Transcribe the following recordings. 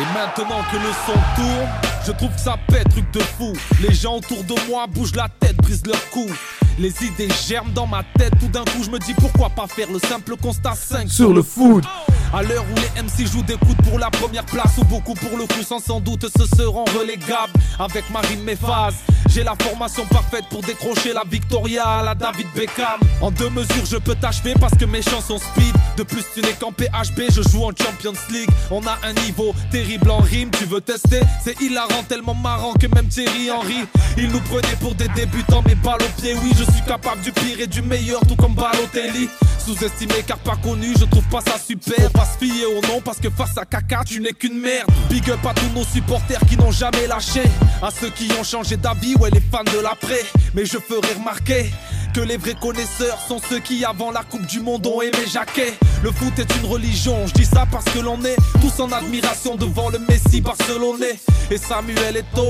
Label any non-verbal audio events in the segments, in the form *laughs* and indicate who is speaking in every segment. Speaker 1: Et maintenant que le son tourne, je trouve que ça pète, truc de fou. Les gens autour de moi bougent la tête, brisent leur cou. Les idées germent dans ma tête, tout d'un coup je me dis pourquoi pas faire le simple constat 5
Speaker 2: Sur le foot.
Speaker 1: À l'heure où les MC jouent des coudes pour la première place ou beaucoup pour le coup sans sans doute se seront relégables avec Marine Méphase. J'ai la formation parfaite pour décrocher la Victoria à la David Beckham. En deux mesures, je peux t'achever parce que mes chansons speed. De plus, tu n'es qu'en PHB, je joue en Champions League. On a un niveau terrible en rime, tu veux tester C'est hilarant, tellement marrant que même Thierry Henry. Il nous prenait pour des débutants, mais balle au pied, oui, je suis capable du pire et du meilleur, tout comme Balotelli. Sous-estimé car pas connu, je trouve pas ça super. Pas se fier au nom parce que face à caca, tu n'es qu'une merde. Big up à tous nos supporters qui n'ont jamais lâché. À ceux qui ont changé d'avis, ouais, les fans de l'après. Mais je ferai remarquer que les vrais connaisseurs sont ceux qui, avant la Coupe du Monde, ont aimé Jacquet. Le foot est une religion, je dis ça parce que l'on est tous en admiration devant le Messi barcelonais. Et Samuel Eto'o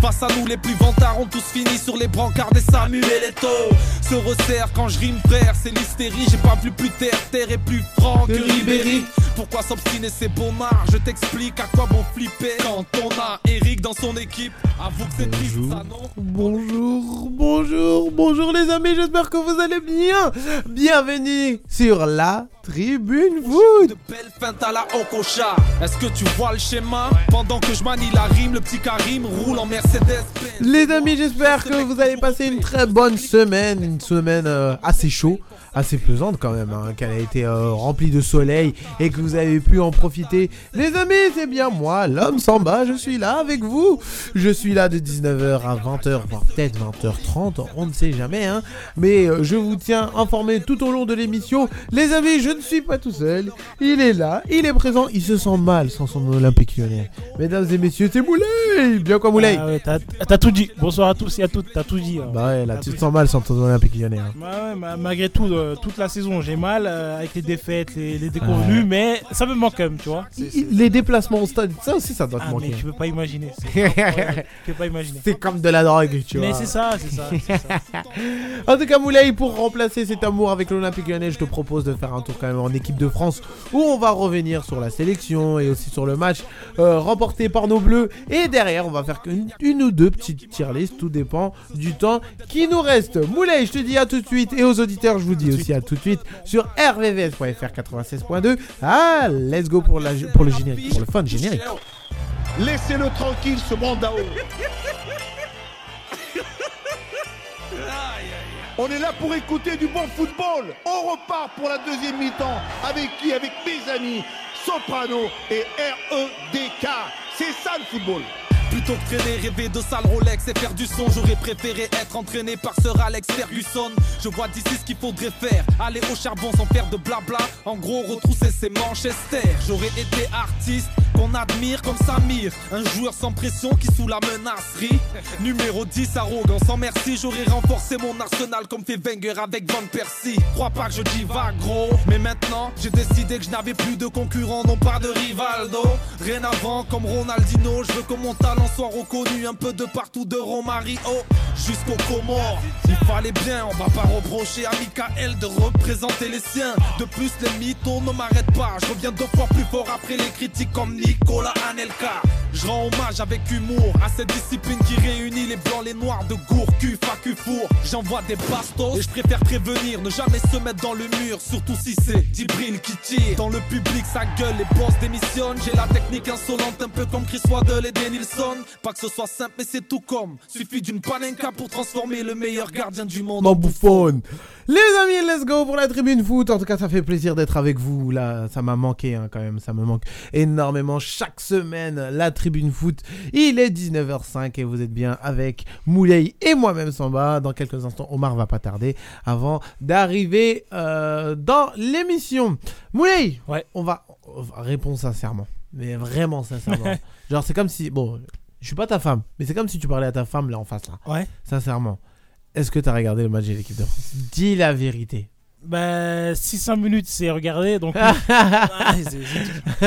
Speaker 1: Face à nous, les plus vantards ont tous fini sur les brancards des Samuel Eto'o Se resserre quand je rime, frère, c'est l'hystérie. J'ai pas plus plus terre, terre est plus franc que
Speaker 2: Que
Speaker 1: Ribéry.
Speaker 2: Ribéry.
Speaker 1: Pourquoi s'obstiner ces bonards Je t'explique à quoi bon flipper quand on a Eric dans son équipe. Avoue que c'est triste,
Speaker 2: Bonjour.
Speaker 1: ça non
Speaker 2: Bonjour, bonjour, bonjour les amis, j'espère que vous allez bien. Bienvenue sur la tribune foot.
Speaker 1: De belle feinte à la Okocha. Est-ce que tu vois le schéma Pendant que je manie la rime, le petit Karim roule en Mercedes.
Speaker 2: Les amis, j'espère que vous allez passer une très bonne semaine, une semaine euh, assez chaud, assez pesante quand même, hein, qu'elle a été euh, remplie de soleil et que vous avez pu en profiter. Les amis, c'est bien moi, l'homme s'en bat, je suis là avec vous. Je suis là de 19h à 20h, voire peut-être 20h30, on ne sait jamais, hein. Mais euh, je vous tiens informé tout au long de l'émission. Les amis, je ne suis pas tout seul. Il est là, il est présent, il se sent mal sans son Olympique lyonnais. Mesdames et messieurs, c'est Moulay Bien quoi Moulay
Speaker 3: Ah ouais, t'as t'as tout dit. Bonsoir à tous et à toutes, t'as tout dit. Ah, hein.
Speaker 2: Bah ouais, là, tu te sens mal sans ton Olympique lyonnais. hein.
Speaker 3: Ouais, ouais, ma- malgré tout, euh, toute la saison, j'ai mal euh, avec les défaites, les, les déconvenues, mais ça me manque quand même, tu vois.
Speaker 2: Il- Les déplacements au stade, ça aussi, ça doit te
Speaker 3: Ah, mais
Speaker 2: manquer.
Speaker 3: tu peux pas imaginer.
Speaker 2: *laughs*
Speaker 3: c'est incroyable, tu peux pas imaginer.
Speaker 2: C'est comme de la drogue, tu
Speaker 3: mais
Speaker 2: vois.
Speaker 3: c'est ça, c'est ça. c'est ça.
Speaker 2: *laughs* En tout cas, Moulay, pour remplacer cet amour avec l'Olympique lyonnais, je te propose de faire un tour quand même en équipe de France où on va revenir sur la sélection et aussi sur le match euh, remporté par nos bleus. Et derrière, on va faire une, une ou deux petites tier list, tout dépend du temps qui nous reste. Moulay, je te dis à tout de suite et aux auditeurs, je vous dis aussi à tout de suite sur rvvs.fr 96.2. Ah, let's go pour, la, pour le générique, pour le fun générique.
Speaker 4: Laissez-le tranquille, ce
Speaker 3: *laughs*
Speaker 4: Mandao. On est là pour écouter du bon football. On repart pour la deuxième mi-temps. Avec qui Avec mes amis Soprano et REDK. C'est ça le football.
Speaker 1: Plutôt que traîner, rêver de sale Rolex et faire du son, j'aurais préféré être entraîné par Sir Alex Ferguson. Je vois d'ici ce qu'il faudrait faire, aller au charbon sans faire de blabla. En gros, retrousser ses Manchester. J'aurais été artiste qu'on admire comme Samir, un joueur sans pression qui sous la menacerie. Numéro 10, arrogant sans merci, j'aurais renforcé mon arsenal comme fait Wenger avec Van Persie. Crois pas que je divague gros, mais maintenant j'ai décidé que je n'avais plus de concurrent, non pas de Rivaldo. Rien avant, comme Ronaldinho, je veux que mon talent soit reconnu un peu de partout, de Romario jusqu'aux Comores. Il fallait bien, on va pas reprocher à Michael de représenter les siens. De plus, les mythos ne m'arrêtent pas. Je reviens deux fois plus fort après les critiques comme Nicolas Anelka. Je rends hommage avec humour à cette discipline qui réunit les blancs, les noirs de gour, cul, facu, four. J'envoie des bastos et je préfère prévenir, ne jamais se mettre dans le mur, surtout si c'est Dibril qui tire. Dans le public, sa gueule, les boss démissionnent. J'ai la technique insolente, un peu comme Chris Waddle et Denilson. Pas que ce soit simple, mais c'est tout comme. Suffit d'une panenka pour transformer le meilleur gardien du monde
Speaker 2: Mon bouffonne. Les amis, let's go pour la tribune foot. En tout cas, ça fait plaisir d'être avec vous. Là, ça m'a manqué hein, quand même. Ça me manque énormément chaque semaine. La tribune foot. Il est 19h05 et vous êtes bien avec Moulay et moi-même Samba. Dans quelques instants, Omar va pas tarder avant d'arriver euh, dans l'émission. Moulay,
Speaker 3: Ouais.
Speaker 2: on va on va- réponds sincèrement, mais vraiment sincèrement. Genre, c'est comme si bon. Je suis pas ta femme, mais c'est comme si tu parlais à ta femme là en face là.
Speaker 3: Ouais.
Speaker 2: Sincèrement, est-ce que t'as regardé le match de l'équipe de France Dis la vérité. *laughs*
Speaker 3: Bah, 6-5 minutes, c'est regardé, donc. Ah, c'est- c'est-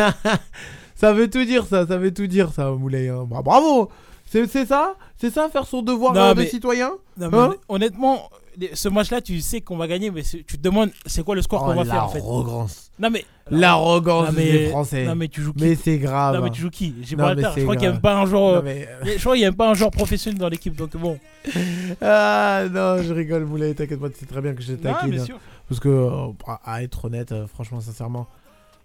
Speaker 2: ça veut tout dire ça, ça veut tout dire ça, Moulay. hein. Bra- bravo C'est c'est ça C'est ça faire son devoir
Speaker 3: Non,
Speaker 2: euh, de
Speaker 3: mais-
Speaker 2: citoyen
Speaker 3: Non, mais
Speaker 2: Hein
Speaker 3: honnêtement, les- ce match-là, tu sais qu'on va gagner, mais c'est- tu te demandes c'est quoi le score
Speaker 2: Oh,
Speaker 3: qu'on va faire en fait.
Speaker 2: l'arrogance.
Speaker 3: Non mais
Speaker 2: L'arrogance
Speaker 3: Non, mais-
Speaker 2: des Français.
Speaker 3: non, mais tu joues qui
Speaker 2: Mais c'est grave. hein.
Speaker 3: non mais tu joues qui J'ai
Speaker 2: Non,
Speaker 3: pas
Speaker 2: mais
Speaker 3: le temps.
Speaker 2: c'est
Speaker 3: Je crois qu'il n'y a
Speaker 2: grave.
Speaker 3: même pas un joueur.
Speaker 2: Non,
Speaker 3: euh,
Speaker 2: mais-
Speaker 3: Je crois qu'il n'y a même pas un joueur professionnel dans l'équipe. Donc bon.
Speaker 2: *laughs* Ah non, je rigole, Moulay, t'inquiète pas, tu sais très bien que je taquine. hein. Parce que, euh, à à être honnête, euh, franchement, sincèrement,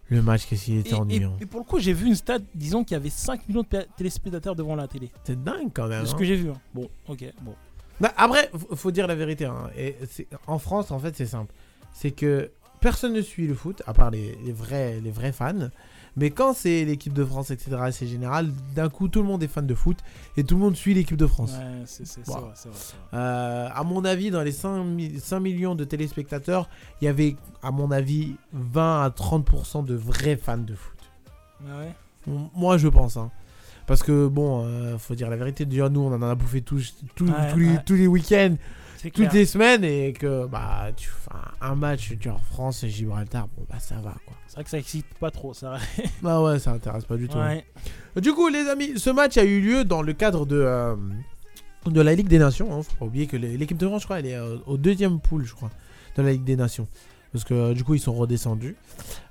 Speaker 2: le match, qu'est-ce qu'il
Speaker 3: Et,
Speaker 2: était
Speaker 3: et-
Speaker 2: ennuyant.
Speaker 3: et pour le coup, j'ai vu une stat disons qu'il y avait 5 millions de pa- téléspectateurs devant la télé.
Speaker 2: C'est dingue quand même.
Speaker 3: De ce
Speaker 2: hein.
Speaker 3: que j'ai vu. hein. Bon, ok, bon.
Speaker 2: Bah, après, f- faut dire la vérité. hein, Et c'est- en France, en fait, c'est simple. C'est que personne ne suit le foot, à part les, les vrais, les vrais fans. Mais quand c'est l'équipe de France, etc., c'est général, d'un coup, tout le monde est fan de foot et tout le monde suit l'équipe de
Speaker 3: Ouais,
Speaker 2: France.
Speaker 3: c'est c'est- c'est
Speaker 2: Bon.
Speaker 3: vrai, c'est vrai, c'est vrai.
Speaker 2: Euh, à mon avis, dans les 5, mi- 5 millions de téléspectateurs, il y avait, à mon avis, 20 à 30% de vrais fans de foot.
Speaker 3: Ah ouais.
Speaker 2: M- Moi, je pense. hein. Parce que, bon, euh, faut dire la vérité, déjà, nous, on en a bouffé tous, tous,
Speaker 3: Ouais,
Speaker 2: tous les-
Speaker 3: ouais.
Speaker 2: tous les week-ends
Speaker 3: C'est clair.
Speaker 2: toutes les semaines et que bah tu enfin, un match genre France et Gibraltar bon bah ça va quoi
Speaker 3: C'est vrai que ça excite pas trop, ça. *laughs*
Speaker 2: bah ouais ça intéresse pas du tout hein.
Speaker 3: Ouais.
Speaker 2: du coup les amis ce match a eu lieu dans le cadre de euh, de la Ligue des Nations hein. faut pas oublier que les- l'équipe de France je crois elle est euh, au deuxième pool je crois de la Ligue des Nations parce que euh, du coup ils sont redescendus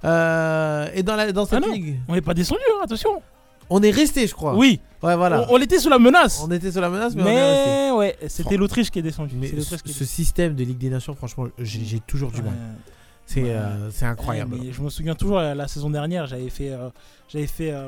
Speaker 2: Euh, et dans la dans cette
Speaker 3: Ah non.
Speaker 2: ligue
Speaker 3: On n'est pas descendu, hein, attention.
Speaker 2: on est resté je crois
Speaker 3: Oui,
Speaker 2: ouais voilà
Speaker 3: on, on était sous la menace.
Speaker 2: on, était sur la menace mais, on est resté
Speaker 3: Mais ouais, c'était
Speaker 2: Fran-
Speaker 3: l'Autriche qui est descendue.
Speaker 2: mais
Speaker 3: C'est
Speaker 2: ce,
Speaker 3: l'Autriche qui est
Speaker 2: ce système de Ligue des Nations, franchement, j'ai j'ai toujours du
Speaker 3: descendue.
Speaker 2: mal.
Speaker 3: Ouais.
Speaker 2: C'est
Speaker 3: Ouais.
Speaker 2: euh, c'est incroyable.
Speaker 3: Ouais, mais je me souviens toujours la, la saison dernière, j'avais fait, euh, j'avais fait, euh,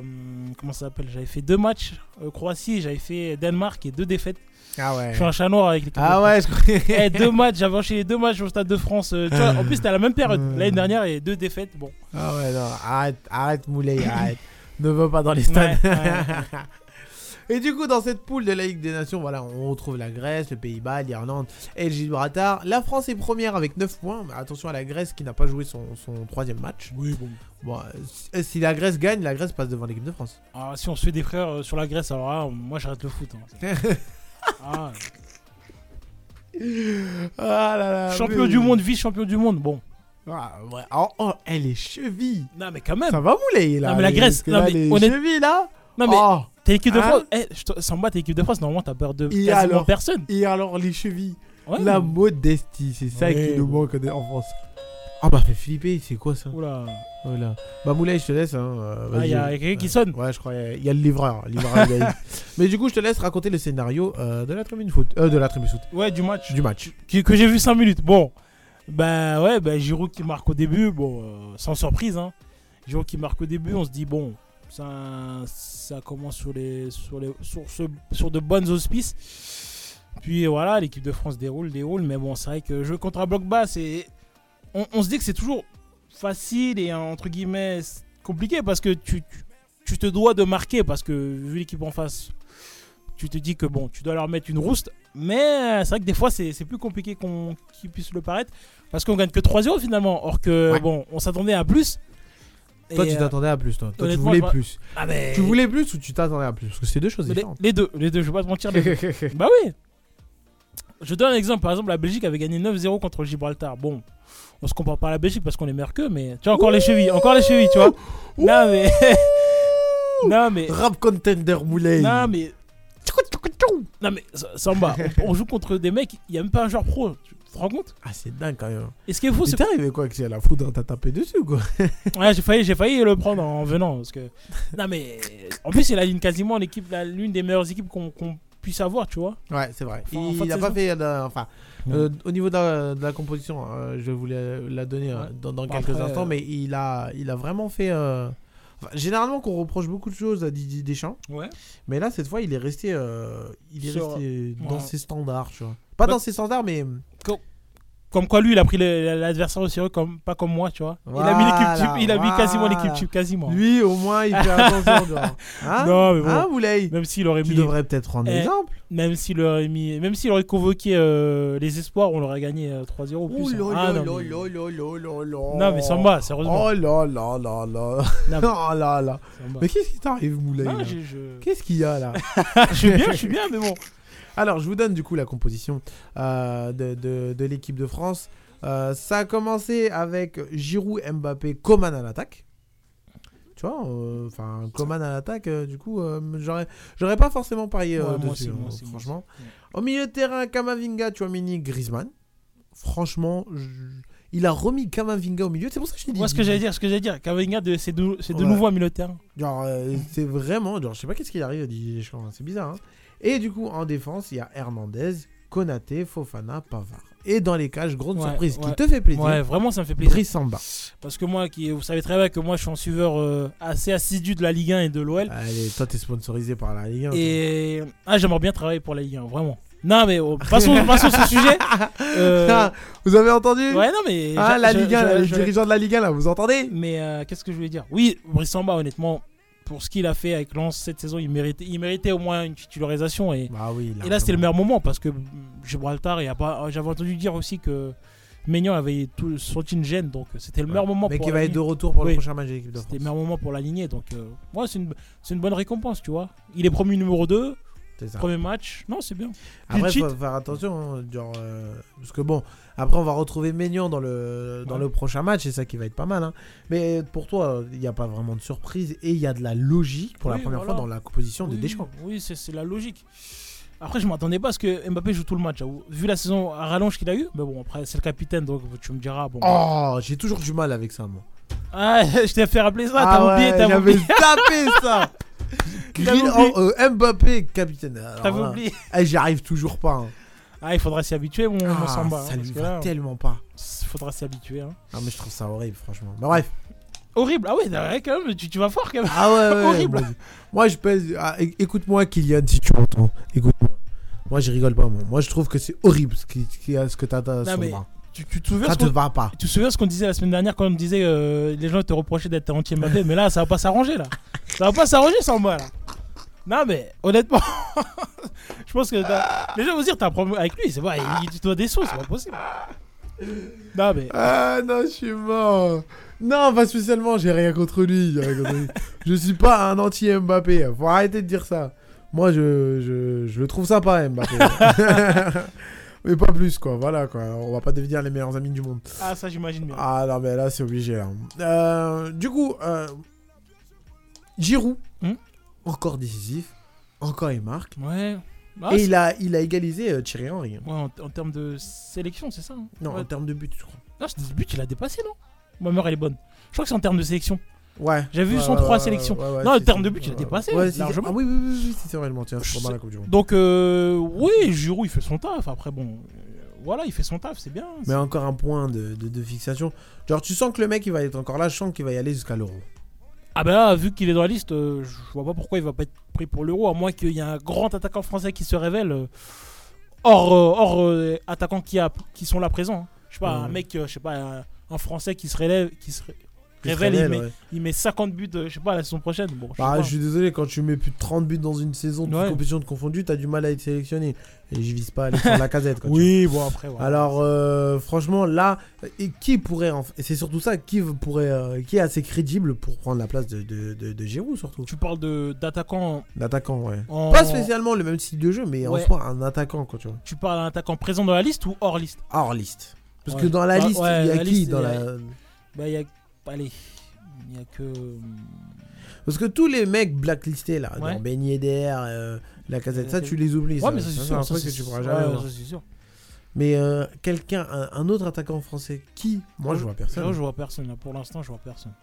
Speaker 3: comment ça s'appelle J'avais fait deux matchs euh, Croatie, j'avais fait Danemark et deux défaites.
Speaker 2: Ah ouais.
Speaker 3: Je suis un chat noir avec l'équipe.
Speaker 2: Ah
Speaker 3: de
Speaker 2: ouais, je
Speaker 3: France.
Speaker 2: croyais.
Speaker 3: Eh, deux matchs, j'avais enchaîné deux matchs au Stade de France. euh, tu vois, en plus, c'était à la même
Speaker 2: *laughs*
Speaker 3: période.
Speaker 2: Euh.
Speaker 3: L'année dernière, et deux défaites. Bon,
Speaker 2: Ah ouais, non, arrête,
Speaker 3: *coughs*
Speaker 2: arrête, Moulay, arrête. ne va pas dans les stades.
Speaker 3: Ouais, ouais,
Speaker 2: *laughs* Et du coup, dans cette poule de la Ligue des Nations, voilà, on retrouve la Grèce, le Pays-Bas, l'Irlande et le Gibraltar. La France est première avec 9 points. Mais attention à la Grèce qui n'a pas joué son, son troisième match.
Speaker 3: oui, bon.
Speaker 2: Bon, euh, si- si la Grèce gagne, la Grèce passe devant l'équipe de France.
Speaker 3: Ah, si on se fait des frères euh, sur la Grèce, alors là, moi j'arrête le foot. hein. Ah,
Speaker 2: *laughs* Ah là là.
Speaker 3: champion
Speaker 2: mais-
Speaker 3: du monde, vice-champion du monde. Bon,
Speaker 2: Ah, ouais. Oh, oh, elle est cheville.
Speaker 3: non, mais quand même.
Speaker 2: Ça va, Moulay, là.
Speaker 3: Non, mais la
Speaker 2: les-
Speaker 3: Grèce,
Speaker 2: parce que
Speaker 3: non,
Speaker 2: là,
Speaker 3: mais
Speaker 2: les
Speaker 3: honnête-
Speaker 2: chevilles, là.
Speaker 3: Non, mais
Speaker 2: Oh.
Speaker 3: t'es l'équipe de
Speaker 2: Hein
Speaker 3: France. Eh, je te- sans battre t'es l'équipe de France, normalement t'as peur de
Speaker 2: Et
Speaker 3: quasiment
Speaker 2: alors
Speaker 3: personne.
Speaker 2: Et alors, les chevilles.
Speaker 3: Ouais,
Speaker 2: La
Speaker 3: mais-
Speaker 2: modestie, c'est ça
Speaker 3: Ouais.
Speaker 2: qui nous manque en en France. Ah bah fait flipper, c'est quoi ça
Speaker 3: Oula.
Speaker 2: oh là. Bah Moulay, je te laisse. Hein. euh,
Speaker 3: Ah,
Speaker 2: vas-y.
Speaker 3: il y a quelqu'un qui sonne.
Speaker 2: Ouais, je crois, il y a le livreur. le livreur, il
Speaker 3: *laughs*
Speaker 2: a- Mais du coup, je te laisse raconter le scénario euh, de la tribune foot, euh, de la tribune foot,
Speaker 3: Ouais, du match.
Speaker 2: du match.
Speaker 3: Que, que j'ai vu 5 minutes. Bon. Bah ouais, bah, Giroud qui marque au début. Bon, euh, sans surprise. Hein. Giroud qui marque au début. On se dit, bon, ça, ça commence sur, les, sur, les, sur, ce- sur de bonnes auspices. Puis voilà, l'équipe de France déroule, déroule. Mais bon, c'est vrai que jeu contre un bloc bas, c'est. On, on se dit que c'est toujours facile et entre guillemets compliqué parce que tu, tu, tu te dois de marquer parce que vu l'équipe en face, tu te dis que bon, tu dois leur mettre une rouste. Mais euh, c'est vrai que des fois, c'est c'est plus compliqué qu'on qu'il puisse le paraître parce qu'on gagne que 3-0 finalement. Or que
Speaker 2: Ouais.
Speaker 3: bon, on s'attendait à plus.
Speaker 2: Toi,
Speaker 3: Et,
Speaker 2: tu
Speaker 3: euh,
Speaker 2: t'attendais à plus, toi. Toi, tu
Speaker 3: honnêtement,
Speaker 2: voulais
Speaker 3: je vois-
Speaker 2: plus.
Speaker 3: ah, mais-
Speaker 2: Tu voulais plus ou tu t'attendais à plus Parce que c'est deux choses
Speaker 3: mais les,
Speaker 2: différentes.
Speaker 3: les deux, les deux, je vais pas te mentir. les
Speaker 2: *laughs*
Speaker 3: deux. bah oui. Je donne un exemple. Par exemple, la Belgique avait gagné 9-0 contre le Gibraltar. Bon, on se compare pas à la Belgique parce qu'on est meilleur qu'eux, mais tu vois, encore les chevilles, encore les chevilles, tu vois. Non, mais. non, mais.
Speaker 2: Rap contender Moulay.
Speaker 3: Non, mais. Non, mais S- Samba,
Speaker 2: *laughs*
Speaker 3: on, on joue contre des mecs, il n'y a même pas un joueur pro. Tu te rends compte
Speaker 2: Ah, c'est dingue quand même.
Speaker 3: Et ce qui est fou,
Speaker 2: *laughs* Mais
Speaker 3: c'est
Speaker 2: t'es arrivé quoi que c'est à la foudre, t'as tapé dessus ou quoi
Speaker 3: *laughs* Ouais, j'ai failli, j'ai failli le prendre en venant parce que. Non mais en plus il a une quasiment l'équipe, la- l'une des meilleures équipes qu'on qu'on puisse avoir, tu vois.
Speaker 2: Ouais, c'est vrai.
Speaker 3: Enfin, en
Speaker 2: il
Speaker 3: fin de
Speaker 2: a pas
Speaker 3: saison.
Speaker 2: fait. la- enfin,
Speaker 3: Ouais.
Speaker 2: euh, au niveau de la, de la composition, euh, je voulais la donner euh,
Speaker 3: Ouais.
Speaker 2: dans, dans
Speaker 3: Bah,
Speaker 2: quelques
Speaker 3: après,
Speaker 2: instants,
Speaker 3: euh,
Speaker 2: mais il a, il a vraiment fait. euh, enfin, généralement, qu'on reproche beaucoup de choses à Didier Deschamps,
Speaker 3: Ouais.
Speaker 2: mais là, cette fois, il est resté, euh, il est
Speaker 3: Sur-
Speaker 2: resté dans
Speaker 3: Ouais.
Speaker 2: ses standards, tu vois. Pas
Speaker 3: Bah-
Speaker 2: dans ses standards, mais. hum,
Speaker 3: Comme quoi lui il a pris le- l'adversaire au sérieux comme pas comme moi, tu vois. il a mis
Speaker 2: Voilà,
Speaker 3: l'équipe type, il a mis quasiment
Speaker 2: voilà.
Speaker 3: l'équipe type quasiment.
Speaker 2: Lui, au
Speaker 3: *laughs*
Speaker 2: moins, il fait attention, genre. Hein
Speaker 3: non mais bon,
Speaker 2: Hein, Boulay
Speaker 3: même s'il aurait
Speaker 2: Tu
Speaker 3: mis,
Speaker 2: devrais peut-être prendre
Speaker 3: Eh,
Speaker 2: l'exemple.
Speaker 3: même s'il aurait mis, même s'il aurait convoqué euh, les espoirs, on l'aurait gagné euh, 3-0 ou
Speaker 2: Oh
Speaker 3: plus. hein.
Speaker 2: là
Speaker 3: Ah,
Speaker 2: là
Speaker 3: non, mais-
Speaker 2: là là là là là.
Speaker 3: non mais Samba, sérieusement.
Speaker 2: Oh là là là là. *laughs*
Speaker 3: Non, mais
Speaker 2: Oh là là.
Speaker 3: Samba.
Speaker 2: Mais qu'est-ce qui t'arrive, Moulay
Speaker 3: Non,
Speaker 2: là
Speaker 3: j'ai- je...
Speaker 2: Qu'est-ce qu'il y
Speaker 3: *laughs*
Speaker 2: a là
Speaker 3: je suis bien, je suis bien, mais *laughs* bon.
Speaker 2: Alors, je vous donne du coup la composition euh, de, de- de l'équipe de France. Euh, ça a commencé avec Giroud, Mbappé, Coman à l'attaque. Tu vois, euh, enfin, Coman à l'attaque, euh, du coup, euh, j'aurais, j'aurais pas forcément parié euh,
Speaker 3: Ouais, moi aussi,
Speaker 2: dessus,
Speaker 3: moi
Speaker 2: hein,
Speaker 3: aussi, moi
Speaker 2: franchement.
Speaker 3: aussi.
Speaker 2: Au milieu de terrain, Kamavinga, Chouamini, Griezmann. franchement, je- il a remis Kamavinga au milieu. C'est pour ça que je t'ai dit.
Speaker 3: Moi, ce que j'allais dire, ce que j'allais dire, Cavagnard, c'est de, c'est de
Speaker 2: Ouais.
Speaker 3: nouveau un milieu de terrain.
Speaker 2: Genre, euh, c'est vraiment. Genre, je sais pas qu'est-ce qu'il arrive à Didier Deschamps, hein, c'est bizarre. hein. Et du coup, en défense, il y a Hernandez, Konaté, Fofana, Pavard. Et dans les cages, grosse
Speaker 3: Ouais,
Speaker 2: surprise qui
Speaker 3: ouais.
Speaker 2: te fait plaisir.
Speaker 3: Ouais, vraiment, ça me fait plaisir.
Speaker 2: Brice Samba.
Speaker 3: Parce que moi, qui, vous savez très bien que moi, je suis un suiveur euh, assez assidu de la Ligue 1 et de l'OL.
Speaker 2: Allez, toi, t'es sponsorisé par la Ligue 1.
Speaker 3: Et ah, j'aimerais bien travailler pour la Ligue 1, vraiment. Non, mais oh,
Speaker 2: *laughs*
Speaker 3: passons, passons sur ce sujet. Euh,
Speaker 2: Ah, vous avez entendu
Speaker 3: ouais, non, mais.
Speaker 2: Ah,
Speaker 3: j'a-
Speaker 2: la
Speaker 3: j'a-
Speaker 2: Ligue 1,
Speaker 3: j'a-
Speaker 2: là, les
Speaker 3: j'a-
Speaker 2: dirigeants de la Ligue 1, là, vous entendez
Speaker 3: Mais euh, qu'est-ce que je voulais dire Oui, Brice Samba, honnêtement, pour ce qu'il a fait avec Lens cette saison, il méritait, il méritait au moins une titularisation. Et,
Speaker 2: Bah oui.
Speaker 3: et là, c'était le meilleur moment parce que mm, Gibraltar, il y a pas- oh, j'avais entendu dire aussi que Maignan avait tout, sorti une gêne, donc c'était le meilleur moment
Speaker 2: Mais
Speaker 3: pour
Speaker 2: qui va être
Speaker 3: aligner.
Speaker 2: de retour pour le
Speaker 3: Oui.
Speaker 2: prochain match de l'équipe de
Speaker 3: C'était
Speaker 2: France.
Speaker 3: le meilleur moment pour l'aligner. Donc, euh, ouais, c'est une, c'est une bonne récompense, tu vois. Il est promu numéro 2,
Speaker 2: C'est ça.
Speaker 3: premier match. Non, c'est bien.
Speaker 2: Après,
Speaker 3: Pitchit.
Speaker 2: faut faire attention, hein, genre, euh, parce que bon, après on va retrouver Maignan dans le dans
Speaker 3: Ouais.
Speaker 2: le prochain match, et ça qui va être pas mal. hein. Mais pour toi, il n'y a pas vraiment de surprise et il y a de la logique pour la
Speaker 3: Oui,
Speaker 2: première
Speaker 3: voilà.
Speaker 2: fois dans la composition
Speaker 3: oui,
Speaker 2: des Deschamps.
Speaker 3: Oui, c'est c'est la logique. Après, je m'attendais pas à ce que Mbappé joue tout le match. j'avoue. Vu la saison à rallonge qu'il a eu, mais bon, après, c'est le capitaine, donc tu me diras. Bon.
Speaker 2: Oh, j'ai toujours du mal avec ça, moi. Ah
Speaker 3: Ah, *laughs* je t'ai fait rappeler ça, t'as
Speaker 2: ouais,
Speaker 3: oublié, t'as
Speaker 2: j'avais
Speaker 3: oublié.
Speaker 2: tapé
Speaker 3: *laughs*
Speaker 2: ça.
Speaker 3: T'avais
Speaker 2: Grill-
Speaker 3: oublié.
Speaker 2: oh, euh, Mbappé, capitaine. Alors
Speaker 3: T'avais
Speaker 2: là,
Speaker 3: oublié.
Speaker 2: eh, j'y arrive toujours pas. hein.
Speaker 3: Ah, il faudra s'y habituer, mon, mon
Speaker 2: Ah,
Speaker 3: Samba.
Speaker 2: ça
Speaker 3: hein,
Speaker 2: lui
Speaker 3: parce que
Speaker 2: va
Speaker 3: là,
Speaker 2: tellement pas.
Speaker 3: s- faudra s'y habituer. hein.
Speaker 2: Non mais je trouve ça horrible, franchement. Bah bref.
Speaker 3: Horrible. Ah ouais, ouais, quand même, tu, tu vas fort quand même.
Speaker 2: Ah ouais, ouais,
Speaker 3: *laughs* Horrible.
Speaker 2: ouais. Moi, je pèse. ah, é- écoute-moi, Kylian, si tu m'entends. Écoute-moi. Moi, je rigole pas. Moi, moi je trouve que c'est horrible ce, qui, ce qui- ce que t'as dans
Speaker 3: Non,
Speaker 2: son
Speaker 3: mais
Speaker 2: bras.
Speaker 3: Tu, tu te souviens
Speaker 2: Ça
Speaker 3: ce
Speaker 2: te
Speaker 3: qu'on-
Speaker 2: va pas.
Speaker 3: tu te souviens ce qu'on disait la semaine dernière quand on disait euh, les gens te reprochaient d'être anti Mbappé, mais là ça va pas s'arranger là. Ça va pas s'arranger Samba là. Non mais honnêtement, *laughs* je pense que t'as- les gens vont se dire t'as un problème avec lui, c'est vrai, il, il te doit des sous, c'est pas possible. Non mais
Speaker 2: Ah non, je suis mort. Non, pas spécialement. J'ai rien contre lui. j'ai rien contre lui. je suis pas un anti Mbappé. Faut arrêter de dire ça. Moi, je, je, je le trouve sympa, Mbappé.
Speaker 3: *laughs*
Speaker 2: mais pas plus, quoi. Voilà, quoi. On va pas devenir les meilleurs amis du monde.
Speaker 3: ah ça j'imagine bien.
Speaker 2: Ah non, mais là, c'est obligé. là. Euh, du coup, euh, Giroud,
Speaker 3: Hmm
Speaker 2: encore décisif, encore il marque.
Speaker 3: Ouais. Ah,
Speaker 2: et
Speaker 3: c'est-
Speaker 2: il a, il a égalisé euh, Thierry Henry.
Speaker 3: ouais, en, en termes de sélection c'est ça. hein
Speaker 2: Non,
Speaker 3: Ouais.
Speaker 2: en termes de but, je crois.
Speaker 3: Non, c'était le but il a dépassé non. Ma mère elle est bonne. Je crois que c'est en termes de sélection.
Speaker 2: Ouais.
Speaker 3: J'ai vu
Speaker 2: Ouais,
Speaker 3: son
Speaker 2: ouais,
Speaker 3: trois
Speaker 2: ouais,
Speaker 3: sélections.
Speaker 2: ouais, ouais,
Speaker 3: Non, en
Speaker 2: si,
Speaker 3: termes
Speaker 2: si.
Speaker 3: de but, il a
Speaker 2: Ouais,
Speaker 3: dépassé,
Speaker 2: ouais, si, si.
Speaker 3: largement.
Speaker 2: Ah oui, oui, oui, oui, si, c'est vrai, je m'en tiens.
Speaker 3: Je
Speaker 2: pendant
Speaker 3: sais-
Speaker 2: la Coupe du Monde.
Speaker 3: Donc euh, oui Giroud il fait son taf. Après bon euh, voilà il fait son taf c'est bien.
Speaker 2: Mais encore un point de, de- de fixation. Genre, tu sens que le mec, il va être encore là, je sens qu'il va y aller jusqu'à l'euro.
Speaker 3: Ah bah là, vu qu'il est dans la liste, euh, je vois pas pourquoi il va pas être pris pour l'euro, à moins qu'il y ait un grand attaquant français qui se révèle, euh, hors, euh, hors euh, attaquants qui, a, qui sont là présents. hein. Je sais pas,
Speaker 2: Ouais.
Speaker 3: un mec, euh, je sais pas, un, un français qui se relève, qui se ré-
Speaker 2: Il se
Speaker 3: révèle, il,
Speaker 2: révèle,
Speaker 3: met,
Speaker 2: ouais.
Speaker 3: il met 50 buts, euh, je sais pas, la saison prochaine. Bon, je sais
Speaker 2: Bah,
Speaker 3: pas.
Speaker 2: je suis désolé, quand tu mets plus de 30 buts dans une saison, toutes
Speaker 3: Ouais.
Speaker 2: compétitions confondues, t'as du mal à être sélectionné. Et je vise pas Alexandre Lacazette. quoi, tu
Speaker 3: *laughs* Oui, bon après, voilà.
Speaker 2: Alors euh, franchement là, et qui pourrait en- et c'est surtout ça, qui v- pourrait, euh, qui est assez crédible pour prendre la place de, de, de- de Giroud surtout.
Speaker 3: Tu parles de- d'attaquant
Speaker 2: L'attaquant, ouais.
Speaker 3: en.
Speaker 2: Pas spécialement le même style de jeu, mais en
Speaker 3: Ouais.
Speaker 2: soi un attaquant quoi, tu vois.
Speaker 3: Tu parles d'un attaquant présent dans la liste ou hors liste
Speaker 2: Hors liste. Parce
Speaker 3: Ouais.
Speaker 2: que dans la
Speaker 3: Bah,
Speaker 2: liste,
Speaker 3: ouais,
Speaker 2: il y a
Speaker 3: la
Speaker 2: qui
Speaker 3: liste,
Speaker 2: dans
Speaker 3: il y
Speaker 2: la...
Speaker 3: a- Bah, il y a. Allez, il y a que.
Speaker 2: Parce que tous les mecs blacklistés là,
Speaker 3: Ouais.
Speaker 2: dans Ben Yedder, euh, la casette, ça
Speaker 3: Euh,
Speaker 2: tu les oublies.
Speaker 3: Ouais, mais ça c'est
Speaker 2: un
Speaker 3: sûr. ça,
Speaker 2: truc que
Speaker 3: c'est-
Speaker 2: tu pourras
Speaker 3: ouais,
Speaker 2: jamais voir.
Speaker 3: ça, c'est sûr.
Speaker 2: Mais euh, quelqu'un, un, un autre attaquant français, qui Moi je vois personne.
Speaker 3: Là, je vois personne. là. Pour l'instant, je vois personne.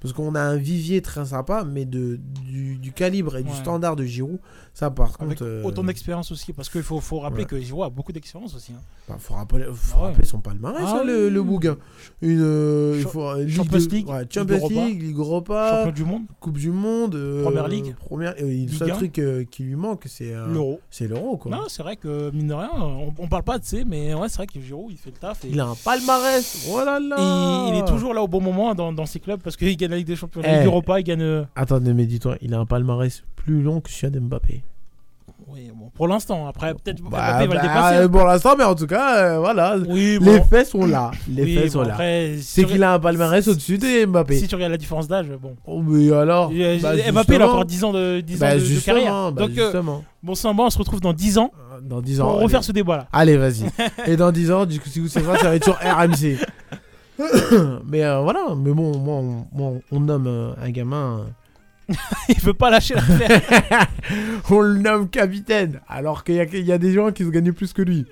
Speaker 2: Parce qu'on a un vivier très sympa, mais de, du, du calibre et du
Speaker 3: Ouais.
Speaker 2: standard de Giroud, ça par
Speaker 3: Avec
Speaker 2: contre. euh,
Speaker 3: autant d'expérience aussi, parce qu'il faut, faut rappeler
Speaker 2: ouais.
Speaker 3: que Giroud a beaucoup d'expérience aussi. hein.
Speaker 2: bah, faut rappeler, faut
Speaker 3: Ah ouais.
Speaker 2: rappeler son palmarès,
Speaker 3: Ah
Speaker 2: hein, le,
Speaker 3: oui.
Speaker 2: le bougain. Une, euh, il
Speaker 3: Cha-
Speaker 2: faut, euh,
Speaker 3: Champions
Speaker 2: Ligue de-
Speaker 3: League,
Speaker 2: ouais,
Speaker 3: Ligue
Speaker 2: Champions
Speaker 3: Europa,
Speaker 2: League, Ligue Europa,
Speaker 3: Champion du monde,
Speaker 2: Coupe du Monde, euh,
Speaker 3: Première Ligue,
Speaker 2: Première, euh, le seul
Speaker 3: Ligue un.
Speaker 2: truc euh, qui lui manque, c'est euh,
Speaker 3: l'euro.
Speaker 2: c'est l'euro quoi.
Speaker 3: Non, c'est vrai que mine de rien, on, on parle pas de sais, mais ouais, c'est vrai que Giroud il fait le taf. Et,
Speaker 2: Il a un palmarès. Oh là là.
Speaker 3: et il est toujours là au bon moment dans, dans ses clubs parce qu'il gagne la Ligue des Champions, la
Speaker 2: Eh.
Speaker 3: Ligue Europa, il gagne. euh,
Speaker 2: Attendez, mais dis-toi, il a un palmarès plus long que celui d'Mbappé.
Speaker 3: Oui, bon, pour l'instant, après peut-être
Speaker 2: Bah,
Speaker 3: Mbappé va
Speaker 2: bah,
Speaker 3: le dépasser. hein.
Speaker 2: euh, Pour l'instant, mais en tout cas, euh, voilà.
Speaker 3: oui, bon,
Speaker 2: Les faits sont là. Les
Speaker 3: oui,
Speaker 2: faits
Speaker 3: bon,
Speaker 2: sont là.
Speaker 3: après, si
Speaker 2: C'est
Speaker 3: tu
Speaker 2: qu'il a un palmarès au-dessus de Mbappé.
Speaker 3: regardes- Si tu regardes la différence d'âge, bon.
Speaker 2: Oh, mais alors
Speaker 3: Euh,
Speaker 2: Bah,
Speaker 3: Mbappé, il a
Speaker 2: justement.
Speaker 3: encore 10 ans de, 10 ans
Speaker 2: Bah,
Speaker 3: de- de
Speaker 2: justement,
Speaker 3: carrière.
Speaker 2: bah,
Speaker 3: Donc, euh,
Speaker 2: justement.
Speaker 3: bon sang, bon, on se retrouve dans 10 ans
Speaker 2: Euh, Dans 10 ans.
Speaker 3: pour
Speaker 2: allez.
Speaker 3: refaire ce débat-là. *laughs*
Speaker 2: Allez, vas-y. Et dans 10 ans, du coup, si vous savez, pas, ça va être sur RMC. *coughs* mais euh, voilà, mais bon, moi, on, moi, on nomme euh, un gamin.
Speaker 3: *laughs* Il veut pas lâcher l'affaire.
Speaker 2: *laughs* euh, on le nomme capitaine, alors qu'il y, a- il y a des gens qui se gagnent plus que lui.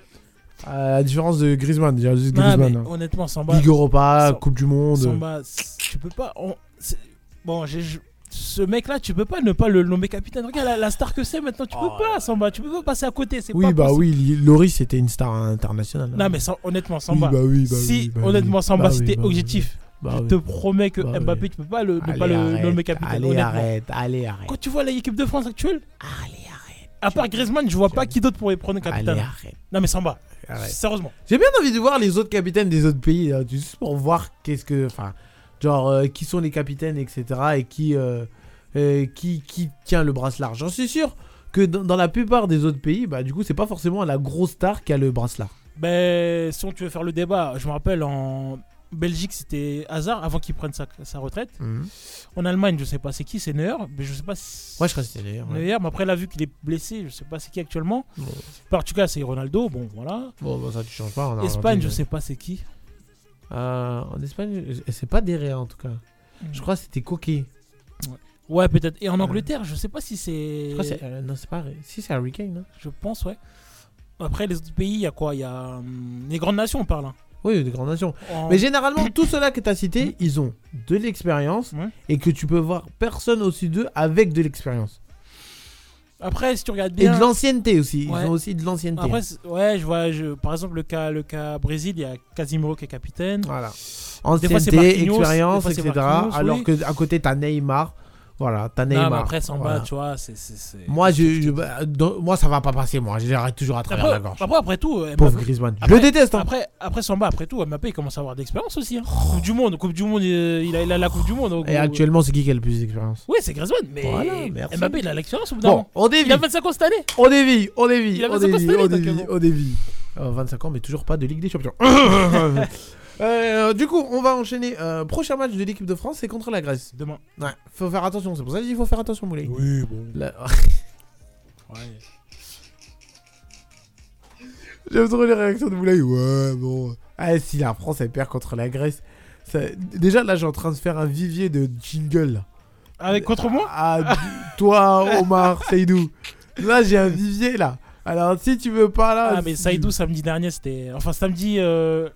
Speaker 2: À la différence de Griezmann, déjà, juste
Speaker 3: Non, mais
Speaker 2: Griezmann. hein.
Speaker 3: honnêtement, Samba,
Speaker 2: Ligue Europa,
Speaker 3: Samba-
Speaker 2: Coupe du Monde.
Speaker 3: Samba, c'est- tu peux pas. on- c'est- bon, j'ai- je- ce mec-là, tu peux pas ne pas le nommer capitaine. Regarde la, la star que c'est maintenant, tu
Speaker 2: Oh
Speaker 3: peux pas, Samba, tu peux pas passer à côté. c'est
Speaker 2: Oui,
Speaker 3: pas
Speaker 2: bah
Speaker 3: possible.
Speaker 2: oui, Li- Loris c'était une star internationale. hein.
Speaker 3: Non, mais sans- honnêtement,
Speaker 2: Oui,
Speaker 3: Samba.
Speaker 2: bah oui, bah oui,
Speaker 3: si,
Speaker 2: bah oui.
Speaker 3: honnêtement, Samba,
Speaker 2: Bah oui,
Speaker 3: si t'es
Speaker 2: bah oui.
Speaker 3: objectif,
Speaker 2: Bah
Speaker 3: je
Speaker 2: oui.
Speaker 3: te promets que
Speaker 2: Bah oui.
Speaker 3: Mbappé, tu peux pas le, ne
Speaker 2: Allez,
Speaker 3: pas le
Speaker 2: arrête,
Speaker 3: nommer capitaine.
Speaker 2: Allez,
Speaker 3: honnêtement.
Speaker 2: arrête, allez, arrête.
Speaker 3: Quand tu vois l'équipe de France actuelle, à part Griezmann, je vois pas qui d'autre pourrait prendre
Speaker 2: Allez,
Speaker 3: capitaine.
Speaker 2: arrête.
Speaker 3: Non, mais Samba,
Speaker 2: arrête.
Speaker 3: sérieusement.
Speaker 2: J'ai bien envie de voir les autres capitaines des autres pays, là, juste pour voir qu'est-ce que. Enfin, genre, euh, qui sont les capitaines, etc. Et qui, euh, euh, qui, qui tient le bracelard. J'en suis sûr que dans, dans la plupart des autres pays, bah, du coup, c'est pas forcément la grosse star qui a le bracelard.
Speaker 3: Ben, si on tu veux faire le débat, je me rappelle en Belgique, c'était Hazard avant qu'il prenne sa, sa retraite. En Allemagne, je sais pas c'est qui, c'est Neuer, mais je sais pas si
Speaker 2: Mhm. Ouais, je crois que c'était d'ailleurs. ouais.
Speaker 3: Neuer, mais après là vu qu'il est blessé, je sais pas c'est qui actuellement.
Speaker 2: Bon.
Speaker 3: Enfin, en tout cas, c'est Ronaldo, bon voilà.
Speaker 2: Bon, bah, ça, tu changes pas. en
Speaker 3: Espagne,
Speaker 2: Argentine,
Speaker 3: je
Speaker 2: ouais.
Speaker 3: sais pas c'est qui.
Speaker 2: Euh, en Espagne, je- c'est pas Derrea en tout cas. Je crois que c'était Coquet.
Speaker 3: Ouais, peut-être. Et en Angleterre, je sais pas si c'est
Speaker 2: Je crois que c'est- euh, non, c'est pas. Si, c'est Harry Kane. hein.
Speaker 3: je pense ouais. Après les autres pays, il y a quoi Il y a hum, les grandes nations, on parle. hein.
Speaker 2: Oui, de grande nation.
Speaker 3: En- Hum.
Speaker 2: Mais généralement, tous ceux-là que tu as cités, ils ont de l'expérience
Speaker 3: Ouais.
Speaker 2: et que tu peux voir personne au-dessus d'eux avec de l'expérience.
Speaker 3: Après, si tu regardes
Speaker 2: Et
Speaker 3: bien
Speaker 2: de l'ancienneté aussi.
Speaker 3: Ouais.
Speaker 2: Ils ont aussi de l'ancienneté.
Speaker 3: Après, c'est- ouais, je vois, je- par exemple, le cas, le cas Brésil, il y a Casimiro qui est capitaine.
Speaker 2: Voilà.
Speaker 3: fois, c'est
Speaker 2: Ancienneté,
Speaker 3: Marquinhos,
Speaker 2: expérience,
Speaker 3: des fois, c'est
Speaker 2: etc.
Speaker 3: Marquinhos,
Speaker 2: Alors
Speaker 3: oui.
Speaker 2: que à côté, t'as Neymar. Voilà, t'as
Speaker 3: Non,
Speaker 2: Neymar.
Speaker 3: mais après, Samba,
Speaker 2: Voilà.
Speaker 3: tu vois, c'est. c'est- c'est-
Speaker 2: Moi, je, je- bah, dans- moi, ça va pas passer. Moi, je l'arrête toujours à travers
Speaker 3: Après,
Speaker 2: la gorge.
Speaker 3: après, après tout, euh, Mbappé-
Speaker 2: Pauvre Griezmann.
Speaker 3: après-
Speaker 2: je le déteste. Hein.
Speaker 3: après, après Samba, après tout, Mbappé il commence à avoir de l'expérience aussi. hein. coupe du monde, Coupe du monde, euh, il a, il a la Coupe du monde. donc,
Speaker 2: et
Speaker 3: euh,
Speaker 2: actuellement, c'est qui qui a le plus d'expérience
Speaker 3: Oui, c'est Griezmann, mais
Speaker 2: Voilà, merci.
Speaker 3: Mbappé il a l'expérience au bout d'un
Speaker 2: Bon,
Speaker 3: moment.
Speaker 2: on dévie.
Speaker 3: Il a 25 ans cette année.
Speaker 2: On dévie, on dévie,
Speaker 3: Il a
Speaker 2: on
Speaker 3: 25 ans cette
Speaker 2: dévie,
Speaker 3: année,
Speaker 2: on
Speaker 3: donc,
Speaker 2: dévie,
Speaker 3: bon.
Speaker 2: on dévie. Euh, 25 ans, mais toujours pas de Ligue
Speaker 3: *laughs*
Speaker 2: des Champions. *laughs* Euh, du coup, on va enchaîner. euh, prochain match de l'équipe de France, c'est contre la Grèce.
Speaker 3: Demain.
Speaker 2: Ouais, faut faire attention, c'est pour ça que je dis faut faire attention, Moulay.
Speaker 3: Oui, bon.
Speaker 2: La-
Speaker 3: *laughs* Ouais.
Speaker 2: J'aime trop les réactions de Moulay. Ouais, bon. Ah, si la France elle perd contre la Grèce. ça- Déjà, là, j'ai en train de faire un vivier de jingle. là.
Speaker 3: Avec contre moi
Speaker 2: Ah, *laughs* toi, Omar, Seydou. Là, j'ai un vivier là. Alors, si tu veux pas là.
Speaker 3: Ah, mais
Speaker 2: si-
Speaker 3: Saïdou, samedi dernier, c'était. Enfin, samedi. euh,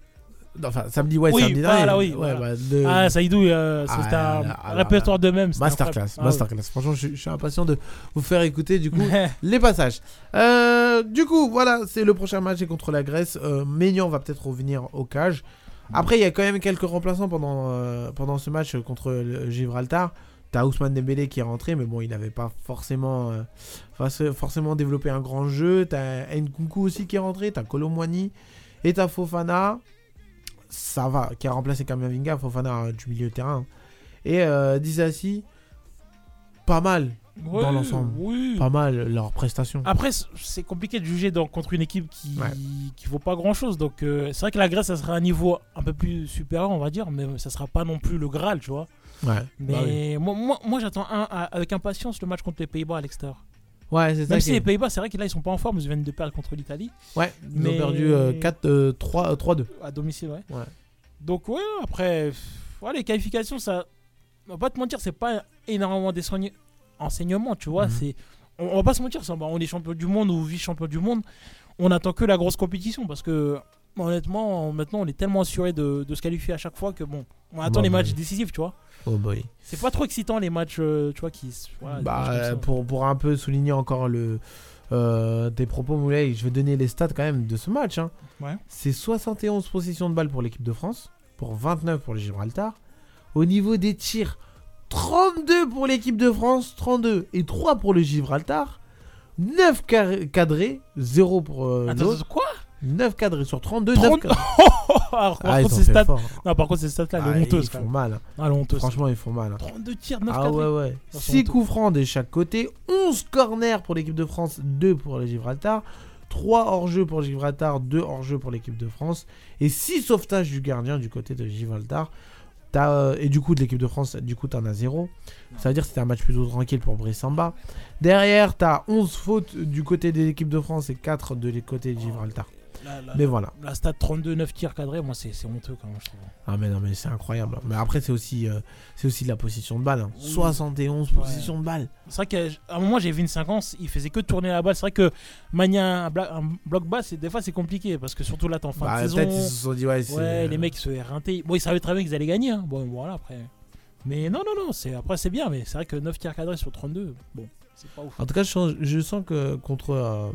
Speaker 2: Non, Enfin, samedi, ouais,
Speaker 3: Oui,
Speaker 2: samedi
Speaker 3: voilà,
Speaker 2: dernier.
Speaker 3: oui,
Speaker 2: ouais,
Speaker 3: voilà.
Speaker 2: bah, le-
Speaker 3: Ah, Saïdou, euh,
Speaker 2: Ah,
Speaker 3: c'était
Speaker 2: là,
Speaker 3: un
Speaker 2: là, là,
Speaker 3: répertoire de même. c'était
Speaker 2: Masterclass,
Speaker 3: incroyable. Ah, ouais.
Speaker 2: masterclass. Franchement, je, je suis impatient de vous faire écouter du coup les passages. Euh, du coup, voilà, c'est le prochain match c'est contre la Grèce. Euh, Maignan va peut-être revenir au cage. Après, il y a quand même quelques remplaçants pendant, euh, pendant ce match euh, contre le Gibraltar. T'as Ousmane Dembélé qui est rentré, mais bon, il n'avait pas forcément, euh, face- forcément développé un grand jeu. T'as Nkunku aussi qui est rentré, t'as Colomwani et t'as Fofana. Ça va, qui a remplacé Kamavinga, Fofana euh, du milieu de terrain. Et euh, Disasi, pas mal,
Speaker 3: Ouais,
Speaker 2: dans l'ensemble.
Speaker 3: oui.
Speaker 2: pas mal leur prestation.
Speaker 3: Après, c- c'est compliqué de juger dans- contre une équipe qui,
Speaker 2: Ouais.
Speaker 3: qui vaut pas grand chose. Donc, euh, c'est vrai que la Grèce, ça sera un niveau un peu plus supérieur, on va dire, mais ça sera pas non plus le Graal, tu vois.
Speaker 2: Ouais,
Speaker 3: Mais
Speaker 2: Bah oui.
Speaker 3: moi, moi, moi, j'attends un- à- avec impatience le match contre les Pays-Bas à l'extérieur.
Speaker 2: ouais c'est ça.
Speaker 3: Même
Speaker 2: qui
Speaker 3: si
Speaker 2: est-
Speaker 3: les Pays-Bas, c'est vrai que là, ils sont pas en forme, ils viennent de perdre contre l'Italie
Speaker 2: Ouais, ils ont
Speaker 3: Mais-
Speaker 2: perdu euh, 4, euh, 3, euh, 3-2.
Speaker 3: à domicile, ouais.
Speaker 2: Ouais.
Speaker 3: Donc, ouais, hein, après, pff, ouais, les qualifications, ça. On va pas te mentir, c'est pas énormément des soign- enseignements, tu vois.
Speaker 2: Mhm.
Speaker 3: c'est On, on va pas se mentir, ça, bah, on est champion du monde ou vice-champion du monde. On attend que la grosse compétition parce que, honnêtement, maintenant, on est tellement assuré de, de se qualifier à chaque fois que, bon, on attend
Speaker 2: Bah,
Speaker 3: les
Speaker 2: bah
Speaker 3: matchs
Speaker 2: oui.
Speaker 3: décisifs, tu vois.
Speaker 2: Oh boy.
Speaker 3: C'est pas trop excitant, les matchs, euh, tu vois, qui. se- voilà, des
Speaker 2: bah,
Speaker 3: matchs comme ça.
Speaker 2: euh, pour, pour un peu souligner encore le, euh, tes propos, Moulay, je vais donner les stats quand même de ce match. hein.
Speaker 3: Ouais.
Speaker 2: C'est 71 possessions de balles pour l'équipe de France, pour 29 pour le Gibraltar. Au niveau des tirs, 32 pour l'équipe de France, 32 et 3 pour le Gibraltar. 9 cadrés, 0 pour euh,
Speaker 3: Attends,
Speaker 2: l'autre.
Speaker 3: attends, quoi
Speaker 2: 9 cadrés sur 32, 9
Speaker 3: 30
Speaker 2: cadrés.
Speaker 3: *laughs* Alors, par,
Speaker 2: Ah, ils
Speaker 3: contre,
Speaker 2: ont
Speaker 3: ces
Speaker 2: fait
Speaker 3: stats...
Speaker 2: fort.
Speaker 3: non, par contre, ces stats-là, elles
Speaker 2: Ah,
Speaker 3: sont honteuses.
Speaker 2: ils
Speaker 3: quand
Speaker 2: font
Speaker 3: même.
Speaker 2: mal. hein.
Speaker 3: Ah, elles sont honteuses.
Speaker 2: Franchement, ils font mal. hein.
Speaker 3: 32 tirs, 9
Speaker 2: Ah
Speaker 3: cadrés.
Speaker 2: ouais, ouais.
Speaker 3: Dans son
Speaker 2: 6
Speaker 3: tour.
Speaker 2: coups francs de chaque côté, 11 corners pour l'équipe de France, 2 pour le Gibraltar, 3 hors-jeu pour le Gibraltar, 2 hors-jeu pour l'équipe de France, et 6 sauvetages du gardien du côté de Gibraltar. T'as, euh, et du coup, de l'équipe de France, du coup, t'en as 0. Ça veut dire que c'était un match plutôt tranquille pour Brissamba.
Speaker 3: Oh,
Speaker 2: Derrière, t'as 11 fautes du côté de l'équipe de France et 4 de côté de Gibraltar.
Speaker 3: La, la-
Speaker 2: Mais voilà.
Speaker 3: la stat 32, 9 tirs cadrés, moi c'est c'est honteux quand même, je trouve.
Speaker 2: Ah mais non mais c'est incroyable. Mais après c'est aussi euh, c'est aussi de la possession de balle. hein.
Speaker 3: Oui.
Speaker 2: 71 possessions de balle.
Speaker 3: C'est vrai qu'à à un moment j'ai vu une 50, il faisait que tourner la balle. C'est vrai que manier un, bla- un bloc bas, c'est- des fois c'est compliqué parce que surtout là t'es en fin
Speaker 2: Bah,
Speaker 3: de
Speaker 2: peut-être ils
Speaker 3: saison.
Speaker 2: se sont dit ouais, c'est-
Speaker 3: Ouais, les mecs ils se éreintaient. Bon, ils savaient très bien qu'ils allaient gagner. hein. Bon, voilà après. Mais non, non, non, c'est- après c'est bien, mais c'est vrai que 9 tirs cadrés sur 32, bon, c'est pas ouf.
Speaker 2: En tout cas je sens, je sens que contre euh,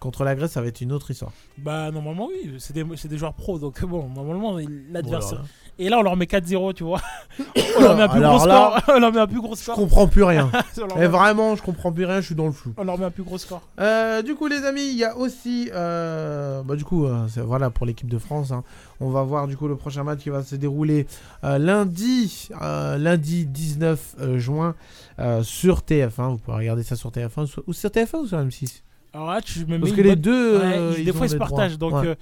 Speaker 2: contre la Grèce ça va être une autre histoire.
Speaker 3: Bah, normalement, oui, c'est des, c'est des joueurs pro, donc bon, normalement, il- l'adversaire.
Speaker 2: Voilà.
Speaker 3: Et là, on leur met 4-0, tu
Speaker 2: *coughs*
Speaker 3: vois. on leur Oh, met un plus
Speaker 2: Alors
Speaker 3: gros
Speaker 2: là-
Speaker 3: score. *laughs* on leur met un plus gros
Speaker 2: Je
Speaker 3: score.
Speaker 2: comprends
Speaker 3: *laughs*
Speaker 2: plus rien.
Speaker 3: On leur
Speaker 2: Et
Speaker 3: met-
Speaker 2: vraiment je comprends plus rien. Je suis dans le flou.
Speaker 3: on leur met un plus gros score.
Speaker 2: Euh, du coup, les amis, il y a aussi. euh, bah, du coup, euh, c'est- voilà pour l'équipe de France. hein. On va voir du coup le prochain match qui va se dérouler euh, lundi, euh, lundi 19 euh, juin euh, sur TF1. Vous pouvez regarder ça sur TF1 sur- ou sur TF1 ou sur M6.
Speaker 3: Alors là, tu me mets
Speaker 2: Parce
Speaker 3: une
Speaker 2: que les
Speaker 3: bonne-
Speaker 2: deux,
Speaker 3: Ouais,
Speaker 2: euh,
Speaker 3: des
Speaker 2: ont
Speaker 3: fois ils se
Speaker 2: des
Speaker 3: partagent.
Speaker 2: droits.
Speaker 3: Donc,
Speaker 2: Ouais.
Speaker 3: euh,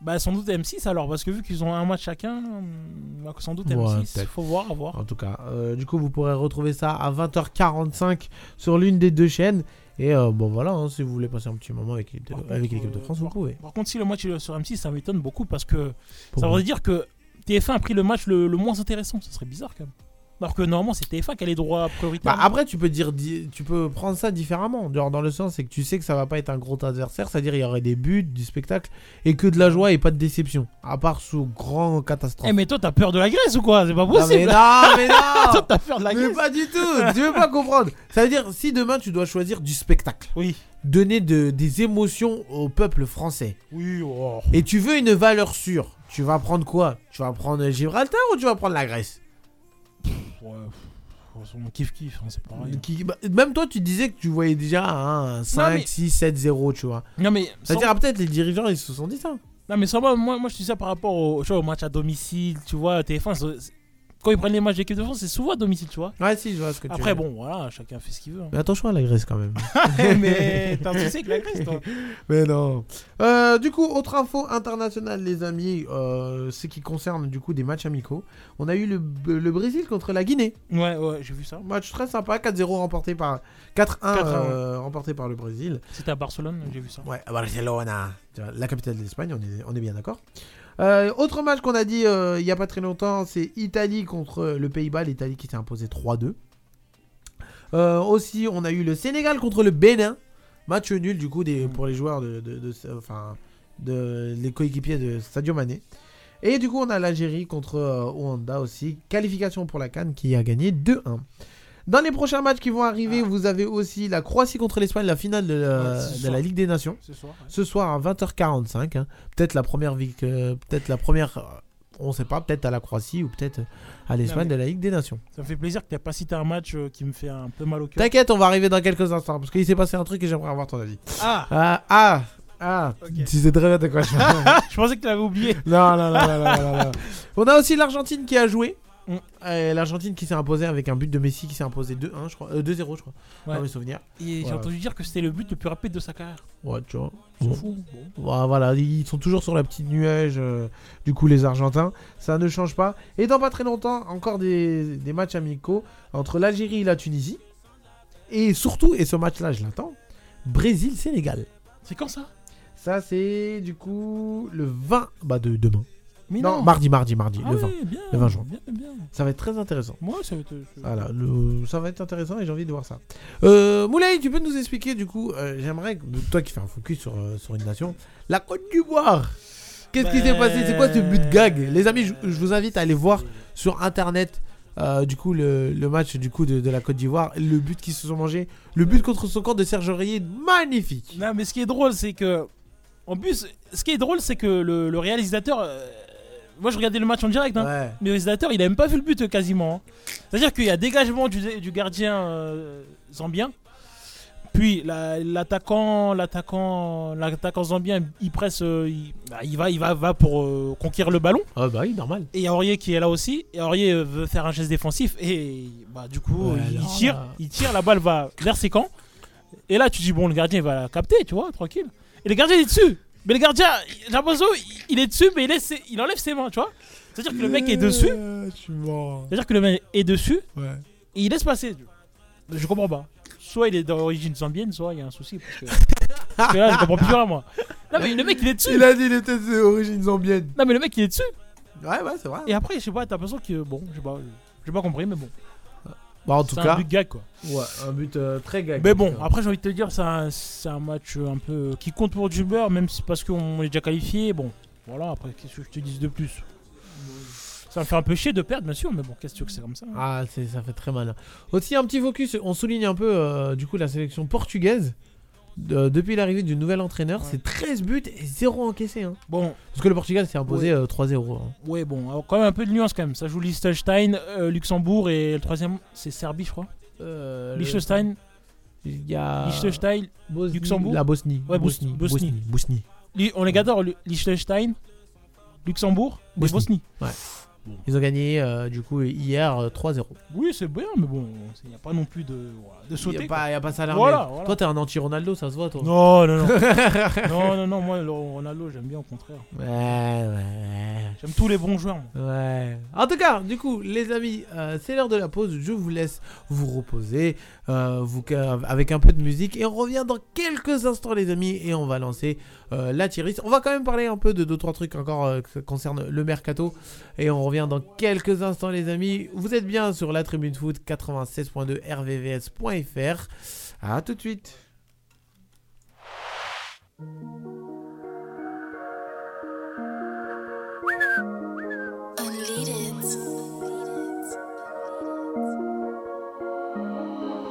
Speaker 3: bah, sans doute M6 alors, parce que vu qu'ils ont un match chacun, hum, bah, sans doute
Speaker 2: Ouais,
Speaker 3: M6,
Speaker 2: peut-être.
Speaker 3: faut voir, à voir.
Speaker 2: En tout cas, euh, du coup, vous pourrez retrouver ça à 20h45 sur l'une des deux chaînes. Et euh, bon, voilà, hein, si vous voulez passer un petit moment avec l'équipe de,
Speaker 3: Par contre,
Speaker 2: avec l'équipe de
Speaker 3: euh,
Speaker 2: France, vous pouvez.
Speaker 3: Par contre, si le match est sur M6, ça m'étonne beaucoup parce que
Speaker 2: Pour
Speaker 3: ça
Speaker 2: vous.
Speaker 3: voudrait dire que TF1 a pris le match le, le moins intéressant. Ça serait bizarre quand même. Alors que normalement, euh, c'est TF1 qui a les droits
Speaker 2: Bah,
Speaker 3: prioritaires.
Speaker 2: après, tu peux dire, di- tu peux prendre ça différemment. Genre, dans le sens, c'est que tu sais que ça va pas être un gros adversaire, c'est-à-dire il y aurait des buts, du spectacle, et que de la joie et pas de déception. À part sous grand catastrophe.
Speaker 3: Eh, mais toi, t'as peur de la Grèce Eh, ou quoi C'est pas
Speaker 2: Oh. non, mais
Speaker 3: possible.
Speaker 2: non, mais non
Speaker 3: Toi, t'as peur de la
Speaker 2: Mais
Speaker 3: Grèce.
Speaker 2: pas du tout Tu veux pas comprendre Ça veut dire, si demain tu dois choisir du spectacle,
Speaker 3: Oui,
Speaker 2: donner de- des émotions au peuple français,
Speaker 3: oui, oh.
Speaker 2: et tu veux une valeur sûre, tu vas prendre quoi Tu vas prendre Gibraltar ou tu vas prendre la Grèce
Speaker 3: *laughs* Ouais, pff, on kiffe kiff, c'est pareil.
Speaker 2: Qui- bah, Même toi, tu disais que tu voyais déjà un 5,
Speaker 3: mais-
Speaker 2: 6, 7, 0, tu vois.
Speaker 3: Non mais, sans-
Speaker 2: C'est-à-dire, ah, peut-être les dirigeants, ils se sont dit ça.
Speaker 3: Non, mais ça va, moi, moi je te dis ça par rapport au, tu vois, au match à domicile, tu vois, TF1, c'est- c'est- quand ils prennent les matchs d'équipe de France, c'est souvent à domicile, tu vois.
Speaker 2: Ouais, si, je vois ce que tu
Speaker 3: Après,
Speaker 2: veux dire. Bah
Speaker 3: bon, voilà, chacun fait ce qu'il veut. hein. *laughs*
Speaker 2: *laughs* Mais attention à la Grèce quand même.
Speaker 3: mais t'as un souci avec la Grèce,
Speaker 2: *laughs*
Speaker 3: toi
Speaker 2: Mais non. Euh, du coup, autre info internationale, les amis, euh, ce qui concerne du coup des matchs amicaux. On a eu le, le Brésil contre la Guinée.
Speaker 3: Ouais, ouais, j'ai vu ça.
Speaker 2: Match très sympa, 4-0 remporté par 4-1
Speaker 3: 4-1,
Speaker 2: euh, remporté par le Brésil.
Speaker 3: C'était à Barcelone, j'ai vu ça.
Speaker 2: Ouais, à Barcelona, Tu vois, la capitale de l'Espagne, on est, on est bien d'accord. Euh, autre match qu'on a dit euh, il y n'y a pas très longtemps, c'est Italie contre le Pays-Bas, l'Italie qui s'est imposée 3-2. Euh, aussi, on a eu le Sénégal contre le Bénin, match nul du coup des,
Speaker 3: Mm.
Speaker 2: pour les joueurs de, de- de- de- enfin, de- les coéquipiers de Sadio Mané. Et du coup, on a l'Algérie contre euh, Ouganda aussi, qualification pour la Cannes qui a gagné 2-1. Dans les prochains matchs qui vont arriver, vous avez aussi la Croatie contre l'Espagne, la finale de la-
Speaker 3: Ah. Ouais, c'est ce
Speaker 2: de la
Speaker 3: soir.
Speaker 2: Ligue des Nations
Speaker 3: Ce soir. ouais.
Speaker 2: ce soir à 20h45. hein. Peut-être la première vic- euh, peut-être la première, euh, on sait pas, peut-être à la Croatie ou peut-être euh, à l'Espagne
Speaker 3: Non, mais-
Speaker 2: de la Ligue des Nations.
Speaker 3: Ça me fait plaisir que t'aies pas cité un match euh, qui me fait un peu mal au cœur.
Speaker 2: T'inquiète, on va arriver dans quelques instants parce qu'il s'est passé un truc et j'aimerais avoir ton avis.
Speaker 3: Ah
Speaker 2: Ah ah ah,
Speaker 3: Ok.
Speaker 2: tu sais très bien de quoi je parle.
Speaker 3: *laughs* Je pensais que tu l'avais oublié.
Speaker 2: non, non, non, non, non, non,
Speaker 3: *laughs*
Speaker 2: non. On a aussi l'Argentine qui a joué.
Speaker 3: Mm.
Speaker 2: Et L'Argentine qui s'est imposée avec un but de Messi qui s'est imposé 2-1, je crois. euh, 2-0, je crois. Dans mes souvenirs.
Speaker 3: Et j'ai
Speaker 2: Voilà.
Speaker 3: entendu dire que c'était le but le plus rapide de sa carrière.
Speaker 2: Ouais, tu vois.
Speaker 3: On
Speaker 2: Bon.
Speaker 3: s'en fout. bon.
Speaker 2: Voilà, voilà, ils sont toujours sur la petite nuage, euh, du coup, les Argentins. Ça ne change pas. Et dans pas très longtemps, encore des, des matchs amicaux entre l'Algérie et la Tunisie. Et surtout, et ce match-là, je l'attends, Brésil-Sénégal.
Speaker 3: C'est quand ça
Speaker 2: Ça, c'est du coup le 20 bah, de demain.
Speaker 3: Mais
Speaker 2: Non, mardi, mardi, mardi,
Speaker 3: Ah
Speaker 2: le 20.
Speaker 3: ouais, bien,
Speaker 2: Le 20 juin.
Speaker 3: Bien, bien.
Speaker 2: Ça va être très intéressant.
Speaker 3: Moi, ça va être. euh,
Speaker 2: Voilà, le- ça va être intéressant et j'ai envie de voir ça. Euh, Moulay, tu peux nous expliquer du coup, euh, j'aimerais, que- toi qui fais un focus sur, euh, sur une nation, la Côte d'Ivoire Qu'est-ce qui s'est
Speaker 3: Ben-
Speaker 2: passé C'est quoi ce but gag Les amis, je, je vous invite à aller voir sur internet euh, du coup le, le match du coup de, de la Côte d'Ivoire, le but qu'ils se sont mangés, le but contre son camp de Serge Aurier, magnifique
Speaker 3: Non, mais ce qui est drôle, c'est que. En plus, ce qui est drôle, c'est que le, le réalisateur. euh, Moi, je regardais le match en direct, hein.
Speaker 2: Ouais.
Speaker 3: Mais le réalisateur, il a même pas vu le but euh, quasiment. hein. C'est-à-dire qu'il y a dégagement du, du gardien euh, zambien. Puis la- l'attaquant, l'attaquant, l'attaquant zambien, il presse, euh, il, bah, il va, il va, va pour euh, conquérir le ballon.
Speaker 2: Ah bah oui, normal.
Speaker 3: Et il y a Aurier qui est là aussi. Et Aurier euh, veut faire un geste défensif. Et bah, du coup,
Speaker 2: Ouais,
Speaker 3: il
Speaker 2: alors
Speaker 3: tire.
Speaker 2: là.
Speaker 3: Il tire, la balle va vers ses camps. Et là, tu dis, bon, le gardien il va la capter, tu vois, tranquille. Et le gardien il est dessus. Mais le gardien, j'ai l'impression, il- il est dessus, mais il, laisse ses- il enlève ses mains, tu vois. C'est-à-dire que le mec est dessus.
Speaker 2: Euh, Tu mens.
Speaker 3: C'est-à-dire que le mec est dessus
Speaker 2: Ouais.
Speaker 3: et il laisse passer. Je comprends pas. Soit il est d'origine zambienne, soit il y a un souci. Parce que... Parce que là, je comprends plus rien, moi. Non, mais le mec, il est dessus.
Speaker 2: Il a dit il était d'origine zambienne.
Speaker 3: Non, mais le mec, il est dessus.
Speaker 2: Ouais, ouais, c'est vrai.
Speaker 3: Et après, je sais pas, t'as l'impression que. Bon, je sais pas. J'ai pas compris, mais bon.
Speaker 2: Bah, en tout
Speaker 3: C'est
Speaker 2: cas,
Speaker 3: un but gag, quoi.
Speaker 2: ouais, un but euh, très gag.
Speaker 3: Mais
Speaker 2: en
Speaker 3: bon,
Speaker 2: tout cas.
Speaker 3: après, j'ai envie de te dire, c'est un, c'est un match euh, un peu. qui compte pour du beurre, même si parce qu'on est déjà qualifié. Bon, voilà, après, qu'est-ce que je te dis de plus Ça me fait un peu chier de perdre, bien sûr, mais bon, qu'est-ce que c'est comme ça hein.
Speaker 2: Ah, c'est- ça fait très mal. Aussi, un petit focus, on souligne un peu euh, du coup la sélection portugaise. De- depuis l'arrivée du nouvel entraîneur,
Speaker 3: Ouais.
Speaker 2: c'est 13 buts et 0 encaissés. hein.
Speaker 3: Bon,
Speaker 2: Parce que le Portugal s'est imposé euh, 3-0. hein.
Speaker 3: Ouais, bon, alors quand même un peu de nuance quand même. Ça joue Liechtenstein, euh, Luxembourg et le troisième, c'est Serbie, je crois.
Speaker 2: Euh,
Speaker 3: Liechtenstein,
Speaker 2: le- Il y a.
Speaker 3: Liechtenstein,
Speaker 2: Bosnie-
Speaker 3: Luxembourg
Speaker 2: La Bosnie.
Speaker 3: Ouais, Bos-
Speaker 2: Bosnie.
Speaker 3: Bosnie.
Speaker 2: Bosnie. Bosnie.
Speaker 3: Li- on est d'accord, Lu- Liechtenstein, Luxembourg, et
Speaker 2: Bosnie.
Speaker 3: Bosnie.
Speaker 2: Ils ont gagné euh, du coup hier euh, 3-0.
Speaker 3: Oui, c'est bien, mais bon, il n'y a pas non plus de, voilà, de
Speaker 2: Il n'y
Speaker 3: sauter.
Speaker 2: a, pas- y a pas ça à l'armée.
Speaker 3: Voilà, voilà.
Speaker 2: Toi, t'es un anti-Ronaldo, ça se voit, toi.
Speaker 3: quoi. Non, non, non.
Speaker 2: *laughs*
Speaker 3: non, non, non, moi, le Ronaldo, j'aime bien, au contraire.
Speaker 2: Ouais, ouais.
Speaker 3: J'aime tous les bons joueurs. moi.
Speaker 2: Ouais. En tout cas, du coup, les amis, euh, c'est l'heure de la pause. Je vous laisse vous reposer euh, vous, ca- avec un peu de musique. Et on revient dans quelques instants, les amis. Et on va lancer euh, la tiriste. On va quand même parler un peu de 2-3 trucs encore euh, qui concernent le mercato. Et on revient dans quelques instants, les amis. Vous êtes bien sur la tribune foot 96.2 rvvs.fr. À tout de suite.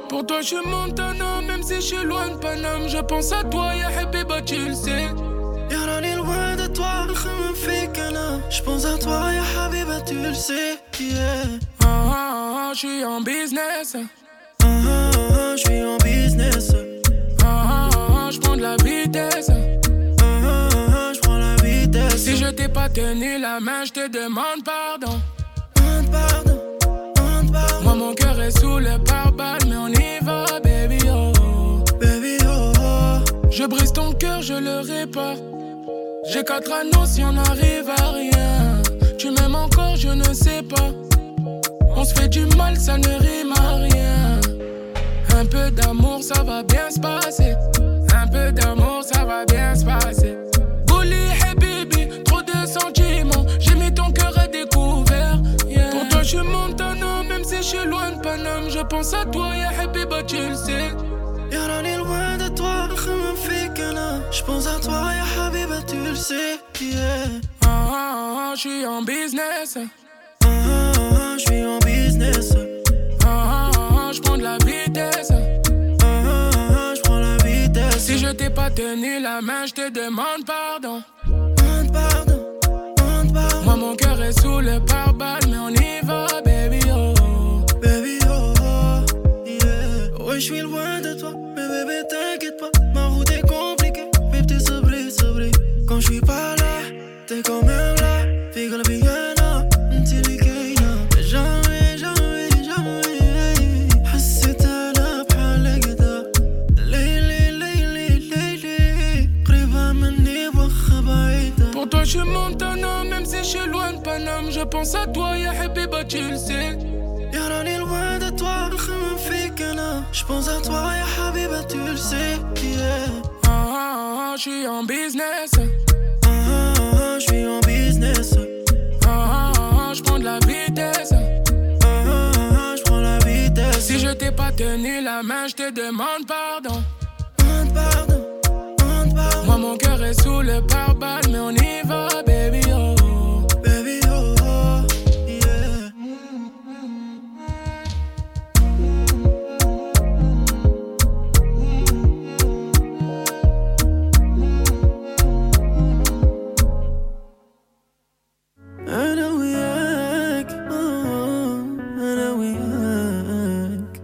Speaker 5: Pour toi, je suis Montana, même si je suis loin de Paname. Je pense à toi, ya Habiba, tu le sais.
Speaker 6: يا راني loin de toi خمم فيك انا j'pense à toi يا حبيبة tu le sais yeah.
Speaker 5: Ah, ah, ah, je suis en business.
Speaker 6: ah, ah, ah, j'suis en business
Speaker 5: Ah, ah, ah, je prends de la vitesse.
Speaker 6: ah, ah, ah, j'prends la vitesse
Speaker 5: Si je t'ai pas tenu la main, je te demande pardon.
Speaker 6: Demande pardon demande pardon
Speaker 5: Moi, mon cœur est sous le pare-balles, mais on y va, baby. Oh.
Speaker 6: baby oh, oh.
Speaker 5: Je brise ton cœur, je le répare. J'ai quatre anneaux si on n'arrive à rien. Tu m'aimes encore, je ne sais pas. On se fait du mal, ça ne rime à rien. Un peu d'amour, ça va bien se passer. Un peu d'amour, ça va bien se passer. Bully, hey baby, trop de sentiments. J'ai mis ton cœur à découvert. Yeah. Pour toi, je suis Montana, même si je suis loin de Paname. Je pense à toi, yeah, happy, but tu le sais.
Speaker 6: يا راني loin de toi خمم فيك انا j'pense à toi يا حبيبة tu le sais yeah.
Speaker 5: Ah, ah, ah, je suis en business.
Speaker 6: ah, ah, ah, j'suis en business
Speaker 5: Ah, ah, ah, je prends de la vitesse.
Speaker 6: ah, ah, ah, j'prends la vitesse
Speaker 5: Si je t'ai pas tenu la main, je te demande pardon.
Speaker 6: demande pardon demande pardon
Speaker 5: Moi, mon cœur est sous le pare-balles, mais on y va, baby. Oh.
Speaker 6: Baby, oh, oh, yeah. Ouais, je suis loin de toi, mais bébé, t'inquiète pas. Ma route est compliquée, mais t'es sobre, sobre. Quand je suis pas là, t'es quand même là. Figure le bigana, t'es le gagnant. Jamais, jamais, jamais. حسيت انا بحال هكدا. ليلي، ليلي، ليلي. قريبة مني واخا بعيدة.
Speaker 5: Pour toi, je suis Montana, même si je suis loin de Paname. Je pense à toi, ya Habiba, tu le sais.
Speaker 6: يا راني loin de toi, خمم فيك انا. J'pense à toi, يا حبيبة, tu le sais,
Speaker 5: Ah,
Speaker 6: yeah.
Speaker 5: ah, ah, je suis en business.
Speaker 6: Ah, ah, ah, j'suis en business.
Speaker 5: Ah, ah, ah, je prends de la vitesse.
Speaker 6: Ah, ah, ah, j'prends la vitesse.
Speaker 5: Si je t'ai pas tenu la main, je te demande pardon.
Speaker 6: Demande pardon, demande pardon.
Speaker 5: Moi, mon cœur est sous le pare-balles, mais on y va, baby. Oh.
Speaker 6: Baby, oh, oh, yeah. أنا وياك آه، أنا وياك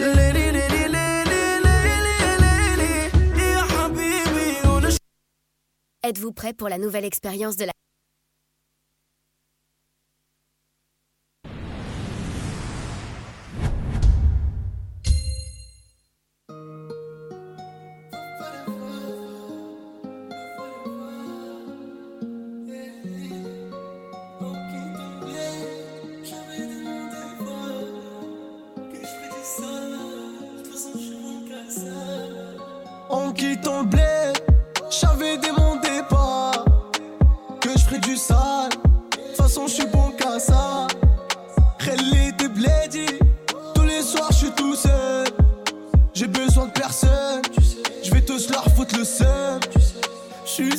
Speaker 6: ليلي ليلي ليلي ليلي ليلي يا حبيبي ولا
Speaker 7: Êtes-vous prêt pour la nouvelle expérience de la
Speaker 6: On
Speaker 8: qui ton blé. J'avais dès mon départ que je ferais du sale. De toute façon, je suis bon qu'à ça. Elle était blédie. Tous les soirs, je suis tout seul. J'ai besoin de personne. Je vais tous leur foutre le seum. Je suis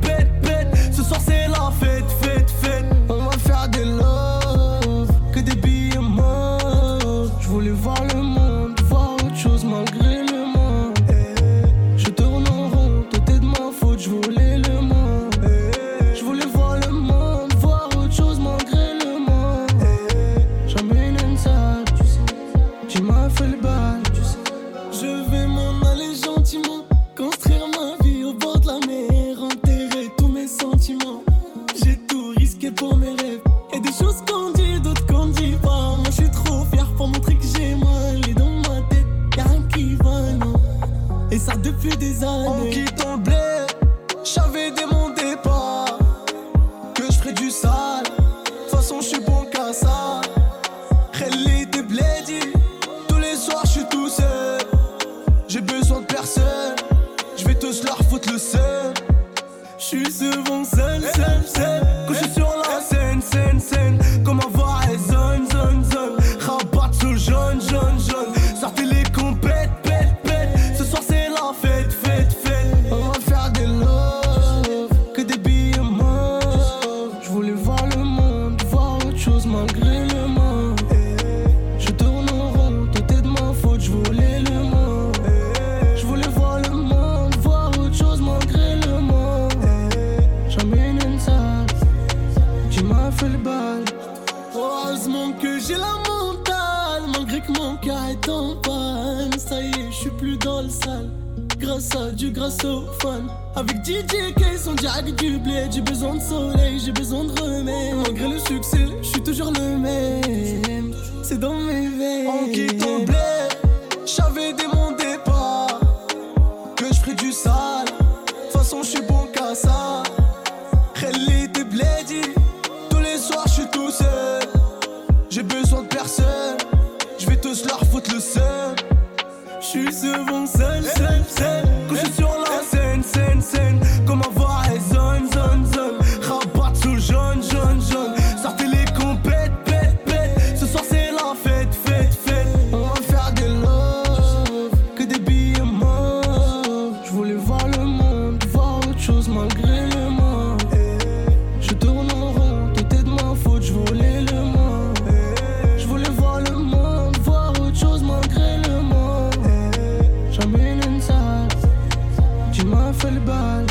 Speaker 8: pète, pète. Ce soir c'est la fête, fête, fête. On va faire des love, que des billets morts. Je voulais voir le monde, voir autre chose malgré le monde. Eh, Je tourne en rond, tout est de ma faute, je voulais le monde. Eh, Je voulais voir le monde, voir autre chose malgré le monde. Eh, J'emmène une salle, tu sais. Tu m'as fait le bal, tu sais. Je vais m'en aller gentiment, construire ma vie au bord de la mer, enterrer tous mes sentiments. J'ai tout risqué pour mes rêves. Et des choses qu'on dit, d'autres qu'on dit pas. Moi je suis trop fier pour montrer que j'ai mal. Et dans ma tête, y'a rien qui va, non. Et ça depuis des années. On quitte ton blé, j'avais dès mon départ que je ferais du sale. De toute façon, je suis bon qu'à ça. Elle était blédie, tous les soirs je suis tout seul. J'ai besoin de personne, je vais tous leur foutre le seul. Je suis souvent seul, seul, seul. Quand je suis sur la scène, scène, scène. Comment voir les zone, zone, zone. Rabat sous le jaune, jaune, jaune. Sortez les compètes, pète, pète. Ce soir c'est la fête, fête, fête. On va faire des love, que des billets morts. Je voulais voir le monde, voir autre chose malgré le monde. Eh, Je tourne en rond, tout est de ma faute, je voulais le monde. Eh. Je voulais voir le monde, voir autre chose malgré le monde. J'emmène une salle, tu m'as fait le bal. Heureusement que j'ai la mentale, malgré que mon cœur est en panne. Ça y est, je suis plus dans le sale. Grâce à Dieu, grâce aux fans. Avec DJ K, son diac du blé. J'ai besoin de soleil, j'ai besoin de remède. Malgré le succès, je suis toujours le même. C'est dans mes veines. On quitte ton blé, j'avais dès mon départ. Que je ferais du sale. De toute façon, je suis bon qu'à ça. Elle était blédie. Tous les soirs, je suis tout seul. J'ai besoin de personne. Je vais tous leur foutre le seum. Je suis souvent seul, seul, seul. Quand je suis sur la scène, scène, scène. Comment voir les zone, zone, zone. Rabat sous le jaune, jaune, jaune. Sortez les compètes, pète, pète. Ce soir c'est la fête, fête, fête. On va faire des love, que des billets morts. Je voulais voir le monde, voir autre chose malgré le monde. Je tourne en rond, tout est de ma faute, je voulais le monde. Je voulais voir le monde, voir autre chose malgré le monde. J'emmène une salle, tu m'as fait le bal.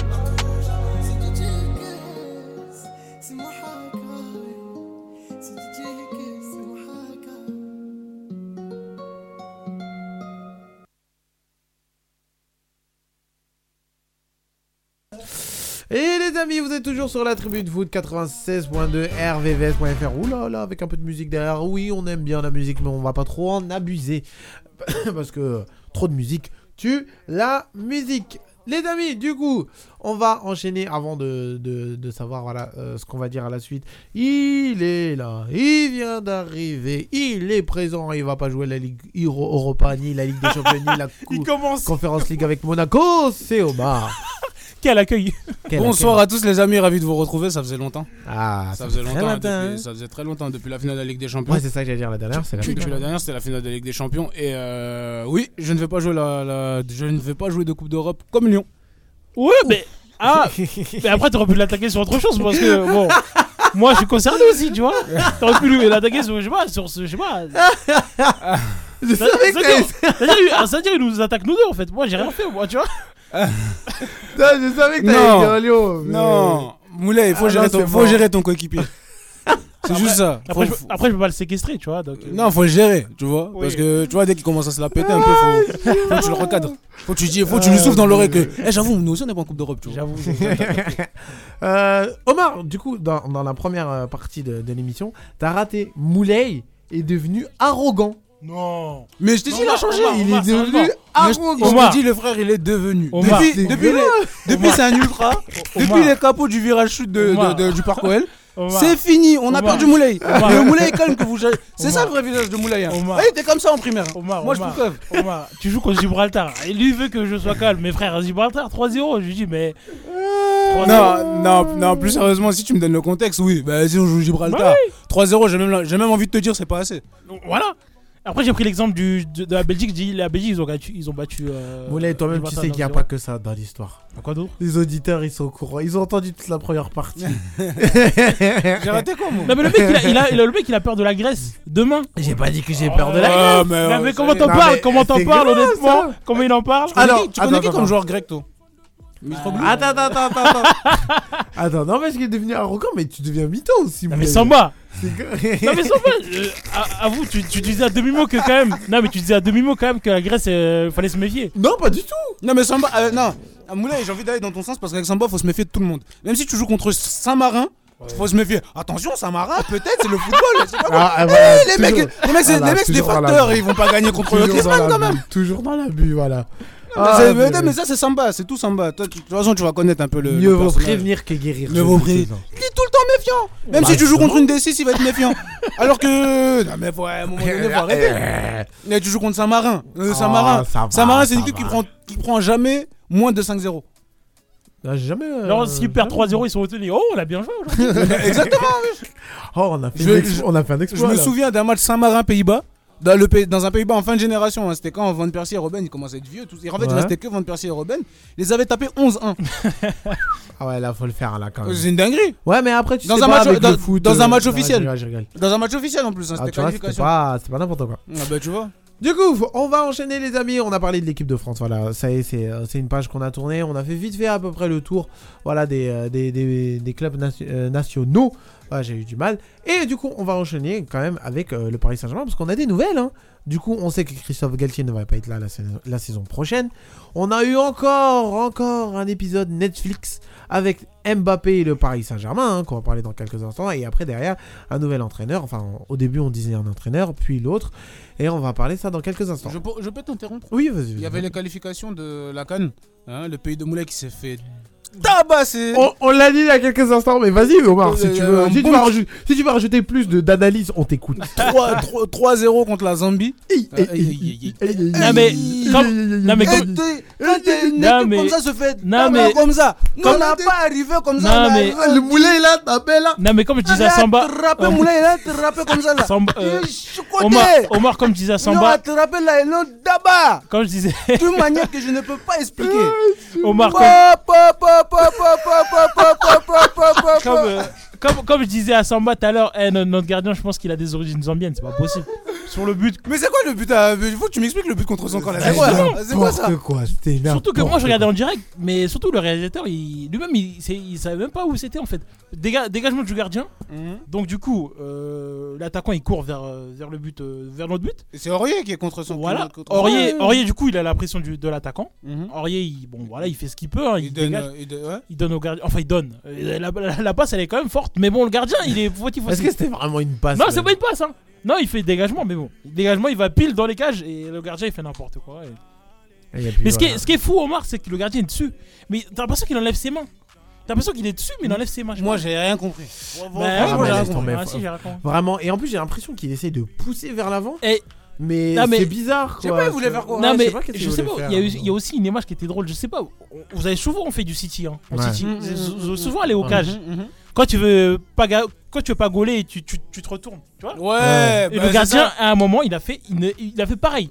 Speaker 2: Et les amis, vous êtes toujours sur la tribu de foot 96.2 rvvs.fr. Ouh là là, avec un peu de musique derrière. Oui, on aime bien la musique, mais on va pas trop en abuser. *coughs* Parce que trop de musique tue la musique. Les amis, du coup, on va enchaîner avant de, de- de savoir voilà, euh, ce qu'on va dire à la suite. Il est là, il vient d'arriver, il est présent, il va pas jouer la Ligue Euro- Europa, ni la Ligue des Champions, ni la
Speaker 3: *laughs* Il
Speaker 2: Coupe.
Speaker 3: commence.
Speaker 2: Conférence League avec Monaco, c'est Omar.
Speaker 3: *laughs* Quel accueil
Speaker 2: Quel
Speaker 9: Bonsoir à tous les amis, ravi de vous retrouver, ça faisait longtemps.
Speaker 2: Ah,
Speaker 9: Ça faisait
Speaker 2: très
Speaker 9: longtemps,
Speaker 2: longtemps,
Speaker 9: depuis-
Speaker 2: hein.
Speaker 9: ça faisait très longtemps depuis la finale de la Ligue des Champions.
Speaker 2: Ouais, c'est ça que j'allais dire la dernière, c'est la
Speaker 9: depuis la dernière, c'était la finale de la Ligue des Champions et euh, oui, je ne vais pas jouer la, la- je ne vais pas jouer de Coupe d'Europe comme Lyon.
Speaker 3: Ouais, mais.
Speaker 9: *laughs*
Speaker 3: Ah Mais après, t'aurais pu l'attaquer sur autre chose parce que,
Speaker 2: *laughs*
Speaker 3: bon. Moi, je suis concerné aussi, tu vois. T'aurais pu lui- l'attaquer sur, je sais pas, sur ce, je sais pas.
Speaker 2: *laughs* Je
Speaker 3: Ça-
Speaker 2: savais que t'allais-
Speaker 3: c'est-à-dire- C'est-à-dire, il- c'est-à-dire, il nous attaque nous deux, en fait. Moi, j'ai rien fait, moi,
Speaker 2: *laughs*
Speaker 3: tu vois.
Speaker 2: Putain, je savais que t'allais
Speaker 9: Non.
Speaker 2: dire Lyon. mais-
Speaker 9: Non, Moulet, il faut,
Speaker 2: Ah,
Speaker 9: gérer,
Speaker 2: non, c'est
Speaker 9: ton, faut
Speaker 2: bon.
Speaker 9: gérer ton coéquipier. c'est juste ça.
Speaker 3: Après, je,
Speaker 9: Faut-
Speaker 3: peux- après, je peux pas le séquestrer, tu vois. Donc, euh,
Speaker 9: Non, faut le gérer, tu vois.
Speaker 3: Oui.
Speaker 9: Parce que tu vois, dès qu'il commence à se la péter un peu, faut, faut que tu le recadres. Faut que tu, dis, faut que tu lui
Speaker 2: Ah,
Speaker 9: souffles dans l'oreille que.
Speaker 2: *laughs* mais-
Speaker 9: Eh, j'avoue, nous aussi on n'est pas en Coupe d'Europe, tu vois.
Speaker 3: J'avoue.
Speaker 9: *laughs*
Speaker 2: Euh, Omar, du coup, dans, dans la première euh, partie de, de l'émission, t'as raté. Moulay est devenu arrogant.
Speaker 3: Non.
Speaker 9: Mais je t'ai dit, il a
Speaker 3: Omar,
Speaker 9: changé.
Speaker 3: Omar,
Speaker 9: il
Speaker 3: Omar,
Speaker 9: est devenu.
Speaker 3: sérieusement.
Speaker 9: Mais je-
Speaker 2: arrogant.
Speaker 9: je
Speaker 3: Omar.
Speaker 9: t'ai dit, le frère, il est devenu.
Speaker 3: Omar.
Speaker 9: Depuis,
Speaker 2: C'est
Speaker 9: depuis, les- depuis, c'est un ultra.
Speaker 3: Omar.
Speaker 9: Depuis les capots du virage chute de, de-
Speaker 3: Omar.
Speaker 9: de- du parc OL.
Speaker 3: Omar.
Speaker 9: C'est fini, on a
Speaker 3: Omar.
Speaker 9: perdu Moulay.
Speaker 3: Omar. Euh,
Speaker 9: Le Moulay est calme que
Speaker 3: *laughs*
Speaker 9: vous. C'est
Speaker 3: Omar.
Speaker 9: ça le vrai visage de Moulay. hein.
Speaker 3: Omar.
Speaker 9: Ouais, Il était comme ça en primaire.
Speaker 3: Omar,
Speaker 9: Moi, je
Speaker 3: Omar,
Speaker 9: prouve.
Speaker 3: Omar, tu joues contre Gibraltar. Et lui, il veut que je sois calme. Mes frères, Gibraltar, 3-0. Je lui dis, mais. 3-0.
Speaker 9: Non, non, non, plus sérieusement, si tu me donnes le contexte, oui, bah vas-y, on joue Gibraltar.
Speaker 3: Bah
Speaker 9: 3-0, j'ai même, la- j'ai même envie de te dire, c'est pas assez.
Speaker 3: Donc, Voilà. Après, j'ai pris l'exemple du- de, de la Belgique. J'ai dit, la Belgique, ils ont battu. Ils ont battu euh,
Speaker 2: Moulay, toi-même, tu
Speaker 3: Gibraltar
Speaker 2: sais qu'il n'y a
Speaker 3: 9-0.
Speaker 2: pas que ça dans l'histoire.
Speaker 3: Bah, Quoi d'autre
Speaker 2: Les auditeurs, ils sont au courant. Ils ont entendu toute la première partie. *laughs*
Speaker 9: J'ai raté quoi, moi
Speaker 3: Non, mais le mec, il a, il a- il a- le mec, il a peur de la Grèce. Demain.
Speaker 2: J'ai pas dit que j'ai peur de la.
Speaker 9: Ah, mais,
Speaker 3: Non,
Speaker 9: ouais,
Speaker 3: mais
Speaker 9: ça
Speaker 3: comment
Speaker 9: y est.
Speaker 3: t'en
Speaker 2: non, mais
Speaker 3: parles Comment t'en
Speaker 2: c'est
Speaker 3: parles,
Speaker 2: grave,
Speaker 3: honnêtement
Speaker 2: ça.
Speaker 3: Comment il en parle
Speaker 2: Alors,
Speaker 9: Tu connais qui
Speaker 2: attends,
Speaker 9: comme
Speaker 2: attends.
Speaker 9: joueur grec, toi
Speaker 2: Attends, attends, attends, attends. attends, non, parce qu'il est devenu arrogant, mais tu deviens mi-temps aussi.
Speaker 3: Non, mais
Speaker 2: Moulay.
Speaker 3: Samba
Speaker 2: C'est que-
Speaker 3: Non, mais Samba euh, à- Avoue, tu, tu disais à demi-mot que quand même. Non, mais tu disais à demi-mot quand même que la Grèce, euh, fallait se méfier.
Speaker 2: Non, pas du tout.
Speaker 9: Non, mais Samba, euh, non. Ah, Moulay, j'ai envie d'aller dans ton sens parce qu'avec Samba, faut se méfier de tout le monde. Même si tu joues contre Saint-Marin, faut se méfier. Attention, Saint-Marin, peut-être, c'est le football. c'est pas bon.
Speaker 2: Ah, ah, voilà,
Speaker 9: les
Speaker 2: toujours-
Speaker 9: mecs, les mecs, c'est
Speaker 2: Voilà,
Speaker 9: les mecs, c'est des
Speaker 2: toujours dans la
Speaker 9: facteurs,
Speaker 2: boue.
Speaker 9: ils vont pas gagner contre le
Speaker 2: toujours dans
Speaker 9: Griezmann
Speaker 2: la
Speaker 9: quand même.
Speaker 2: bulle, Toujours dans l'abus, voilà. Ah,
Speaker 9: C'est-
Speaker 2: mais-
Speaker 9: mais, mais ça, c'est Samba, c'est tout Samba. Toi, tu- de toute façon, tu vas connaître un peu le.
Speaker 2: Mieux
Speaker 9: le
Speaker 2: vaut
Speaker 9: personnage.
Speaker 2: prévenir que guérir.
Speaker 9: Mieux
Speaker 2: je
Speaker 9: vaut
Speaker 2: vous
Speaker 9: prévenir.
Speaker 2: dis.
Speaker 9: Il est tout le temps méfiant. Même
Speaker 2: Bah,
Speaker 9: si tu joues
Speaker 2: justement.
Speaker 9: contre une D6, il va être méfiant. Alors que. Non, mais faut, à un moment donné,
Speaker 2: *laughs*
Speaker 9: faut arrêter. Mais tu joues contre Saint-Marin. Euh,
Speaker 2: Ah,
Speaker 9: Saint-Marin,
Speaker 2: ça va,
Speaker 9: Saint-Marin, c'est une
Speaker 2: ça
Speaker 9: équipe qui
Speaker 2: va.
Speaker 9: prend, qui prend jamais moins de 5-0.
Speaker 2: Ah, j'ai jamais. euh,
Speaker 3: Alors, s'ils perdent
Speaker 2: jamais.
Speaker 3: 3-0, ils sont retenus. Oh, on a bien joué aujourd'hui.
Speaker 9: *laughs* Exactement.
Speaker 2: Oh, on a fait,
Speaker 9: Je-
Speaker 2: une ex-
Speaker 9: je-
Speaker 2: on a fait un
Speaker 9: Je
Speaker 2: exploit.
Speaker 9: me
Speaker 2: là.
Speaker 9: souviens d'un match Saint-Marin-Pays-Bas. Dans, le pays- dans un Pays-Bas en fin de génération, hein. c'était quand Van Persie et Robben, ils commençaient à être vieux. Tous. Et en fait, il
Speaker 2: Ouais.
Speaker 9: restait que Van Persie et Robben. Ils les avaient tapés
Speaker 2: *laughs*
Speaker 9: 11-1.
Speaker 2: Ah ouais, là, faut le faire, là, quand même.
Speaker 9: C'est une dinguerie.
Speaker 2: Ouais, mais après, tu
Speaker 9: Dans
Speaker 2: sais
Speaker 9: un
Speaker 2: pas
Speaker 9: match-
Speaker 2: avec
Speaker 9: dans-
Speaker 2: le foot,
Speaker 9: dans un
Speaker 2: euh,
Speaker 9: match
Speaker 2: je
Speaker 9: officiel.
Speaker 2: rigole, je rigole.
Speaker 9: Dans un match officiel en plus, hein,
Speaker 2: Ah,
Speaker 9: c'était
Speaker 2: tu vois, c'était
Speaker 9: qualification.
Speaker 2: pas, c'était pas n'importe quoi.
Speaker 9: Ah bah tu vois.
Speaker 2: Du coup, on va enchaîner, les amis. On a parlé de l'équipe de France. Voilà, ça y est, c'est euh, c'est une page qu'on a tournée. On a fait vite fait à peu près le tour voilà, des, euh, des, des, des clubs nati- euh, nationaux. Ah, J'ai eu du mal. Et du coup, on va enchaîner quand même avec euh, le Paris Saint-Germain parce qu'on a des nouvelles. hein. Du coup, on sait que Christophe Galtier ne va pas être là la saison, la saison prochaine. On a eu encore, encore un épisode Netflix avec Mbappé et le Paris Saint-Germain, hein, qu'on va parler dans quelques instants. Et après, derrière, un nouvel entraîneur. Enfin, au début, on disait un entraîneur, puis l'autre. Et on va parler ça dans quelques instants.
Speaker 9: Je, peux- je peux t'interrompre
Speaker 2: Oui, vas-y.
Speaker 9: Il y
Speaker 2: vas-y.
Speaker 9: avait les qualifications de la Cannes, hein, le pays de Moulay qui s'est fait tabasser.
Speaker 2: Ah, bah, On, on l'a dit il y a quelques instants, mais vas-y, Omar, si
Speaker 9: Euh,
Speaker 2: tu
Speaker 9: euh,
Speaker 2: veux,
Speaker 9: un
Speaker 2: si,
Speaker 9: bon-
Speaker 2: tu vas rajouter, si tu vas rajouter plus de- d'analyse, on
Speaker 9: *laughs*
Speaker 2: t'écoute.
Speaker 9: 3 3-0 contre la Zambie. aïe, aïe,
Speaker 3: Non, mais. comme- non, mais comme-
Speaker 9: Quand t'es une
Speaker 3: Non,
Speaker 9: équipe
Speaker 3: mais-
Speaker 9: comme ça se fait
Speaker 3: non,
Speaker 9: tabac
Speaker 3: mais-
Speaker 9: comme ça, nous
Speaker 3: comme-
Speaker 9: on n'a pas arrivé comme ça.
Speaker 3: Non,
Speaker 9: on a
Speaker 3: mais-
Speaker 9: arrivé- le Moulay là, t'as belle là.
Speaker 3: Non, mais comme je disais à Samba.
Speaker 9: Attrapé
Speaker 3: euh,
Speaker 9: Moulay là, attrapé comme ça là.
Speaker 3: Samba, euh,
Speaker 9: Il est chocoté.
Speaker 3: Omar, Omar, comme je disais à
Speaker 9: Ils l'ont
Speaker 3: Samba.
Speaker 9: attrapé là, ils l'ont tabac.
Speaker 3: Comme je disais.
Speaker 9: *laughs* D'une manière que je ne peux pas expliquer.
Speaker 3: Omar, comme,
Speaker 9: Pa, pa, pa, pa, pa, pa, pa, pa, pa, pa, pa, pa.
Speaker 3: comme, euh, comme, comme je disais à Samba tout à l'heure, eh, no- notre gardien, je pense qu'il a des origines zambiennes, c'est pas possible. Sur le but.
Speaker 9: Mais c'est quoi le but à... Il faut que tu m'expliques le but contre son camp là. C'est quoi, là C'est quoi ça
Speaker 2: N'importe quoi, c'était
Speaker 3: Surtout que moi,
Speaker 2: n'importe
Speaker 3: je regardais en direct, mais surtout le réalisateur, il- lui-même, il, c'est- il savait même pas où c'était en fait. Déga- dégagement du gardien.
Speaker 9: Mhm.
Speaker 3: Donc, du coup, euh, l'attaquant, il court vers, euh, vers le but, euh, vers notre but.
Speaker 9: Et C'est Aurier qui est contre son
Speaker 3: Voilà.
Speaker 9: contre-
Speaker 3: Aurier, Aurier, du coup, il a la pression du- de l'attaquant.
Speaker 9: Mhm.
Speaker 3: Aurier, il, bon, voilà, il fait ce qu'il peut. hein,
Speaker 9: Il
Speaker 3: il
Speaker 9: donne,
Speaker 3: dégage.
Speaker 9: euh, il donne- ouais.
Speaker 3: Il donne au gardien. Enfin, il donne. Euh, La, la- la passe, elle est quand même forte. Mais bon, le gardien, il est fautif
Speaker 2: quoi.
Speaker 3: aussi.
Speaker 2: Est-ce que c'était vraiment une passe
Speaker 3: Non,
Speaker 2: là
Speaker 3: c'est pas une passe, hein. Non, il fait dégagement, mais bon. Dégagement, il va pile dans les cages et le gardien, il fait n'importe quoi. et-
Speaker 2: Et puis,
Speaker 3: Mais ce qui, est,
Speaker 2: voilà.
Speaker 3: ce qui est fou, Omar, c'est que le gardien est dessus. Mais t'as l'impression qu'il enlève ses mains. T'as l'impression qu'il est dessus, mais il enlève ses mains. je
Speaker 9: Moi
Speaker 3: sais
Speaker 9: j'ai rien compris.
Speaker 3: pas. Bah,
Speaker 2: franchement,
Speaker 3: ouais,
Speaker 2: j'ai
Speaker 3: ouais,
Speaker 2: rien compris.
Speaker 3: Ah, si, j'ai rien compris.
Speaker 2: Vraiment, et en plus, j'ai l'impression qu'il essaie de pousser vers l'avant.
Speaker 3: Et-
Speaker 2: Mais,
Speaker 3: Non, mais-
Speaker 2: c'est bizarre
Speaker 9: Je sais
Speaker 2: quoi.
Speaker 9: pas, il voulait faire quoi
Speaker 3: non,
Speaker 2: Ouais,
Speaker 3: mais
Speaker 2: pas qu'est-ce
Speaker 3: je
Speaker 2: qu'il
Speaker 3: sais
Speaker 2: voulait
Speaker 3: pas,
Speaker 2: faire, hein.
Speaker 3: il y, a eu-
Speaker 2: mais bon.
Speaker 3: il y a aussi une image qui était drôle. Je sais pas, on- vous avez souvent fait du City. Hein, en
Speaker 2: Ouais.
Speaker 3: City.
Speaker 9: Mhm, mhm,
Speaker 3: Vous vous- souvent allé au
Speaker 2: mhm.
Speaker 3: cage. Quand tu veux pas, ga- quand tu veux pas gauler, tu, tu, tu te retournes. Tu vois
Speaker 9: Ouais.
Speaker 3: Et
Speaker 9: bah,
Speaker 3: le
Speaker 9: c'est
Speaker 3: gardien,
Speaker 9: ça.
Speaker 3: à un moment, il a fait, il ne- il a fait pareil.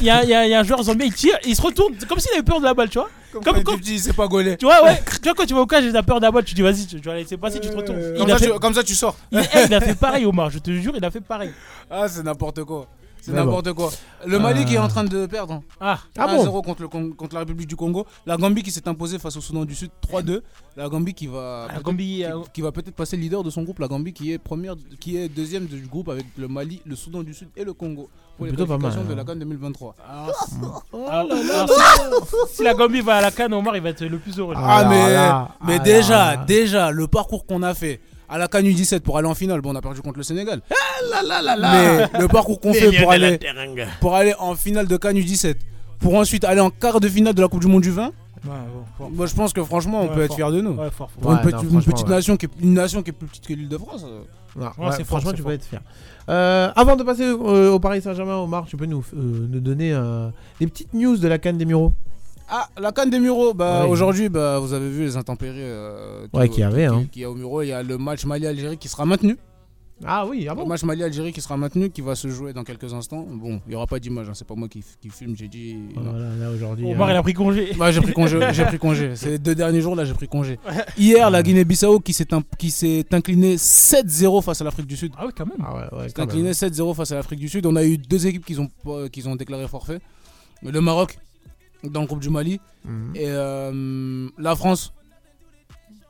Speaker 3: Il y a, il y a- il y a un joueur zambien, il tire, il se retourne, c'est comme s'il avait peur de la balle, tu vois.
Speaker 9: Comme,
Speaker 3: comme-
Speaker 9: quand
Speaker 3: comme-
Speaker 9: il dit, il s'est pas gaulé.
Speaker 3: Tu vois, ouais. tu vois, quand tu vas au cage, il a peur de la balle, tu dis vas-y, tu, tu vas laisser passer, tu te retournes.
Speaker 9: Euh, Comme,
Speaker 3: Il
Speaker 9: ça,
Speaker 3: a, fait,
Speaker 9: tu, comme ça tu sors.
Speaker 3: il, eh, il a fait pareil, Omar, je te jure, il a fait pareil.
Speaker 9: Ah c'est n'importe quoi. C'est
Speaker 2: Mais bon.
Speaker 9: n'importe quoi. Le Mali
Speaker 2: Euh.
Speaker 9: qui est en train de perdre. hein.
Speaker 3: Ah,
Speaker 2: Ah
Speaker 9: 1-0
Speaker 2: bon
Speaker 9: contre, le Con- contre la République du Congo. La Gambie qui s'est imposée face au Soudan du Sud 3-2. La Gambie qui va
Speaker 3: la
Speaker 9: peut-être-
Speaker 3: Gambie, euh,
Speaker 9: qui, qui va peut-être passer leader de son groupe. La Gambie qui est première, qui est deuxième du groupe avec le Mali, le Soudan du Sud et le Congo pour les
Speaker 2: Plutôt pas mal,
Speaker 9: qualifications de
Speaker 2: hein.
Speaker 9: la CAN 2023.
Speaker 3: Ah. alors- alors, Ah. si- si la Gambie va à la canne, Omar, il va être le plus heureux.
Speaker 2: Ah,
Speaker 9: Ah,
Speaker 2: là,
Speaker 9: mais,
Speaker 2: là,
Speaker 9: mais
Speaker 2: ah,
Speaker 9: déjà,
Speaker 2: là.
Speaker 9: déjà, le parcours qu'on a fait à la CAN U17 pour aller en finale, bon on a perdu contre le Sénégal.
Speaker 3: Ah.
Speaker 9: Mais le parcours qu'on fait pour aller, pour aller en finale de CAN U17, pour ensuite aller en quart de finale de la Coupe du Monde du 20, Moi, je pense que franchement, on
Speaker 3: Ouais,
Speaker 9: peut être
Speaker 3: fort.
Speaker 9: fier de nous.
Speaker 3: Ouais, fort, fort.
Speaker 9: Pour une
Speaker 2: Ouais,
Speaker 9: petite-
Speaker 2: non,
Speaker 9: une
Speaker 2: franchement,
Speaker 9: petite
Speaker 2: ouais.
Speaker 9: nation qui est une nation qui est plus petite que l'île de France. euh,
Speaker 2: Ouais,
Speaker 3: Ouais,
Speaker 2: ouais,
Speaker 3: c'est fort,
Speaker 2: franchement,
Speaker 3: c'est
Speaker 2: tu peux
Speaker 3: fort.
Speaker 2: être fier. Euh, avant de passer euh, au Paris Saint-Germain, Omar, tu peux nous, euh, nous donner euh, des petites news de la canne des Mureaux
Speaker 9: Ah, la canne des Mureaux, bah,
Speaker 2: Ouais.
Speaker 9: aujourd'hui, bah, vous avez vu les intempéries euh,
Speaker 2: Ouais, qu'il y avait, hein.
Speaker 9: qu'il y a au Mureaux. Il y a le match Mali-Algérie qui sera maintenu.
Speaker 2: Ah oui, ah
Speaker 9: Le match Mali-Algérie qui sera maintenu, qui va se jouer dans quelques instants. Bon, il n'y aura pas d'image, hein, c'est pas moi qui, qui filme, j'ai dit. non.
Speaker 2: Voilà, Oh là aujourd'hui.
Speaker 3: Omar,
Speaker 2: euh,
Speaker 3: il a pris congé.
Speaker 9: Bah, j'ai pris congé, j'ai
Speaker 3: *laughs*
Speaker 9: pris congé. Ces deux derniers jours là, j'ai pris congé. Hier, la Guinée-Bissau qui s'est, imp- qui s'est inclinée 7-0 face à l'Afrique du Sud.
Speaker 3: Ah oui, quand même.
Speaker 2: Ah ouais, ouais,
Speaker 9: s'est
Speaker 2: quand même.
Speaker 9: inclinée 7-0 face à l'Afrique du Sud. On a eu deux équipes qui ont, pas- qui ont déclaré forfait. Le Maroc dans le groupe du Mali
Speaker 2: Mhm.
Speaker 9: et euh, la France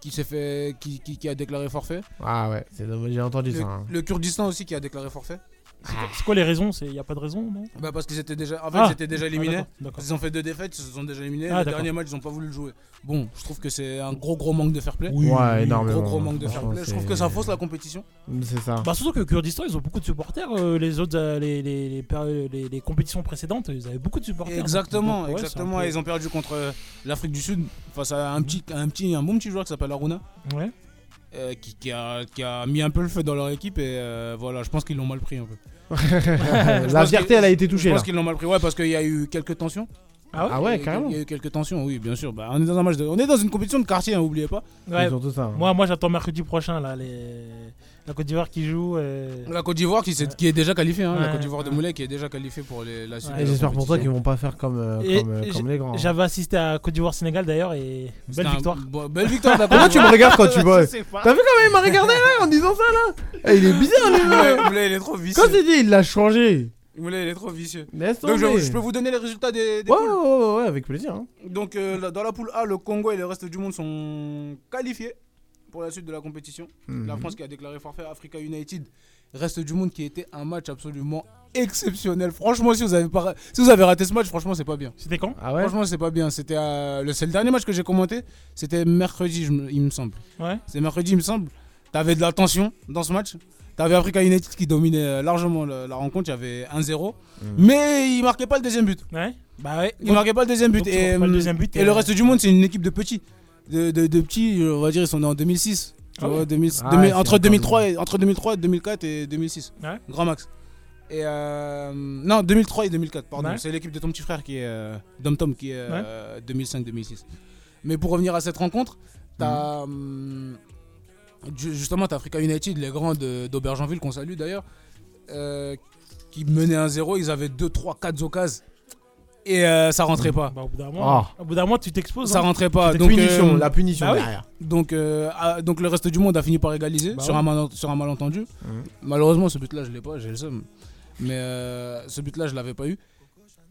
Speaker 9: qui s'est fait qui, qui- qui a déclaré forfait.
Speaker 2: Ah ouais, c'est dommage, j'ai entendu
Speaker 9: Le,
Speaker 2: ça. hein.
Speaker 9: le Kurdistan aussi qui a déclaré forfait.
Speaker 2: Ah,
Speaker 3: C'est quoi les raisons Il n'y a pas de raison, non
Speaker 9: Bah parce qu'ils étaient déjà en fait, ils étaient déjà éliminés.
Speaker 3: Ah, d'accord,
Speaker 9: ils ont fait deux défaites, ils se sont déjà éliminés.
Speaker 3: Ah,
Speaker 9: le
Speaker 3: d'accord.
Speaker 9: dernier match, ils ont pas voulu le jouer. Bon, je trouve que c'est un gros gros manque de fair play.
Speaker 3: d'accord. Oui,
Speaker 2: ouais,
Speaker 3: oui.
Speaker 2: énormément.
Speaker 9: Gros gros manque de fair
Speaker 2: Franchement,
Speaker 9: play. Je
Speaker 2: c'est- Mm,
Speaker 9: trouve que ça fausse la compétition.
Speaker 2: C'est ça.
Speaker 3: Bah surtout que Kurdistan, ils ont beaucoup de supporters. euh, les autres, euh, les, les, les, péri- les- les compétitions précédentes, ils avaient beaucoup de supporters.
Speaker 9: Exactement,
Speaker 3: Donc, ouais,
Speaker 9: exactement.
Speaker 3: c'est
Speaker 9: Ils
Speaker 3: un
Speaker 9: ont perdu contre euh, l'Afrique du Sud face à un petit, un petit, un bon petit joueur qui s'appelle Aruna,
Speaker 3: peu- Ouais.
Speaker 9: euh, qui, qui a, qui a mis un peu le feu dans leur équipe et euh, voilà, je pense qu'ils l'ont mal pris un peu.
Speaker 2: *laughs*
Speaker 9: Je
Speaker 2: la
Speaker 9: pense
Speaker 2: fierté,
Speaker 9: qu'il-
Speaker 2: elle a été touchée.
Speaker 9: Je
Speaker 2: là.
Speaker 9: pense qu'ils l'ont mal pris, ouais, parce qu'il y a eu quelques tensions.
Speaker 3: Ah ouais
Speaker 2: Ah
Speaker 9: Il y a
Speaker 2: ouais,
Speaker 9: eu-
Speaker 2: carrément.
Speaker 9: Il y a eu quelques tensions, oui, bien sûr. Bah, on est dans un match, de- on est dans une compétition de quartier, hein, oubliez pas.
Speaker 2: C'est
Speaker 3: Ouais,
Speaker 2: surtout ça. hein.
Speaker 3: Moi, moi j'attends mercredi prochain, là, les... la Côte d'Ivoire qui joue. euh,
Speaker 9: La Côte d'Ivoire qui, s'est- qui est déjà qualifiée, hein, la
Speaker 3: Ouais.
Speaker 9: Côte d'Ivoire de Moulay qui est déjà qualifiée pour les, la suite.
Speaker 3: Ouais,
Speaker 9: de
Speaker 2: Et
Speaker 9: la
Speaker 2: j'espère pour toi qu'ils
Speaker 9: compétition.
Speaker 2: vont pas faire comme, euh,
Speaker 3: Et
Speaker 2: comme, euh,
Speaker 3: j'ai-
Speaker 2: comme les grands. hein.
Speaker 3: J'avais assisté à Côte d'Ivoire-Sénégal d'ailleurs et
Speaker 9: C'était
Speaker 3: belle
Speaker 9: un-
Speaker 3: victoire.
Speaker 9: bon, belle victoire de la Côte
Speaker 2: *laughs* Comment tu me
Speaker 9: d'Ivoire.
Speaker 2: regardes
Speaker 9: *laughs*
Speaker 2: quand tu vois
Speaker 3: sais pas.
Speaker 2: T'as vu quand même, il m'a regardé là en disant ça là Eh, Il est bizarre lui là.
Speaker 9: Moulay, Moulay, il est trop vicieux.
Speaker 2: Quand t'as dit, il l'a changé
Speaker 9: Moulay, il est trop vicieux.
Speaker 2: Laisse
Speaker 9: Donc je,
Speaker 2: tomber.
Speaker 9: je peux vous donner les résultats des, des
Speaker 2: Ouais,
Speaker 9: poules.
Speaker 2: ouais, ouais, ouais, avec plaisir. hein.
Speaker 9: Donc euh, la- dans la poule A, le Congo et le reste du monde sont qualifiés pour la suite de la compétition.
Speaker 2: Mhm.
Speaker 9: La France qui a déclaré forfait Africa United. Reste du monde qui était un match absolument exceptionnel. Franchement, si vous avez, pas ra- si vous avez raté ce match, franchement, c'est pas bien.
Speaker 3: C'était quand
Speaker 2: Ah ouais
Speaker 9: Franchement, c'est pas bien. C'était euh, le, c'est le dernier match que j'ai commenté. C'était mercredi, je me- il me semble.
Speaker 3: Ouais.
Speaker 9: C'est mercredi, il me semble. T'avais de la tension dans ce match. T'avais Africa United qui dominait euh, largement le- la rencontre. Il y avait 1-0. Mais il marquait pas le deuxième but.
Speaker 3: Ouais. Bah ouais.
Speaker 9: Il marquait pas le deuxième but.
Speaker 3: Mm. Donc, tu
Speaker 9: et
Speaker 3: marques pas le
Speaker 9: hum,
Speaker 3: deuxième but,
Speaker 9: et
Speaker 3: euh,
Speaker 9: le reste du monde, c'est une équipe de petits. De, de- de petits, euh, on va dire, ils sont nés en 2006. Tu
Speaker 3: Ah
Speaker 9: vois,
Speaker 3: ouais.
Speaker 9: 2000
Speaker 2: Ah
Speaker 9: 2000
Speaker 2: ouais, c'est
Speaker 9: entre,
Speaker 2: encore
Speaker 9: 2003 et, entre 2003, 2004 et 2006.
Speaker 3: Ouais.
Speaker 9: Grand max. Et euh, non, 2003 et 2004, pardon.
Speaker 3: Ouais.
Speaker 9: C'est l'équipe de ton petit frère qui est. euh, Dom Tom qui est euh, 2005-2006. Mais pour revenir à cette rencontre, t'as.
Speaker 3: Mm.
Speaker 9: hum, ju- justement, t'as Africa United, les grands de- d'Aubergenville, qu'on salue d'ailleurs, euh, qui menaient 1-0. Ils avaient 2, 3, 4 occasions. Et euh, ça rentrait pas.
Speaker 3: Bah, au bout d'un moment, au bout d'un moment, tu t'exposes.
Speaker 9: Ça
Speaker 3: hein.
Speaker 9: rentrait pas.
Speaker 3: C'était
Speaker 9: Donc,
Speaker 2: Ah. punition,
Speaker 9: euh,
Speaker 2: la punition
Speaker 3: bah oui.
Speaker 2: derrière.
Speaker 9: donc, euh, ah, donc le reste du monde a fini par égaliser
Speaker 3: Bah
Speaker 9: sur,
Speaker 3: ouais.
Speaker 9: un mal- sur un malentendu.
Speaker 2: Mmh.
Speaker 9: Malheureusement, ce but-là, je l'ai pas, j'ai le seum. Mais euh, ce but-là, je l'avais pas eu.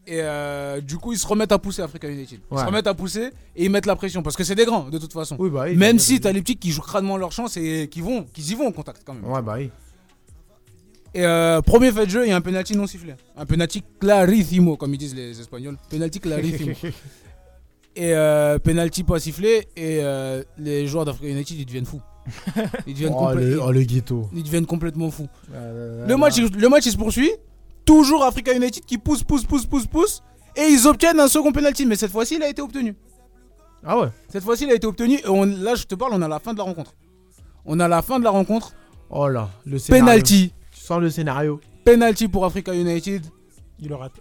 Speaker 9: Et euh, du coup, ils se remettent à pousser Africa United. Ils
Speaker 2: Ouais.
Speaker 9: se remettent à pousser et ils mettent la pression parce que c'est des grands de toute façon.
Speaker 2: Oui, bah oui.
Speaker 9: Même
Speaker 2: c'est-
Speaker 9: si t'as les petits qui jouent crânement leur chance et qui vont, qui y vont en contact quand même.
Speaker 2: Ouais, bah oui.
Speaker 9: Et euh, premier fait de jeu, il y a un penalty non sifflé. Un penalty clarissimo, comme ils disent les Espagnols.
Speaker 2: *laughs*
Speaker 9: Penalty clarissimo. et euh, penalty pas sifflé, et euh, les joueurs d'Africa United, ils
Speaker 2: *laughs*
Speaker 9: deviennent fous. Ils deviennent,
Speaker 2: Oh,
Speaker 9: complè-
Speaker 2: le, oh, le ghetto.
Speaker 9: ils deviennent complètement fous.
Speaker 2: Euh,
Speaker 9: Le match, il- le match, il se poursuit. Toujours Africa United qui pousse, pousse, pousse, pousse, pousse. Et ils obtiennent un second penalty, mais cette fois-ci, il a été obtenu.
Speaker 2: Ah ouais
Speaker 9: Cette fois-ci, il a été obtenu. Et on- là, je te parle, on a la fin de la rencontre. On a la fin de la rencontre.
Speaker 2: Oh là, le scénario.
Speaker 9: Penalty.
Speaker 2: Tu sens le scénario.
Speaker 9: Penalty pour Africa United.
Speaker 3: Il le rate.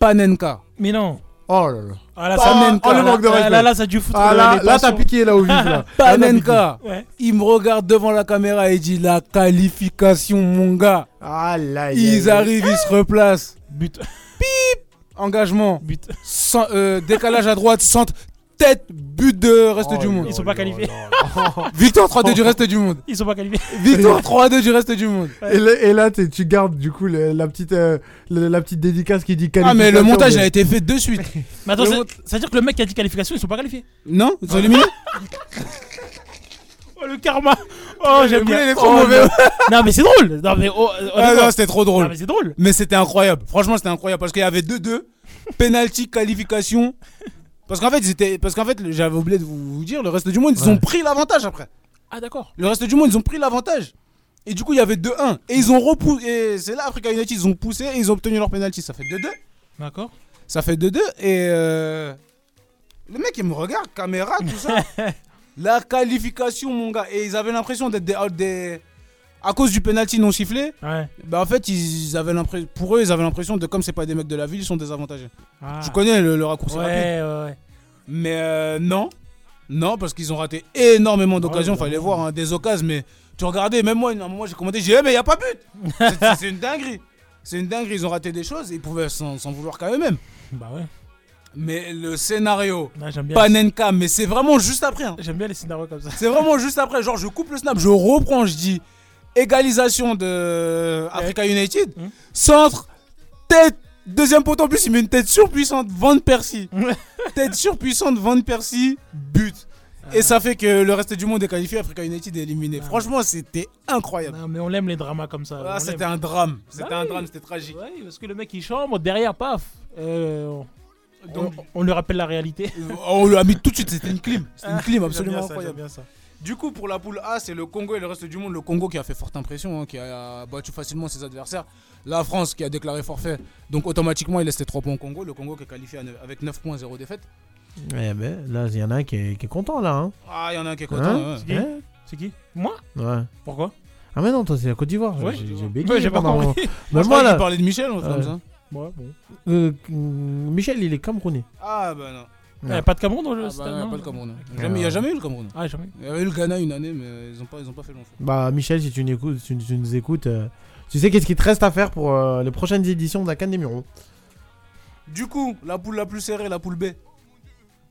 Speaker 9: Panenka.
Speaker 3: Mais non.
Speaker 2: Oh là là.
Speaker 3: Ah là,
Speaker 2: Oh,
Speaker 3: ça mène.
Speaker 2: oh, le
Speaker 3: là,
Speaker 2: manque de
Speaker 3: là,
Speaker 2: respect.
Speaker 3: là, là, ça a dû foutre.
Speaker 2: Ah
Speaker 3: euh,
Speaker 2: là,
Speaker 3: les
Speaker 2: là
Speaker 3: tensions.
Speaker 2: t'as piqué là au vif là. Là, t'as piqué.
Speaker 9: *laughs* Panenka.
Speaker 3: Ouais.
Speaker 9: Il me regarde devant la caméra et dit la qualification, mon gars.
Speaker 2: Ah là, il y a-
Speaker 9: Ils arrivent, ils se replacent.
Speaker 3: But.
Speaker 9: Engagement.
Speaker 3: But.
Speaker 9: Sans- euh, décalage à droite, centre, tête, but de reste
Speaker 2: Oh
Speaker 9: du
Speaker 2: là
Speaker 9: monde.
Speaker 2: là
Speaker 3: Ils sont pas
Speaker 2: là
Speaker 3: qualifiés.
Speaker 2: là
Speaker 3: *laughs*
Speaker 2: là.
Speaker 9: *laughs* Victoire 3-2 du reste du monde.
Speaker 3: Ils sont pas qualifiés.
Speaker 9: Victoire 3-2 du reste du monde.
Speaker 2: Et là, et là, t'es- tu gardes du coup le- la petite, euh, le- la petite dédicace qui dit
Speaker 9: Ah,
Speaker 2: qualification.
Speaker 9: mais le montage
Speaker 2: mais-
Speaker 9: a été fait de suite.
Speaker 3: Mais attends,
Speaker 9: Le
Speaker 3: c'est- Ah.
Speaker 9: mot-
Speaker 3: ça veut dire que le mec qui a dit qualification, ils sont pas qualifiés.
Speaker 9: Non Ils sont éliminés
Speaker 3: Oh le karma. Oh *laughs* j'aime
Speaker 9: Le boulet,
Speaker 3: bien.
Speaker 9: il est trop
Speaker 3: Oh,
Speaker 9: mauvais.
Speaker 3: Non mais c'est drôle. Non mais oh, euh,
Speaker 9: Ah
Speaker 3: honnêtement.
Speaker 9: non, c'était trop
Speaker 3: Non
Speaker 9: drôle.
Speaker 3: mais c'est drôle.
Speaker 9: Mais c'était incroyable. Franchement, c'était incroyable parce qu'il y avait 2-2, penalty, qualification. Parce qu'en fait, ils étaient- parce qu'en fait, le- j'avais oublié de vous vous dire, le reste du monde, ils
Speaker 2: Ouais.
Speaker 9: ont pris l'avantage après.
Speaker 3: Ah d'accord.
Speaker 9: Le reste du monde, ils ont pris l'avantage. Et du coup, il y avait 2-1. Et ils ont repoussé. Et c'est là, Africa United, ils ont poussé et ils ont obtenu leur penalty. Ça fait 2-2.
Speaker 3: D'accord.
Speaker 9: Ça fait 2-2. Et euh, Le mec, il me regarde, caméra, tout ça. la qualification, mon gars. Et ils avaient l'impression d'être des, des- À cause du penalty non sifflé, bah en fait, ils avaient l'impression. Pour eux, ils avaient l'impression de comme c'est pas des mecs de la ville, ils sont désavantagés.
Speaker 3: Ah.
Speaker 9: Je connais le, le raccourci
Speaker 3: Ouais,
Speaker 9: rapide. Mais euh, non. Non, parce qu'ils ont raté énormément d'occasions.
Speaker 3: Ouais,
Speaker 9: Fallait
Speaker 3: évidemment.
Speaker 9: voir hein, des occasions, mais tu regardais, même moi, à un moment, j'ai commandé, j'ai dit, Eh, mais il n'y a pas but C'est- c'est- C'est une dinguerie. C'est une dinguerie. Ils ont raté des choses et ils pouvaient s'en s'en vouloir qu'à eux-mêmes.
Speaker 3: Bah ouais.
Speaker 9: Mais le scénario,
Speaker 3: j'aime bien.
Speaker 9: Panenka, mais c'est vraiment juste après. hein.
Speaker 3: J'aime bien les scénarios comme ça.
Speaker 9: C'est vraiment juste après. Genre, je coupe le snap, je reprends, je dis égalisation de Africa United, centre, tête, deuxième poteau en plus, il met une tête surpuissante, Van Persie. tête surpuissante, Van Persie, but. Et ça fait que le reste du monde est qualifié, Africa United est éliminé. Franchement, c'était incroyable.
Speaker 3: mais on aime les dramas comme ça.
Speaker 9: Ah,
Speaker 3: On
Speaker 9: c'était
Speaker 3: l'aime.
Speaker 9: un drame. C'était
Speaker 3: Bah
Speaker 9: un
Speaker 3: oui.
Speaker 9: drame, c'était tragique.
Speaker 3: Ouais, parce que le mec il chambre, derrière, paf. euh, on-
Speaker 9: Donc- Euh,
Speaker 3: on, on lui rappelle la réalité.
Speaker 9: on lui a mis tout de suite, c'était une clim. C'était une clim
Speaker 3: Ah,
Speaker 9: absolument
Speaker 3: j'aime bien ça,
Speaker 9: incroyable.
Speaker 3: j'aime bien ça.
Speaker 9: Du coup, pour la poule A, c'est le Congo et le reste du monde. Le Congo qui a fait forte impression, hein, qui a battu facilement ses adversaires. La France qui a déclaré forfait. Donc automatiquement, il laisse les 3 points au Congo. Le Congo qui est qualifié à neuf- avec 9 points, 0 défaite.
Speaker 2: Eh ben, là, il y en a un qui est, qui est content, là. Hein.
Speaker 9: Ah, il y en a un qui est content.
Speaker 2: Hein
Speaker 9: ouais.
Speaker 3: C'est qui C'est qui Moi
Speaker 2: Ouais.
Speaker 3: Pourquoi
Speaker 2: Ah, mais non, toi, c'est la Côte d'Ivoire.
Speaker 3: Ouais,
Speaker 2: j'ai
Speaker 3: Côte
Speaker 2: j'ai
Speaker 3: d'Ivoire.
Speaker 2: bégayé.
Speaker 3: Ouais, j'ai pas
Speaker 2: pendant un moment. *laughs*
Speaker 3: compris.
Speaker 2: Mais
Speaker 9: Moi, je
Speaker 2: moi,
Speaker 9: croyais
Speaker 2: là.
Speaker 9: qu'il parlait de Michel, on hein. fait
Speaker 2: Ouais.
Speaker 9: comme ça.
Speaker 3: Ouais, bon.
Speaker 2: Euh, hum, Michel, il est camerounais.
Speaker 9: Ah, bah non.
Speaker 3: Il n'y a Euh, pas de Cameroun dans le
Speaker 9: Ah, bah,
Speaker 3: stade,
Speaker 9: non, il n'y a
Speaker 3: non
Speaker 9: pas le Cameroun.
Speaker 3: Ok.
Speaker 9: Jamais- Il n'y a jamais eu le Cameroun.
Speaker 3: Ah, jamais.
Speaker 9: Il y avait eu le Ghana une année, mais ils n'ont pas, ils ont pas fait long feu.
Speaker 2: Bah, Michel, si tu, n'écoutes- si tu nous écoutes, euh, tu sais qu'est-ce qu'il te reste à faire pour euh, les prochaines éditions de la Cannes des Murons.
Speaker 9: Du coup, la poule la plus serrée, la poule B.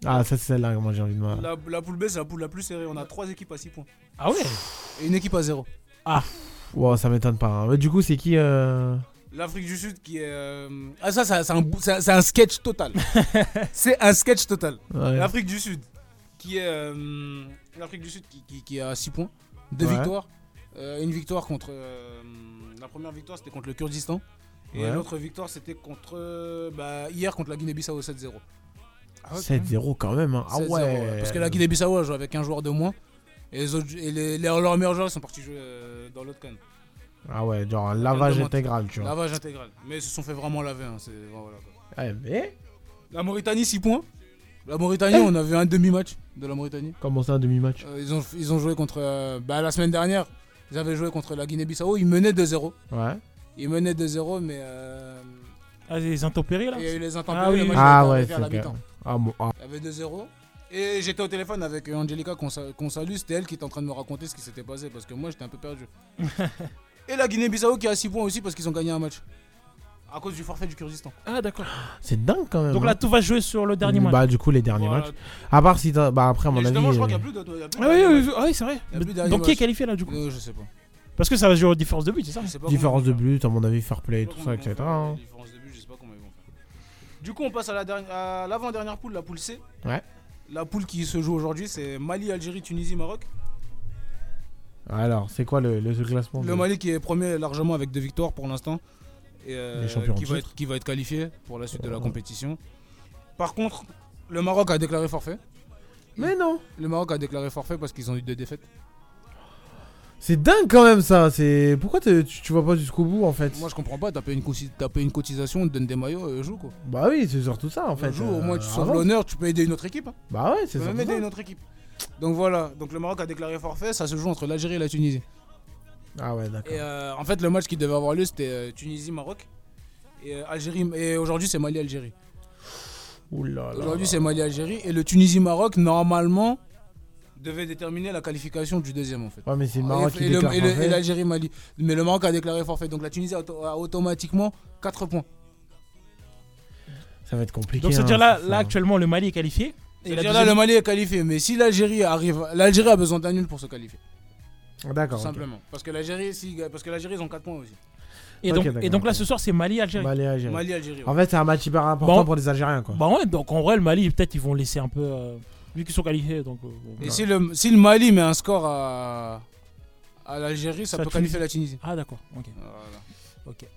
Speaker 2: Ah, ça, c'est celle-là que moi, j'ai envie de voir.
Speaker 9: La, la poule B, c'est la poule la plus serrée. On a 3 équipes à 6 points.
Speaker 3: Ah ouais Ah,
Speaker 9: Et une équipe à 0.
Speaker 2: Wow, ça m'étonne pas. hein. Mais du coup, c'est qui euh,
Speaker 9: L'Afrique du Sud qui est. euh, Ah, ça, ça, c'est un, bou- c'est un- c'est un sketch total.
Speaker 2: *laughs*
Speaker 9: c'est un sketch total.
Speaker 2: Ouais.
Speaker 9: L'Afrique du Sud qui est. euh, L'Afrique du Sud qui, qui, qui est à 6 points, 2
Speaker 2: Ouais.
Speaker 9: victoires. Euh, une victoire contre. euh, la première victoire, c'était contre le Kurdistan. Et
Speaker 2: Ouais.
Speaker 9: l'autre victoire, c'était contre. euh, bah, hier, contre la Guinée-Bissau 7-0.
Speaker 2: Ah 7-0 quand même. hein. Ah
Speaker 9: 7-0,
Speaker 2: ouais.
Speaker 9: Parce que la Guinée-Bissau a joué avec un joueur de moins. Et, les autres, et les, les- leurs meilleurs joueurs ils sont partis jouer euh, dans l'autre canne.
Speaker 2: Ah ouais, genre un lavage
Speaker 9: Demande-
Speaker 2: intégral, tu vois.
Speaker 9: Lavage intégral. Mais ils se sont fait vraiment laver. hein, c'est- voilà, quoi.
Speaker 2: Eh, mais Eh,
Speaker 9: La Mauritanie, 6 points. La Mauritanie, on a vu un demi-match de la Mauritanie.
Speaker 2: comment ça, un demi-match
Speaker 9: Euh, ils, ont, ils ont joué contre. euh, bah, la semaine dernière, ils avaient joué contre la Guinée-Bissau. Ils menaient 2-0.
Speaker 2: Ouais.
Speaker 9: Ils menaient 2-0, mais. euh,
Speaker 3: Ah, c'est les intempéries là
Speaker 9: il y a eu les intempéries.
Speaker 3: Ah oui.
Speaker 9: le match a
Speaker 2: Ah
Speaker 9: été
Speaker 2: ouais,
Speaker 9: arrêté
Speaker 2: c'est
Speaker 9: à la
Speaker 2: ok.
Speaker 9: mi-temps.
Speaker 2: Ah bon, ah.
Speaker 9: Il y avait 2-0. Et j'étais au téléphone avec Angelica qu'on sa- qu'on salue. C'était elle qui était en train de me raconter ce qui s'était passé parce que moi, j'étais un peu
Speaker 3: *laughs*
Speaker 9: perdu. Et la Guinée-Bissau qui a 6 points aussi parce qu'ils ont gagné un match. À cause du forfait du Kurdistan.
Speaker 3: Ah, d'accord.
Speaker 2: C'est dingue quand même.
Speaker 3: Donc
Speaker 2: hein.
Speaker 3: là, tout va se jouer sur le dernier match.
Speaker 2: Bah, du coup, les derniers
Speaker 9: Voilà.
Speaker 2: matchs. À part si. t'as- Bah, après, à
Speaker 9: Et
Speaker 2: mon avis.
Speaker 9: justement, je crois
Speaker 2: euh,
Speaker 9: qu'il n'y a plus de. il y a plus de-
Speaker 3: Ah oui, oui, oui, oui, c'est vrai.
Speaker 9: Il y a plus de dernier
Speaker 3: Donc qui est
Speaker 9: match.
Speaker 3: qualifié là du coup
Speaker 9: Euh, je sais pas.
Speaker 3: Parce que ça va se jouer aux différences de but, c'est ça
Speaker 9: Je sais pas euh,
Speaker 2: Différence
Speaker 9: comment ils
Speaker 2: de
Speaker 9: vont faire.
Speaker 2: but, à mon avis, fair play,
Speaker 9: Je sais
Speaker 2: tout
Speaker 9: pas
Speaker 2: ça,
Speaker 9: comment
Speaker 2: etc.
Speaker 9: ils vont faire,
Speaker 2: hein.
Speaker 9: les différences de but, je sais pas comment ils vont faire. Du coup, on passe à la dernière- à l'avant-dernière poule, la poule C.
Speaker 2: Ouais.
Speaker 9: La poule qui se joue aujourd'hui, c'est Mali, Algérie, Tunisie, Maroc.
Speaker 2: Alors, c'est quoi le, le classement
Speaker 9: Le
Speaker 2: de-
Speaker 9: Mali qui est premier largement avec deux victoires pour l'instant. Et euh,
Speaker 2: Les champions en
Speaker 9: qui, va
Speaker 2: titre. Euh.
Speaker 9: être, qui va être qualifié pour la suite de la
Speaker 2: Ouais.
Speaker 9: compétition. Par contre, le Maroc a déclaré forfait.
Speaker 2: Mais non
Speaker 9: Le Maroc a déclaré forfait parce qu'ils ont eu deux défaites.
Speaker 2: C'est dingue quand même ça. C'est Pourquoi te- tu, tu vois pas jusqu'au bout en fait
Speaker 9: Moi, je comprends pas. T'as payé une, cosi- t'as payé une cotisation, on te donne des maillots, euh, joue quoi.
Speaker 2: Bah oui, c'est surtout ça en fait.
Speaker 9: joue, au moins tu
Speaker 2: Euh,
Speaker 9: sauves
Speaker 2: avance.
Speaker 9: l'honneur, tu peux aider une autre équipe. hein.
Speaker 2: Bah ouais, c'est
Speaker 9: peut
Speaker 2: surtout
Speaker 9: même
Speaker 2: ça.
Speaker 9: aider une autre équipe. Donc voilà, donc le Maroc a déclaré forfait, ça se joue entre l'Algérie et la Tunisie.
Speaker 2: Ah ouais, d'accord.
Speaker 9: Et euh, en fait, le match qui devait avoir lieu, c'était euh, Tunisie-Maroc. Et, euh, Algérie, et aujourd'hui, c'est Mali-Algérie.
Speaker 2: Ouh Ah là là.
Speaker 9: Aujourd'hui, c'est Mali-Algérie. Et le Tunisie-Maroc, normalement, devait déterminer la qualification du deuxième en fait.
Speaker 2: Ouais, mais c'est le
Speaker 9: Et-
Speaker 2: Maroc qui
Speaker 9: et le-
Speaker 2: déclare
Speaker 9: et le-
Speaker 2: forfait.
Speaker 9: et l'Algérie-Mali. Mais le Maroc a déclaré forfait. Donc la Tunisie a, auto- a automatiquement 4 points.
Speaker 2: Ça va être compliqué.
Speaker 3: Donc
Speaker 2: hein,
Speaker 3: c'est-à-dire là,
Speaker 2: ça.
Speaker 3: là actuellement le Mali est qualifié.
Speaker 9: Et
Speaker 3: la
Speaker 9: là,
Speaker 3: deuxième-
Speaker 9: le Mali est qualifié. Mais si l'Algérie arrive. L'Algérie a besoin d'un nul pour se qualifier. Tout
Speaker 2: Ah, D'accord. ok.
Speaker 9: simplement. Parce que l'Algérie, si- parce que l'Algérie, ils ont 4 points aussi.
Speaker 3: Et,
Speaker 2: Ok,
Speaker 3: donc,
Speaker 2: d'accord,
Speaker 3: et donc là
Speaker 2: ok.
Speaker 3: ce soir c'est Mali-Algérie.
Speaker 2: Mali, Algérie.
Speaker 9: Mali-Algérie.
Speaker 2: En fait, c'est un match hyper important
Speaker 3: Bon.
Speaker 2: pour les Algériens quoi.
Speaker 3: Bah ouais, donc en vrai le Mali peut-être ils vont laisser un peu... euh, vu qu'ils sont qualifiés donc... euh, bon.
Speaker 9: Et si le, si le Mali met un score à, à l'Algérie,
Speaker 3: Ça
Speaker 9: ça peut
Speaker 3: Tunisie.
Speaker 9: qualifier la Tunisie.
Speaker 3: Ah d'accord, ok.
Speaker 9: Voilà.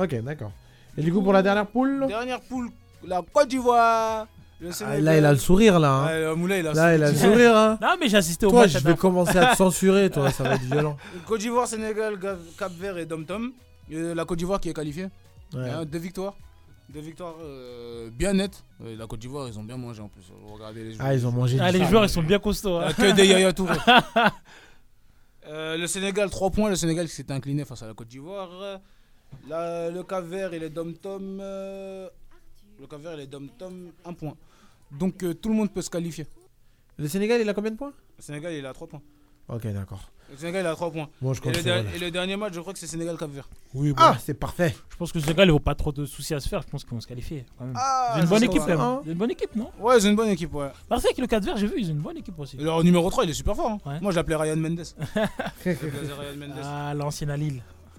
Speaker 2: Ok, d'accord. Et du coup, pour la dernière poule.
Speaker 9: Dernière poule, la Côte d'Ivoire. Le
Speaker 2: Ah,
Speaker 9: Sénégal.
Speaker 2: là, il a le sourire là. hein.
Speaker 9: Ouais, le Moulay, il a
Speaker 2: Là, il a le sourire. Hein.
Speaker 3: *laughs* Non mais j'ai assisté au
Speaker 2: Toi,
Speaker 3: match.
Speaker 2: je
Speaker 3: la
Speaker 2: vais
Speaker 3: dernière fois. *laughs*
Speaker 2: commencer à te censurer, toi, ça va être
Speaker 9: *laughs*
Speaker 2: violent.
Speaker 9: Côte d'Ivoire, Sénégal, Gav- Cap Vert et Dom Tom. Euh, La Côte d'Ivoire qui est qualifiée.
Speaker 2: Ouais.
Speaker 9: Hein, deux victoires. Des victoires euh, bien nettes. Euh, La Côte d'Ivoire, ils ont bien mangé en plus. Regardez les joueurs.
Speaker 2: Ah, ils ont mangé.
Speaker 3: Ah, les joueurs, ils sont bien costauds. hein.
Speaker 9: Ah, que des
Speaker 3: *laughs*
Speaker 9: Yaya Touré. Euh, le Sénégal, 3 points. Le Sénégal qui s'est incliné face à la Côte d'Ivoire. euh, La- Le Cap-Vert et les Dom-Tom. euh, le Cap-Vert et les Dom-Tom, 1 point. Donc euh, tout le monde peut se qualifier.
Speaker 2: Le Sénégal, il a combien de points
Speaker 9: Le Sénégal, il a 3 points.
Speaker 2: Ok, d'accord.
Speaker 9: Le Sénégal, il a 3 points.
Speaker 2: Bon, je
Speaker 9: Et
Speaker 2: compte.
Speaker 9: le,
Speaker 2: sur
Speaker 9: der-
Speaker 2: elle.
Speaker 9: et le dernier match, je crois que c'est Sénégal-Cap-Vert.
Speaker 3: Oui, bon.
Speaker 2: Ah, c'est parfait.
Speaker 3: Je pense que ce gars, il ne pas trop de soucis à se faire. Je pense qu'ils vont se qualifier. quand même.
Speaker 9: Ah,
Speaker 3: C'est une bonne
Speaker 9: ça,
Speaker 3: équipe,
Speaker 9: ça
Speaker 3: quand
Speaker 9: va.
Speaker 3: même.
Speaker 2: hein.
Speaker 3: C'est une bonne équipe, non
Speaker 9: Ouais, c'est une bonne équipe, ouais.
Speaker 3: Parfait, avec le 4 vert, j'ai vu, ils ont une bonne équipe aussi.
Speaker 9: Et Leur numéro 3, il est super fort. hein.
Speaker 3: Ouais.
Speaker 9: Moi, je l'appelais Ryan Mendes. Je l'appelais Ryan Mendes.
Speaker 3: *laughs* Ah, l'ancienne à Lille.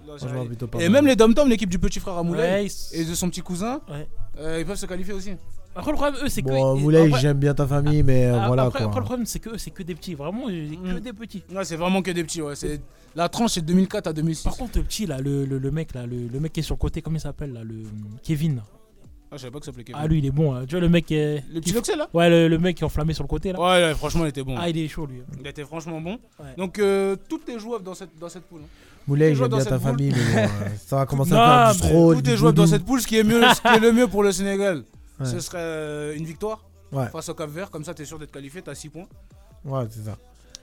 Speaker 9: Non,
Speaker 2: Moi, je
Speaker 9: c'est vrai.
Speaker 2: vois plutôt pas
Speaker 9: et
Speaker 2: mal.
Speaker 9: même les Dom-Tom, l'équipe du petit frère à Moulay
Speaker 3: Ouais, ils-
Speaker 9: et de son petit cousin,
Speaker 3: Ouais.
Speaker 9: euh, ils peuvent se qualifier aussi.
Speaker 3: Après, le problème, eux, c'est
Speaker 2: Bon,
Speaker 3: que.
Speaker 2: Moulay,
Speaker 3: après-
Speaker 2: j'aime bien ta famille, mais euh,
Speaker 3: Ah,
Speaker 2: voilà
Speaker 3: après,
Speaker 2: quoi.
Speaker 3: après, le problème, c'est que eux, c'est que des petits. Vraiment, euh, que
Speaker 9: hein. Mm.
Speaker 3: des petits.
Speaker 9: Ouais, c'est vraiment que des petits. Ouais. C'est... La tranche, c'est 2004 à 2006.
Speaker 3: Par contre, le petit, là, le, le- le mec, là, le, le mec qui est sur le côté, comment il s'appelle, là, le Kevin. là.
Speaker 9: Ah, je savais pas que ça s'appelait Kevin.
Speaker 3: Ah, lui, il est bon. hein. Tu vois, le mec qui est.
Speaker 9: Le petit
Speaker 3: qui-
Speaker 9: Loxel, là
Speaker 3: Ouais, le, le mec qui est enflammé sur le côté, là.
Speaker 9: ouais, ouais, franchement, il était bon.
Speaker 3: Ah, il est chaud, lui.
Speaker 9: Il était franchement bon.
Speaker 3: Ouais.
Speaker 9: Donc, euh, tout est jouable dans cette, dans cette poule. hein.
Speaker 2: Moulay,
Speaker 9: les joueurs
Speaker 2: j'aime bien ta
Speaker 9: dans cette boule.
Speaker 2: famille,
Speaker 3: *laughs*
Speaker 2: mais
Speaker 9: *laughs*
Speaker 2: bon, euh, ça va commencer
Speaker 3: Non, mais
Speaker 2: à faire du trop.
Speaker 9: tout
Speaker 2: du
Speaker 9: est jouable dans
Speaker 2: doudou.
Speaker 9: cette poule. Ce qui est, mieux, ce qui est le mieux pour le Sénégal,
Speaker 2: Ouais.
Speaker 9: ce serait euh, une victoire
Speaker 2: Ouais.
Speaker 9: face au Cap-Vert. Comme ça, t'es sûr d'être qualifié, t'as 6 points.
Speaker 2: *laughs* Ouais, c'est ça.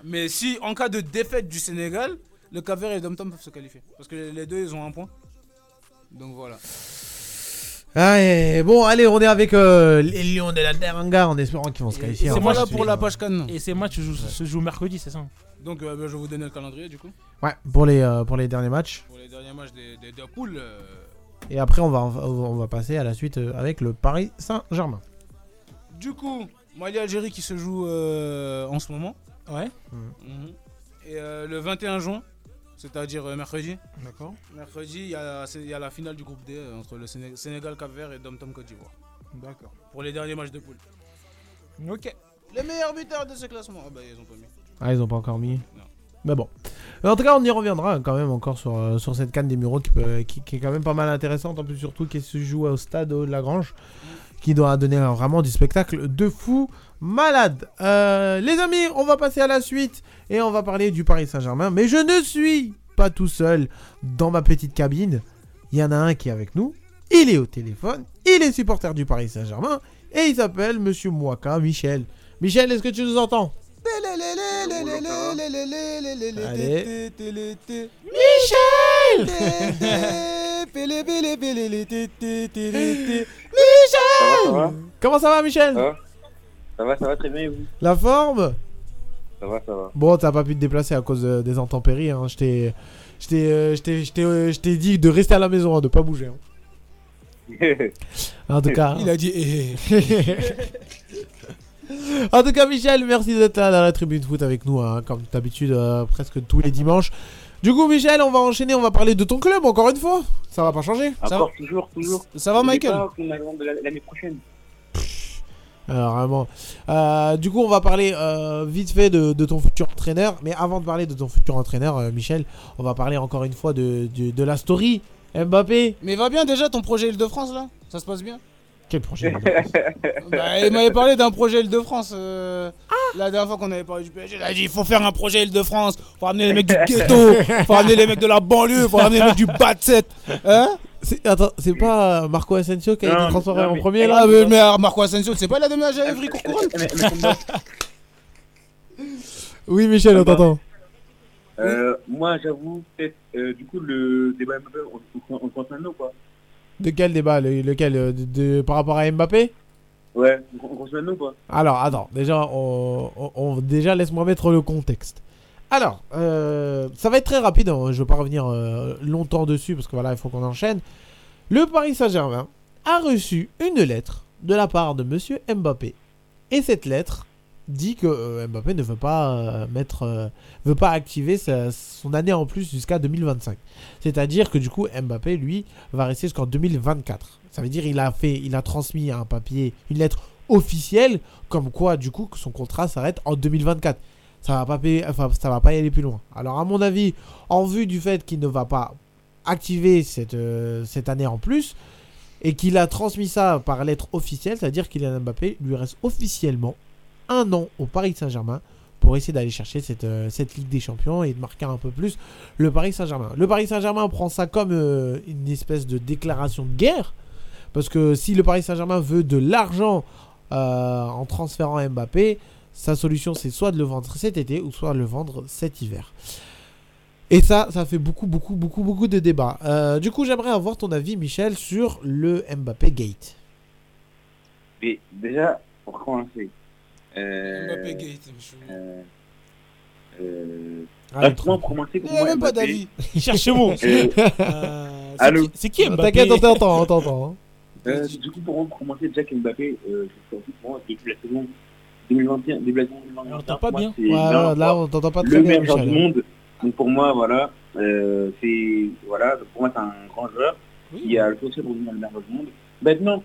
Speaker 9: Mais si, en cas de défaite du Sénégal, le Cap-Vert et le Dom-Tom peuvent se qualifier. Parce que les deux, ils ont un point. Donc voilà.
Speaker 2: Ah, et bon, allez, on est avec euh, les Lions de la Deranga en espérant qu'ils vont se
Speaker 3: Et-
Speaker 2: qualifier.
Speaker 3: et
Speaker 2: hein,
Speaker 3: c'est
Speaker 9: C'est moi
Speaker 2: parce
Speaker 9: là
Speaker 2: que-
Speaker 9: pour la page Cannes.
Speaker 3: Et ces matchs se jouent, se jouent mercredi, c'est ça hein.
Speaker 9: Donc euh, bah, je vais vous donner le calendrier du coup.
Speaker 2: Ouais, pour les, euh, pour les derniers matchs.
Speaker 9: Pour les derniers matchs des, des deux poules. euh,
Speaker 2: Et après, on va, on va passer à la suite euh, avec le Paris Saint-Germain.
Speaker 9: Du coup, Mali-Algérie qui se joue euh, en ce moment.
Speaker 3: Ouais.
Speaker 9: Mhm. Et euh, le 21 juin, c'est-à-dire euh, mercredi.
Speaker 3: D'accord.
Speaker 9: Mercredi, il y, a c'est- il y a la finale du groupe D euh, entre le Séné- Sénégal, Cap-Vert et Dom-Tom Côte d'Ivoire.
Speaker 3: D'accord.
Speaker 9: Pour les derniers matchs de poule.
Speaker 3: Ok.
Speaker 9: Les meilleurs buteurs de ce classement. Ah bah ils ont pas mis.
Speaker 2: Ah, ils ont pas encore mis.
Speaker 9: Non.
Speaker 2: Mais bon. En tout cas, on y reviendra quand même encore sur, euh, sur cette canne des Mureaux qui, peut- qui, qui est quand même pas mal intéressante. En plus, surtout qui se joue au stade de la Grange. Qui doit donner euh, vraiment du spectacle de fou malade. Euh, les amis, on va passer à la suite et on va parler du Paris Saint-Germain. Mais je ne suis pas tout seul dans ma petite cabine. Il y en a un qui est avec nous. Il est au téléphone. Il est supporter du Paris Saint-Germain. Et il s'appelle Monsieur Mouaka Michel. Michel, est-ce que tu nous entends Allez. Michel
Speaker 10: Ça va,
Speaker 2: Comment ça va Michel
Speaker 10: Ça va ça va, ça va très bien et vous
Speaker 2: La forme
Speaker 10: Ça va, ça va.
Speaker 2: Bon, t'as pas pu te déplacer à cause euh, des intempéries. Hein. Je t'ai- je t'ai, euh, je t'ai- je t'ai euh, je t'ai dit de rester à la maison, hein, de pas bouger. hein. En tout cas.
Speaker 9: a dit eh, eh.
Speaker 2: en tout cas, Michel, merci d'être là dans la tribune foot avec nous, hein, comme d'habitude, euh, presque tous les dimanches. Du coup, Michel, on va enchaîner, on va parler de ton club encore une fois. Ça va pas changer.
Speaker 10: Encore, toujours, toujours.
Speaker 9: Ça va Michael
Speaker 10: N'oubliez pas qu'on a le monde de la- L'année prochaine.
Speaker 2: Alors, Ah, vraiment. Euh, du coup, on va parler euh, vite fait de, de ton futur entraîneur. Mais avant de parler de ton futur entraîneur, euh, Michel, on va parler encore une fois de, de, de la story Mbappé.
Speaker 9: Mais va bien déjà ton projet Île-de-France là Ça se passe bien
Speaker 2: Quel
Speaker 10: *laughs*
Speaker 2: projet
Speaker 9: Bah, il m'avait parlé d'un projet Île-de-France. euh, La dernière fois qu'on avait parlé du PSG, il a dit il faut faire un projet Île-de-France. Faut ramener les mecs
Speaker 2: *laughs*
Speaker 9: du ghetto, faut ramener les mecs de la banlieue, faut ramener les mecs du bas de set. Hein
Speaker 2: C'est- Attends, c'est pas euh, Marco Asensio qui a
Speaker 10: Non,
Speaker 2: été transféré
Speaker 10: non,
Speaker 2: en
Speaker 10: mais- Ah,
Speaker 2: premier là
Speaker 9: Ah, mais, mais alors, Marco Asensio, c'est pas il a déménagé à Evry-Courcouronne
Speaker 10: Mais- mais
Speaker 9: *laughs*
Speaker 10: comment-
Speaker 2: Oui, Michel, on
Speaker 10: Mbappé.
Speaker 2: t'entend.
Speaker 10: Euh, Moi, j'avoue, peut-être, euh, du coup, le débat Mbappé, on on- on le compte maintenant, quoi.
Speaker 2: De quel débat le- Lequel euh, de, de- Par rapport à Mbappé
Speaker 10: Ouais, on on compte maintenant, quoi.
Speaker 2: Alors, attends, déjà, on, on- on- déjà laisse-moi mettre le contexte. Alors, euh, ça va être très rapide, hein, je ne veux pas revenir euh, longtemps dessus parce que voilà, il faut qu'on enchaîne. Le Paris Saint-Germain a reçu une lettre de la part de Monsieur Mbappé. Et cette lettre dit que euh, Mbappé ne veut pas euh, mettre, euh, veut pas activer sa- son année en plus jusqu'à 2025. C'est-à-dire que du coup, Mbappé, lui, va rester jusqu'en 2024. Ça veut dire il a fait, il a transmis un papier, une lettre officielle, comme quoi du coup que son contrat s'arrête en 2024. Ça va pas payer- enfin, ça va pas y aller plus loin. Alors à mon avis, en vue du fait qu'il ne va pas activer cette, euh, cette année en plus et qu'il a transmis ça par lettre officielle, c'est-à-dire qu'il Kylian Mbappé lui reste officiellement un an au Paris Saint-Germain pour essayer d'aller chercher cette, euh, cette Ligue des Champions et de marquer un peu plus le Paris Saint-Germain. Le Paris Saint-Germain prend ça comme euh, une espèce de déclaration de guerre Parce que si le Paris Saint-Germain veut de l'argent euh, en transférant Mbappé, sa solution c'est soit de le vendre cet été ou soit de le vendre cet hiver. Et ça, ça fait beaucoup, beaucoup, beaucoup, beaucoup de débats. Euh, du coup, j'aimerais avoir ton avis, Michel, sur le Mbappé Gate.
Speaker 10: Mais déjà, pour commencer. Euh,
Speaker 9: Mbappé Gate, je-
Speaker 10: euh, euh,
Speaker 2: Ah, le
Speaker 10: *laughs* rapidement,
Speaker 2: trou.
Speaker 10: pour commencer, pour
Speaker 2: Il a
Speaker 10: moi,
Speaker 2: même pas
Speaker 10: Mbappé- *laughs*
Speaker 2: d'avis.
Speaker 3: Cherchez-vous.
Speaker 10: Euh,
Speaker 2: *laughs*
Speaker 3: Euh, c'est
Speaker 10: Allô
Speaker 3: qui- C'est qui Mbappé
Speaker 2: T'inquiète, on t'entend, on t'entend.
Speaker 10: Euh, du coup, pour moi, pour commencer, Jack Mbappé, euh, je suis pour moi, depuis la saison 2021, début de la saison 2021.
Speaker 3: On t'entend pas bien.
Speaker 10: c'est
Speaker 2: hein. Ouais,
Speaker 10: l'un-
Speaker 2: ouais, là, on t'entend pas très
Speaker 10: le
Speaker 2: bien,
Speaker 10: meilleur joueur
Speaker 2: Michel.
Speaker 10: du monde. Donc pour moi, voilà, euh, c'est voilà, pour moi c'est un grand joueur
Speaker 3: Oui.
Speaker 10: qui a le potentiel pour devenir le meilleur joueur du monde. Maintenant,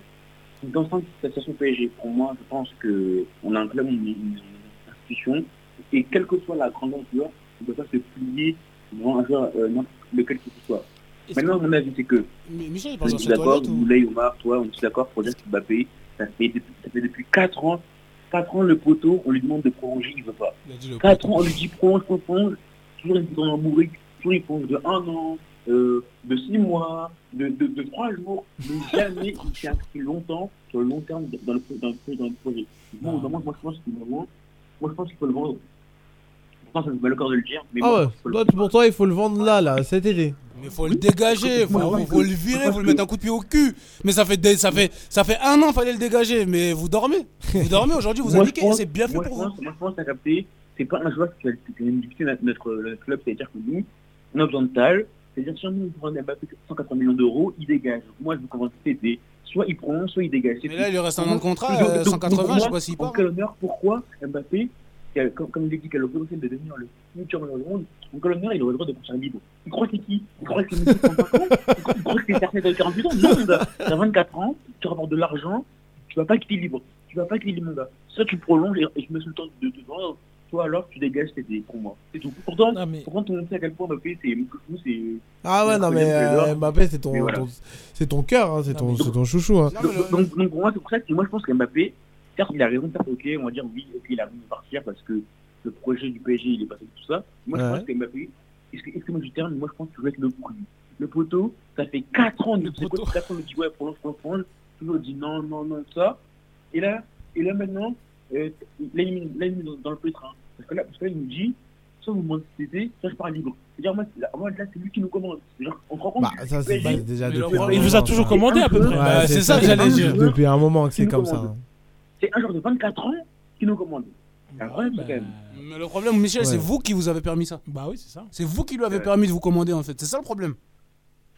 Speaker 10: dans le sens de la situation PSG, pour moi, je pense que on a un club, on est une, une institution, et quelle que soit la grandeur du joueur, on ne peut pas se plier devant un joueur, euh, n'importe lequel qu'il soit.
Speaker 9: Est-ce
Speaker 10: Maintenant, mon avis, c'est que
Speaker 9: Mais Michel, il
Speaker 10: on
Speaker 9: pense
Speaker 10: est
Speaker 9: dans
Speaker 10: tous
Speaker 9: sa
Speaker 10: d'accord,
Speaker 9: toilette ou
Speaker 10: Boulay, Omar, toi, on est tous d'accord pour dire que Mbappé, ça fait, depuis- ça fait depuis 4 ans, 4 ans le poteau, on lui demande de prolonger, il ne veut pas.
Speaker 9: *laughs* Il a dit le
Speaker 10: 4 ans, on lui dit prolonge, prolonge, toujours il est dans un bourrique, toujours il prolonge de 1 an, euh, de 6 mois, de, de, 3 jours,
Speaker 2: *laughs*
Speaker 10: mais jamais il s'est inscrit longtemps, sur le long terme, dans le, pro- dans le, pro- dans le projet.
Speaker 2: Ah.
Speaker 10: Bon,
Speaker 9: Non.
Speaker 10: vraiment, moi, je pense qu'il faut le vendre. Moi, je pense qu'il faut le vendre. Pourtant, ça me bat le corps de le dire, mais
Speaker 2: Ah
Speaker 10: moi,
Speaker 2: ouais,
Speaker 10: je pense qu'il faut le
Speaker 2: toi,
Speaker 10: vendre.
Speaker 2: pour toi, il faut le vendre là, là, cet été.
Speaker 9: Mais faut le dégager, faut, faut, faut le virer, faut le mettre un coup de pied au cul. Mais ça fait, des- ça fait, ça fait un an fallait le dégager, mais vous dormez. Vous dormez aujourd'hui, vous
Speaker 10: Moi, je
Speaker 9: indiquez,
Speaker 10: pense-
Speaker 9: c'est bien fait
Speaker 10: moi,
Speaker 9: pour
Speaker 10: je
Speaker 9: vous.
Speaker 10: pense- Moi, je pense que t'as capté, c'est pas un joueur qui va qui va nous dicter notre, notre, notre club, c'est-à-dire que nous, on a besoin de Tal, c'est-à-dire si on nous prend Mbappé pour 180 millions d'euros, il dégage. Donc, Moi, je vous convainc que c'était soit il prend, soit il dégage. C'est
Speaker 9: Mais là, il lui reste un
Speaker 10: tout.
Speaker 9: an de contrat,
Speaker 10: Donc,
Speaker 9: euh,
Speaker 10: donc, donc,
Speaker 9: 180,
Speaker 10: moi,
Speaker 9: je sais pas s'il
Speaker 10: En
Speaker 9: part. hein.
Speaker 10: quel honneur, pourquoi Mbappé, qui a- comme, comme je l'ai dit, qui a le potentiel de devenir le futur meilleur du monde, en quel honneur, il aurait le droit de prendre un libre. Il croit que c'est qui Il croit que c'est Messi qui prend pas compte Il croit- il croit que c'est Sarcelles avec 48 ans Non, mon gars, t'as 24 ans, tu rapportes de l'argent, tu vas pas quitter libre. Tu vas pas quitter libre, mon gars. Ça, tu prolonges et, et je me suis le temps de te vendre. Toi, alors, tu dégages tes idées pour moi. C'est tout. Pourtant,
Speaker 3: Non, mais-
Speaker 10: pourtant, tu montres à quel point Mbappé, c'est... c'est-
Speaker 2: Ah ouais, non, mais euh, Mbappé, c'est ton,
Speaker 10: Mais voilà.
Speaker 2: ton- c'est ton cœur, hein, c'est
Speaker 3: Non,
Speaker 2: ton,
Speaker 3: mais-
Speaker 2: c'est ton chouchou. hein.
Speaker 9: Non, mais le-
Speaker 10: Donc, donc, donc, pour moi, c'est pour ça que moi, je pense qu'Mbappé, certes, il a raison de faire OK, on va dire oui, ok, il a raison de partir parce que le projet du PSG, il est passé de tout ça. Moi,
Speaker 2: Ouais.
Speaker 10: je pense qu'Mbappé, excusez-moi du terme, mais moi, je pense qu'il va être le prix. Le poteau, ça fait 4 ans, de- c'est *laughs* quoi, 4 ans, il me dit ouais, prolonge, prolonge, prolonge. Toujours il dit non, non, non, ça. Et là, et là maintenant, euh, là, il est mis dans, dans le pétrin. Parce que là, parce que là, il nous dit, soit vous demandez cet été, soit je pars libre. C'est-à-dire, moi, là, moi, là, c'est lui qui nous commande. Genre, on se rend compte
Speaker 2: Bah, ça, c'est
Speaker 10: Bah,
Speaker 2: déjà
Speaker 9: mais
Speaker 2: depuis.
Speaker 9: le-
Speaker 2: un
Speaker 3: Il vous a
Speaker 2: moment,
Speaker 3: toujours
Speaker 2: ça.
Speaker 3: commandé à peu près.
Speaker 2: Ouais,
Speaker 9: Bah, c'est ça que
Speaker 2: c'est
Speaker 9: j'allais dire.
Speaker 2: Depuis un moment que c'est
Speaker 10: Il nous
Speaker 2: comme ça. hein.
Speaker 10: commande. c'est un joueur de 24 ans qui nous commande. C'est un problème,
Speaker 3: bah,
Speaker 10: quand même.
Speaker 9: Mais le problème, Michel,
Speaker 2: Ah Ouais.
Speaker 9: c'est vous qui vous avez permis ça.
Speaker 3: bah oui, c'est ça.
Speaker 9: C'est vous qui lui avez
Speaker 10: Ouais.
Speaker 9: permis de vous commander en fait. C'est ça le problème.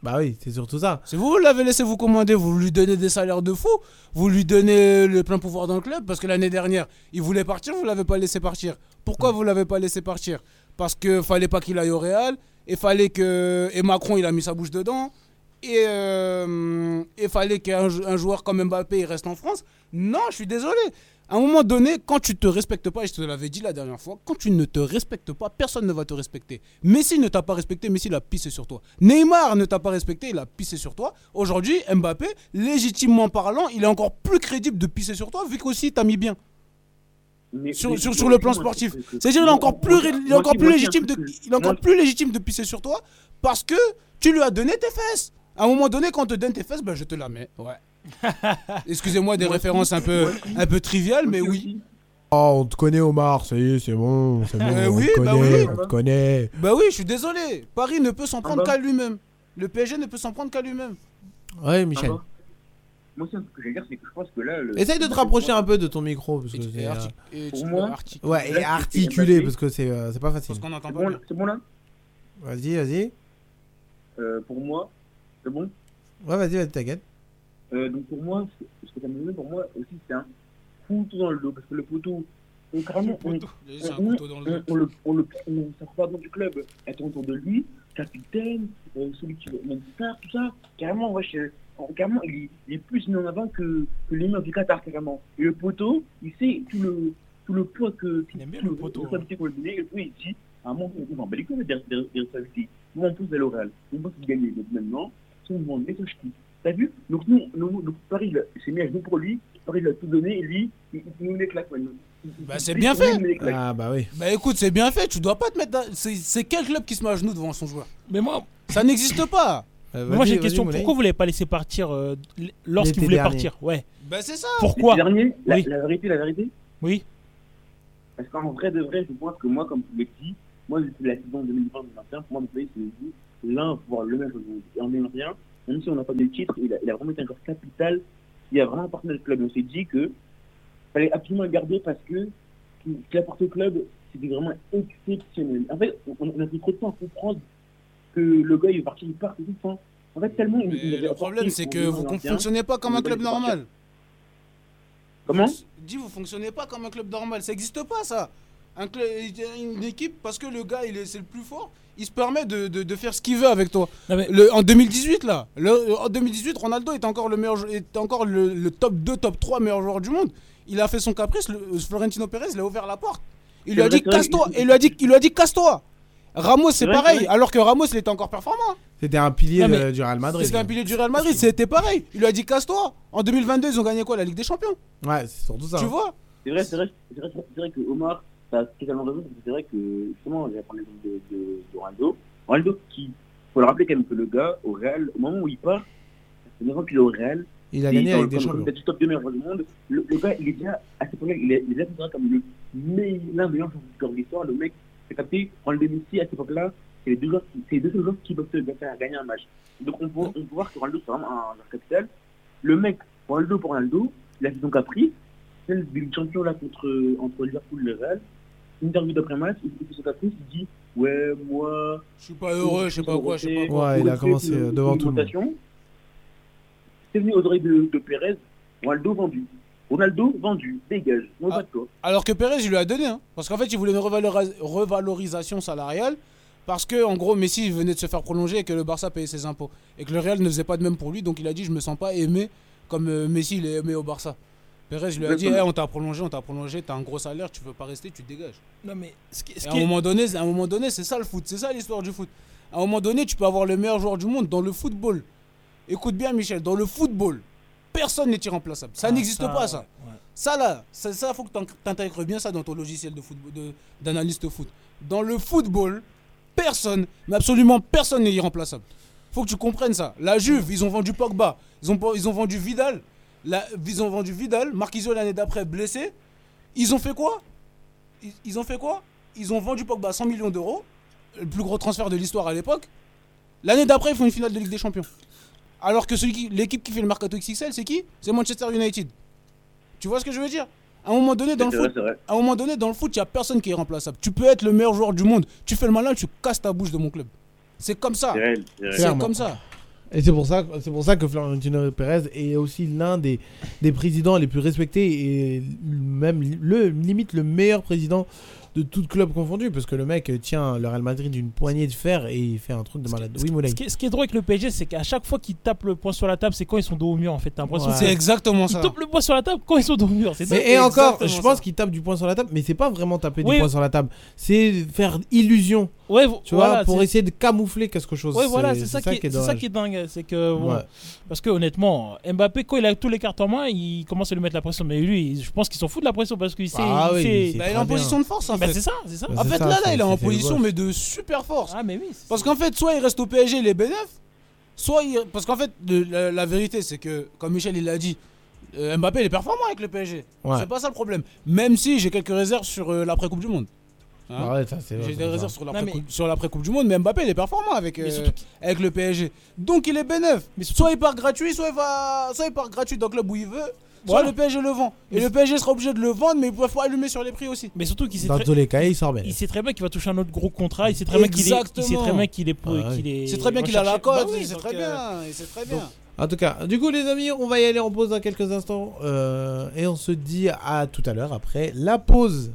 Speaker 2: Bah oui, c'est surtout ça.
Speaker 9: C'est vous l'avez laissé vous commander, vous lui donnez des salaires de fou, vous lui donnez le plein pouvoir dans le club parce que l'année dernière, il voulait partir, vous l'avez pas laissé partir. Pourquoi vous l'avez pas laissé partir Parce que fallait pas qu'il aille au Real et fallait que et Macron, il a mis sa bouche dedans et euh, et fallait qu'un jou- un joueur comme Mbappé il reste en France. Non, je suis désolé. À un moment donné, quand tu te respectes pas, et je te l'avais dit la dernière fois, quand tu ne te respectes pas, personne ne va te respecter. Messi ne t'a pas respecté, Messi l'a pissé sur toi. Neymar ne t'a pas respecté, il a pissé sur toi. Aujourd'hui, Mbappé, légitimement parlant, il est encore plus crédible de pisser sur toi, vu qu'aussi t'as mis bien.
Speaker 10: Mais- mais-
Speaker 9: Sur, sur,
Speaker 10: mais-
Speaker 9: sur le plan
Speaker 10: moi, je-
Speaker 9: sportif.
Speaker 10: je- je-
Speaker 9: C'est-à-dire, il est
Speaker 10: moi,
Speaker 9: encore
Speaker 10: moi,
Speaker 9: plus,
Speaker 10: moi,
Speaker 9: ré- il est encore
Speaker 10: moi,
Speaker 9: plus
Speaker 10: moi,
Speaker 9: légitime de,
Speaker 10: moi,
Speaker 9: il est encore
Speaker 10: moi,
Speaker 9: plus légitime de pisser sur toi parce que tu lui as donné tes fesses. À un moment donné, quand on te donne tes fesses, ben, je te la mets.
Speaker 3: *laughs*
Speaker 9: Ouais. Excusez-moi des références un peu, un peu triviales, mais
Speaker 10: aussi,
Speaker 9: oui.
Speaker 10: aussi.
Speaker 2: Oh, on te connaît, Omar, ça y est, c'est bon, c'est bon,
Speaker 9: Eh
Speaker 2: on,
Speaker 9: oui,
Speaker 2: te
Speaker 9: bah
Speaker 2: connaît,
Speaker 9: oui.
Speaker 2: on te connaît.
Speaker 9: Bah oui, je suis désolé. Paris ne peut s'en prendre
Speaker 10: Ah bah.
Speaker 9: qu'à lui-même. Le PSG ne peut s'en prendre qu'à lui-même.
Speaker 3: Ah
Speaker 2: Ouais, Michel.
Speaker 10: Ah bah. Moi, c'est un truc que j'allais dire, c'est que je pense que là. le-
Speaker 2: Essaye de te rapprocher un peu de ton micro. Parce
Speaker 9: Et
Speaker 2: que
Speaker 9: tu-
Speaker 2: c'est,
Speaker 9: et
Speaker 2: euh,
Speaker 9: artic- et
Speaker 10: pour
Speaker 9: tu-
Speaker 10: moi,
Speaker 9: artic-
Speaker 2: Ouais, et
Speaker 10: Là, c'est
Speaker 2: articuler,
Speaker 10: Mbappé.
Speaker 2: parce que c'est euh, c'est pas facile.
Speaker 9: Parce qu'on entend
Speaker 10: C'est bon,
Speaker 9: pas. bien.
Speaker 10: là- c'est bon là
Speaker 2: Vas-y, vas-y.
Speaker 10: Euh, Pour moi, c'est bon.
Speaker 2: Ouais, vas-y, vas-y, t'inquiète.
Speaker 10: Euh, donc pour moi, ce ce que ça me donne pour moi aussi, c'est un couteau dans le dos. Parce que le poteau, on carrément, on,
Speaker 9: J'ai un
Speaker 10: on-
Speaker 9: couteau dans le
Speaker 10: on,
Speaker 9: dos.
Speaker 10: on le, on le, on le sort pas dans du club. Elle tourne autour de lui, capitaine, euh, celui qui veut même star, tout ça. Carrément, wesh, euh, carrément, il, est- il est plus mis en avant que, que l'émir du Qatar, carrément. Et le poteau, il sait tout le, tout le poids que.
Speaker 3: Il aime bien
Speaker 10: tout
Speaker 3: le poteau,
Speaker 10: responsabilité qu'on lui donnait, et puis il dit, à un moment, on s'en bat les couilles des des- des responsabilités. Moi, on pousse à l'oral. On pense gagner. Donc maintenant, tout le monde, mais ça, je kiffe. T'as vu Donc nous, nous, donc Paris là, s'est mis à genoux pour lui, Paris l'a tout donné, et lui, il, il nous éclate maintenant.
Speaker 9: Bah, c'est bien fait.
Speaker 10: Il nous éclate.
Speaker 2: Ah, bah oui.
Speaker 9: Bah écoute, c'est bien fait. Tu dois pas te mettre. dans- C'est c'est quel club qui se met à genoux devant son joueur
Speaker 3: Mais moi,
Speaker 9: Ça n'existe pas.
Speaker 2: Euh,
Speaker 3: Mais moi
Speaker 2: vas-y,
Speaker 3: j'ai une
Speaker 2: vas-y,
Speaker 3: question,
Speaker 2: Moulay.
Speaker 3: pourquoi vous l'avez pas laissé partir euh, l- lorsqu'il
Speaker 2: L'été
Speaker 3: voulait
Speaker 2: dernier.
Speaker 3: partir Ouais.
Speaker 9: Bah, c'est ça
Speaker 3: Pourquoi
Speaker 10: L'été dernier, la,
Speaker 3: Oui.
Speaker 10: la vérité, la vérité
Speaker 3: Oui.
Speaker 10: Parce qu'en vrai de vrai, je pense que moi, comme je l'ai dit, moi, depuis la saison 2020-2021, pour moi, Mbappé, c'est l'un, voire le même. Et on n'aime rien. Même si on n'a pas de titre, il a, il a vraiment été un joueur capital. Il a vraiment apporté le club. On s'est dit que fallait absolument le garder parce que ce qu'il- ce qu'il a apporté au club, c'était vraiment exceptionnel. En fait, on, on a pris trop de temps à comprendre que le gars, il est parti, il part, c'est tout. Enfin, en fait, tellement il, il
Speaker 9: Mais
Speaker 10: avait
Speaker 9: le
Speaker 10: apporté
Speaker 9: problème, c'est
Speaker 10: en
Speaker 9: que
Speaker 10: 2021.
Speaker 9: vous ne fonctionnez pas comme un club normal.
Speaker 10: Comment
Speaker 9: Dis, vous fonctionnez pas comme un club normal. Ça n'existe pas, ça. Un cl- euh, une équipe, parce que le gars, il est, c'est le plus fort, il se permet de, de- de faire ce qu'il veut avec toi.
Speaker 3: Non, mais-
Speaker 9: Le- en 2018, là, le- en 2018, Ronaldo était encore le meilleur, jou- était encore le, le top 2, top 3 meilleur joueur du monde. Il a fait son caprice. le- euh, Florentino Pérez, il a ouvert la porte. Il lui
Speaker 10: C'est
Speaker 9: a dit
Speaker 10: vrai, c'est vrai.
Speaker 9: casse-toi. Il lui a dit, il lui a dit casse-toi. Ramos, c'est
Speaker 10: vrai, c'est
Speaker 9: pareil.
Speaker 10: vrai.
Speaker 9: Alors que Ramos, il était encore performant.
Speaker 2: C'était un pilier
Speaker 3: Non, mais-
Speaker 2: euh, du Real Madrid.
Speaker 9: C'était
Speaker 10: hein.
Speaker 9: un pilier du Real Madrid, c'était pareil. Il lui a dit casse-toi. En 2022, ils ont gagné quoi La Ligue des Champions.
Speaker 2: Ouais, c'est surtout ça.
Speaker 9: Tu vois
Speaker 10: C'est vrai, c'est vrai, c'est vrai, c'est vrai que Omar, t'as totalement raison, parce que c'est vrai que justement, j'ai appris l'exemple de, de, de Ronaldo. Ronaldo qui, faut le rappeler quand même que le gars, au Real, au moment où il part, c'est neuf ans qu'il est au Real,
Speaker 2: Il
Speaker 10: il
Speaker 2: a
Speaker 10: est
Speaker 2: gagné
Speaker 10: dans le-
Speaker 2: avec des
Speaker 10: comme- comme
Speaker 2: champions.
Speaker 10: peut-être le top 2 meilleurs joueurs du monde, le, le gars, il est déjà, à ce point-là, il est, il est déjà considéré comme le meilleur, l'un des meilleurs joueurs de l'histoire, le mec, c'est capté, Ronaldo et Messi, à cette époque-là, c'est les deux joueurs qui, c'est les deux seuls joueurs qui peuvent te faire gagner un match. Donc on peut, on peut voir que Ronaldo, c'est vraiment un joueur capital. Le mec, Ronaldo pour Ronaldo, la saison qu'a pris, celle du champion là contre, entre Liverpool et le Real, interview d'après-match, il il fait son caprice, il dit Ouais, moi.
Speaker 9: Je suis pas heureux, je sais pas quoi, je sais pas quoi.
Speaker 2: Ouais, il a commencé, euh, devant tout le monde.
Speaker 10: monde. C'est venu aux oreilles de, de Pérez, Ronaldo vendu. Ronaldo vendu, dégage, non
Speaker 9: Ah.
Speaker 10: pas de toi.
Speaker 9: Alors que Pérez, il lui a donné. hein. Parce qu'en fait, il voulait une revalorisa- revalorisation salariale. Parce que, en gros, Messi venait de se faire prolonger et que le Barça payait ses impôts. Et que le Real ne faisait pas de même pour lui. Donc, il a dit Je me sens pas aimé comme euh, Messi, il est aimé au Barça. Pérez lui a dit
Speaker 10: Exactement.
Speaker 9: Eh, On t'a prolongé, on t'a prolongé, t'as un gros salaire, tu veux pas rester, tu te dégages.
Speaker 3: Non mais ce qui, ce
Speaker 9: Et à
Speaker 3: qui
Speaker 9: un
Speaker 3: est-
Speaker 9: moment donné, à un moment donné, c'est ça le foot, c'est ça l'histoire du foot. À un moment donné, tu peux avoir le meilleur joueur du monde dans le football. Écoute bien, Michel, dans le football, personne n'est irremplaçable. Ça
Speaker 3: Ah,
Speaker 9: n'existe pas, ça.
Speaker 3: ouais, ouais.
Speaker 11: 嗯
Speaker 9: Ça là, ça, ça faut que t'in- t'intègres bien ça dans ton logiciel de football, de- d'analyste foot. Dans le football, personne, mais absolument personne n'est irremplaçable. Faut que tu comprennes ça. La Juve, ils ont vendu Pogba, ils ont, ils ont vendu Vidal, la- ils ont vendu Vidal, Marquisio l'année d'après blessé. Ils ont fait quoi ils, ils ont fait quoi Ils ont vendu Pogba à 100 millions d'euros, le plus gros transfert de l'histoire à l'époque. L'année d'après, ils font une finale de Ligue des Champions. Alors que celui qui- l'équipe qui fait le mercato XXL, c'est qui C'est Manchester United. Tu vois ce que je veux dire À un moment donné dans le
Speaker 10: C'est vrai,
Speaker 9: foot,
Speaker 10: c'est vrai.
Speaker 9: à un moment donné dans le foot, il y a personne qui est remplaçable. Tu peux être le meilleur joueur du monde, tu fais le malin, tu casses ta bouche de mon club. C'est comme ça.
Speaker 10: C'est réel, c'est réel.
Speaker 9: C'est
Speaker 2: Clairement.
Speaker 9: comme ça.
Speaker 2: Et c'est pour ça, c'est pour ça que Florentino Pérez est aussi l'un des, des présidents les plus respectés et même le limite le meilleur président de tout club confondu parce que le mec tient le Real Madrid d'une poignée de fer et il fait un truc de malade.
Speaker 3: ce
Speaker 2: Oui,
Speaker 3: qui-
Speaker 2: Moulay.
Speaker 3: ce, qui, est- ce qui est drôle avec le PSG, c'est qu'à chaque fois qu'ils tapent le poing sur la table, c'est quand ils sont dos au mur en fait. T'as l'impression
Speaker 2: Ouais.
Speaker 3: que
Speaker 9: C'est
Speaker 3: c'est-
Speaker 9: exactement
Speaker 3: ils
Speaker 9: ça.
Speaker 3: tapent le poing sur la table quand ils sont dos au mur. C'est ça.
Speaker 2: Mais et encore,
Speaker 9: exactement
Speaker 2: je pense
Speaker 9: ça.
Speaker 2: qu'il tape du poing sur la table, mais c'est pas vraiment taper
Speaker 3: Oui.
Speaker 2: du poing sur la table, c'est faire illusion,
Speaker 3: Ouais, vo-
Speaker 2: tu
Speaker 3: voilà,
Speaker 2: vois, pour
Speaker 3: c'est-
Speaker 2: essayer de camoufler quelque chose.
Speaker 3: Ouais, voilà, c'est ça, qui est- c'est ça
Speaker 2: dommage.
Speaker 3: qui est dingue. C'est que. bon,
Speaker 2: Ouais.
Speaker 3: Parce que honnêtement, Mbappé, quand il a tous les cartes en main, il commence à lui mettre la pression. Mais lui, je pense qu'il s'en fout de la pression parce qu'il sait.
Speaker 2: Ah
Speaker 3: il
Speaker 2: oui,
Speaker 3: sait-
Speaker 2: il sait.
Speaker 9: Bah, il est en
Speaker 2: Très bien.
Speaker 9: position de force en
Speaker 3: Bah,
Speaker 9: fait.
Speaker 3: c'est ça, c'est ça.
Speaker 2: Bah,
Speaker 9: En
Speaker 2: c'est
Speaker 9: fait
Speaker 2: ça,
Speaker 9: là,
Speaker 2: ça,
Speaker 9: là, il est en
Speaker 2: c'est- c'est le
Speaker 9: position
Speaker 2: gosse.
Speaker 9: mais de super force.
Speaker 3: Ah, mais oui. c'est-
Speaker 9: Parce qu'en fait, soit il reste au PSG les bénéfices, soit il... Parce qu'en fait, le- la, la vérité, c'est que, comme Michel il l'a dit, euh, Mbappé il est performant avec le PSG.
Speaker 2: Ouais.
Speaker 9: C'est pas ça le problème. Même si j'ai quelques réserves sur euh, l'après-Coupe du Monde. Hein
Speaker 2: Ah ouais, ça, c'est-
Speaker 9: j'ai
Speaker 2: c'est
Speaker 9: des
Speaker 2: ça.
Speaker 9: réserves sur
Speaker 3: Non, mais-
Speaker 9: l'après-Coupe sur l'après-Coupe du Monde, mais Mbappé il est performant avec, euh,
Speaker 3: Mais surtout qu'il-
Speaker 9: avec le PSG. Donc il est bénéf. Mais soit il part gratuit, soit il, va... soit il part gratuit dans le club où il veut, soit
Speaker 3: Voilà.
Speaker 9: le PSG le vend. Et le PSG sera obligé de le vendre, mais il faut allumer sur les prix aussi.
Speaker 3: Mais surtout qu'il sait,
Speaker 2: Dans
Speaker 3: très...
Speaker 2: tous les cas, il sort bien.
Speaker 3: il sait très bien qu'il va toucher un autre gros contrat. Il sait très bien qu'il est. Il sait
Speaker 9: Exactement.
Speaker 3: très bien qu'il est.
Speaker 2: Ah oui.
Speaker 3: qu'il est
Speaker 9: C'est très bien qu'il a la
Speaker 3: recherché. Bah
Speaker 9: cote,
Speaker 3: oui,
Speaker 9: c'est
Speaker 3: donc,
Speaker 9: très
Speaker 3: euh,
Speaker 9: bien, et c'est très bien.
Speaker 2: En tout cas, du coup, les amis, on va y aller en pause dans quelques instants. euh, et on se dit à tout à l'heure après la pause.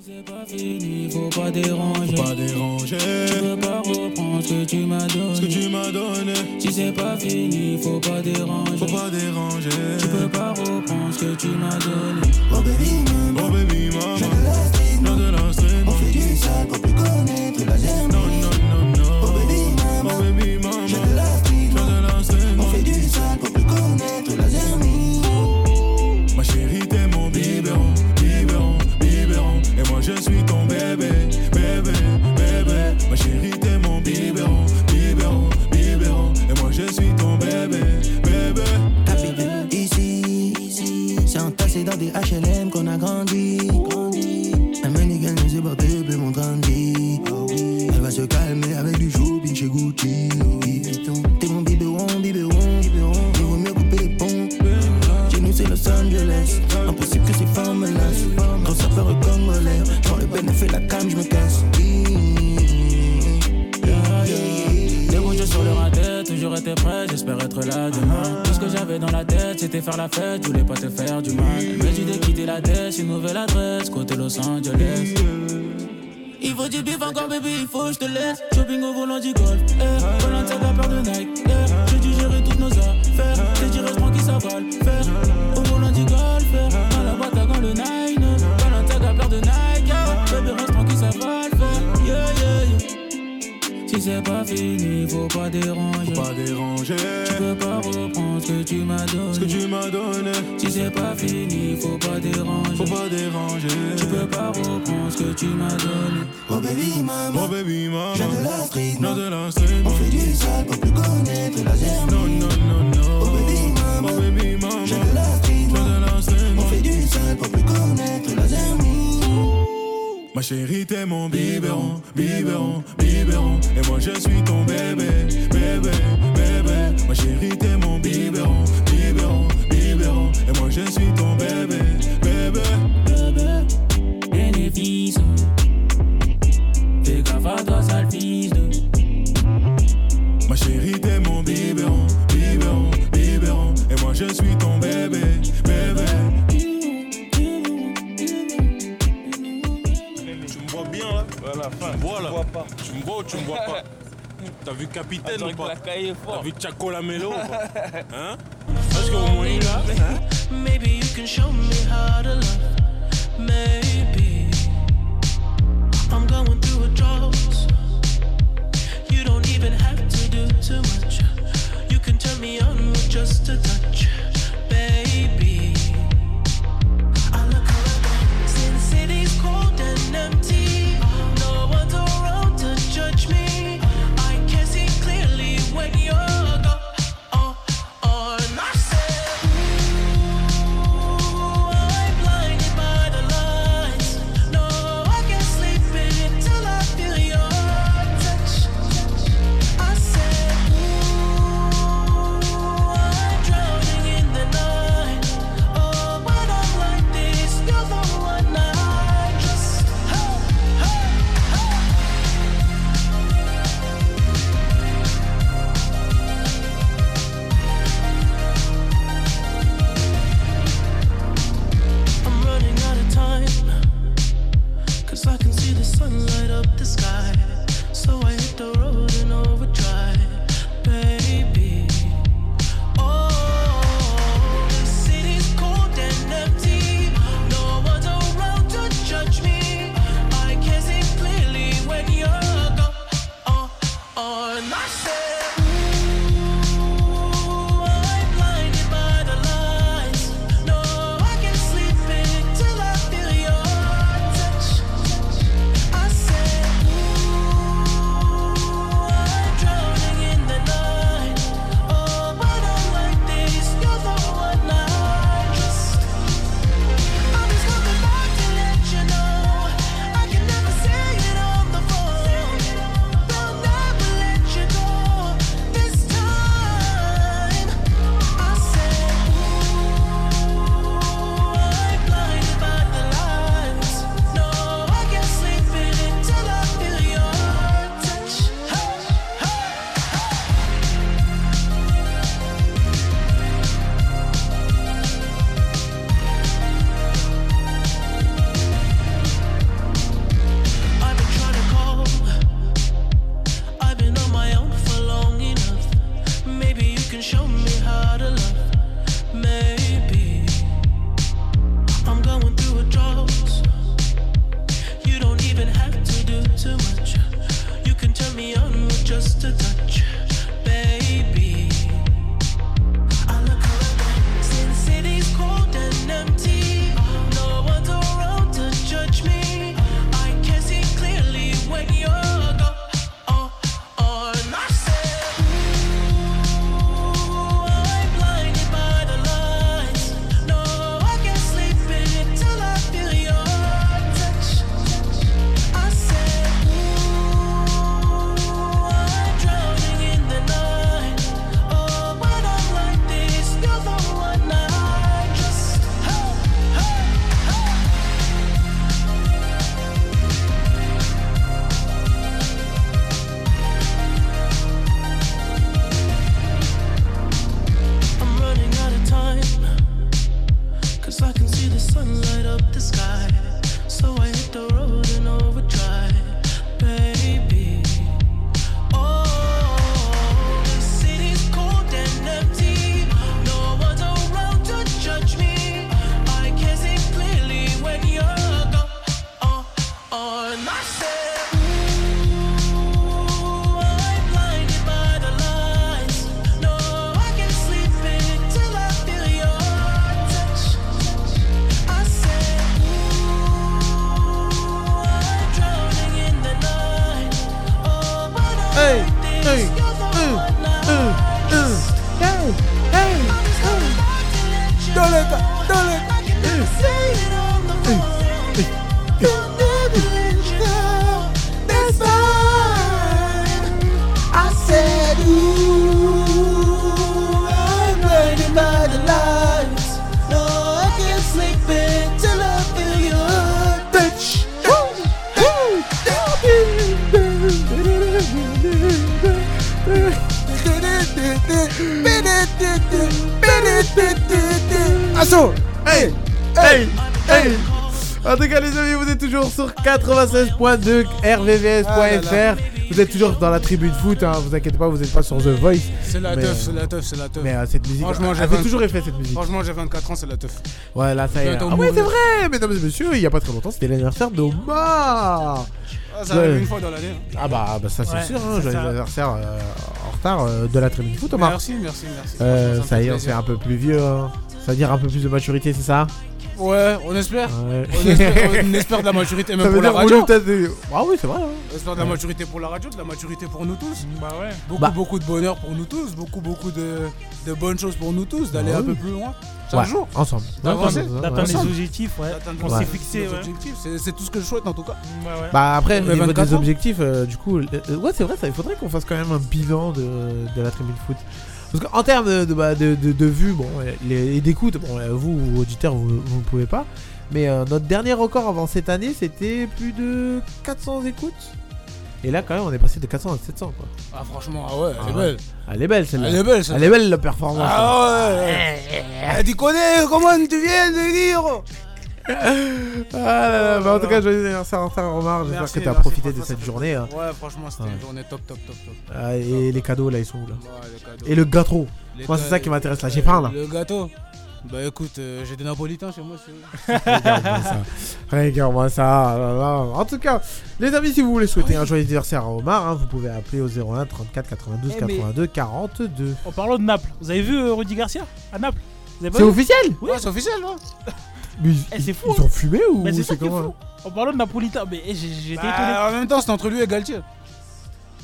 Speaker 6: Si c'est pas fini, faut pas déranger. Faut pas déranger. Tu peux pas reprendre ce que tu m'as donné. Ce que tu m'as donné. Si c'est pas fini, faut pas déranger. Faut pas déranger. Tu peux pas reprendre ce que tu m'as donné. Oh baby mama, oh baby mama. Je de la street, non de la street. On fait du sale pour plus connaître la germe. Non non non non. Oh baby mama, oh baby mama. Je de la street, non de la street. On fait du sale pour plus connaître la germe. Ma chérie, t'es mon biberon, biberon, biberon. Et moi, je suis ton bébé, bébé, bébé. Ma chérie, t'es mon biberon, biberon, biberon. Et
Speaker 11: H&M se calmer avec du shopping chez Gucci. oui. T'es mon biberon, biberon, biberon. Il vaut mieux couper les ponts. Chez nous, c'est Los Angeles. Impossible que ces femmes menacent. Dans sa peur congolais. Quand le bénéfice la cam, je me casse.
Speaker 12: Déroute sur le raté, toujours été prêt, j'espère être là demain. Tout ce que j'avais dans la tête, c'était faire la fête, je voulais pas te faire du mal. Mais j'ai dû quitter la tête, une nouvelle adresse, côté Los Angeles.
Speaker 6: Il faut du bif encore, bébé, il faut que je te laisse. Shopping au volant du golf, eh. Volant de sa peur de Nike, eh. J'ai dû gérer toutes nos affaires. C'est du restaurant qui s'avale, faire. Au volant du golf, eh. Dans la boîte à gants, le nine. eh. Volant de sa peur de Nike, eh. Bébé, restaurant qui s'avale, faire. Yeah, yeah, yeah.
Speaker 12: Si c'est pas fini, faut pas déranger. Faut pas déranger. Tu peux pas reprendre ce que tu m'as donné. Ce que tu m'as donné. Si c'est pas fini, faut pas déranger. Faut pas déranger. Tu peux pas reprendre ce que tu m'as donné.
Speaker 11: Oh baby maman, oh baby maman, j'ai de la street, non de la
Speaker 12: street,
Speaker 11: on fait du sale pour plus connaître la germe. Non non non non, oh baby maman, oh baby maman, j'ai de la street, non de la street, on fait du sale pour plus connaître la germe. Ma chérie t'es mon biberon, biberon, biberon, et moi je suis ton bébé, bébé, bébé. Ma chérie t'es mon biberon, biberon, biberon, et moi je suis ton bébé, bébé.
Speaker 12: Bénéfice. Fais gaffe à toi, sale fils de.
Speaker 11: Ma chérie, t'es mon biberon, biberon, biberon. Et moi, je suis ton bébé, bébé.
Speaker 13: Tu me vois bien là Tu me vois là Tu me vois ou tu me vois *laughs* pas T'as vu Capitaine ou pas T'as vu Chacola Melo *laughs* Hein Est-ce qu'au moins il a
Speaker 6: Maybe you can show me how to love. Maybe I'm going through a drought. You don't even have to do too much. You can turn me on with just a touch, baby. I look around, see the city's cold and empty. No one's around to judge me. I can see clearly when you're gone. Oh, And I said, Ooh, I'm blinded by the lights. No, I can't sleep until I feel your touch. I said, Ooh, I'm drowning in the night. Oh, when I'm like this, you're the one I trust. Hey, hey, hey. I'm running out of time. Cause I can see the sun light up the sky. So I hit the road and overdrive, baby. Oh, the city's cold and empty. No one's around to judge me. I can see clearly when you're gone. Oh, And I said, Ooh, I'm blinded by the lights. No, I can't sleep until I feel your touch. I said, Ooh, I'm drowning in the night. Oh, when I'm like this, you're the one I trust. I'm just looking back to let you know I can never say it on the phone. They'll never let you go. Oh, Oh,
Speaker 2: hey, hey, hey, hey, hey, hey, hey. Dans le tas, dans le tas. Assaut Hey Hey Hey En tout cas les amis, vous êtes toujours sur 96.2 rvvs.fr. Vous êtes toujours dans la tribu de foot, hein, vous inquiétez pas, vous n'êtes pas sur The Voice.
Speaker 9: C'est la
Speaker 2: mais,
Speaker 9: teuf,
Speaker 2: euh,
Speaker 9: c'est la teuf, c'est la teuf.
Speaker 2: Mais euh, cette musique,
Speaker 9: Franchement, j'ai
Speaker 2: elle fait
Speaker 9: 20
Speaker 2: toujours effet cette musique.
Speaker 9: Franchement, j'ai 24 ans, c'est la teuf.
Speaker 2: Ouais, là ça y est.
Speaker 9: Bientôt
Speaker 2: Ah ouais,
Speaker 9: mourir.
Speaker 2: c'est vrai, mesdames et messieurs, il y a pas très longtemps, c'était l'anniversaire d'Omar.
Speaker 9: Ah, ça arrive une fois dans l'année, hein.
Speaker 2: Ah bah, bah, ça c'est
Speaker 9: Ouais,
Speaker 2: sûr, hein,
Speaker 9: c'est
Speaker 2: joyeux
Speaker 9: ça.
Speaker 2: anniversaire euh, en retard euh, de la tribune de foot, Omar.
Speaker 9: Merci, merci, merci.
Speaker 2: Euh,
Speaker 9: Franchement, ça
Speaker 2: ça
Speaker 9: me
Speaker 2: y est,
Speaker 9: fait
Speaker 2: on
Speaker 9: plaisir.
Speaker 2: fait un peu plus vieux. hein. Ça veut dire un peu plus de maturité, c'est ça
Speaker 9: Ouais, on espère.
Speaker 2: Ouais.
Speaker 9: On, espère on espère de
Speaker 2: *laughs*
Speaker 9: la maturité, même
Speaker 2: Ça veut
Speaker 9: pour la
Speaker 2: dire qu'on
Speaker 9: radio.
Speaker 2: est peut-être des- Ah oui, c'est vrai. hein.
Speaker 9: On espère de Euh, la
Speaker 2: Ouais.
Speaker 9: maturité pour la radio, de la maturité pour nous tous.
Speaker 3: Bah ouais.
Speaker 9: Beaucoup,
Speaker 2: Bah.
Speaker 9: beaucoup de bonheur pour nous tous, beaucoup, beaucoup de, de bonnes choses pour nous tous, d'aller
Speaker 2: Bah
Speaker 9: un
Speaker 2: oui.
Speaker 9: peu plus loin. Chaque
Speaker 2: Ouais,
Speaker 9: jour.
Speaker 2: ensemble.
Speaker 9: D'avancer.
Speaker 2: Ensemble, D'atteindre ouais. les
Speaker 9: Ensemble.
Speaker 3: objectifs, ouais.
Speaker 9: D'atteindre
Speaker 3: Qu'on
Speaker 9: nos-
Speaker 3: s'est fixé,
Speaker 9: nos
Speaker 3: ouais.
Speaker 9: objectifs. C'est- C'est tout ce que je souhaite en tout cas.
Speaker 2: Bah après,
Speaker 9: On
Speaker 2: au
Speaker 9: a
Speaker 2: niveau
Speaker 9: 24
Speaker 2: des
Speaker 9: ans.
Speaker 2: objectifs, euh, du coup, euh, euh, ouais, c'est vrai, ça, il faudrait qu'on fasse quand même un bilan de, de la tribune foot. Parce qu'en termes de, de, bah, de, de- de vues bon, euh, les- et d'écoute, bon, euh, vous, auditeurs, vous, vous ne pouvez pas. Mais euh, notre dernier record avant cette année, c'était plus de 400 écoutes. Et là, quand même, on est passé de 400 à 700, quoi.
Speaker 9: Ah, franchement, ah ouais, elle
Speaker 2: Ah
Speaker 9: est
Speaker 2: ouais.
Speaker 9: belle.
Speaker 2: Elle est belle, celle-là.
Speaker 9: Elle est belle, celle-là.
Speaker 2: Elle est belle, la performance.
Speaker 9: Ah ouais.
Speaker 2: Eh.
Speaker 9: Elle dit connais, comment tu viens de dire
Speaker 2: Ah là là, bah, en tout cas, joyeux anniversaire, Antoine Romar. J'espère
Speaker 9: Merci,
Speaker 2: que tu as
Speaker 9: merci,
Speaker 2: profité de
Speaker 9: franchement,
Speaker 2: cette
Speaker 9: ça fait-
Speaker 2: journée. hein.
Speaker 9: Ouais, franchement, c'était
Speaker 2: Ouais.
Speaker 9: une journée top, top, top, top.
Speaker 2: Ah, et les cadeaux là ils sont où là
Speaker 9: Ouais, les cadeaux.
Speaker 2: Et le gâteau
Speaker 9: Les
Speaker 2: Moi c'est ça
Speaker 9: ca-
Speaker 2: qui m'intéresse là, j'ai faim là
Speaker 9: Le gâteau Bah écoute, euh, j'ai des napolitains chez moi. c'est-
Speaker 2: *laughs* Regarde-moi ça. Regarde-moi ça. ah là là. En tout cas, les amis, si vous voulez souhaiter un joyeux anniversaire à Omar, hein, vous pouvez appeler au 01 34 92
Speaker 3: Eh, mais- Eh,
Speaker 2: 82 42.
Speaker 3: En parlant de Naples, vous avez vu euh, Rudy Garcia à Naples Vous avez pas
Speaker 2: C'est
Speaker 3: vu
Speaker 2: officiel
Speaker 3: Oui, c'est officiel.
Speaker 2: Mais
Speaker 3: Eh, c'est fou.
Speaker 2: ils ont fumé ou
Speaker 3: Mais c'est ça
Speaker 2: c'est
Speaker 3: qui est
Speaker 2: comment
Speaker 3: fou. En parlant de Napolitain, mais eh, j'ai- j'étais
Speaker 9: Bah,
Speaker 3: étonné.
Speaker 9: En même temps, c'est entre lui et Galtier.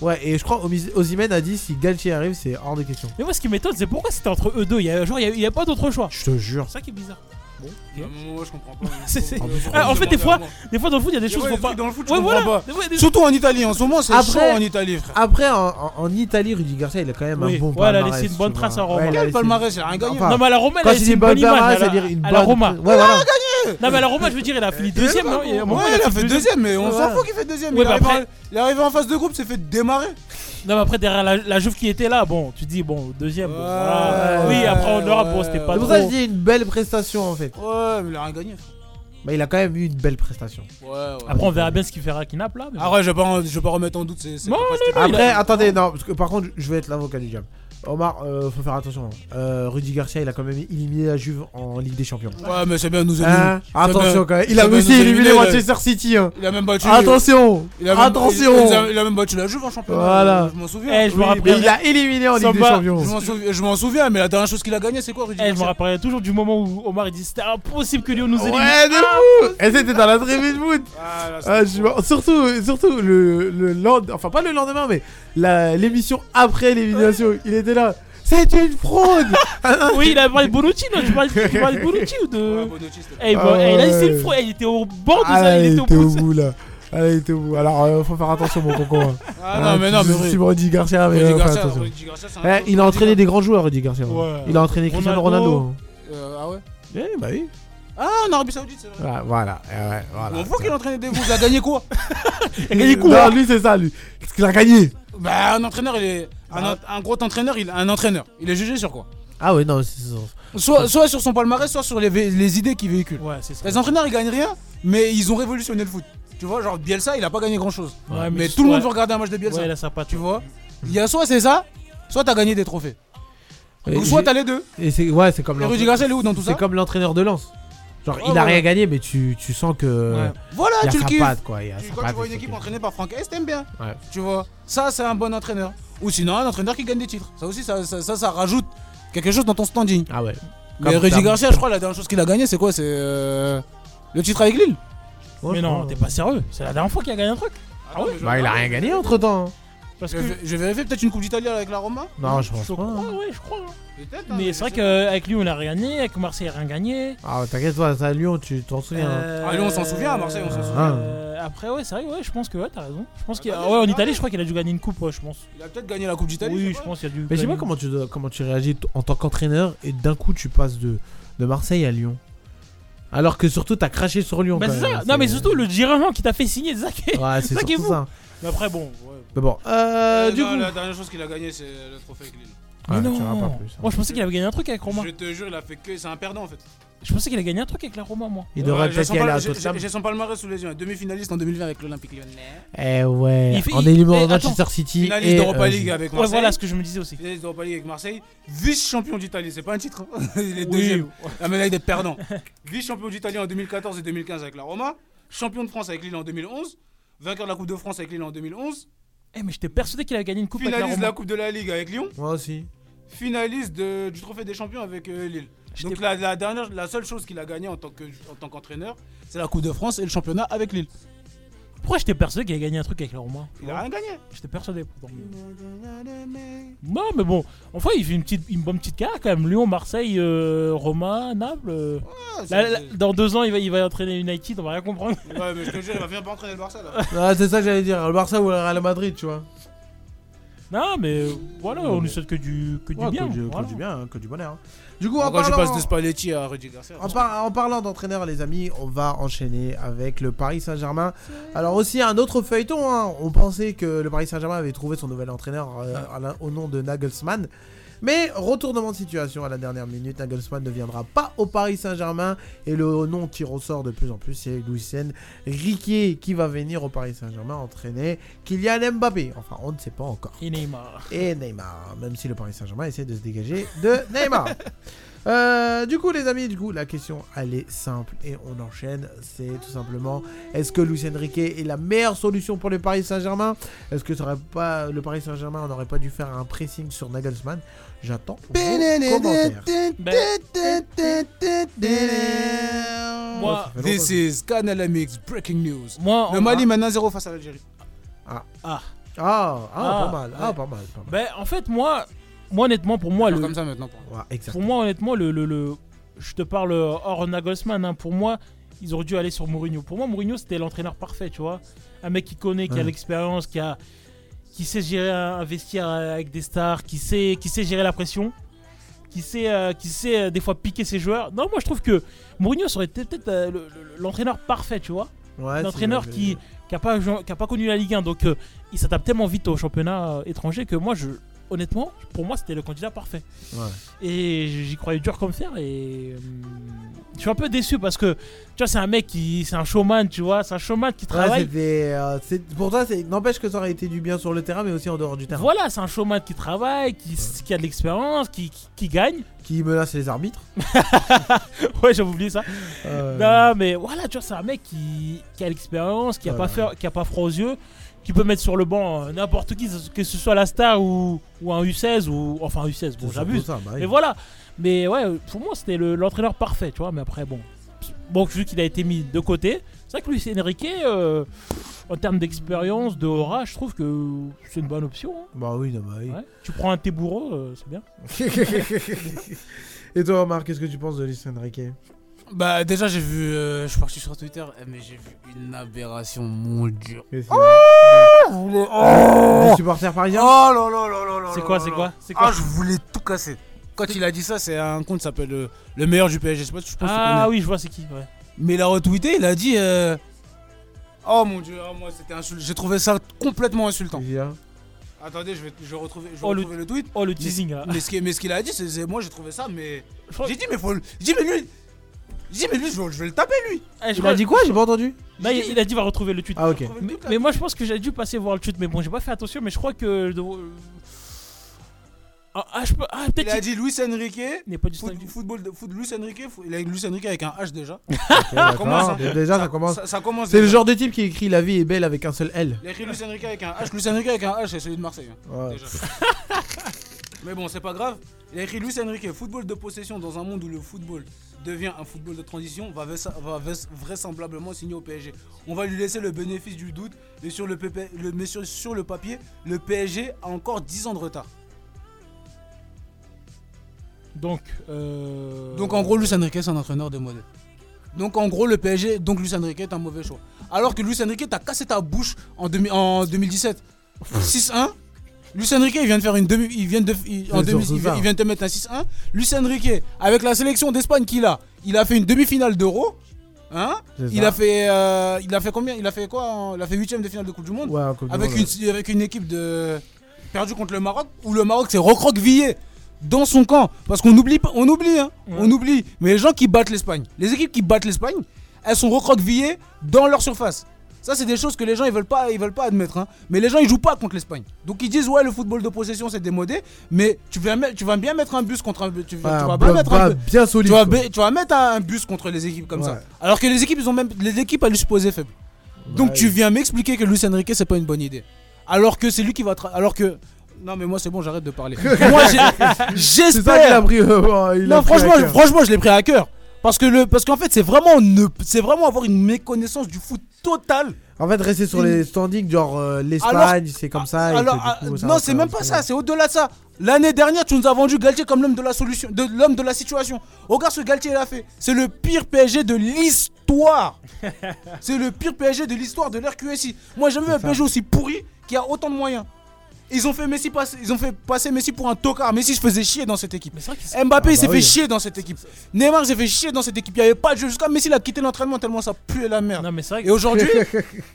Speaker 2: Ouais, et je crois Omis- Osimhen a dit si Galtier arrive, c'est hors de question.
Speaker 3: Mais moi, ce qui m'étonne, c'est pourquoi c'était entre eux deux. Il y a, genre, il y a, il y a pas d'autre choix.
Speaker 2: Je te jure.
Speaker 3: C'est ça qui est bizarre. Bon, ok.
Speaker 9: Moi, je comprends pas.
Speaker 3: *laughs* C'est- c'est-
Speaker 9: Pourquoi-
Speaker 3: Ah, en fait, des fois,
Speaker 9: Demandez à moi.
Speaker 3: des fois dans le foot, il y a des
Speaker 9: Il y a
Speaker 3: choses
Speaker 9: ouais,
Speaker 3: qu'on
Speaker 9: des
Speaker 3: pas.
Speaker 9: trucs dans le foot, je
Speaker 3: ouais,
Speaker 9: comprends
Speaker 3: voilà.
Speaker 9: pas.
Speaker 3: Des fois, il y a des-
Speaker 9: Ah bah, Surtout en Italie, en ce moment, c'est chaud en Italie, frère. Bah
Speaker 2: Après, en, en- en Italie, Rudy Garcia, il a quand même
Speaker 3: Oui.
Speaker 2: un bon
Speaker 3: Ouais, elle a
Speaker 2: palmarès.
Speaker 3: laissé une bonne
Speaker 2: tu
Speaker 3: trace
Speaker 2: vois.
Speaker 3: à Roma.
Speaker 2: Ouais, elle a
Speaker 9: Quel
Speaker 2: laissé-
Speaker 9: palmarès, il a rien gagné.
Speaker 2: Enfin,
Speaker 3: Non, mais à la Roma, elle
Speaker 2: quand
Speaker 3: a
Speaker 2: il
Speaker 3: laissé
Speaker 2: dit
Speaker 3: une
Speaker 2: bon
Speaker 3: bonne image,
Speaker 2: palmarès,
Speaker 3: à la-
Speaker 2: c'est-à-dire une
Speaker 3: à la
Speaker 2: bonne-
Speaker 3: Roma.
Speaker 2: Ouais, voilà.
Speaker 3: Non, mais à la Roma, je veux dire, il a fini deuxième. non Il y a un moment,
Speaker 9: Ouais,
Speaker 3: il a
Speaker 9: il a
Speaker 3: fini
Speaker 9: fait deuxième, mais on s'en
Speaker 3: Ouais.
Speaker 9: fout qu'il fait deuxième.
Speaker 3: Ouais,
Speaker 9: Il
Speaker 3: bah,
Speaker 9: arrive en-
Speaker 3: après-
Speaker 9: il est arrivé en face de groupe, s'est fait démarrer.
Speaker 3: Non, mais après, derrière la, la Juve qui était là, bon, tu dis, bon, deuxième. bon, voilà.
Speaker 2: ouais,
Speaker 3: oui, après, en Europe, bon, c'était pas
Speaker 2: C'est pour
Speaker 3: trop.
Speaker 2: ça que je dis une belle prestation en fait.
Speaker 9: Ouais, mais il a rien gagné.
Speaker 2: Bah, il a quand même eu une belle prestation.
Speaker 9: Ouais, ouais.
Speaker 3: Après, on verra bien ce qu'il fera qui Naples là. mais
Speaker 9: Ah ouais, je vais pas, en- je vais pas remettre en doute ses, ses
Speaker 3: Non,
Speaker 9: capacités.
Speaker 3: non, non, il
Speaker 2: Après,
Speaker 3: a-
Speaker 2: attendez, non, parce que par contre, je vais être l'avocat du diable. Omar, euh, faut faire attention. Euh, Rudy Garcia, il a quand même éliminé la Juve en Ligue des Champions.
Speaker 9: Ouais, mais c'est bien de nous éliminer.
Speaker 2: Hein
Speaker 9: C'est bien-
Speaker 2: attention quand même. Il
Speaker 9: c'est
Speaker 2: a
Speaker 9: bien de
Speaker 2: aussi
Speaker 9: nous
Speaker 2: éliminé
Speaker 9: éliminer,
Speaker 2: Manchester City. hein.
Speaker 9: il a- Il a même battu.
Speaker 2: Attention
Speaker 9: il a même-
Speaker 2: Attention
Speaker 9: il- Il a, il a même battu la Juve en championnat.
Speaker 2: Voilà.
Speaker 9: Je m'en souviens.
Speaker 3: Eh, je me
Speaker 2: Oui,
Speaker 3: rappellerai-
Speaker 2: mais il a éliminé en Ligue des
Speaker 3: Samba,
Speaker 2: Champions.
Speaker 9: Je m'en souviens, je m'en souviens, mais la dernière chose qu'il a gagné, c'est quoi, Rudy
Speaker 3: Eh, je me
Speaker 9: Garcia
Speaker 3: rappellerai toujours du moment où Omar il dit c'était impossible que Lyon nous élimine.
Speaker 2: Ouais, Eh, de
Speaker 3: Ah,
Speaker 2: fou Et c'était dans la tribune foot
Speaker 9: Ah, là, c'est-
Speaker 2: Ah, je m'en- surtout, surtout le, le lend- enfin pas le lendemain, mais la- l'émission après l'élimination, il était là. C'est une
Speaker 9: *laughs*
Speaker 2: fraude Ah, non,
Speaker 3: Oui, il a parlé de Bonucci, non Tu parles tu parles de Bonucci ou
Speaker 9: Ouais,
Speaker 3: de.
Speaker 9: Bonucci, c'était-
Speaker 3: Eh,
Speaker 2: Ah
Speaker 3: bon, eh, il a dit c'est
Speaker 2: ouais.
Speaker 3: une fraude, eh, il était au banc de
Speaker 2: Ah
Speaker 3: ça,
Speaker 2: là,
Speaker 3: il était au bout de ça.
Speaker 2: bout là. Ah, là, il était au bout. Alors, euh, faut faire attention, mon concours. hein.
Speaker 9: Ah, non, mais
Speaker 2: tu-
Speaker 9: non, mais
Speaker 2: tu-
Speaker 9: Rudy-
Speaker 2: tu me redis Garcia, mais
Speaker 9: Rudy
Speaker 2: euh, fais
Speaker 9: Garcia,
Speaker 2: attention.
Speaker 9: Rudy Garcia, c'est un
Speaker 2: Eh,
Speaker 9: joueur-
Speaker 2: il a entraîné des grands joueurs, Rudy Garcia.
Speaker 3: Ouais.
Speaker 2: Il a entraîné Cristiano
Speaker 3: Ronaldo.
Speaker 2: Ronaldo.
Speaker 9: Euh, Ah ouais
Speaker 2: Eh, bah oui.
Speaker 9: Ah, en Arabie Saoudite, c'est vrai.
Speaker 2: Ah, voilà. eh ouais, voilà.
Speaker 9: On voit qu'il entraîne des vous. Il a gagné quoi
Speaker 3: Il a
Speaker 2: *laughs*
Speaker 3: gagné quoi
Speaker 9: hein.
Speaker 2: Non, lui, c'est ça, lui. Qu'est-ce qu'il a gagné Bah.
Speaker 9: Bah, un entraîneur, il est. Un, en- un gros entraîneur, il, un entraîneur. Il est jugé sur quoi
Speaker 2: Ah, ouais, non, c'est ça.
Speaker 9: soit, soit sur son palmarès, soit sur les, vé- les idées qu'il véhicule.
Speaker 3: Ouais, c'est ça.
Speaker 9: Les entraîneurs, ils gagnent rien, mais ils ont révolutionné le foot. Tu vois, genre Bielsa, il a pas gagné grand chose.
Speaker 3: Ouais,
Speaker 9: mais
Speaker 3: mais
Speaker 9: tout le
Speaker 3: ouais.
Speaker 9: monde veut regarder un match de Bielsa.
Speaker 3: Ouais, là, ça pas,
Speaker 9: tu vois
Speaker 2: Mm.
Speaker 9: Il y a soit c'est ça, soit t'as gagné des trophées.
Speaker 2: Et
Speaker 9: Ou soit
Speaker 2: j'ai-
Speaker 9: t'as les deux.
Speaker 2: Et c'est ouais, c'est comme
Speaker 9: Et Rudy
Speaker 2: l'entraîneur-
Speaker 9: Garcia, il est où dans tout ça Ah
Speaker 2: C'est comme l'entraîneur de Lens. Genre,
Speaker 9: Ouais,
Speaker 2: il a
Speaker 9: voilà.
Speaker 2: rien gagné, mais tu, tu sens que.
Speaker 3: Ouais.
Speaker 9: Voilà,
Speaker 2: Il y a
Speaker 9: tu le
Speaker 2: sa
Speaker 9: kiffes.
Speaker 2: patte, quoi. Il y a
Speaker 9: Tu-
Speaker 2: sa
Speaker 9: quand tu
Speaker 2: patte,
Speaker 9: vois une
Speaker 2: c'est
Speaker 9: équipe
Speaker 2: ok.
Speaker 9: entraînée par Franck Hess, t'aimes bien.
Speaker 2: Ouais.
Speaker 9: Tu vois, ça, c'est un bon entraîneur. Ou sinon, un entraîneur qui gagne des titres. Ça aussi, ça, ça, ça, ça rajoute quelque chose dans ton standing.
Speaker 2: Ah ouais.
Speaker 9: Mais
Speaker 2: Comme
Speaker 9: Rudy
Speaker 2: t'as-
Speaker 9: Garcia, je crois, la dernière chose qu'il a gagné, c'est quoi C'est euh, le titre avec Lille
Speaker 2: Ouais,
Speaker 3: Mais
Speaker 2: je
Speaker 3: non,
Speaker 2: crois.
Speaker 3: t'es pas sérieux, c'est la dernière fois qu'il a gagné un truc. Ah ouais
Speaker 2: Bah, il a rien gagné entre temps.
Speaker 3: Parce
Speaker 9: je,
Speaker 3: que-
Speaker 9: vais- je vais vérifier peut-être une Coupe d'Italie avec la Roma
Speaker 2: Non, je pense pas.
Speaker 3: Ah ouais, je crois. hein.
Speaker 9: Peut-être, hein,
Speaker 3: Mais c'est vrai qu'avec lui, on a rien gagné. Avec Marseille, rien gagné.
Speaker 2: Ah, t'inquiète pas, ça, à Lyon, tu t'en souviens. hein.
Speaker 3: Euh,
Speaker 9: Ah, Lyon, on s'en souvient, à Marseille, on s'en
Speaker 2: Ah.
Speaker 9: souvient.
Speaker 3: euh, Après, ouais, c'est vrai, ouais, je pense que ouais, t'as raison. Je pense qu'il
Speaker 9: Ah,
Speaker 3: y a- ouais, en Italie, je crois qu'il a dû gagner une coupe, ouais, je pense.
Speaker 9: Il a peut-être gagné la Coupe d'Italie.
Speaker 3: Oui, je pense qu'il a dû.
Speaker 2: Mais je sais pas
Speaker 3: gagner.
Speaker 2: comment tu, dois- comment tu réagis t- en tant qu'entraîneur et d'un coup tu passes de, de Marseille à Lyon. Alors que surtout t'as craché sur Lyon.
Speaker 3: Bah,
Speaker 2: quand
Speaker 3: c'est
Speaker 2: même. hein,
Speaker 3: ça. Non, mais surtout le Girondin qui t'a fait signer, c'est ça qui est,
Speaker 2: Ouais, c'est
Speaker 3: ça qui est
Speaker 2: surtout
Speaker 3: fou.
Speaker 2: ça.
Speaker 3: Mais après, bon. ouais.
Speaker 2: Mais bon, euh, du
Speaker 9: non,
Speaker 2: coup.
Speaker 9: Eh bah, La dernière chose qu'il a gagné, c'est le trophée avec Lille.
Speaker 3: Mais
Speaker 2: Ouais, tu
Speaker 3: non.
Speaker 2: verras pas plus, hein.
Speaker 3: Moi, je pensais qu'il avait gagné un truc avec Roma.
Speaker 9: Je te jure, il a fait que. C'est un perdant en fait.
Speaker 3: Je pensais qu'il a gagné un truc avec la Roma, moi.
Speaker 2: Il devrait
Speaker 9: Ouais, j'ai
Speaker 2: peut-être
Speaker 9: son
Speaker 2: y aller
Speaker 9: pal-
Speaker 2: à
Speaker 9: j'ai-
Speaker 2: Tottenham.
Speaker 9: j'ai- J'ai son palmarès sous les yeux. hein. Demi-finaliste en 2020 avec l'Olympique lyonnais.
Speaker 2: Eh ouais,
Speaker 9: Il fait-
Speaker 2: en
Speaker 9: il-
Speaker 2: éliminant
Speaker 9: eh,
Speaker 2: Manchester
Speaker 9: attends,
Speaker 2: City.
Speaker 9: Finaliste
Speaker 2: et,
Speaker 9: d'Europa
Speaker 2: euh,
Speaker 9: League avec
Speaker 3: Ouais,
Speaker 9: Marseille.
Speaker 3: voilà ce que je me disais aussi.
Speaker 9: Finaliste d'Europa League avec Marseille. Vice-champion d'Italie, c'est pas un titre. *laughs* hein. Il
Speaker 3: Oui.
Speaker 9: est deuxième. Ah, mais là, il est perdant. Vice-champion d'Italie en 2014 et 2015 avec la Roma. Champion de France avec Lille en 2011. Vainqueur de la Coupe de France avec Lille en 2011.
Speaker 3: Eh, mais j'étais persuadé qu'il avait gagné une coupe avec la
Speaker 9: Finaliste de
Speaker 3: Roma.
Speaker 9: la Coupe de la Ligue avec Lyon.
Speaker 2: Moi aussi.
Speaker 9: Finaliste de- du Trophée des Champions avec euh, Lille. Donc la, la dernière, la seule chose qu'il a gagnée en tant que- en tant qu'entraîneur, c'est la Coupe de France et le championnat avec Lille.
Speaker 3: Pourquoi j'étais persuadé qu'il avait gagné un truc avec la Roma
Speaker 9: Il a rien gagné.
Speaker 3: J'étais persuadé pourtant. Non, mais bon, enfin, il fait une, petite, une bonne petite carrière quand même. Lyon, Marseille, euh, Roma, Naples. euh.
Speaker 9: c'est-
Speaker 3: Là, là, dans deux ans, il va, il va entraîner United, on va rien comprendre.
Speaker 9: Ouais, mais je te jure, il va bien pas entraîner le Barça *laughs* là.
Speaker 2: Ah, c'est ça que j'allais dire. Le Barça ou le Real Madrid, tu vois.
Speaker 3: Non, mais euh, voilà, on lui souhaite que du, que
Speaker 2: Ouais,
Speaker 3: du bien.
Speaker 2: que du- que
Speaker 3: voilà.
Speaker 2: du bien, hein, que du bonheur. Du coup, en
Speaker 9: Encore, je
Speaker 2: parlant-
Speaker 9: passe de Spalletti à Rudy Garcia.
Speaker 2: En, par- en parlant d'entraîneur, les amis, on va enchaîner avec le Paris Saint-Germain. Alors aussi un autre feuilleton. hein. On pensait que le Paris Saint-Germain avait trouvé son nouvel entraîneur euh,
Speaker 3: Ah.
Speaker 2: à la- au nom de Nagelsmann. Mais retournement de situation à la dernière minute, Nagelsmann ne viendra pas au Paris Saint-Germain et le nom qui ressort de plus en plus c'est Lucien Riquet qui va venir au Paris Saint-Germain entraîner Kylian Mbappé. Enfin, on ne sait pas encore
Speaker 3: Et Neymar.
Speaker 2: et Neymar, même si le Paris Saint-Germain essaie de se dégager de
Speaker 3: *laughs*
Speaker 2: Neymar. Euh, du coup, les amis, du coup, la question elle est simple et on enchaîne. C'est tout simplement est-ce que Lucien Riquet est la meilleure solution pour le Paris Saint-Germain Est-ce que ça aurait pas le Paris Saint-Germain on n'aurait pas dû faire un pressing sur Nagelsmann J'attends vos commentaires.
Speaker 9: Moi,
Speaker 2: Oh, ça fait
Speaker 9: this is Canal MX Breaking News.
Speaker 3: Moi,
Speaker 9: le
Speaker 3: on-
Speaker 9: Mali
Speaker 3: ah.
Speaker 9: mène 1-0 face à l'Algérie.
Speaker 2: Ah.
Speaker 3: Ah.
Speaker 2: Ah, ah, pas mal, ah, pas mal, pas mal.
Speaker 3: Ben, en fait, moi, moi honnêtement, pour moi, le,
Speaker 9: Comme ça maintenant.
Speaker 3: pour moi, honnêtement, le, le, le- je te parle euh, hors Nagelsmann. hein, pour moi, ils auraient dû aller sur Mourinho. Pour moi, Mourinho, c'était l'entraîneur parfait, tu vois. Un mec qui connaît, qui a
Speaker 2: Ouais.
Speaker 3: l'expérience, qui a, qui sait gérer un un vestiaire euh, avec des stars, qui sait, qui sait gérer la pression, qui sait, euh, qui sait euh, des fois piquer ses joueurs. Non, moi, je trouve que Mourinho serait peut-être euh, le- le- l'entraîneur parfait, tu vois.
Speaker 2: Ouais,
Speaker 3: l'entraîneur
Speaker 2: c'est-
Speaker 3: qui qui a pas jou- qui a pas connu la Ligue 1 donc euh, il s'adapte tellement vite au championnat euh, étranger que moi je honnêtement pour moi c'était le candidat parfait
Speaker 2: Ouais.
Speaker 3: et j'y croyais dur comme fer et euh, je suis un peu déçu parce que tu vois c'est un mec qui c'est un showman tu vois c'est un showman qui
Speaker 2: Ouais,
Speaker 3: travaille
Speaker 2: c'était, euh, c'est- pour toi, c'est- n'empêche que ça aurait été du bien sur le terrain, mais aussi en dehors du terrain.
Speaker 3: voilà c'est un showman qui travaille qui, qui a de l'expérience qui, qui, qui gagne
Speaker 2: qui menace les arbitres
Speaker 3: *laughs* ouais j'avais oublié ça
Speaker 2: Euh,
Speaker 3: Non, mais voilà, tu vois, c'est un mec qui, qui a l'expérience, qui a,
Speaker 2: Voilà.
Speaker 3: pas fait- qui a pas froid aux yeux, qui peut mettre sur le banc euh, n'importe qui, que ce soit la star ou, ou un U16, ou enfin un U16, bon,
Speaker 2: C'est
Speaker 3: j'abuse.
Speaker 2: surtout ça, bah oui.
Speaker 3: Mais voilà, mais ouais, pour moi, c'était le- l'entraîneur parfait, tu vois, mais après, bon. Bon, vu qu'il a été mis de côté, c'est vrai que Lucien Enrique, euh, en termes d'expérience, de aura, je trouve que c'est une bonne option. hein.
Speaker 2: Bah oui, non, bah oui.
Speaker 3: Ouais. Tu prends un thé bourreau, euh, c'est bien.
Speaker 2: *laughs* Et toi, Omar, qu'est-ce que tu penses de Luis Enrique
Speaker 9: Bah déjà j'ai vu, euh, je suis parti sur Twitter, eh, mais j'ai vu une aberration, mon dieu.
Speaker 2: Qu'est-ce qu'il y a
Speaker 9: Ah, je voulais- oh
Speaker 2: Les supporters parisiens
Speaker 9: Oh là là là là là
Speaker 3: C'est
Speaker 9: là
Speaker 3: quoi,
Speaker 9: là
Speaker 3: c'est
Speaker 9: là.
Speaker 3: quoi, c'est quoi
Speaker 9: Ah je voulais tout casser. Quand il a dit ça, c'est un compte qui s'appelle euh, le meilleur du PSG. Je sais pas si je pense que tu
Speaker 3: Ah
Speaker 9: connais.
Speaker 3: oui, je vois c'est qui, ouais.
Speaker 9: Mais il a retweeté, il a dit. euh, Oh mon dieu, oh, moi c'était insul- J'ai trouvé ça complètement insultant. Attendez, je vais, je vais retrouver, je vais
Speaker 3: Oh, le-
Speaker 9: retrouver le, tweet.
Speaker 3: oh, le
Speaker 9: Mais-
Speaker 3: teasing, là. Oh.
Speaker 9: Mais ce qui- mais ce qu'il a dit, c'est c'est- moi j'ai trouvé ça, mais j'ai dit mais faut, le- j'ai dit mais lui, j'ai dit mais lui, je vais, je vais le taper lui.
Speaker 3: Eh, je
Speaker 2: Il a
Speaker 3: crois-
Speaker 2: dit quoi J'ai pas entendu.
Speaker 3: Bah, il, il a dit va retrouver le tweet.
Speaker 2: Ah, ok.
Speaker 3: Mais, mais moi je pense que j'ai dû passer voir le tweet, mais bon j'ai pas fait attention, mais je crois que. je
Speaker 14: euh,
Speaker 3: devrais- Ah, ah, je peux- ah, peut-être.
Speaker 9: Il a
Speaker 3: qu'il-
Speaker 9: dit Luis Enrique.
Speaker 3: N'est pas du
Speaker 9: foot, football de foot, Luis Enrique. fo- Il a Luis Enrique avec un
Speaker 2: *laughs*
Speaker 9: H déjà.
Speaker 2: d'accord.
Speaker 9: hein.
Speaker 2: Ah, Déjà, ça commence.
Speaker 9: Ça, ça commence.
Speaker 2: C'est le
Speaker 9: déjà.
Speaker 2: genre de type qui écrit La vie est belle avec un seul L.
Speaker 9: Il a écrit Luis Enrique avec un H. Luis Enrique avec un H, c'est celui de Marseille. hein,
Speaker 2: Ouais.
Speaker 9: déjà. *laughs* Mais bon, c'est pas grave. Il a écrit Luis Enrique, football de possession dans un monde où le football devient un football de transition, va, vais- va vais- vraisemblablement signer au PSG. On va lui laisser le bénéfice du doute, mais sur le, PP le- mais sur- sur le papier, le PSG a encore 10 ans de retard.
Speaker 3: Donc, euh,
Speaker 9: Donc en gros, Luis Enrique, c'est un entraîneur de modèle. Donc en gros, le PSG, donc Luis Enrique est un mauvais choix. Alors que Luis Enrique t'a cassé ta bouche en, demi- en 2017. 6-1. Luis Enrique, il vient de faire une demi, il vient de, il- en
Speaker 2: Les
Speaker 9: demi-
Speaker 2: ours
Speaker 9: il, vient,
Speaker 2: ouverts.
Speaker 9: il vient de te mettre un 6-1. Luis Enrique, avec la sélection d'Espagne qu'il a, il a fait une demi-finale d'Euro. Hein
Speaker 2: C'est
Speaker 9: il
Speaker 2: ça.
Speaker 9: a fait, euh, il a fait combien Il a fait quoi en- Il a fait huitième de finale de Coupe du Monde
Speaker 2: Ouais, en Coupe du
Speaker 9: avec
Speaker 2: Monde,
Speaker 9: une avec une équipe de perdue contre le Maroc où le Maroc s'est recroquevillé dans son camp parce qu'on oublie pas- on oublie hein, on oublie mais les gens qui battent l'Espagne les équipes qui battent l'Espagne elles sont recroquevillées dans leur surface ça c'est des choses que les gens ils veulent pas ils veulent pas admettre hein. mais les gens ils jouent pas contre l'Espagne donc ils disent ouais le football de possession c'est démodé mais tu vas me- tu vas bien mettre un bus contre un tu, vas-
Speaker 2: Ouais,
Speaker 9: tu vas
Speaker 2: un
Speaker 9: pas
Speaker 2: bloc
Speaker 9: mettre
Speaker 2: bas
Speaker 9: bu-
Speaker 2: Ah, bien solide,
Speaker 9: tu vas,
Speaker 2: quoi.
Speaker 9: ba- tu vas mettre un bus contre les équipes comme
Speaker 2: Ouais.
Speaker 9: ça alors que les équipes ils ont même les équipes elles supposaient faibles donc
Speaker 2: Ouais.
Speaker 9: tu viens m'expliquer que Luis Enrique c'est pas une bonne idée. Alors que c'est lui qui va tra- alors que non mais moi c'est bon j'arrête
Speaker 2: *laughs*
Speaker 9: de parler. moi j'ai- j'espère.
Speaker 2: C'est ça qu'il a pris, euh, il a
Speaker 9: non
Speaker 2: pris à
Speaker 9: franchement
Speaker 2: cœur.
Speaker 9: franchement je l'ai pris à cœur parce que le parce qu'en fait c'est vraiment ne c'est vraiment avoir une méconnaissance du foot totale.
Speaker 2: En fait, rester sur
Speaker 9: Une-
Speaker 2: les standings, genre euh, l'Espagne,
Speaker 9: Alors-
Speaker 2: c'est comme ça. et
Speaker 9: Alors,
Speaker 2: que du coup,
Speaker 9: ah,
Speaker 2: ça
Speaker 9: non,
Speaker 2: va
Speaker 9: c'est
Speaker 2: faire
Speaker 9: même pas ça, c'est au-delà de ça. L'année dernière, tu nous as vendu Galtier comme l'homme de la solution, de l'homme de la situation. Regarde ce que Galtier il a fait. C'est le pire PSG de l'histoire. c'est le pire PSG de l'histoire de l'RQSI. Moi, j'ai jamais vu un PSG aussi pourri qui a autant de moyens. Ils ont fait Messi passer, ils ont fait passer Messi pour un tocard. Messi se faisait chier dans cette équipe. Mbappé
Speaker 2: Ah
Speaker 9: il s'est
Speaker 2: bah
Speaker 9: fait
Speaker 2: oui.
Speaker 9: chier dans cette équipe. Neymar s'est fait chier dans cette équipe. Il n'y avait pas de jeu jusqu'à Messi il a quitté l'entraînement tellement ça puait la merde.
Speaker 14: *laughs*
Speaker 9: Et aujourd'hui,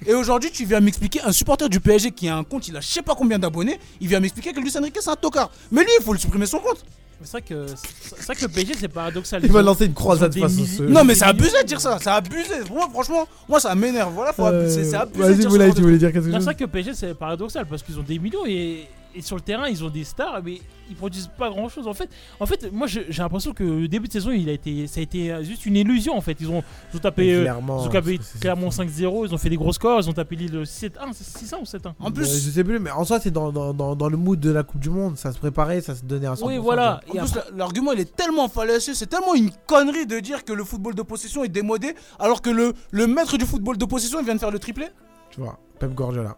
Speaker 9: et aujourd'hui, tu viens m'expliquer un supporter du PSG qui a un compte, il a je sais pas combien d'abonnés, il vient m'expliquer que Luis Enrique c'est un tocard. Mais lui, il faut le supprimer son compte.
Speaker 14: Mais C'est vrai que c'est c'est vrai que le PSG c'est paradoxal.
Speaker 2: Il
Speaker 14: Ils
Speaker 2: va
Speaker 14: ont-
Speaker 2: lancer
Speaker 14: ils
Speaker 2: une
Speaker 14: ont
Speaker 2: croisade
Speaker 14: des
Speaker 2: face au
Speaker 14: milliers-
Speaker 2: ce-
Speaker 9: Non mais c'est abusé de dire ça, c'est abusé. Moi franchement, moi ça m'énerve. Voilà, faut
Speaker 2: Euh,
Speaker 9: abuser, c'est abusé.
Speaker 2: vas-y,
Speaker 9: de dire ce
Speaker 2: Moulay,
Speaker 9: genre de
Speaker 2: tu voulais dire
Speaker 9: truc.
Speaker 2: quelque
Speaker 14: Non,
Speaker 2: chose
Speaker 14: C'est vrai que le PSG c'est paradoxal parce qu'ils ont des millions et, et sur le terrain ils ont des stars mais ils produisent pas grand chose en fait. En fait moi je- j'ai l'impression que le début de saison il a été ça a été euh, juste une illusion en fait. Ils ont, ils ont tapé
Speaker 2: Mais
Speaker 14: euh,
Speaker 2: clairement,
Speaker 14: ils ont tapé Clermont 5-0, ils ont fait des gros scores, ils ont tapé Lille 7-1, c'est- c'est ça ou 7-1
Speaker 9: En
Speaker 2: Euh, je sais plus, mais en soi, c'est dans, dans, dans, dans le mood de la Coupe du Monde. Ça se préparait, ça se donnait à 100%.
Speaker 9: Oui, voilà. En
Speaker 2: Et
Speaker 9: plus,
Speaker 2: après-
Speaker 9: la- l'argument il est tellement fallacieux, c'est tellement une connerie de dire que le football de possession est démodé, alors que le, le maître du football de possession il vient de faire le triplé.
Speaker 2: Tu vois, Pep Guardiola.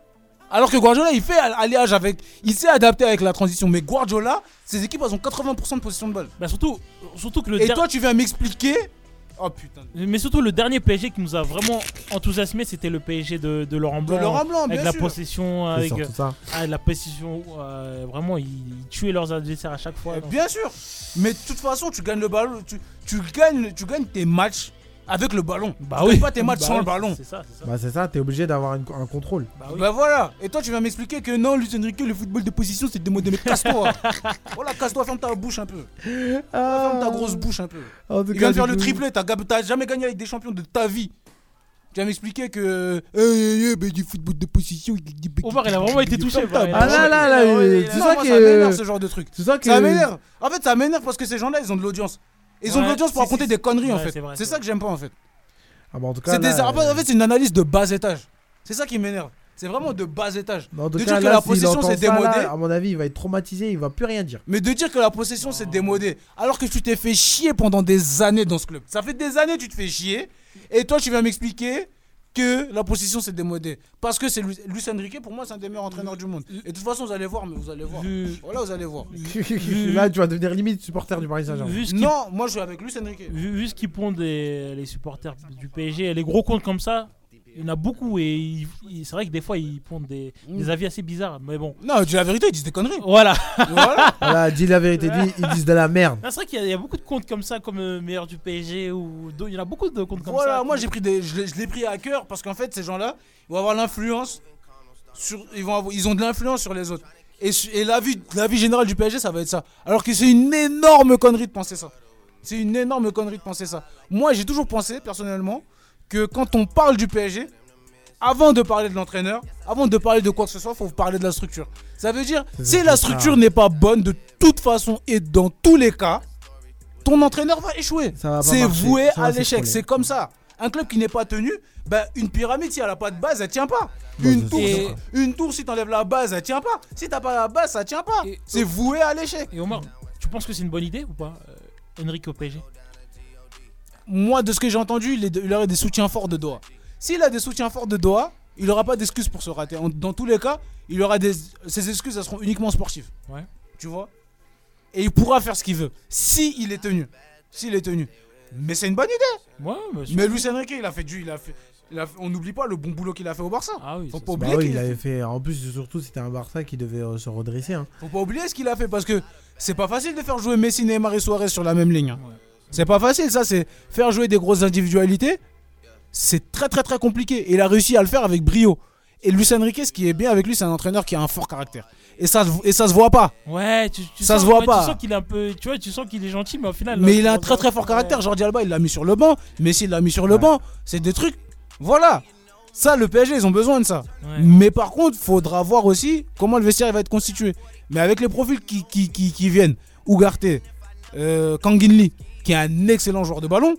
Speaker 9: Alors que Guardiola, il fait al- alliage avec. Il s'est adapté avec la transition. Mais Guardiola, ses équipes, elles ont 80% de possession de balle.
Speaker 14: Bah surtout, surtout que le
Speaker 9: Et
Speaker 14: der-
Speaker 9: toi, tu viens m'expliquer. Oh putain.
Speaker 14: Mais surtout, le dernier PSG qui nous a vraiment enthousiasmé, c'était le PSG de, de Laurent Blanc.
Speaker 9: Laurent Blanc,
Speaker 14: Avec
Speaker 9: bien
Speaker 14: la
Speaker 9: sûr.
Speaker 14: possession,
Speaker 2: C'est
Speaker 14: avec
Speaker 2: surtout ça.
Speaker 14: ah, la possession. euh, vraiment, ils, ils tuaient leurs adversaires à chaque fois. donc.
Speaker 9: Bien sûr. Mais de toute façon, tu gagnes le ballon. Tu, tu gagnes, tu gagnes tes matchs avec le ballon. Bah tu
Speaker 2: oui.
Speaker 9: gagnes pas tes matchs
Speaker 2: Bah
Speaker 9: sans
Speaker 2: oui,
Speaker 9: le ballon.
Speaker 14: C'est ça,
Speaker 2: Bah, c'est ça, t'es obligé d'avoir une- un contrôle.
Speaker 9: Bah, voilà. Et toi, tu viens m'expliquer que non, Luis Enrique, le football de position, c'est démodé.
Speaker 2: *laughs*
Speaker 9: Mais casse-toi. voilà, casse-toi. Ferme ta bouche un peu. Ferme ta grosse bouche un peu.
Speaker 2: Ah. En tout
Speaker 9: il
Speaker 2: cas,
Speaker 9: vient de faire
Speaker 2: du
Speaker 9: le
Speaker 2: coup-
Speaker 9: triplé, t'as gab- t'as jamais gagné avec des champions de ta vie. Tu vas m'expliquer que. Eh, eh, eh, ben, du football de position.
Speaker 14: Omar, il a vraiment été touché. par-
Speaker 2: Ah là là là, il- c'est
Speaker 9: Non,
Speaker 2: ça
Speaker 9: moi,
Speaker 2: qui
Speaker 9: ça
Speaker 2: est-
Speaker 9: m'énerve ce genre de truc.
Speaker 2: C'est ça qui est-
Speaker 9: m'énerve. En fait, ça m'énerve parce que ces gens-là, ils ont de l'audience. Ils ont de
Speaker 2: Ouais,
Speaker 9: l'audience pour
Speaker 2: si,
Speaker 9: raconter
Speaker 2: si,
Speaker 9: des
Speaker 2: si.
Speaker 9: conneries en
Speaker 2: Ouais,
Speaker 9: fait.
Speaker 2: c'est vrai,
Speaker 9: C'est ça que j'aime pas en fait.
Speaker 2: Ah, bah, en tout cas.
Speaker 9: C'est des-
Speaker 2: là,
Speaker 9: En fait, en fait, c'est une analyse de bas étage. C'est ça qui m'énerve. C'est vraiment de bas étage.
Speaker 2: en tout
Speaker 9: De
Speaker 2: cas,
Speaker 9: dire que
Speaker 2: là,
Speaker 9: la
Speaker 2: s'il
Speaker 9: possession
Speaker 2: entend
Speaker 9: c'est
Speaker 2: ça, là, ah
Speaker 9: démodée.
Speaker 2: À mon avis, il va être traumatisé, il va plus rien dire.
Speaker 9: Mais de dire que la possession c'est démodé, alors que tu t'es fait chier pendant des années dans ce club. Ça fait des années que tu te fais chier, et toi tu viens m'expliquer que la possession c'est démodé. Parce que c'est Lu- Luis Enrique, pour moi c'est un des meilleurs entraîneurs du monde. Et de toute façon vous allez voir, mais vous allez voir. Voilà, vous allez voir.
Speaker 2: *laughs* là, tu vas devenir limite supporter du Paris Saint-Germain.
Speaker 14: Vu ce qui-
Speaker 9: Non, moi je suis avec Luis Enrique.
Speaker 14: Vu, vu ce qu'ils pondent les, les supporters du PSG, les gros comptes comme ça, il y en a beaucoup et ils- ils- c'est vrai que des fois ils pondent des, des avis assez bizarres, mais bon.
Speaker 9: Mm. Non, dis la vérité, ils disent des conneries.
Speaker 14: Voilà.
Speaker 9: Voilà.
Speaker 2: Voilà, dis la vérité, dis- ils disent de la merde.
Speaker 14: Ah, c'est vrai qu'il y, a- il y a beaucoup de comptes comme ça, comme euh, meilleur du PSG ou d'autres. Il y en a beaucoup de comptes comme ça.
Speaker 9: Voilà, moi j'ai pris des, je l'ai- je l'ai pris à cœur parce qu'en fait ces gens-là, ils vont avoir l'influence sur, ils vont, avoir- ils ont de l'influence sur les autres. Et, su- et la vie, la vie générale du PSG, ça va être ça. Alors que c'est une énorme connerie de penser ça. C'est une énorme connerie de penser ça. Moi, j'ai toujours pensé personnellement que quand on parle du PSG, avant de parler de l'entraîneur, avant de parler de quoi que ce soit, faut parler de la structure. Ça veut dire,
Speaker 2: C'est
Speaker 9: si
Speaker 2: surtout
Speaker 9: la
Speaker 2: ça.
Speaker 9: structure n'est pas bonne de toute façon et dans tous les cas, ton entraîneur va échouer.
Speaker 2: va pas
Speaker 9: C'est
Speaker 2: marcher.
Speaker 9: voué
Speaker 2: Ça va
Speaker 9: à l'échec.
Speaker 2: s'écrouler.
Speaker 9: C'est comme ça. Un club qui n'est pas tenu, bah, une pyramide, si elle n'a pas de base, elle tient pas.
Speaker 2: Bah,
Speaker 9: une,
Speaker 2: ça,
Speaker 9: tour,
Speaker 2: c'est
Speaker 9: si-
Speaker 2: sûr.
Speaker 9: une tour, si t'enlèves la base, elle tient pas. Si t'as pas la base, ça tient pas. C'est voué à l'échec.
Speaker 14: Et Omar, tu penses que c'est une bonne idée ou pas euh, Enrique au PSG
Speaker 9: Moi, de ce que j'ai entendu, il, est- il aurait des soutiens forts de Doha. S'il a des soutiens forts de Doha, il n'aura pas d'excuses pour se rater. En- Dans tous les cas, il aura des... ses excuses, elles seront uniquement sportives.
Speaker 14: Ouais.
Speaker 9: Tu vois Et il pourra faire ce qu'il veut. Si il est tenu. S'il est tenu. Mais c'est une bonne idée. mais Luis Enrique, il a fait du. Il a fait, il a fait- on n'oublie pas le bon boulot qu'il a fait au Barça. Faut pas
Speaker 2: Bah
Speaker 9: oublier
Speaker 2: oui,
Speaker 9: qu'il
Speaker 2: il
Speaker 9: a
Speaker 2: avait fait. En plus, surtout, c'était un Barça qui devait euh, se redresser. hein.
Speaker 9: Faut pas oublier ce qu'il a fait parce que c'est pas facile de faire jouer Messi, Neymar et Suarez sur la même ligne. hein. C'est pas facile, ça, c'est faire jouer des grosses individualités. C'est très très très compliqué. Et il a réussi à le faire avec brio. Et Luis Enrique, ce qui est bien avec lui, c'est un entraîneur qui a un fort caractère. Et ça, se- et ça se voit pas.
Speaker 14: Ouais, tu, tu
Speaker 9: Ça
Speaker 14: sens-
Speaker 9: se voit
Speaker 14: ouais, Tu
Speaker 9: pas.
Speaker 14: sens qu'il est un peu, tu vois, tu sens qu'il est gentil, mais au final.
Speaker 9: Mais
Speaker 14: là,
Speaker 9: il a un
Speaker 14: dans-
Speaker 9: très très fort caractère. Jordi Alba, il l'a mis sur le banc. Messi, il l'a mis sur le banc. C'est des trucs. Voilà. Ça, le PSG, ils ont besoin de ça. Mais par contre, faudra voir aussi comment le vestiaire il va être constitué. Mais avec les profils qui, qui, qui, qui viennent, Ugarte, euh, Kangin Lee, qui est un excellent joueur de ballon,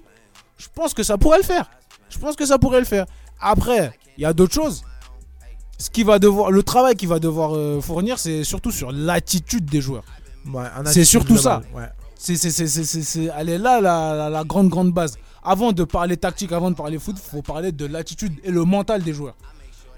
Speaker 9: je pense que ça pourrait le faire. Je pense que ça pourrait le faire. Après, il y a d'autres choses. Ce qui va devoir, le travail qu'il va devoir euh, fournir, c'est surtout sur l'attitude des joueurs. C'est
Speaker 2: attitude
Speaker 9: surtout ça.
Speaker 2: globale, ouais.
Speaker 9: C'est, c'est, c'est, c'est, c'est- c'est- elle est là la, la- la grande grande base. Avant de parler tactique, avant de parler foot, faut parler de l'attitude et le mental des joueurs.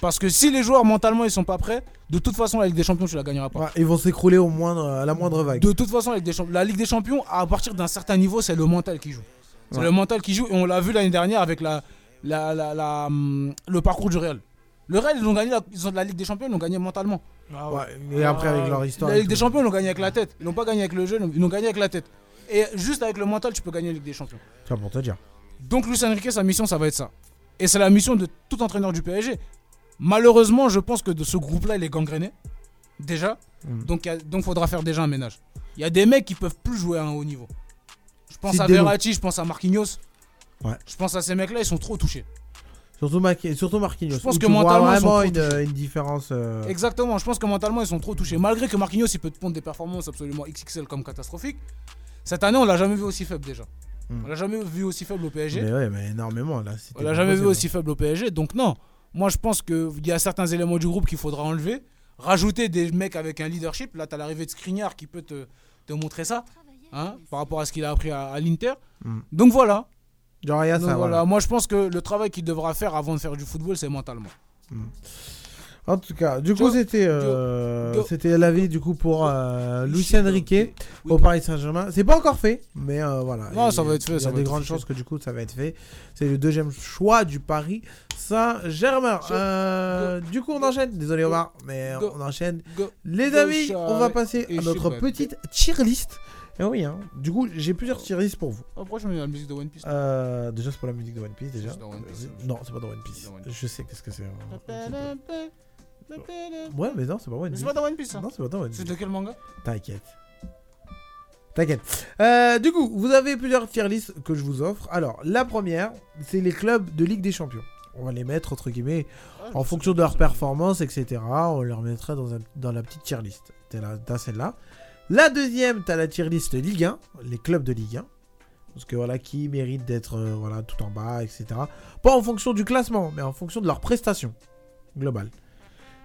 Speaker 9: Parce que si les joueurs mentalement ils sont pas prêts, de toute façon la Ligue des Champions tu la gagneras pas.
Speaker 2: Ouais, ils vont s'écrouler au moindre, à la moindre vague.
Speaker 9: De toute façon la Ligue des Champions, la Ligue des Champions à partir d'un certain niveau c'est le mental qui joue. C'est
Speaker 2: Ouais.
Speaker 9: le mental qui joue et on l'a vu l'année dernière avec la, la, la- la, hum, le parcours du Real. Le Real ils ont gagné la, ils ont, la Ligue des Champions ils l'ont gagné mentalement.
Speaker 2: ouais. Et après, avec leur histoire
Speaker 9: Euh, La
Speaker 2: et
Speaker 9: Ligue des Champions ils l'ont gagné avec la tête. Ils l'ont pas gagné avec le jeu, ils l'ont gagné avec la tête. Et juste avec le mental tu peux gagner la Ligue des Champions.
Speaker 2: Tiens, pour te dire.
Speaker 9: Donc Luis Enrique, sa mission, ça va être ça. Et c'est la mission de tout entraîneur du PSG. Malheureusement, je pense que de ce groupe-là, il est gangréné. Déjà.
Speaker 2: Mm.
Speaker 9: Donc il donc faudra faire déjà un ménage. Il y a des mecs qui peuvent plus jouer à un haut niveau. Je pense
Speaker 2: C'est
Speaker 9: à
Speaker 2: des loups.
Speaker 9: Verratti, je pense à Marquinhos.
Speaker 2: Ouais.
Speaker 9: Je pense à ces mecs-là, ils sont trop touchés.
Speaker 2: Surtout, Marqui- surtout Marquinhos.
Speaker 9: Je pense
Speaker 2: où
Speaker 9: que
Speaker 2: tu vois
Speaker 9: mentalement, ils sont
Speaker 2: vraiment
Speaker 9: trop
Speaker 2: une, une différence. euh,
Speaker 9: Exactement, je pense que mentalement, ils sont trop touchés. Malgré que Marquinhos, il peut te pondre des performances absolument XXL comme catastrophiques. Cette année, on l'a jamais vu aussi faible déjà. On l'a jamais vu aussi faible au PSG.
Speaker 2: Hmm. Mais ouais, mais énormément là. c'était
Speaker 9: On l'a jamais vu
Speaker 2: impossible.
Speaker 9: aussi faible au PSG. Donc non, moi je pense qu'il y a certains éléments du groupe qu'il faudra enlever. Rajouter des mecs avec un leadership. Là, tu as l'arrivée de Skriniar qui peut te, te montrer ça hein, par rapport à ce qu'il a appris à, à l'Inter.
Speaker 2: Mm.
Speaker 9: Donc voilà.
Speaker 2: Genre, il y a
Speaker 9: Donc,
Speaker 2: ça.
Speaker 9: voilà.
Speaker 2: voilà.
Speaker 9: Moi je pense que le travail qu'il devra faire avant de faire du football, c'est mentalement.
Speaker 2: En tout cas, du coup, c'était euh,
Speaker 9: Joe.
Speaker 2: c'était l'avis du coup pour euh, Lucien Riquet au Paris Saint-Germain. C'est pas encore fait, mais euh, voilà.
Speaker 9: Non,
Speaker 2: Il-
Speaker 9: ça va être fait,
Speaker 2: Il y
Speaker 9: ça
Speaker 2: a
Speaker 9: va
Speaker 2: des
Speaker 9: être
Speaker 2: grandes
Speaker 9: fait.
Speaker 2: chances que du coup ça va être fait. C'est le deuxième choix du Paris Saint-Germain. Euh, du coup, on enchaîne. Désolé Omar, mais euh,
Speaker 9: Go.
Speaker 2: on enchaîne.
Speaker 9: Go.
Speaker 2: Les
Speaker 9: Go,
Speaker 2: amis,
Speaker 9: Charles.
Speaker 2: on va passer
Speaker 9: Et
Speaker 2: à notre
Speaker 9: Chewbacca.
Speaker 2: petite tier list. Et oui, hein. Du coup, j'ai plusieurs tier lists pour vous.
Speaker 9: Oh, pourquoi je mets la musique de One Piece
Speaker 2: Euh, déjà, c'est pour la musique de One Piece. Déjà, Euh,
Speaker 9: C'est dans One Piece.
Speaker 2: non, c'est pas dans One Piece. Je sais qu'est-ce que c'est. hein. Ouais, mais non, c'est pas One
Speaker 9: Mais
Speaker 2: Piece.
Speaker 9: c'est pas dans One Piece. ça.
Speaker 2: Non, c'est pas dans One Piece.
Speaker 9: C'est de quel manga
Speaker 2: T'inquiète. T'inquiète. Euh, du coup, vous avez plusieurs tier lists que je vous offre. Alors, la première, c'est les clubs de Ligue des Champions. On va les mettre, entre
Speaker 9: Ah,
Speaker 2: guillemets, en fonction de leur performance, etc. On les remettra dans, un- dans la petite tier list. T'as la- t'as celle-là. La deuxième, t'as la tier list Ligue 1, les clubs de Ligue 1. Parce que voilà, qui mérite d'être euh, voilà, tout en bas, etc. Pas en fonction du classement, mais en fonction de leurs prestations globales.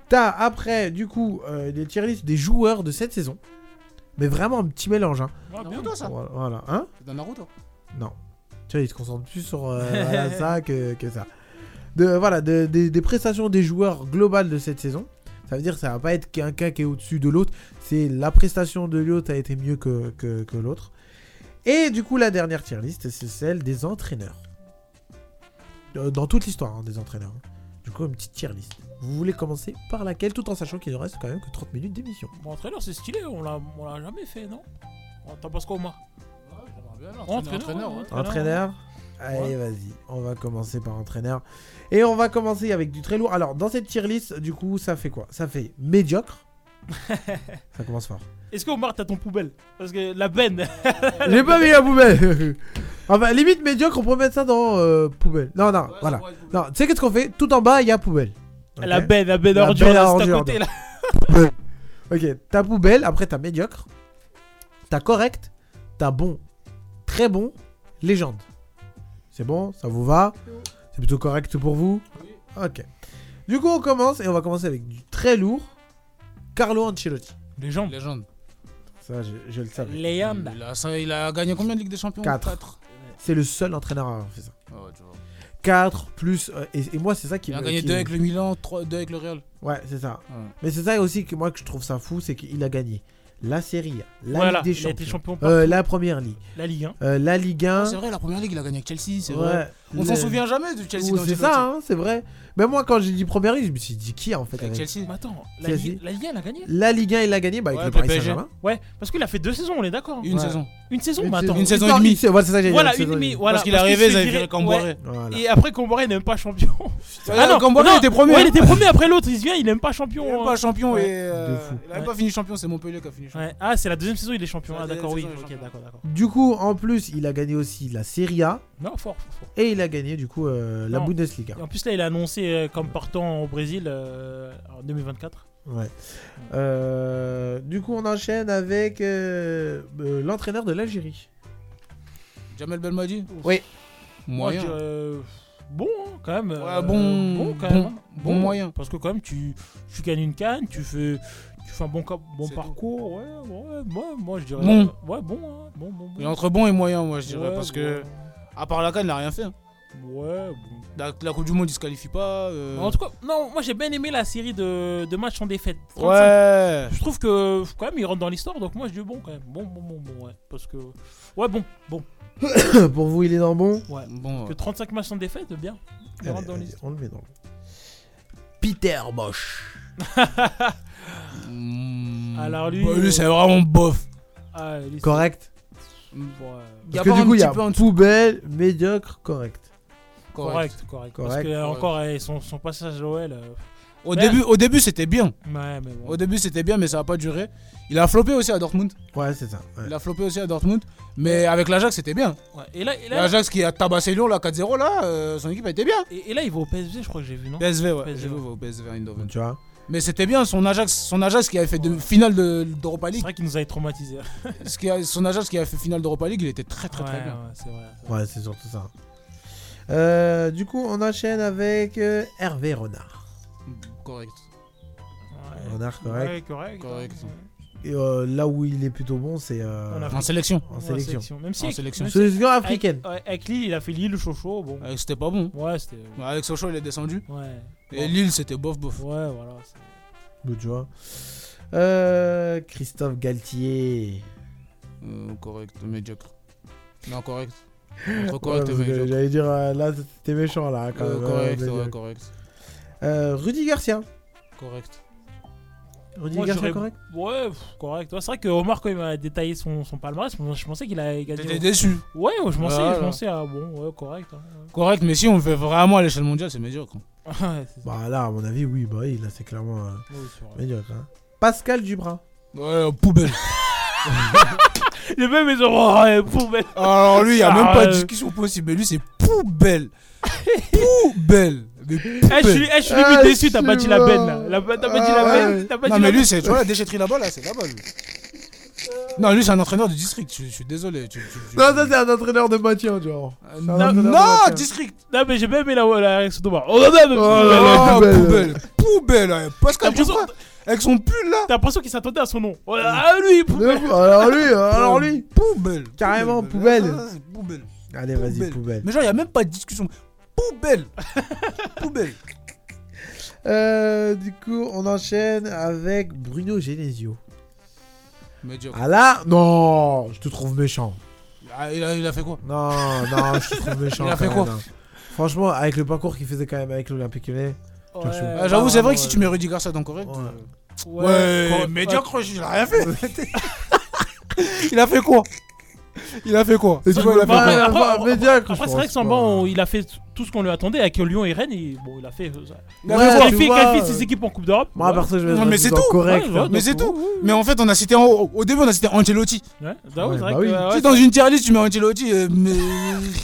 Speaker 2: T'as après, du coup, euh, les tier lists des joueurs de cette saison. Mais vraiment un petit mélange. Hein.
Speaker 9: Naruto ça
Speaker 2: Voilà, voilà, hein
Speaker 9: C'est dans Naruto.
Speaker 2: Non. Tu vois, ils se concentrent plus sur euh, voilà, ça que, que ça. De, voilà, de- des- des prestations des joueurs globales de cette saison. Ça veut dire que ça va pas être qu'un cas qui est au-dessus de l'autre. C'est la prestation de l'autre a été mieux que, que, que l'autre. Et du coup, la dernière tier list, c'est celle des entraîneurs. Euh, Dans toute l'histoire hein, des entraîneurs. Du coup, une petite tier list. Vous voulez commencer par laquelle, tout en sachant qu'il ne reste quand même que 30 minutes d'émission.
Speaker 14: Bon, entraîneur, c'est stylé, on l'a on l'a jamais fait, non Bon, Oh, T'en penses quoi, Omar
Speaker 9: entraîneur, ouais.
Speaker 2: Entraîneur Allez, vas-y, on va commencer par entraîneur. Et on va commencer avec du très lourd. Alors, dans cette tier list, du coup, ça fait quoi Ça fait
Speaker 14: *laughs*
Speaker 2: médiocre. ça commence fort.
Speaker 14: Est-ce que Omar, t'as ton poubelle Parce que la benne. Ah,
Speaker 2: J'ai pas mis la poubelle. *laughs* enfin, limite médiocre, on pourrait mettre ça dans euh, poubelle. Non, non, voilà. Non, tu sais qu'est-ce qu'on fait Tout en bas, il y a poubelle.
Speaker 14: La
Speaker 2: Ok
Speaker 14: benne, la benne ordure,
Speaker 2: benne
Speaker 14: là, c'est à
Speaker 2: ordure,
Speaker 14: côté,
Speaker 2: donc.
Speaker 14: là.
Speaker 2: Poubelle. ok, t'as poubelle, après t'as médiocre, t'as correct, t'as bon, très bon, légende. C'est bon Ça vous va C'est plutôt correct pour vous Ok. Du coup, on commence et on va commencer avec du très lourd Carlo Ancelotti.
Speaker 3: Légende.
Speaker 9: Légende.
Speaker 2: Ça, je, je le savais.
Speaker 3: Légende.
Speaker 9: Il a, ça, il a gagné combien de Ligue des Champions
Speaker 2: 4. C'est le seul entraîneur à avoir fait ça.
Speaker 9: Ah ouais, tu vois.
Speaker 2: 4 plus. euh, et, et moi, c'est ça qui
Speaker 9: Il a
Speaker 2: me-
Speaker 9: gagné
Speaker 2: qui
Speaker 9: 2
Speaker 2: me-
Speaker 9: avec le Milan, 3 2 avec le Real.
Speaker 2: Ouais, c'est ça.
Speaker 9: Ouais.
Speaker 2: Mais c'est ça aussi que moi que je trouve ça fou, c'est qu'il a gagné la Série, A, la
Speaker 3: Voilà,
Speaker 2: Ligue des
Speaker 3: il a été
Speaker 2: Champions,
Speaker 3: champion
Speaker 2: euh,
Speaker 3: partout.
Speaker 2: la Première Ligue,
Speaker 3: La Ligue 1.
Speaker 2: euh, la Ligue 1.
Speaker 9: Ah, C'est vrai, la première ligue, il a gagné avec Chelsea, c'est
Speaker 2: Ouais,
Speaker 9: vrai. On s'en
Speaker 2: le-
Speaker 9: souvient jamais de Chelsea.
Speaker 2: Ouh,
Speaker 9: dans
Speaker 2: C'est
Speaker 9: Chelsea.
Speaker 2: ça, hein, c'est vrai. Mais moi, quand j'ai dit Première Ligue, je me suis dit qui en fait
Speaker 9: Avec
Speaker 2: avec-
Speaker 9: Chelsea.
Speaker 3: Attends, la,
Speaker 2: Chelsea.
Speaker 3: Ligue, la Ligue 1, elle a gagné
Speaker 2: La Ligue 1, il l'a gagné bah, avec
Speaker 3: Ouais,
Speaker 2: le
Speaker 3: avec
Speaker 2: Paris
Speaker 3: le PSG.
Speaker 2: Saint-Germain.
Speaker 3: Ouais, parce qu'il a fait deux saisons, on est d'accord.
Speaker 2: Une Ouais. saison.
Speaker 3: Une saison,
Speaker 2: Une
Speaker 3: mais
Speaker 2: saison.
Speaker 3: attends.
Speaker 2: Une saison et demie. Voilà, c'est ça que j'allais
Speaker 3: Voilà,
Speaker 2: dire,
Speaker 3: une
Speaker 2: saison et
Speaker 3: demie.
Speaker 2: demie.
Speaker 3: Voilà,
Speaker 2: Parce qu'il est arrivé,
Speaker 3: qu'il
Speaker 2: ils
Speaker 3: s'est
Speaker 2: avaient
Speaker 3: viré-
Speaker 2: viré Camboire.
Speaker 3: ouais.
Speaker 2: Voilà.
Speaker 3: Et après, Camboré n'est même pas
Speaker 2: *laughs*
Speaker 3: champion. Ah
Speaker 9: Ouais, Camboré, il était premier.
Speaker 3: Ouais, il était premier après l'autre, il se vient, il n'est même pas champion.
Speaker 9: Il est même
Speaker 3: hein.
Speaker 9: pas champion
Speaker 3: Ouais.
Speaker 9: et euh, il a même pas fini champion, c'est Montpellier qui a fini champion.
Speaker 3: Ouais. Ah, c'est la deuxième saison, il est champion.
Speaker 9: C'est la
Speaker 3: Ah, d'accord, oui.
Speaker 9: deuxième saison, il est
Speaker 3: Ok, d'accord, d'accord.
Speaker 2: Du coup, en plus, il a gagné aussi la Serie A.
Speaker 3: Non, fort, fort, fort.
Speaker 2: Et il a gagné du coup euh, la
Speaker 3: Non.
Speaker 2: Bundesliga.
Speaker 3: Et en plus, là, il a annoncé euh, comme partant au Brésil euh, en 2024.
Speaker 2: Ouais. Euh, du coup, on enchaîne avec euh, euh, l'entraîneur de l'Algérie.
Speaker 9: Jamel Belmadi
Speaker 2: Oui.
Speaker 3: Moi, je
Speaker 9: Moyen.
Speaker 3: dirais, euh, bon, hein, quand même. euh,
Speaker 9: bon-
Speaker 3: quand même.
Speaker 9: bon-
Speaker 3: hein.
Speaker 9: bon moyen.
Speaker 3: Parce que, quand même, tu, tu gagnes une canne, tu fais, tu fais un bon, cap- bon parcours. Ouais, ouais, moi, moi, je dirais.
Speaker 9: Bon.
Speaker 3: Ouais, bon, hein, bon, bon, bon.
Speaker 9: Il est entre bon et moyen, moi je dirais,
Speaker 3: Ouais,
Speaker 9: parce que
Speaker 3: ouais.
Speaker 9: à part la canne, il a rien fait. hein.
Speaker 3: Ouais,
Speaker 9: La, la Coupe du Monde, il se qualifie pas. euh,
Speaker 3: En tout cas, non, moi j'ai bien aimé la série de, de matchs en défaite.
Speaker 9: Ouais.
Speaker 3: Je trouve que quand même il rentre dans l'histoire, donc moi je dis bon quand même. Bon, bon, bon, bon, ouais. Parce que. Ouais, bon, bon.
Speaker 2: *coughs* Pour vous, il est dans bon
Speaker 3: Ouais. euh.
Speaker 9: Bon,
Speaker 3: Que 35 matchs en défaite, bien. Il
Speaker 2: Allez,
Speaker 3: rentre dans
Speaker 2: allez,
Speaker 3: l'histoire.
Speaker 2: on le met dans. Peter
Speaker 3: *laughs*
Speaker 9: Oh,
Speaker 2: Bosch.
Speaker 3: Alors lui. euh,
Speaker 9: Bah, lui, c'est vraiment bof.
Speaker 3: Ah, lui, c'est-
Speaker 2: Correct.
Speaker 3: Ouais.
Speaker 2: Parce que du coup, il y a poubelle, médiocre, correct.
Speaker 3: Correct, correct. Parce
Speaker 2: Correct.
Speaker 3: que encore eh, son, son passage à l'OL. euh,
Speaker 9: Au
Speaker 3: merde.
Speaker 9: début, au début c'était bien.
Speaker 3: Ouais, mais bon.
Speaker 9: Au début, c'était bien, mais ça a pas duré. Il a flopé aussi à Dortmund.
Speaker 2: Ouais, c'est ça.
Speaker 9: Il a flopé aussi à Dortmund. Mais avec l'Ajax, c'était bien.
Speaker 3: Ouais, Et là, et là,
Speaker 9: L'Ajax qui a tabassé Lyon, là, 4-0, là, euh, son équipe a été bien.
Speaker 3: et, et là il va au PSV, je crois que j'ai vu, non
Speaker 9: PSV, ouais.
Speaker 3: PSV,
Speaker 9: Je vais au PSV Eindhoven.
Speaker 2: Tu vois
Speaker 9: Mais c'était bien, son Ajax, son Ajax qui avait fait de, finale de- d'Europa
Speaker 3: C'est
Speaker 9: League.
Speaker 3: vrai qu'il nous avait traumatisés.
Speaker 9: *laughs* Ce qui a- son Ajax qui avait fait finale d'Europa League, il était très très très
Speaker 3: Ouais,
Speaker 9: bien.
Speaker 3: ouais, c'est vrai.
Speaker 2: Ouais, c'est surtout ça. Euh, du coup, on enchaîne avec euh, Hervé Renard.
Speaker 9: Correct.
Speaker 2: Renard, correct.
Speaker 3: Ouais, correct.
Speaker 9: Correct.
Speaker 2: Et, euh, là où il est plutôt bon, c'est euh,
Speaker 9: En Afrique. En sélection.
Speaker 2: En sélection.
Speaker 3: Même si
Speaker 9: En
Speaker 3: avec-
Speaker 9: sélection.
Speaker 3: même si-
Speaker 2: Sélection
Speaker 3: avec-
Speaker 2: africaine.
Speaker 3: ouais, Avec Lille, il a fait Lille, Chocho, bon.
Speaker 9: Ouais, C'était pas bon.
Speaker 3: Ouais, c'était.
Speaker 9: Avec Sochaux, il est descendu.
Speaker 3: Ouais.
Speaker 9: Et Lille, c'était bof bof.
Speaker 3: Ouais, voilà. c'est-
Speaker 2: Bon, tu vois. Euh, Christophe Galtier.
Speaker 9: Euh, correct, médiocre. Non, correct. Entre correct
Speaker 2: Ouais,
Speaker 9: et
Speaker 2: parce que
Speaker 9: médiocre.
Speaker 2: J'allais dire, euh, là, c'était méchant, là, quand
Speaker 9: Euh,
Speaker 2: même.
Speaker 9: correct,
Speaker 2: hein,
Speaker 9: ouais,
Speaker 2: médiocre.
Speaker 9: correct.
Speaker 2: Euh, Rudy Garcia.
Speaker 9: Correct.
Speaker 2: Rudy
Speaker 3: Moi,
Speaker 2: Garcia,
Speaker 3: j'aurais-
Speaker 2: correct
Speaker 3: Ouais, pff, correct. Ouais, c'est vrai que Omar, quand il m'a détaillé son, son palmarès, moi, je pensais qu'il avait gagné.
Speaker 9: T'étais déçu.
Speaker 3: Ouais, ouais, je pensais, je
Speaker 9: Voilà.
Speaker 3: pensais, ah bon, ouais, correct. hein.
Speaker 9: Correct, mais si on fait vraiment à l'échelle mondiale, c'est médiocre. hein.
Speaker 3: *laughs* Ouais, c'est-
Speaker 2: Bah, là, à mon avis, oui, bah oui, là, c'est clairement euh,
Speaker 3: Oui, c'est vrai.
Speaker 2: médiocre. hein. Pascal Dubras.
Speaker 9: Ouais,
Speaker 2: *laughs*
Speaker 9: poubelle.
Speaker 3: Les mêmes, ils ont. Ouais, poubelle.
Speaker 9: Alors lui, il a
Speaker 3: Ah,
Speaker 9: même pas
Speaker 3: euh,
Speaker 9: de discussion possible, mais lui, c'est poubelle. poubelle. Mais
Speaker 3: Eh, je suis,
Speaker 9: poubelle.
Speaker 3: eh, je suis limite déçu, t'as pas dit la peine là. La- T'as pas dit la
Speaker 9: Ah,
Speaker 3: peine
Speaker 9: ouais.
Speaker 3: T'as pas
Speaker 9: non,
Speaker 3: dit
Speaker 9: mais
Speaker 3: la
Speaker 9: lui,
Speaker 3: peine.
Speaker 9: c'est, tu vois, la déchetterie là-bas, là, c'est là-bas, lui. Non, lui, c'est un entraîneur de district, je, je suis désolé. tu- tu-
Speaker 2: *laughs*
Speaker 9: tu-
Speaker 2: Non, ça, c'est un entraîneur de maintien, genre. C'est un
Speaker 9: non,
Speaker 2: entraîneur de
Speaker 9: Euh, non,
Speaker 2: maintien.
Speaker 9: district.
Speaker 3: Non, mais j'ai bien aimé la, la réaction d'Omar. Oh, non, non,
Speaker 2: Oh là là,
Speaker 9: Ah,
Speaker 2: poubelle.
Speaker 9: poubelle. Poubelle, ouais. Pascal
Speaker 3: T'as
Speaker 9: Duprat, avec son pull là.
Speaker 3: T'as l'impression qu'il s'attendait à son nom. Oh là, ah, lui, poubelle.
Speaker 2: Le- Alors lui, alors lui.
Speaker 9: Poubelle.
Speaker 2: Carrément,
Speaker 9: Ah,
Speaker 2: poubelle.
Speaker 9: c'est poubelle.
Speaker 2: Allez, vas-y,
Speaker 9: Poubelle.
Speaker 2: poubelle.
Speaker 9: Mais genre, il a même pas de discussion.
Speaker 2: *laughs*
Speaker 9: Poubelle. poubelle.
Speaker 2: Euh, du coup, on enchaîne avec Bruno Genesio.
Speaker 9: Médiocre.
Speaker 2: Ah là, non, je te trouve méchant.
Speaker 9: Ah, il, a, il a fait quoi
Speaker 2: Non, non, je te trouve méchant.
Speaker 9: *laughs* Il a fait
Speaker 2: quand même,
Speaker 9: quoi
Speaker 2: hein. Franchement, avec le parcours qu'il faisait quand même avec l'Olympique Lyonnais. je
Speaker 3: Ouais.
Speaker 2: suis-
Speaker 9: Ah, J'avoue, c'est vrai que si tu mets Rudy Garcia dans correct. euh, Ouais,
Speaker 3: Ouais.
Speaker 9: médiocre, il a
Speaker 2: *laughs*
Speaker 9: rien fait. il a fait quoi Il a fait quoi
Speaker 2: Et
Speaker 9: Tu
Speaker 2: tu
Speaker 9: vois, il a fait
Speaker 2: vois,
Speaker 9: quoi
Speaker 2: bah,
Speaker 3: après,
Speaker 2: bah,
Speaker 3: après,
Speaker 2: médiocre,
Speaker 3: Après,
Speaker 2: je
Speaker 3: c'est vrai
Speaker 2: pense,
Speaker 3: que sans
Speaker 2: quoi.
Speaker 3: banc, on- il a fait tout ce qu'on lui attendait. Avec Lyon et Rennes, il- bon, il a fait. euh, Il
Speaker 9: Ouais,
Speaker 3: a
Speaker 2: tu
Speaker 3: qualifié,
Speaker 2: vois,
Speaker 3: qualifié
Speaker 2: euh,
Speaker 3: ses équipes en Coupe d'Europe.
Speaker 2: Moi,
Speaker 3: Ouais.
Speaker 2: perso, je vais
Speaker 9: Non,
Speaker 2: mettre
Speaker 9: mais c'est
Speaker 2: dans
Speaker 9: tout.
Speaker 2: correct.
Speaker 3: Ouais, ouais,
Speaker 9: Mais
Speaker 3: donc,
Speaker 9: c'est
Speaker 3: ouais,
Speaker 9: tout. Mais en fait, on a cité en haut- au début, on a cité Ancelotti.
Speaker 3: Ouais, c'est vrai
Speaker 2: Ouais, bah
Speaker 3: que,
Speaker 2: oui.
Speaker 3: euh,
Speaker 9: si
Speaker 3: ouais,
Speaker 9: dans une tier list, tu mets Ancelotti, euh, mais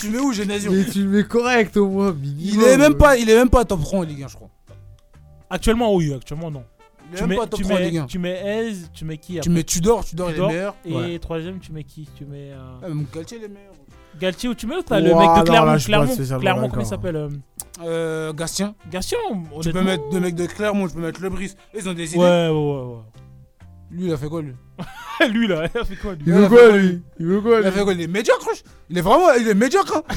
Speaker 9: tu mets où Genesio
Speaker 2: Mais tu le mets correct au moins,
Speaker 9: Il
Speaker 2: minimum.
Speaker 9: est même pas, il est même pas top 3 en Ligue 1, je crois.
Speaker 3: Actuellement, oui, actuellement, non.
Speaker 9: Il est
Speaker 3: Tu
Speaker 9: même
Speaker 3: mets,
Speaker 9: pas top
Speaker 3: tu,
Speaker 9: 3 en
Speaker 3: mets,
Speaker 9: Ligue 1.
Speaker 3: tu mets Aise, tu mets qui
Speaker 9: Tu
Speaker 3: après
Speaker 9: mets Tudor, Tudor il est
Speaker 3: Tudor,
Speaker 9: meilleur.
Speaker 3: Et
Speaker 2: Ouais.
Speaker 3: troisième, tu mets qui Tu mets. euh,
Speaker 9: Ah, mais Galtier il est meilleur.
Speaker 3: Galtier ou tu mets ou t'as le mec de Clermont, Clermont, Clermont, comment il s'appelle euh,
Speaker 9: euh, Gastien.
Speaker 3: Gastien,
Speaker 9: Tu peux
Speaker 3: honnêtement.
Speaker 9: mettre le mec de Clermont, tu peux mettre le Brice. Ils ont des idées.
Speaker 3: Ouais, ouais, ouais.
Speaker 9: Lui, il a fait quoi, lui
Speaker 3: *laughs* Lui, là, il a fait quoi, lui
Speaker 9: a
Speaker 2: Il
Speaker 9: fait
Speaker 2: veut quoi,
Speaker 9: Il a fait quoi Il est médiocre, wesh. Il est vraiment. Il est médiocre, hein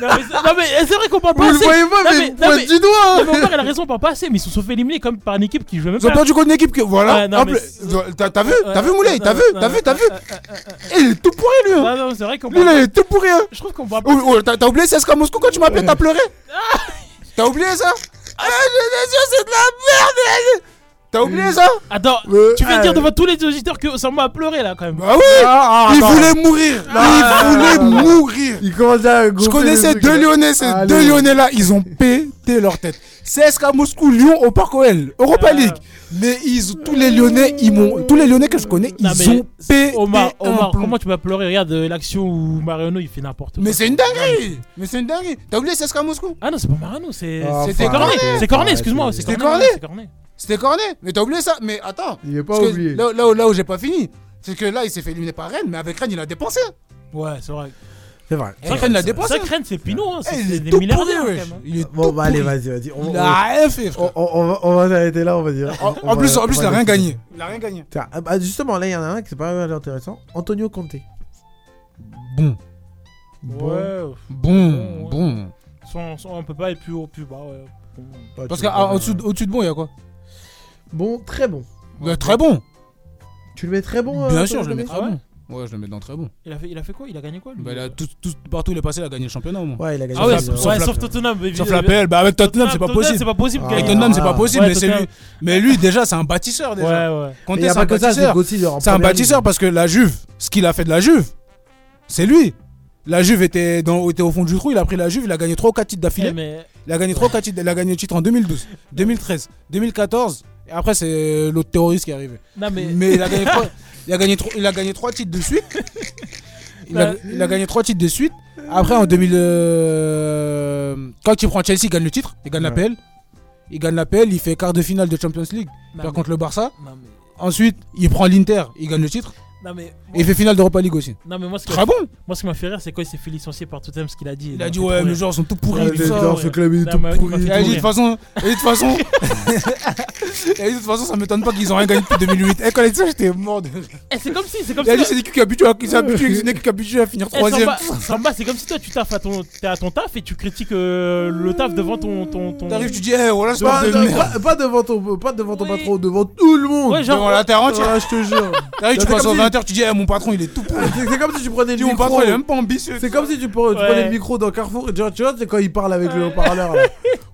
Speaker 3: Non mais, c'est- non, mais eh, c'est vrai qu'on parle pas
Speaker 9: Vous le
Speaker 3: assez.
Speaker 9: voyez pas, mais vous pointez du doigt, hein.
Speaker 3: non, mais mon père, il a raison, on parle pas assez, mais ils se sont fait éliminer comme par une équipe qui jouait même
Speaker 9: Ils ont
Speaker 3: pas.
Speaker 9: perdu contre une équipe que. Voilà.
Speaker 3: Ouais, non,
Speaker 9: Hop,
Speaker 3: mais
Speaker 9: le- T'as t'as vu T'as vu, Moulay T'as vu T'as vu T'as vu Et Il est tout pourri, lui. hein.
Speaker 3: Non, non, c'est vrai qu'on
Speaker 9: Lui,
Speaker 3: parle-
Speaker 9: là, il est tout pourri, hein.
Speaker 3: Je trouve qu'on va
Speaker 9: Oh, oh, T'as t'as oublié CSKA Moscou quand tu m'appelais, t'as pleuré
Speaker 3: Ah.
Speaker 9: T'as oublié ça Ah, les yeux, c'est de la merde T'as oublié ça
Speaker 3: Euh, Attends, tu viens de dire devant tous les auditeurs que ça m'a pleuré là quand même.
Speaker 9: Ah oui Il voulait mourir
Speaker 3: Ah,
Speaker 9: Il voulait mourir
Speaker 2: Il commence à
Speaker 9: Je connaissais
Speaker 3: le truc,
Speaker 9: deux
Speaker 3: là.
Speaker 9: Lyonnais, ces
Speaker 3: Ah,
Speaker 9: deux
Speaker 3: le-
Speaker 9: Lyonnais là, ils ont pété leur tête. CSKA Moscou, Lyon au Parc OL,
Speaker 3: Ah.
Speaker 9: Europa League. Mais ils, tous les Lyonnais, ils m'ont, tous les Lyonnais que je connais, ils
Speaker 3: Non, mais-
Speaker 9: ont pété
Speaker 3: Omar,
Speaker 9: un
Speaker 3: Omar,
Speaker 9: plomb.
Speaker 3: comment tu vas pleurer Regarde euh, l'action où Mariano il fait n'importe quoi.
Speaker 9: Mais c'est une dinguerie Mais c'est une dinguerie T'as oublié CSKA Moscou
Speaker 3: Ah non, c'est pas Mariano, c'est
Speaker 9: Ah,
Speaker 3: c'était
Speaker 9: enfin,
Speaker 3: Cornet.
Speaker 9: arrêtez,
Speaker 3: C'est Cornet,
Speaker 9: arrêtez.
Speaker 3: excuse-moi, c'est
Speaker 9: C'était
Speaker 3: Cornet.
Speaker 9: Cornet.
Speaker 3: c'est Cornet.
Speaker 9: C'était Cornet Mais t'as oublié ça Mais attends
Speaker 2: Il est pas
Speaker 9: parce que
Speaker 2: oublié.
Speaker 9: Là, là où- là où j'ai pas fini, c'est que là, il s'est fait éliminer par Rennes, mais avec Rennes, il a dépensé.
Speaker 3: Ouais, c'est vrai.
Speaker 2: C'est vrai.
Speaker 9: Eh, Rennes l'a dépensé.
Speaker 3: Ça, Rennes, c'est Pinot, hein,
Speaker 9: Eh,
Speaker 3: c'est
Speaker 9: il
Speaker 3: c'est
Speaker 9: est
Speaker 3: des
Speaker 9: tout
Speaker 3: milliardaires
Speaker 9: pourri,
Speaker 3: quand
Speaker 9: wesh.
Speaker 3: même. hein.
Speaker 9: Il est
Speaker 2: Bon,
Speaker 9: tout
Speaker 2: bah allez,
Speaker 9: pourri.
Speaker 2: vas-y, vas-y. on- on-
Speaker 9: Il a rien fait, frère.
Speaker 2: On, on- on va- on va s'arrêter là, on va dire.
Speaker 9: En- en plus- en plus, il a rien gagné. Il a rien gagné.
Speaker 2: Tiens, ah, bah, justement, là, il y en a un qui c'est pas mal intéressant. Antonio Conte.
Speaker 9: Bon.
Speaker 3: Ouais.
Speaker 9: Bon, bon.
Speaker 3: Sans- sans- on peut pas être plus haut, plus bas. ouais. Bon.
Speaker 9: Parce qu'au-dessus au-dessus de bon, il y a quoi
Speaker 2: hein. Bon, très bon.
Speaker 9: Bah, Très bon
Speaker 2: Tu le mets très bon
Speaker 9: Bien
Speaker 2: euh,
Speaker 9: sûr, je le
Speaker 2: Antonio
Speaker 9: mets
Speaker 2: Conte
Speaker 9: très bon. Ouais, je le mets dans très bon.
Speaker 3: Il a fait, il a fait quoi Il a gagné quoi lui
Speaker 9: Bah, il a tout, tout- partout où il est passé, il a gagné le championnat au moins.
Speaker 2: Ouais, il a gagné
Speaker 3: Ah ouais, sauf, ouais, sauf Tottenham. euh,
Speaker 9: Sauf la PL, bah avec Tottenham, c'est pas possible.
Speaker 3: C'est pas possible.
Speaker 9: Avec
Speaker 3: gagner.
Speaker 9: Tottenham, c'est pas possible,
Speaker 3: Ouais,
Speaker 9: mais c'est
Speaker 3: Tottenham.
Speaker 9: lui. Mais lui, déjà, c'est un bâtisseur déjà.
Speaker 3: Ouais, ouais.
Speaker 9: Conte,
Speaker 2: Mais y a
Speaker 9: c'est
Speaker 2: pas
Speaker 9: un
Speaker 2: que ça, c'est
Speaker 9: bâtisseur.
Speaker 2: Gauthier, genre, en
Speaker 9: C'est un
Speaker 2: première
Speaker 9: bâtisseur parce que la Juve, ce qu'il a fait de la Juve, c'est lui. La Juve était, dans, était au fond du trou, il a pris la Juve, il a gagné 3 ou 4 titres d'affilée.
Speaker 3: Eh, mais-
Speaker 9: Il a gagné 3 ou 4 titres, il a gagné le titre en 2012, 2013, 2014, et après c'est l'autre terroriste qui est arrivé.
Speaker 3: Non, mais-
Speaker 9: il, a gagné 3, il, a gagné 3, il a gagné 3 titres
Speaker 3: *laughs*
Speaker 9: de suite. Il a,
Speaker 3: Bah,
Speaker 9: il a gagné 3 titres de suite. Après en 2000. euh, quand il prend Chelsea, il gagne le titre, il gagne la PL. Il gagne la PL, il fait quart de finale de Champions League, il
Speaker 3: Non,
Speaker 9: perd
Speaker 3: mais-
Speaker 9: contre le Barça.
Speaker 3: non, mais-
Speaker 9: Ensuite, il prend l'Inter, il gagne le titre.
Speaker 3: Non, mais-
Speaker 9: Et il fait finale d'Europa League aussi.
Speaker 3: Non, mais moi, ce qui
Speaker 9: Très
Speaker 3: m'a-
Speaker 9: bon
Speaker 3: Moi, ce qui m'a fait rire, c'est quand il s'est fait licencier par Tottenham, ce qu'il a dit.
Speaker 9: Il a
Speaker 3: m'a
Speaker 9: dit
Speaker 3: fait
Speaker 9: ouais,
Speaker 3: trop
Speaker 9: les
Speaker 3: rire.
Speaker 9: joueurs sont tout pourris.
Speaker 3: Ouais,
Speaker 9: tout
Speaker 3: les
Speaker 9: ça,
Speaker 3: joueurs,
Speaker 9: ouais.
Speaker 3: ce club, il est Non, tout mais il m'a pourri. fait
Speaker 9: Il a dit de
Speaker 3: tout
Speaker 9: toute façon, et de toute *laughs* façon, il a dit, de toute façon, ça m'étonne pas qu'ils ont rien gagné depuis 2008. Et quand il a dit ça, Eh, j'étais mort. de-
Speaker 3: Eh, c'est comme si, c'est comme
Speaker 9: Il a dit
Speaker 3: si.
Speaker 9: c'est des culs qui habituent à- qui s'habituent- c'est des culs qui habituent à finir
Speaker 3: Eh,
Speaker 9: troisième.
Speaker 3: Samba- Samba, c'est comme si toi tu taffes à ton, t'es à ton taf et tu critiques euh, le taf devant ton. ton, ton...
Speaker 9: T'arrives, tu dis, eh, voilà, c'est pas
Speaker 2: Pas,
Speaker 9: de
Speaker 2: de-
Speaker 9: merde.
Speaker 2: pas- pas devant ton, pas devant ton patron, devant tout le monde.
Speaker 3: Ouais, genre- Devant la terre entière.
Speaker 2: Ah, je te jure.
Speaker 9: T'arrives, tu
Speaker 2: C'est
Speaker 9: passes
Speaker 2: comme
Speaker 9: aux
Speaker 2: si-
Speaker 9: 20h, tu dis, eh, mon patron, il est tout pourri.
Speaker 2: C'est c'est comme si tu prenais le
Speaker 9: Dis, mon
Speaker 2: micro.
Speaker 9: patron, il est même pas ambitieux.
Speaker 2: C'est comme si tu, pre- tu
Speaker 9: Ouais.
Speaker 2: prenais le micro dans Carrefour et tu vois, tu vois, c'est quand il parle avec le haut-parleur.
Speaker 3: *laughs*
Speaker 2: là.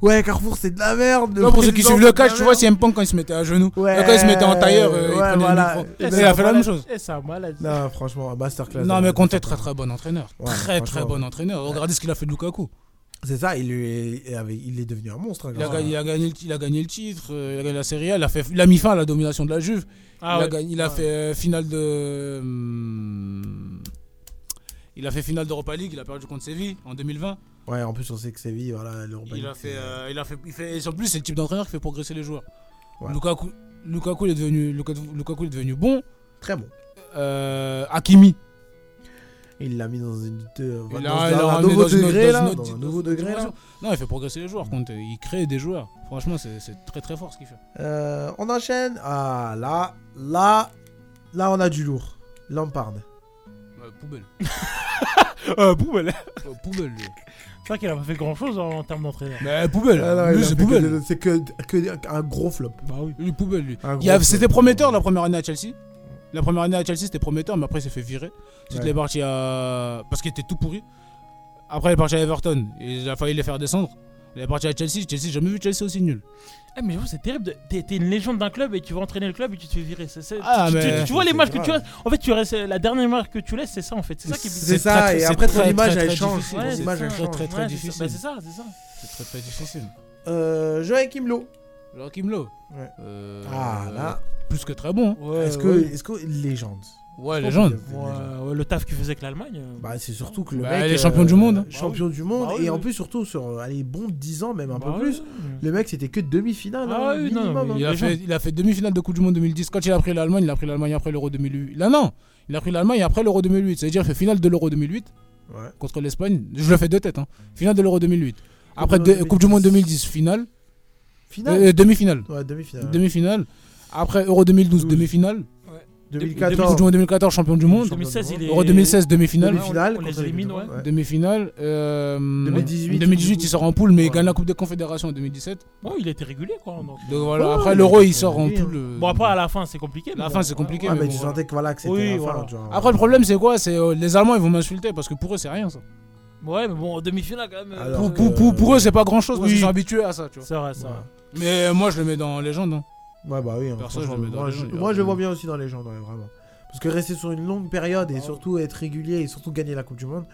Speaker 2: Ouais, Carrefour, c'est de la merde. le
Speaker 9: Là, pour ceux qui
Speaker 2: président,
Speaker 9: suivent le
Speaker 2: c'est de la
Speaker 9: catch, tu vois, c'est M. Punk quand il se mettait à genoux.
Speaker 2: Ouais.
Speaker 9: Et Quand il se mettait en tailleur, euh, il
Speaker 2: Ouais,
Speaker 9: prenait
Speaker 2: voilà.
Speaker 9: le micro.
Speaker 2: Eh,
Speaker 9: Et
Speaker 2: c'est
Speaker 9: Il a fait
Speaker 2: un
Speaker 9: la même
Speaker 2: malade.
Speaker 9: chose.
Speaker 3: Eh, c'est un malade.
Speaker 2: Non, franchement, masterclass.
Speaker 9: Non,
Speaker 2: hein.
Speaker 9: mais Conte, très très bon entraîneur.
Speaker 2: Ouais,
Speaker 9: Très très
Speaker 2: franchement.
Speaker 9: bon entraîneur. Regardez ce qu'il a fait de Lukaku.
Speaker 2: C'est ça, il, lui est- avait- il est devenu un monstre. hein,
Speaker 9: Il a,
Speaker 2: grâce à-
Speaker 9: gagné, il, a gagné, le- il a gagné le titre, euh, il a gagné la Serie A, il a, fait, il a mis fin à la domination de la Juve.
Speaker 3: Ah
Speaker 9: il, a
Speaker 3: ouais.
Speaker 9: gagné- il a fait euh, finale de. hum, il a fait finale d'Europa League, il a perdu contre Séville en 2020.
Speaker 2: Ouais, en plus, on sait que Séville, voilà, l'Urban.
Speaker 9: Il a fait, euh, il a fait, il fait- et en plus, c'est le type d'entraîneur qui fait progresser les joueurs.
Speaker 2: Ouais.
Speaker 9: Lukaku, Lukaku, il est devenu, Lukaku, Lukaku, il est devenu bon. Euh,
Speaker 2: Très bon.
Speaker 9: Hakimi.
Speaker 2: Il l'a mis dans une. de-
Speaker 9: Il
Speaker 2: euh, dans
Speaker 9: a-
Speaker 2: un-
Speaker 9: il a
Speaker 2: dans un
Speaker 9: ramené
Speaker 2: nouveau
Speaker 9: dans une autre-
Speaker 2: degré,
Speaker 9: dans une
Speaker 2: là.
Speaker 9: autre-
Speaker 2: Dans un
Speaker 9: dans
Speaker 2: nouveau
Speaker 9: une autre
Speaker 2: degré, là.
Speaker 9: dimension. Non, il fait progresser les joueurs. Conte. Il crée des joueurs. Franchement, c'est c'est très très fort ce qu'il fait.
Speaker 2: Euh, on enchaîne. Ah là, là, là on a du lourd. Lampard.
Speaker 9: *laughs* poubelle.
Speaker 3: Euh, poubelle.
Speaker 9: poubelle, lui.
Speaker 3: C'est vrai qu'il a pas fait grand chose en termes d'entraîneur.
Speaker 9: *laughs* Mais poubelle.
Speaker 2: Ah non, il
Speaker 9: Lui,
Speaker 2: a
Speaker 9: c'est
Speaker 2: fait que
Speaker 9: poubelle.
Speaker 2: des- C'est que, que un gros flop.
Speaker 3: Bah oui.
Speaker 9: Lui, poubelle, lui.
Speaker 2: Un
Speaker 9: Il y a-
Speaker 2: gros
Speaker 9: C'était
Speaker 2: flop.
Speaker 9: prometteur la première année à Chelsea. La première année à Chelsea, c'était prometteur, mais après, il s'est fait virer. Ensuite,
Speaker 2: Ouais.
Speaker 9: il est parti à. Parce qu'il était tout pourri. Après, il est parti à Everton. Et il a failli les faire descendre. Il est parti à Chelsea. Chelsea, j'ai jamais vu Chelsea aussi nul.
Speaker 3: Eh, mais gros, c'est terrible. de- T'es t'es une légende d'un club et tu vas entraîner le club et tu te fais virer. C'est- c'est-
Speaker 9: Ah,
Speaker 3: tu, tu-
Speaker 9: mais-
Speaker 3: tu vois les
Speaker 9: c'est
Speaker 3: matchs que tu
Speaker 9: grave.
Speaker 3: as. En fait, tu restes, la dernière marque que tu laisses, c'est ça en fait. C'est ça qui est bizarre.
Speaker 2: C'est ça, et après, ton image, elle change.
Speaker 3: difficile.
Speaker 2: Ton
Speaker 3: Ouais,
Speaker 2: image,
Speaker 3: c'est
Speaker 2: elle
Speaker 3: ça.
Speaker 2: change.
Speaker 9: Très, très
Speaker 3: Ouais, c'est ça.
Speaker 9: difficile.
Speaker 3: Bah, c'est ça, c'est ça.
Speaker 9: C'est très, très difficile.
Speaker 2: Euh, Joachim Lowe.
Speaker 9: Joachim Lowe.
Speaker 2: Ouais.
Speaker 9: Euh,
Speaker 2: Ah, là.
Speaker 9: Plus que très bon. hein.
Speaker 2: Est-ce que,
Speaker 9: ouais.
Speaker 2: est-ce que légende
Speaker 9: Ouais,
Speaker 2: Je pense
Speaker 9: légende.
Speaker 2: que c'est une légende.
Speaker 3: Ouais, ouais, le taf qu'il faisait avec l'Allemagne. euh,
Speaker 2: Bah, c'est surtout que le
Speaker 9: Bah,
Speaker 2: mec. euh,
Speaker 9: il est champion du monde.
Speaker 2: Champion du monde.
Speaker 3: Bah oui,
Speaker 2: et en
Speaker 3: oui.
Speaker 2: plus, surtout sur euh, allez, bon 10 ans, même un
Speaker 3: Bah
Speaker 2: peu
Speaker 3: oui.
Speaker 2: plus. Le mec, c'était que demi-finale.
Speaker 3: Ah
Speaker 2: hein,
Speaker 3: oui, non,
Speaker 2: minimum,
Speaker 3: mais
Speaker 2: hein.
Speaker 9: Il a, fait, il a fait demi-finale de Coupe du Monde 2010. Quand il a pris l'Allemagne, il a pris l'Allemagne après l'Euro 2008. Là, non Il a pris l'Allemagne après l'Euro 2008. C'est-à-dire, il fait finale de l'Euro 2008. contre l'Espagne. Je le fais deux têtes. Hein. Finale de l'Euro 2008. Après
Speaker 2: du
Speaker 9: deux-
Speaker 2: Monde
Speaker 9: Coupe du Monde 2010, finale.
Speaker 2: Finale
Speaker 9: Euh, Demi-finale.
Speaker 2: Ouais, demi-finale, ouais.
Speaker 9: Demi-finale. Après Euro 2012, demi-finale.
Speaker 2: 2014.
Speaker 9: Coupe du Monde 2014, champion du monde.
Speaker 2: 2016, il est-
Speaker 9: Euro 2016, demi-finale.
Speaker 2: Demi-finale, On les contre élimine, l'équipe. ouais.
Speaker 9: Demi-finale. euh,
Speaker 2: 2018,
Speaker 9: 2018, il sort en poule, mais il
Speaker 14: Ouais.
Speaker 9: gagne la Coupe des Confédérations en 2017.
Speaker 14: Bon, il était régulier quoi. Donc,
Speaker 9: Donc voilà, après, l'Euro, il sort en poule, euh,
Speaker 14: Bon, après à la fin c'est compliqué. mais
Speaker 9: La
Speaker 14: bon,
Speaker 9: fin, c'est compliqué.
Speaker 14: ouais,
Speaker 9: mais
Speaker 14: ouais.
Speaker 9: bon,
Speaker 2: tu
Speaker 9: voilà.
Speaker 2: sentais que, voilà, que c'était
Speaker 14: Oui,
Speaker 2: la fin,
Speaker 14: voilà.
Speaker 2: tu vois.
Speaker 9: Après, le problème, c'est quoi C'est euh, les Allemands, ils vont m'insulter parce que pour eux, c'est rien ça.
Speaker 14: Ouais, mais bon, en demi-finale quand même. euh,
Speaker 9: Pour, pour- pour- pour eux, c'est pas grand chose parce
Speaker 14: Oui.
Speaker 9: qu'ils sont habitués à ça. tu vois.
Speaker 14: C'est vrai, c'est vrai.
Speaker 9: Mais moi, je le mets dans Légende. hein.
Speaker 2: Ouais, bah oui. hein,
Speaker 9: Perso, je
Speaker 2: franchement,
Speaker 9: le mets dans
Speaker 2: moi,
Speaker 9: les
Speaker 2: je,
Speaker 9: gens, il
Speaker 2: moi,
Speaker 9: a-
Speaker 2: je le vois bien aussi dans les gens, ouais, vraiment. Parce que rester sur une longue période
Speaker 3: Bah
Speaker 2: et surtout être régulier et surtout gagner la Coupe du Monde,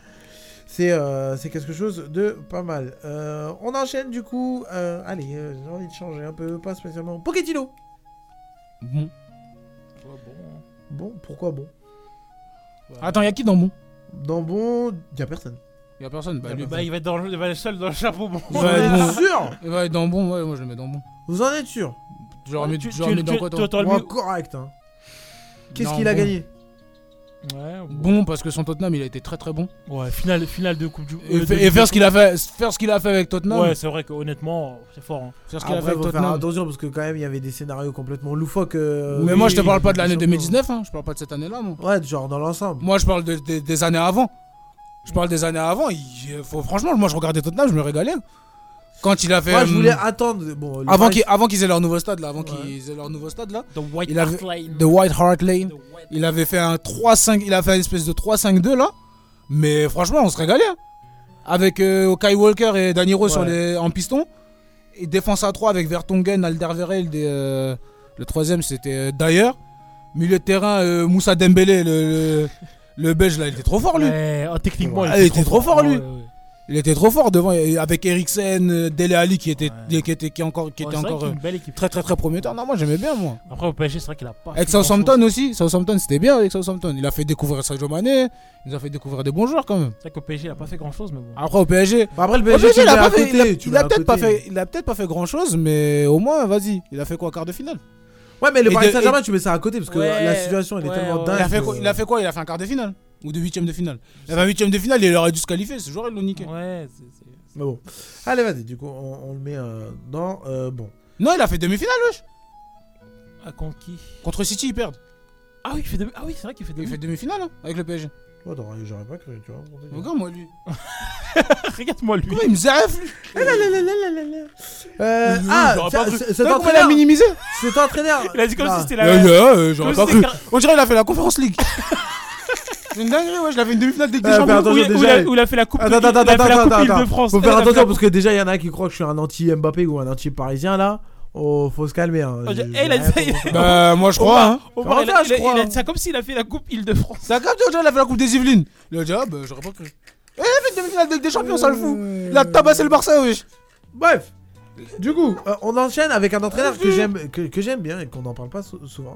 Speaker 2: c'est euh, c'est quelque chose de pas mal. Euh, on enchaîne du coup. euh, allez, euh, j'ai envie de changer un peu, pas spécialement. Pochettino
Speaker 9: Bon.
Speaker 2: Bon, pourquoi bon
Speaker 9: Attends, y a qui dans bon
Speaker 2: Dans bon, y a personne.
Speaker 9: Y a personne. Bah,
Speaker 14: Bah,
Speaker 9: lui,
Speaker 14: bah, il va être dans le, il va être seul dans le chapeau. Bon.
Speaker 9: Il va être bon.
Speaker 2: sûr
Speaker 9: Il va être dans bon, ouais, moi je le mets dans bon.
Speaker 2: Vous en êtes sûr
Speaker 9: Je l'aurais mis-
Speaker 14: Tu-
Speaker 9: je l'aurais
Speaker 14: tu-
Speaker 9: mis dans
Speaker 14: tu-
Speaker 9: quoi,
Speaker 14: toi, t'aurais
Speaker 9: Moi,
Speaker 14: mis-
Speaker 2: Correct. hein. Qu'est-ce
Speaker 9: Non,
Speaker 2: qu'il a
Speaker 9: bon.
Speaker 2: gagné
Speaker 14: Ouais,
Speaker 9: Bon, parce que son Tottenham, il a été très très bon.
Speaker 14: Ouais, finale, finale de Coupe du
Speaker 9: Et,
Speaker 14: euh,
Speaker 9: fa-
Speaker 14: de-
Speaker 9: et faire ce qu'il a fait, faire ce qu'il a fait avec Tottenham.
Speaker 14: Ouais, c'est vrai que honnêtement, c'est fort. hein.
Speaker 9: Faire ce qu'il a fait
Speaker 2: Après,
Speaker 9: avec
Speaker 2: faut faire
Speaker 9: Tottenham.
Speaker 2: attention parce que quand même, il y avait des scénarios complètement loufoques. euh,
Speaker 9: Mais
Speaker 2: oui,
Speaker 9: moi, je te parle pas de
Speaker 2: des
Speaker 9: l'année
Speaker 2: champions.
Speaker 9: 2019. hein, Je parle pas de cette année-là, moi.
Speaker 2: Ouais, genre dans l'ensemble.
Speaker 9: Moi, je parle de- de- des années avant. Je parle des années avant. il- faut- franchement, moi, je regardais Tottenham, je me régalais. Quand il a fait.
Speaker 2: Moi, je
Speaker 9: hum,
Speaker 2: voulais attendre. Bon, euh, le
Speaker 9: avant
Speaker 2: Paris-
Speaker 9: qu'ils avant qu'ils aient leur nouveau stade là, avant qu'ils aient leur nouveau stade là.
Speaker 14: White
Speaker 9: il avait-
Speaker 14: Hart Lane.
Speaker 9: The White Hart Lane. Il avait fait un 3-5, il a fait une espèce de 3-5-2 là. Mais franchement, on se régalait. hein. Avec euh, Kai Walker et Daniro sur les, en piston. Et défense à 3 avec Vertonghen, Alderweireld et euh, le troisième c'était euh, Dyer. Milieu de terrain, euh, Moussa Dembélé, le, le, le belge là, il était trop fort lui.
Speaker 14: Ouais, oh, techniquement,
Speaker 9: Ah, il, était trop fort, lui. Il était trop fort devant et avec Eriksen, euh, Dele Alli qui était qui était qui encore qui
Speaker 14: Ouais,
Speaker 9: était
Speaker 14: c'est vrai
Speaker 9: encore
Speaker 14: qu'il y a une
Speaker 9: euh,
Speaker 14: belle équipe.
Speaker 9: très très très prometteur. Non, moi j'aimais bien moi.
Speaker 14: Après au PSG, c'est vrai qu'il a pas.
Speaker 9: Avec
Speaker 14: fait grand-chose.
Speaker 9: Southampton aussi, Southampton c'était bien avec Southampton. Il a fait découvrir Sadio Mané, il nous a fait découvrir des bons joueurs quand même.
Speaker 14: C'est vrai qu'au PSG, il a pas fait grand chose, mais bon.
Speaker 9: Après au PSG,
Speaker 2: Bah, après, le
Speaker 9: au
Speaker 2: PSG, tu
Speaker 9: il a
Speaker 2: mets à
Speaker 9: pas fait-
Speaker 2: côté,
Speaker 9: il a-
Speaker 2: tu
Speaker 9: il
Speaker 2: mets
Speaker 9: a
Speaker 2: à
Speaker 9: peut-être pas
Speaker 2: côté.
Speaker 9: fait, il a peut-être pas fait grand chose, mais au moins vas-y, il a fait quoi quart de finale.
Speaker 2: Ouais, mais le
Speaker 9: Et
Speaker 2: Paris
Speaker 9: de-
Speaker 2: Saint-Germain,
Speaker 9: et-
Speaker 2: tu mets ça à côté parce que
Speaker 9: Ouais,
Speaker 2: la situation, elle est
Speaker 9: ouais,
Speaker 2: tellement
Speaker 9: ouais.
Speaker 2: dingue.
Speaker 9: Il a fait
Speaker 2: que-
Speaker 9: quoi, il a fait quoi Il a fait un quart de finale ou de huitième de finale. Il a fait un huitième de finale, il aurait dû se qualifier. Ce joueur il l'a niqué.
Speaker 14: Ouais.
Speaker 2: Mais bon. Allez, vas-y, du coup, on, on le met euh, dans. euh, bon.
Speaker 9: Non, il a fait demi-finale, wesh
Speaker 14: Ah, contre qui
Speaker 9: Contre City, ils perdent.
Speaker 14: Ah oui, il fait demi- ah oui, c'est vrai qu'il fait demi.
Speaker 9: Il fait demi-finale hein, avec le PSG.
Speaker 2: Ouais, t'aurais- j'aurais pas cru, tu vois. pour te dire.
Speaker 9: Regarde-moi *laughs* lui.
Speaker 14: Regarde-moi lui.
Speaker 9: Comment il me zaffe lui
Speaker 2: Ah, là, là, là, là, là, là. Euh, ah,
Speaker 9: j'aurais
Speaker 2: ça-
Speaker 9: pas cru.
Speaker 2: c'est-
Speaker 9: T'as
Speaker 2: cet
Speaker 9: vu comment il a
Speaker 2: entraîneur.
Speaker 9: minimisé
Speaker 2: Cet entraîneur.
Speaker 14: Il a dit comme
Speaker 2: Ah.
Speaker 14: si c'était
Speaker 9: Yeah,
Speaker 14: la.
Speaker 9: yeah, euh, j'aurais
Speaker 14: comme
Speaker 9: pas
Speaker 14: si
Speaker 9: cru.
Speaker 14: c'était-
Speaker 9: On dirait qu'il a fait la Conference *laughs* League. Euh, C'est une dinguerie, ouais, je l'avais une demi-finale dès que des
Speaker 2: Ah,
Speaker 9: Champions.
Speaker 2: mais attention,
Speaker 9: Où il-
Speaker 2: déjà,
Speaker 9: où il a-
Speaker 2: il-
Speaker 9: où il a fait la Coupe
Speaker 2: Attends,
Speaker 9: de-
Speaker 2: attends,
Speaker 9: il a fait la
Speaker 2: attends,
Speaker 9: Coupe
Speaker 2: attends,
Speaker 9: Île de
Speaker 2: attends.
Speaker 9: France.
Speaker 2: Faut
Speaker 9: Il a
Speaker 2: faire
Speaker 9: fait la
Speaker 2: attention
Speaker 9: Coupe-
Speaker 2: parce que déjà, il y en a qui croient que je suis un anti-Mbappé ou un anti-Parisien là. Oh, faut se calmer. Hein.
Speaker 14: Oh, j'ai-
Speaker 2: J'ai-
Speaker 14: eh, il a
Speaker 2: j'ai rien
Speaker 14: dit-
Speaker 2: contre-
Speaker 9: Bah, moi, je
Speaker 14: Omar-
Speaker 9: crois, hein.
Speaker 14: Omar,
Speaker 9: Comment
Speaker 14: il a-
Speaker 9: ça,
Speaker 14: il
Speaker 9: je
Speaker 14: a- il a-
Speaker 9: crois, hein.
Speaker 14: C'est comme s'il a fait la Coupe Île-de-France.
Speaker 9: C'est un cap, tu vois, déjà, il a fait la Coupe des Yvelines. Le job, euh, j'aurais pas cru. Euh, Eh, il a fait une demi-finale dès que des Champions, ça le fout. Il a tabassé le Barça, wesh.
Speaker 2: Bref, du coup, euh, on enchaîne avec un entraîneur que j'aime que, que j'aime bien et qu'on n'en parle pas sou- souvent.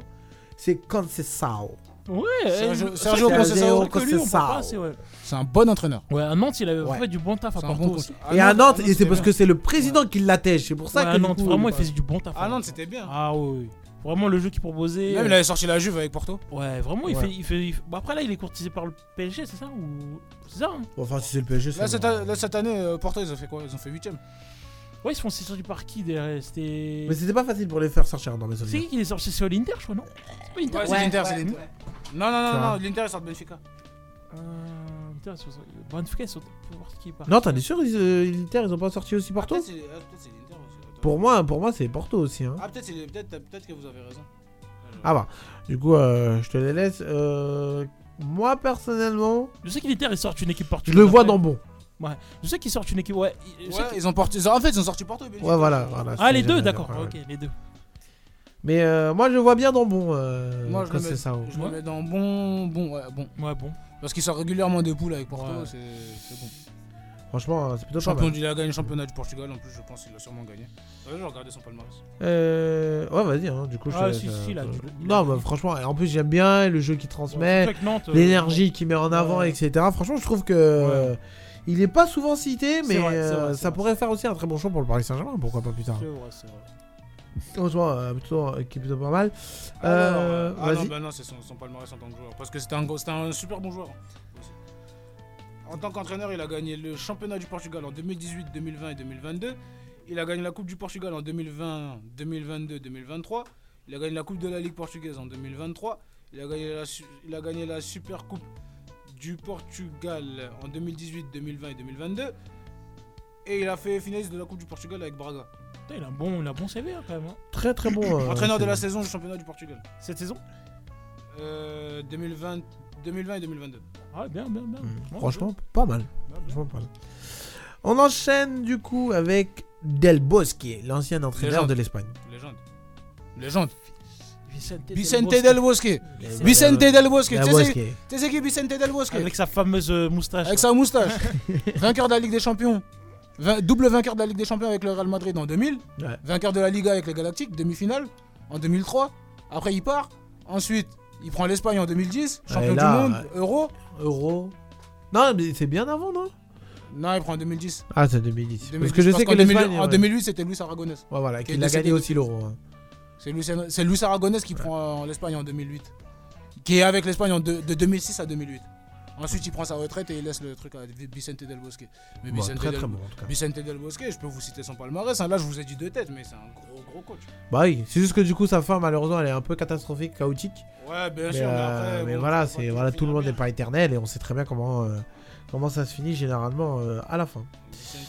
Speaker 2: C'est Concessao.
Speaker 14: Ouais,
Speaker 9: Sergio-
Speaker 14: euh,
Speaker 9: Sergio
Speaker 14: c'est-
Speaker 9: Conceição,
Speaker 14: c'est vrai que
Speaker 9: Conceição.
Speaker 14: lui, on parle pas assez, ouais.
Speaker 9: C'est un bon entraîneur.
Speaker 14: Ouais, à Nantes, il avait
Speaker 9: Ouais.
Speaker 14: fait du bon taf à
Speaker 9: C'est un
Speaker 14: part
Speaker 9: bon
Speaker 14: aussi.
Speaker 9: coach.
Speaker 2: Et à Nantes, et c'est parce que c'est le président qui l'attèche. C'est pour ça
Speaker 14: Ouais,
Speaker 2: que
Speaker 14: à
Speaker 2: du
Speaker 14: Nantes,
Speaker 2: coup, euh,
Speaker 14: vraiment, il faisait du bon taf.
Speaker 9: Ah, Nantes, c'était bien.
Speaker 14: Ah oui, oui. Vraiment le jeu qu'il proposait.
Speaker 9: Même,
Speaker 14: euh,
Speaker 9: il avait sorti la Juve avec Porto.
Speaker 14: Ouais, vraiment, il
Speaker 9: Ouais.
Speaker 14: fait. Il fait, il fait- Bon, après, là, il est courtisé par le PSG, c'est ça ou... C'est ça hein
Speaker 2: Enfin, si c'est le PSG,
Speaker 9: Là,
Speaker 2: c'est.
Speaker 9: cette, là, cette année, euh, Porto, ils ont fait quoi Ils ont fait 8ème.
Speaker 14: Ouais, ils se font sortir par qui derrière C'était.
Speaker 2: Mais c'était pas facile pour les faire sortir dans mes
Speaker 14: C'est
Speaker 2: souvenirs.
Speaker 14: qui qui les sorti sur l'Inter, je crois, non C'est pas l'Inter
Speaker 9: Ouais, c'est l'Inter, c'est l'Inter. Non, non, non, non, non, l'Inter, ils sortent de Benfica.
Speaker 14: Euh, Inter, ils sont sortis- Benfica, ils sont- faut voir qui est parti.
Speaker 2: Non, t'en es sûr, ils, euh, l'Inter, ils ont pas sorti aussi Porto
Speaker 9: Peut-être c'est- ah, peut-être c'est l'Inter aussi.
Speaker 2: Pour moi, pour moi, c'est Porto aussi. Hein.
Speaker 9: Ah, peut-être c'est- peut-être peut-être que vous avez raison.
Speaker 2: Ah bah, du coup, euh, je te les laisse. Euh, moi, personnellement,
Speaker 14: Je sais que l'Inter, ils sortent une équipe portugaise.
Speaker 2: je le vois
Speaker 14: après.
Speaker 2: dans bon.
Speaker 14: Ouais, je sais qu'ils sortent une équipe. Ouais, je sais
Speaker 9: Ouais,
Speaker 14: qu'ils-
Speaker 9: ils ont porté, ils ont- en fait, ils ont sorti Porto. et Benfica.
Speaker 2: Ouais, voilà, voilà.
Speaker 14: Ah,
Speaker 2: c'est
Speaker 14: les
Speaker 2: génial,
Speaker 14: deux, d'accord.
Speaker 2: ouais, ouais.
Speaker 14: Ok, les deux.
Speaker 2: Mais euh, moi, je le vois bien dans bon. Euh,
Speaker 9: Moi, je le mets,
Speaker 2: Conceição.
Speaker 9: je le mets dans bon, bon, ouais, bon.
Speaker 14: Ouais, bon.
Speaker 9: Parce qu'ils sortent régulièrement des poules avec Porto,
Speaker 14: Ouais.
Speaker 9: c'est c'est bon.
Speaker 2: Franchement, euh, c'est plutôt pas
Speaker 9: Champion,
Speaker 2: mal.
Speaker 9: du- il a gagné le championnat du Portugal, en plus, je pense qu'il l'a sûrement gagné. Ouais, j'ai regardé son palmarès.
Speaker 2: Euh... Ouais, vas-y, hein, du coup, je
Speaker 14: Ah,
Speaker 2: te
Speaker 14: si,
Speaker 2: laisse,
Speaker 14: si,
Speaker 2: euh,
Speaker 14: là,
Speaker 2: te-
Speaker 14: du coup, il
Speaker 2: Non, bah, franchement, et en plus, j'aime bien le jeu qu'il transmet,
Speaker 14: surtout avec Nantes, euh,
Speaker 2: l'énergie
Speaker 14: bon.
Speaker 2: qu'il met en avant,
Speaker 14: Ouais.
Speaker 2: etc. Franchement, je trouve que. euh, Il est pas souvent cité, mais
Speaker 14: vrai, c'est
Speaker 2: euh,
Speaker 14: vrai, c'est
Speaker 2: ça pourrait faire aussi un très bon choix pour le Paris Saint-Germain, pourquoi pas plus tard.
Speaker 14: C'est vrai, c'est vrai.
Speaker 2: Franchement, euh, plutôt, euh, qui est plutôt pas mal.
Speaker 9: Alors,
Speaker 2: Euh,
Speaker 9: ah non,
Speaker 2: vas-y.
Speaker 9: bah non, c'est son, son palmarès en tant que joueur. Parce que c'était un, gros- c'était un super bon joueur. En tant qu'entraîneur, il a gagné le championnat du Portugal en 2018, 2020 et 2022. Il a gagné la Coupe du Portugal en 2020, 2022, 2023. Il a gagné la Coupe de la Ligue portugaise en 2023. Il a gagné la, su- il a gagné la Super Coupe du Portugal en 2018, 2020 et 2022. Et il a fait finaliste de la Coupe du Portugal avec Braga.
Speaker 14: Putain, il a un bon, il a un bon CV hein, quand même. hein.
Speaker 2: Très très bon. euh,
Speaker 9: Entraîneur de la
Speaker 2: c'est-
Speaker 9: saison du championnat du Portugal.
Speaker 14: Cette saison
Speaker 9: Euh, 2020, 2020 et 2022.
Speaker 14: Ah, bien, bien, bien.
Speaker 2: Franchement, pas mal. Franchement, pas mal. On enchaîne du coup avec Del Bosque, l'ancien entraîneur
Speaker 9: Légende.
Speaker 2: de l'Espagne.
Speaker 9: Légende. Légende.
Speaker 14: Vicente,
Speaker 9: Vicente Del Bosque. Vicente Del Bosque. Tu sais c'est- tu sais qui est Vicente Del Bosque
Speaker 14: Avec sa fameuse euh, moustache.
Speaker 9: Avec
Speaker 14: là.
Speaker 9: sa moustache. *laughs* vainqueur de la Ligue des Champions. Vin- double vainqueur de la Ligue des Champions avec le Real Madrid en 2000.
Speaker 2: Ouais.
Speaker 9: Vainqueur de la Liga avec les Galactiques, demi-finale en 2003. Après, il part. Ensuite, il prend l'Espagne en 2010.
Speaker 2: Ouais,
Speaker 9: Champion
Speaker 2: là,
Speaker 9: du monde,
Speaker 2: ouais.
Speaker 9: Euro.
Speaker 2: Euro. Non, mais c'est bien avant, non
Speaker 9: Non, il prend en 2010.
Speaker 2: Ah, c'est 2010. Parce
Speaker 9: 2010,
Speaker 2: que je sais
Speaker 9: qu'en
Speaker 2: que
Speaker 9: 2000
Speaker 2: l'Espagne.
Speaker 9: En
Speaker 2: ouais.
Speaker 9: 2008, c'était Luis Aragonès.
Speaker 2: Ouais, voilà,
Speaker 9: qui
Speaker 2: qu'il
Speaker 9: est
Speaker 2: a
Speaker 9: décédé
Speaker 2: gagné
Speaker 9: de-
Speaker 2: aussi l'Euro. hein.
Speaker 9: C'est Luis- c'est Luis Aragonès qui prend euh, l'Espagne en 2008. Qui est avec l'Espagne en de, de 2006 à 2008. Ensuite, il prend sa retraite et il laisse le truc à Vicente Del Bosque. Mais
Speaker 2: Bon,
Speaker 9: Vicente,
Speaker 2: très,
Speaker 9: Del...
Speaker 2: très bon, en tout cas.
Speaker 9: Vicente Del Bosque, je peux vous citer son palmarès. hein. Là, je vous ai dit deux têtes, mais c'est un gros, gros coach.
Speaker 2: Bah oui, c'est juste que du coup, sa fin, malheureusement, elle est un peu catastrophique, chaotique.
Speaker 9: Ouais, bien
Speaker 2: mais,
Speaker 9: sûr, mais
Speaker 2: euh,
Speaker 9: après,
Speaker 2: mais
Speaker 9: bon,
Speaker 2: voilà, c'est voilà, tout le monde n'est pas éternel et on sait très bien comment, euh, comment ça se finit généralement euh, à la
Speaker 9: *laughs*
Speaker 2: fin.
Speaker 9: Vicente-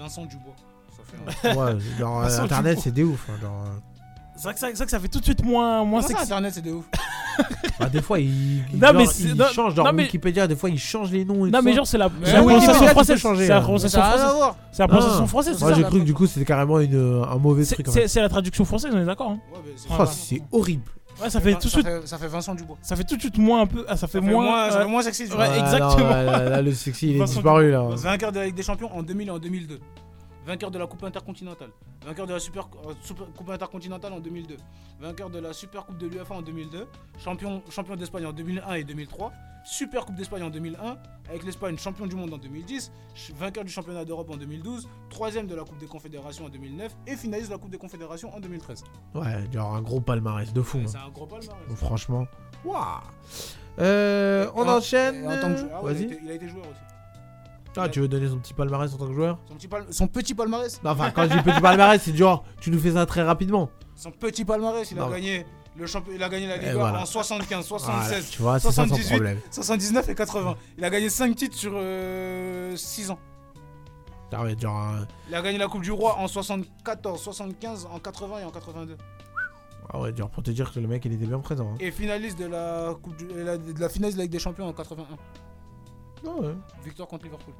Speaker 9: Vincent Dubois. Ça fait un-
Speaker 2: Ouais, dans euh,
Speaker 14: Vincent
Speaker 2: Internet,
Speaker 14: Dupont.
Speaker 2: c'est des ouf. hein, dans, euh,
Speaker 14: C'est vrai, que ça- c'est vrai que ça fait tout de suite moins, moins
Speaker 9: Comment ça,
Speaker 14: sexy.
Speaker 9: Internet, c'est de ouf.
Speaker 2: bah, des fois,
Speaker 9: *laughs*
Speaker 2: ils,
Speaker 14: Non, mais
Speaker 2: genre,
Speaker 14: c'est-
Speaker 2: ils
Speaker 14: non,
Speaker 2: changent. Genre
Speaker 14: non, mais-
Speaker 2: Wikipédia, des fois, ils changent les noms. Et
Speaker 14: *laughs* Non,
Speaker 2: tout
Speaker 14: mais
Speaker 2: ça.
Speaker 14: genre, c'est la-
Speaker 2: Mais
Speaker 14: c'est la
Speaker 2: ouais,
Speaker 14: prononciation
Speaker 2: Wikipédia, tu peux
Speaker 14: française.
Speaker 2: changer,
Speaker 14: C'est la
Speaker 2: ouais.
Speaker 14: prononciation
Speaker 9: Ça a rien
Speaker 14: française.
Speaker 9: à voir.
Speaker 14: C'est la
Speaker 2: Non.
Speaker 14: prononciation française,
Speaker 2: Moi,
Speaker 14: c'est
Speaker 2: j'ai
Speaker 14: ça,
Speaker 2: cru que du coup, c'était carrément une, euh, un mauvais
Speaker 14: C'est-
Speaker 2: truc. en
Speaker 14: C'est
Speaker 2: fait.
Speaker 14: c'est la traduction française, on est d'accord hein.
Speaker 9: Ouais, mais c'est-
Speaker 2: Ah, c'est horrible.
Speaker 14: Ouais, ça fait tout de suite.
Speaker 9: fait- Ça fait Vincent Dubois.
Speaker 14: Ça fait tout de suite moins un peu. Ah, ça fait
Speaker 9: fait moins-
Speaker 14: moins.
Speaker 9: ça
Speaker 14: euh,
Speaker 9: fait moins sexy, tu
Speaker 14: Ouais,
Speaker 9: vois.
Speaker 2: Ouais,
Speaker 14: exactement.
Speaker 2: Ah, non, ouais, là, là, le sexy, il est
Speaker 14: Vincent
Speaker 2: disparu là.
Speaker 9: Vainqueur de la Ligue des Champions en 2000 et en 2002. Vainqueur de la Coupe Intercontinentale. Vainqueur de la Super, euh, Super- Coupe Intercontinentale en 2002. Vainqueur de la Super Coupe de l'UEFA en 2002. Champion, champion d'Espagne en 2001 et 2003. Super Coupe d'Espagne en 2001. Avec l'Espagne champion du monde en 2010. ch- Vainqueur du championnat d'Europe en 2012. Troisième de la Coupe des Confédérations en 2009. Et finaliste de la Coupe des Confédérations en 2013.
Speaker 2: Ouais, genre un gros palmarès de fou.
Speaker 9: Ouais,
Speaker 2: hein.
Speaker 9: c'est un gros palmarès.
Speaker 2: Donc, franchement. Waouh. Euh, on
Speaker 9: Et en-
Speaker 2: enchaîne.
Speaker 9: Ah,
Speaker 2: euh,
Speaker 9: et en tant que jou- ah ouais, il, a
Speaker 2: Vas-y.
Speaker 9: été, il a été joueur aussi.
Speaker 2: Ah, tu veux donner son petit palmarès en tant que joueur
Speaker 9: Son petit, pal- son petit palmarès
Speaker 2: Non, enfin, quand je dis petit palmarès, c'est genre, tu nous fais ça très rapidement.
Speaker 9: Son petit palmarès, il
Speaker 2: Non.
Speaker 9: a gagné le champion, il a gagné la Ligue
Speaker 2: Et
Speaker 9: 1
Speaker 2: voilà.
Speaker 9: en 75, 76,
Speaker 2: Voilà, tu vois, c'est ça son
Speaker 9: 78,
Speaker 2: problème.
Speaker 9: 79 et 80. Il a gagné 5 titres sur 6 ans.
Speaker 2: Ah ouais, genre. un-
Speaker 9: Il a gagné la Coupe du Roi en 74, 75, en 80 et en 82.
Speaker 2: Ah ouais, genre pour te dire que le mec, il était bien présent. hein.
Speaker 9: Et finaliste de la Coupe du- la- de la finale de la Ligue des Champions en 81.
Speaker 2: Ah ouais.
Speaker 9: Victoire contre Liverpool.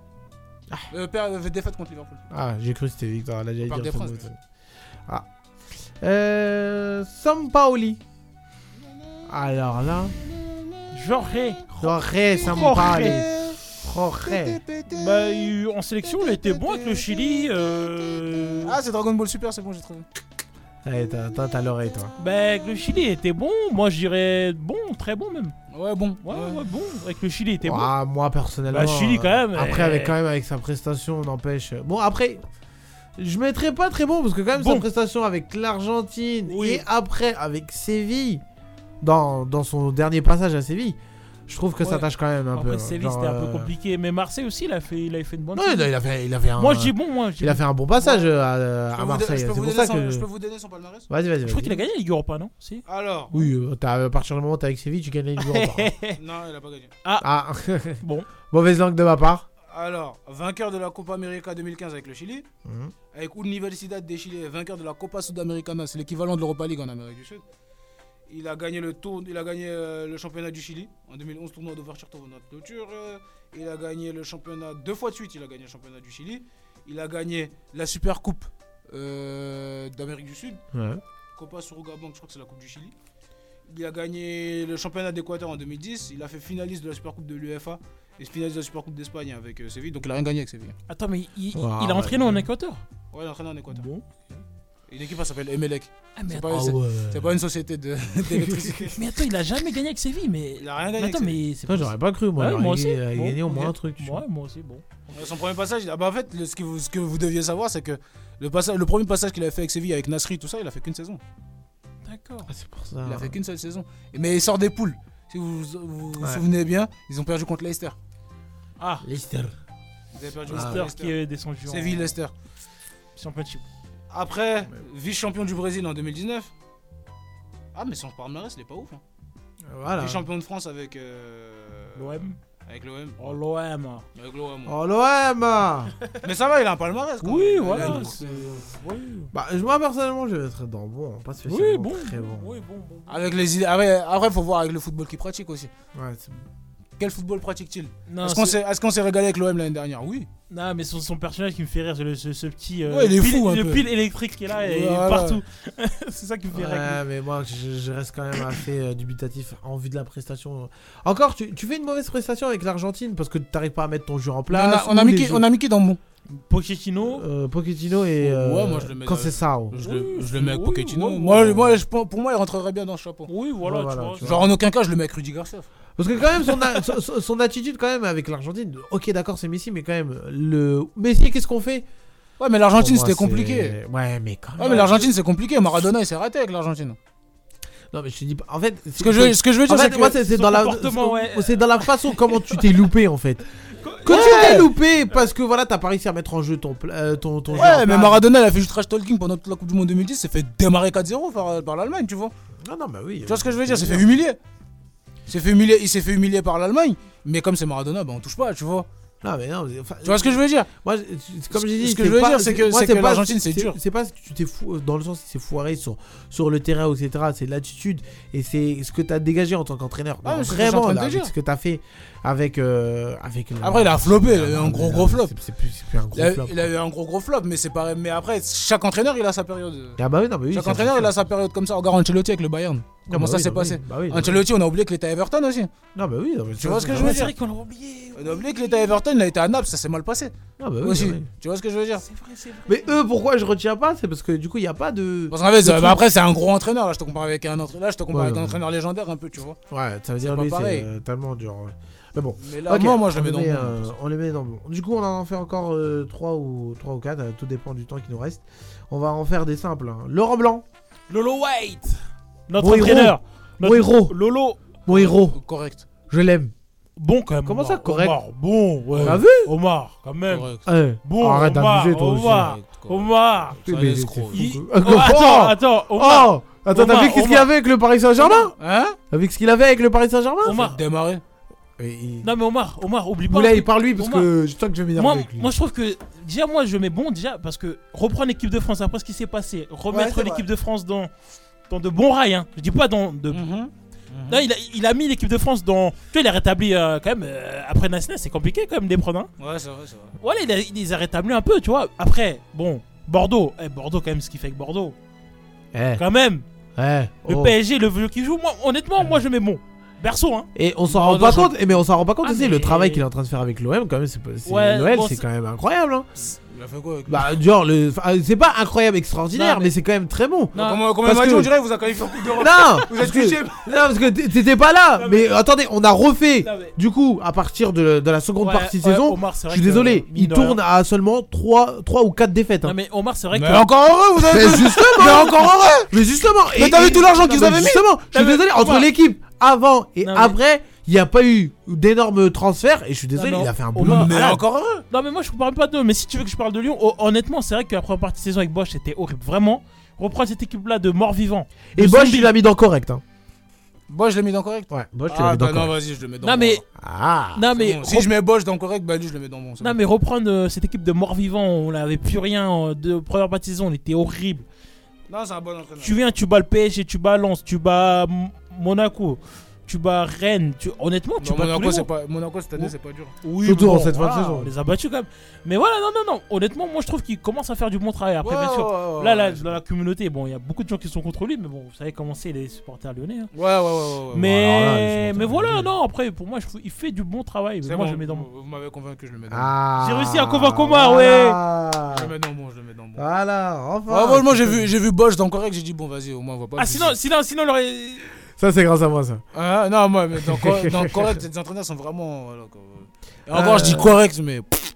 Speaker 9: Euh, per- euh, défaite contre Liverpool.
Speaker 2: Ah, j'ai cru que c'était Victor. Là, j'allais
Speaker 9: Par
Speaker 2: dire
Speaker 9: des
Speaker 2: son
Speaker 9: phrases,
Speaker 2: nom.
Speaker 9: mais-
Speaker 2: Ah. Euh, Sampaoli. Alors là.
Speaker 14: Jorge.
Speaker 2: Jorge Sampaoli. Jorge.
Speaker 14: Bah, il- en sélection, il a été bon avec le Chili. euh,
Speaker 9: Ah, c'est Dragon Ball Super, c'est bon, j'ai trouvé.
Speaker 2: Allez, Eh, t'as- t'as t'as l'oreille, toi.
Speaker 14: Bah, avec le Chili, il était bon. Moi, je dirais bon, très bon même.
Speaker 9: Ouais, bon.
Speaker 14: Ouais, ouais, bon. Avec le Chili, il était bon.
Speaker 2: Ah, moi personnellement.
Speaker 14: Bah, Chili, quand
Speaker 2: euh,
Speaker 14: même,
Speaker 2: Après,
Speaker 14: euh,
Speaker 2: avec quand même avec sa prestation, euh, n'empêche. Bon, après, je mettrais pas très bon parce que quand même sa
Speaker 14: Bon.
Speaker 2: prestation avec l'Argentine
Speaker 14: Oui.
Speaker 2: et après avec Séville, dans, dans son dernier passage à Séville, je trouve que ça
Speaker 14: Ouais.
Speaker 2: tâche quand même un peu.
Speaker 14: Après, Séville,
Speaker 2: genre,
Speaker 14: c'était un peu
Speaker 2: euh,
Speaker 14: compliqué. Mais Marseille aussi, il a fait, il a fait une bonne
Speaker 2: Non,
Speaker 14: saison.
Speaker 2: il a, il a fait, il a fait un.
Speaker 14: Moi, je dis bon, moi. je dis
Speaker 2: Il a
Speaker 14: bon.
Speaker 2: fait un bon passage euh, à,
Speaker 9: Je peux
Speaker 2: à
Speaker 9: vous
Speaker 2: Marseille.
Speaker 9: donner- je
Speaker 2: C'est
Speaker 9: peux vous
Speaker 2: pour
Speaker 9: donner
Speaker 2: ça
Speaker 9: son-
Speaker 2: que.
Speaker 9: Je peux vous donner son palmarès
Speaker 2: Vas-y, vas-y.
Speaker 14: Je crois qu'il a
Speaker 2: vas-y.
Speaker 14: gagné la Ligue Europa, non Si.
Speaker 9: Alors.
Speaker 2: Oui, euh, t'as- à partir du moment où t'es avec Séville, tu gagnes la Ligue Europa.
Speaker 14: *laughs*
Speaker 9: Non, il a pas gagné.
Speaker 2: Ah.
Speaker 14: Bon.
Speaker 2: *laughs* Mauvaise langue de ma part.
Speaker 9: Alors, vainqueur de la Copa América 2015 avec le Chili.
Speaker 2: Mhm.
Speaker 9: Avec Universidad de Chile, vainqueur de la Copa Sudamericana, c'est l'équivalent de l'Europa League en Amérique du Sud. Il a gagné le tour, il a gagné euh, le championnat du Chili en 2011, tournoi d'ouverture, tournoi de clôture. euh, il a gagné le championnat deux fois de suite, il a gagné le championnat du Chili. Il a gagné la Super Coupe euh, d'Amérique du Sud.
Speaker 2: Ouais.
Speaker 9: Copa Surugabank, je crois que c'est la Coupe du Chili. Il a gagné le championnat d'Équateur en 2010. Il a fait finaliste de la Super Coupe de l'UEFA et finaliste de la Super Coupe d'Espagne avec euh, Séville. Donc il a rien gagné avec Séville.
Speaker 14: Attends, mais il, il-
Speaker 2: Ah,
Speaker 14: il a entraîné
Speaker 2: ouais.
Speaker 14: en Équateur.
Speaker 9: Ouais, il a entraîné en Équateur.
Speaker 14: Bon.
Speaker 9: Et l'équipe elle s'appelle Emelec.
Speaker 14: Ah, mais
Speaker 9: c'est
Speaker 14: attends.
Speaker 9: pas,
Speaker 2: Ah
Speaker 9: c'est-
Speaker 2: ouais.
Speaker 9: c'est pas une société de- *laughs* d'électricité.
Speaker 14: Mais attends, il a jamais gagné avec Séville. Mais.
Speaker 9: il a rien gagné.
Speaker 14: Mais attends,
Speaker 9: avec
Speaker 14: mais c'est
Speaker 2: Putain, j'aurais pas cru,
Speaker 14: Ouais,
Speaker 2: moi.
Speaker 3: Ah
Speaker 2: il aurait
Speaker 14: moi aussi.
Speaker 2: gagné- il aurait gagné
Speaker 14: Bon,
Speaker 2: au moins
Speaker 14: ok.
Speaker 2: un truc. tu vois.
Speaker 14: Ouais, moi aussi, bon.
Speaker 9: Séville. Son premier passage, il a- bah, en fait, le- ce, que vous, ce que vous deviez savoir, c'est que le, passage, le premier passage qu'il avait fait avec Séville, avec Nasri, tout ça, il a fait qu'une saison.
Speaker 14: D'accord.
Speaker 2: Ah, c'est pour ça.
Speaker 9: Il a fait qu'une seule saison. Et- Mais il sort des poules. Si vous vous, vous
Speaker 2: Ouais.
Speaker 9: souvenez bien, ils ont perdu contre Leicester.
Speaker 3: Ah.
Speaker 2: Leicester.
Speaker 9: Vous avez perdu
Speaker 2: Ah.
Speaker 3: Leicester
Speaker 9: contre
Speaker 3: qui est descendu en-
Speaker 9: Séville, Leicester.
Speaker 3: Championship.
Speaker 9: Après, vice-champion du Brésil en 2019. Ah, mais son palmarès, il est pas ouf. hein.
Speaker 2: voilà.
Speaker 9: Et champion de France avec. L'OM Avec l'OM.
Speaker 3: Oh, l'OM.
Speaker 9: Avec l'OM.
Speaker 2: Oh l'OM
Speaker 9: *laughs* Mais ça va, il a un palmarès. quand même. euh,
Speaker 2: Oui,
Speaker 9: Il a
Speaker 2: voilà,
Speaker 9: une-
Speaker 2: c'est- Bah je- moi personnellement je vais être dans bon, pas spécialement
Speaker 9: Oui, bon.
Speaker 2: très bon.
Speaker 9: Avec les idées. Après, après, faut voir avec le football qu'il pratique aussi. Quel football pratique-t-il
Speaker 3: Non,
Speaker 9: Est-ce qu'on
Speaker 3: c'est-
Speaker 9: s'est est-ce qu'on s'est régalé avec l'OM l'année dernière Oui.
Speaker 3: Non, mais son, son personnage qui me fait rire, c'est le, ce, ce petit. euh,
Speaker 9: Ouais, il est
Speaker 3: pile-
Speaker 9: fou, un
Speaker 3: Le
Speaker 9: peu.
Speaker 3: pile électrique qui est là et
Speaker 9: Voilà.
Speaker 3: partout. *laughs* c'est ça qui me fait rire.
Speaker 2: Ouais, mais moi je, je reste quand même assez euh, dubitatif en vue de la prestation. Encore, tu, tu fais une mauvaise prestation avec l'Argentine parce que t'arrives pas à mettre ton jeu en place.
Speaker 9: on a, on a
Speaker 2: ou
Speaker 9: mis
Speaker 2: les
Speaker 9: qui,
Speaker 2: jeux-
Speaker 9: on a mis qui dans le bon
Speaker 3: Pochettino
Speaker 2: euh, Pochettino et euh, quand c'est ça. oh.
Speaker 9: Je, le- Euh, je le mets à
Speaker 2: Oui,
Speaker 9: Pochettino.
Speaker 2: ouais,
Speaker 9: moi,
Speaker 2: ouais.
Speaker 9: moi, je pense- pour moi, il rentrerait bien dans le chapeau.
Speaker 3: Oui,
Speaker 2: voilà, Oh. Ouais, tu voilà, vois. tu
Speaker 9: Genre,
Speaker 2: vois.
Speaker 9: en aucun cas, je le mets avec Rudy Garcia.
Speaker 2: Parce que quand même son, a- son- son- son attitude quand même avec l'Argentine. Ok d'accord c'est Messi mais quand même le Messi qu'est-ce qu'on fait
Speaker 9: Ouais, mais l'Argentine,
Speaker 2: Pour moi,
Speaker 9: c'était
Speaker 2: c'est-
Speaker 9: compliqué.
Speaker 2: Ouais mais quand même.
Speaker 9: Ouais, mais l'Argentine, c'est compliqué. Maradona, il s'est raté avec l'Argentine.
Speaker 2: Non, mais je te dis pas. En fait,
Speaker 9: ce que je, ce que je veux dire,
Speaker 2: En fait,
Speaker 9: c'est que
Speaker 2: moi, c'est c'est dans la,
Speaker 9: comportement, ouais.
Speaker 2: c'est- c'est dans la façon comment tu t'es loupé en
Speaker 9: *laughs*
Speaker 2: fait. Que tu t'es loupé parce que voilà, t'as pas réussi à mettre en jeu ton pla- euh, ton, ton jeu en
Speaker 9: Ouais, mais
Speaker 2: place.
Speaker 9: Maradona, il a fait du trash talking pendant toute la Coupe du Monde 2010. s'est fait démarrer 4-0 par, euh, par l'Allemagne, tu vois.
Speaker 2: Non, non, bah oui.
Speaker 9: Tu vois ce que je veux dire C'est fait humilier. C'est fait humilier. Il s'est fait humilier par l'Allemagne. Mais comme c'est Maradona, bah, on touche pas, tu vois.
Speaker 2: Non, mais non. enfin,
Speaker 9: tu vois ce que je veux dire
Speaker 2: Moi, je- comme j'ai dit,
Speaker 9: ce que je veux
Speaker 2: pas-
Speaker 9: dire, c'est que,
Speaker 2: moi,
Speaker 9: c'est que
Speaker 2: pas-
Speaker 9: l'Argentine, c'est dur.
Speaker 2: C'est pas ce que tu t'es fou dans le sens que c'est foiré sur sur le terrain, etc. C'est l'attitude et c'est ce que t'as dégagé en tant qu'entraîneur.
Speaker 9: Ah,
Speaker 2: Non,
Speaker 9: mais c'est ce que je suis en
Speaker 2: Vraiment,
Speaker 9: train de
Speaker 2: là,
Speaker 9: te
Speaker 2: avec
Speaker 9: dire.
Speaker 2: ce que t'as fait avec euh, avec. la-
Speaker 9: Après, il a flopé, il a eu un gros, gros flop.
Speaker 2: C'est- C'est plus, c'est plus un gros
Speaker 9: Il a,
Speaker 2: flop.
Speaker 9: il a eu un gros gros flop, mais c'est pareil. Mais après, chaque entraîneur, il a sa période.
Speaker 2: Ah bah oui, non, mais oui.
Speaker 9: chaque
Speaker 2: c'est un
Speaker 9: entraîneur,
Speaker 2: flop.
Speaker 9: il a sa période comme ça. Regarde Ancelotti avec le Bayern.
Speaker 2: bah
Speaker 9: Comment ça
Speaker 2: oui,
Speaker 9: s'est
Speaker 2: bah
Speaker 9: passé
Speaker 2: oui, bah oui, bah
Speaker 9: Ancelotti, on a oublié qu'il était à Everton aussi.
Speaker 2: Non, bah oui. non, mais
Speaker 9: Tu vois ce que je veux dire
Speaker 3: qu'on l'a oublié.
Speaker 9: On a oublié qu'il était à Everton, il a été à Naples, ça s'est mal passé.
Speaker 2: Ah bah oui,
Speaker 9: aussi.
Speaker 2: bah oui.
Speaker 9: Tu vois ce que je veux dire
Speaker 2: Mais eux, pourquoi je retiens pas C'est parce que du coup, il n'y a pas de.
Speaker 9: Parce qu'en fait,
Speaker 2: de
Speaker 9: euh,
Speaker 2: truc.
Speaker 9: bah après, c'est un gros entraîneur. Là, je te compare avec un entraîneur, là, je te compare
Speaker 2: Ouais,
Speaker 9: avec un
Speaker 2: ouais.
Speaker 9: entraîneur légendaire un peu, tu vois.
Speaker 2: Ouais, ça veut
Speaker 9: C'est
Speaker 2: dire
Speaker 9: pas
Speaker 2: lui, c'est
Speaker 9: pareil.
Speaker 2: euh, tellement dur. ouais. Mais bon.
Speaker 9: Mais là,
Speaker 2: Ok,
Speaker 9: moi, moi, je
Speaker 2: on
Speaker 9: le mets dans
Speaker 2: les
Speaker 9: le
Speaker 2: met,
Speaker 9: bon,
Speaker 2: euh,
Speaker 9: je pense.
Speaker 2: on les met dans le bon. Du coup, on en fait encore 3, ou, 3 ou 4. tout dépend du temps qui nous reste. On va en faire des simples. hein. Laurent Blanc.
Speaker 3: Lolo White. Notre
Speaker 2: Mon héros.
Speaker 3: entraîneur.
Speaker 2: Mon
Speaker 3: Notre-
Speaker 2: héros.
Speaker 3: Lolo.
Speaker 2: Mon héros.
Speaker 9: Correct.
Speaker 2: Je l'aime.
Speaker 3: Bon, quand même.
Speaker 2: Comment ça, correct
Speaker 3: Omar, bon, ouais.
Speaker 2: T'as vu
Speaker 3: Omar, quand même.
Speaker 2: Ouais.
Speaker 3: Bon,
Speaker 2: Arrête
Speaker 3: Omar,
Speaker 2: d'abuser, toi aussi.
Speaker 3: Omar,
Speaker 2: Arrête,
Speaker 3: Omar.
Speaker 2: Oui, mais t'es fou,
Speaker 3: Il-
Speaker 2: quoi.
Speaker 3: Oh, attends, attends, Omar.
Speaker 2: Oh Attends, t'as
Speaker 3: Omar,
Speaker 2: vu qu'est-ce qu'il
Speaker 3: Omar.
Speaker 2: avait avec le Paris Saint-Germain
Speaker 9: Hein
Speaker 2: T'as vu ce qu'il avait avec le Paris Saint-Germain
Speaker 3: Omar.
Speaker 9: Démarrer.
Speaker 3: Non, mais Omar, Omar, oublie pas.
Speaker 2: Moulay,
Speaker 3: un truc.
Speaker 2: parle-lui, parce
Speaker 3: Omar.
Speaker 2: que je sens que je vais m'énerver
Speaker 3: Moi,
Speaker 2: avec lui.
Speaker 3: moi, je trouve que. Déjà, moi, je mets bon, déjà, parce que reprendre l'équipe de France après ce qui s'est passé, remettre
Speaker 2: c'est
Speaker 3: l'équipe
Speaker 2: vrai. Mhm.
Speaker 3: de France dans, dans de bons rails, hein. je dis pas dans de. Là, il a, il a mis l'équipe de France dans. Tu vois, il a rétabli euh, quand même. euh, après National, c'est compliqué quand même de les prendre. hein.
Speaker 9: Ouais, c'est vrai, c'est vrai.
Speaker 3: Voilà, il, a- il les a rétablis un peu, tu vois. Après, bon, Bordeaux. Eh, Bordeaux, quand même, ce qu'il fait avec Bordeaux.
Speaker 2: Eh.
Speaker 3: Quand même.
Speaker 2: Ouais.
Speaker 3: Le
Speaker 2: oh. Eh.
Speaker 3: PSG, le jeu qu'il joue, moi, honnêtement, moi, je mets bon. Berceau, hein.
Speaker 2: Et on s'en rend pas compte, eh, mais on s'en rend pas compte aussi, le travail qu'il est en train de faire avec l'OM, quand même, c'est pas- c'est-
Speaker 3: Ah, Ouais,
Speaker 2: l'OL,
Speaker 3: bon,
Speaker 2: c'est
Speaker 3: c'est-
Speaker 2: quand même incroyable. hein.
Speaker 9: Il a fait quoi avec
Speaker 2: Bah, genre, le... enfin, c'est pas incroyable, extraordinaire,
Speaker 9: Non,
Speaker 2: mais,
Speaker 9: mais-
Speaker 2: c'est quand même très bon.
Speaker 9: Non, Comment, comment
Speaker 2: Parce
Speaker 9: on
Speaker 2: que-
Speaker 9: dirait, vous a qualifié en Coupe
Speaker 2: *laughs*
Speaker 9: d'Europe
Speaker 2: Non
Speaker 9: Vous
Speaker 2: parce
Speaker 9: êtes
Speaker 2: que-
Speaker 9: touché
Speaker 2: Non, parce que t- t'étais pas là mais, attendez, on a refait Du coup, à partir de, de la seconde
Speaker 3: Ouais,
Speaker 2: partie de
Speaker 3: ouais,
Speaker 2: saison,
Speaker 3: Omar, c'est
Speaker 2: je
Speaker 3: vrai
Speaker 2: suis
Speaker 3: que,
Speaker 2: désolé,
Speaker 3: euh, mine
Speaker 2: il
Speaker 3: de rien.
Speaker 2: tourne à seulement 3, ou 4 défaites. hein.
Speaker 3: Non, mais Omar, c'est vrai que.
Speaker 2: Mais encore heureux, vous avez
Speaker 3: Mais justement
Speaker 2: Mais encore heureux Mais justement
Speaker 3: Mais
Speaker 2: et-
Speaker 3: t'as vu
Speaker 2: et-
Speaker 3: tout l'argent qu'ils
Speaker 2: non, mais
Speaker 3: avaient mis
Speaker 2: Justement, je
Speaker 3: Non,
Speaker 2: suis
Speaker 3: mais-
Speaker 2: désolé, entre
Speaker 3: Omar.
Speaker 2: l'équipe avant et
Speaker 3: Non, mais-
Speaker 2: après, il n'y a pas eu d'énormes transferts, et je suis désolé,
Speaker 9: Ah
Speaker 3: Non, non,
Speaker 2: il a fait un boulot.
Speaker 3: Omar,
Speaker 2: de
Speaker 3: arrête.
Speaker 2: malade.
Speaker 3: Non, mais moi je parle pas d'eux. Mais si tu veux que je parle de Lyon, ho- honnêtement, c'est vrai que la première partie de saison avec Bosch c'était horrible. Vraiment, reprendre cette équipe-là de mort-vivant.
Speaker 2: Et Bosch, il l'a mis dans correct. Hein.
Speaker 9: Bosch, je l'ai mis dans correct
Speaker 2: Ouais, Bosch, tu l'as
Speaker 9: Ah,
Speaker 2: mis dans
Speaker 9: bah non,
Speaker 2: correct.
Speaker 9: vas-y, je le mets dans
Speaker 3: Non,
Speaker 9: bon,
Speaker 3: mais.
Speaker 9: alors.
Speaker 2: Ah
Speaker 3: Non, mais.
Speaker 9: C'est bon, Si je mets Bosch dans correct, bah lui, je le mets dans bon. c'est
Speaker 3: Non, mais reprendre euh, cette équipe de mort-vivant, on n'avait plus rien. euh, de première partie de saison, on était horrible.
Speaker 9: bon. Non, c'est un bon entraîneur.
Speaker 3: Tu viens, tu bats le PSG, tu bats Lens, tu bats M- Monaco, tu bats Rennes. Tu... Honnêtement, tu
Speaker 9: Non,
Speaker 3: bats tous
Speaker 9: Monaco,
Speaker 3: les
Speaker 9: c'est
Speaker 3: gros.
Speaker 9: pas... Monaco, cette année,
Speaker 3: Oh.
Speaker 9: c'est pas dur.
Speaker 3: Oui,
Speaker 2: Surtout
Speaker 3: mais
Speaker 2: en cette fin de
Speaker 3: voilà,
Speaker 2: saison.
Speaker 3: On les a battus quand même. Mais voilà, non, non, non. Honnêtement, moi je trouve qu'il commence à faire du bon travail. Après,
Speaker 9: Ouais,
Speaker 3: bien sûr,
Speaker 9: ouais, ouais, ouais,
Speaker 3: là, la-
Speaker 9: ouais,
Speaker 3: dans la communauté, bon, il y a beaucoup de gens qui sont contre lui, mais bon, vous savez comment c'est les supporters lyonnais. hein.
Speaker 9: Ouais, ouais, ouais, ouais, ouais.
Speaker 3: mais
Speaker 9: Alors là, les supporters
Speaker 3: mais voilà, non, après, pour moi, je trouve- il fait du bon travail. Mais
Speaker 9: C'est
Speaker 3: moi,
Speaker 9: bon,
Speaker 3: je le mets dans mon.
Speaker 9: vous vous m'avez convaincu, je le mets dans
Speaker 2: Ah,
Speaker 3: J'ai réussi à convaincre Omar,
Speaker 2: voilà.
Speaker 9: Je le mets dans bon, je le mets dans bon.
Speaker 2: Voilà, enfin.
Speaker 9: Ah, bon, moi j'ai vu, j'ai vu Bosch dans correct, j'ai dit bon vas-y au moins on va pas.
Speaker 3: euh, Ah,
Speaker 9: le
Speaker 3: sinon,
Speaker 9: juger.
Speaker 3: sinon, sinon, il aurait.
Speaker 2: Ça, c'est grâce à moi, ça.
Speaker 9: Ah, non moi mais dans, Cor-
Speaker 3: *laughs*
Speaker 9: dans correct les entraîneurs sont vraiment. voilà, quoi. Et
Speaker 3: Ah.
Speaker 9: encore
Speaker 2: Euh,
Speaker 9: je dis correct
Speaker 3: *laughs*
Speaker 9: mais. *laughs* pff.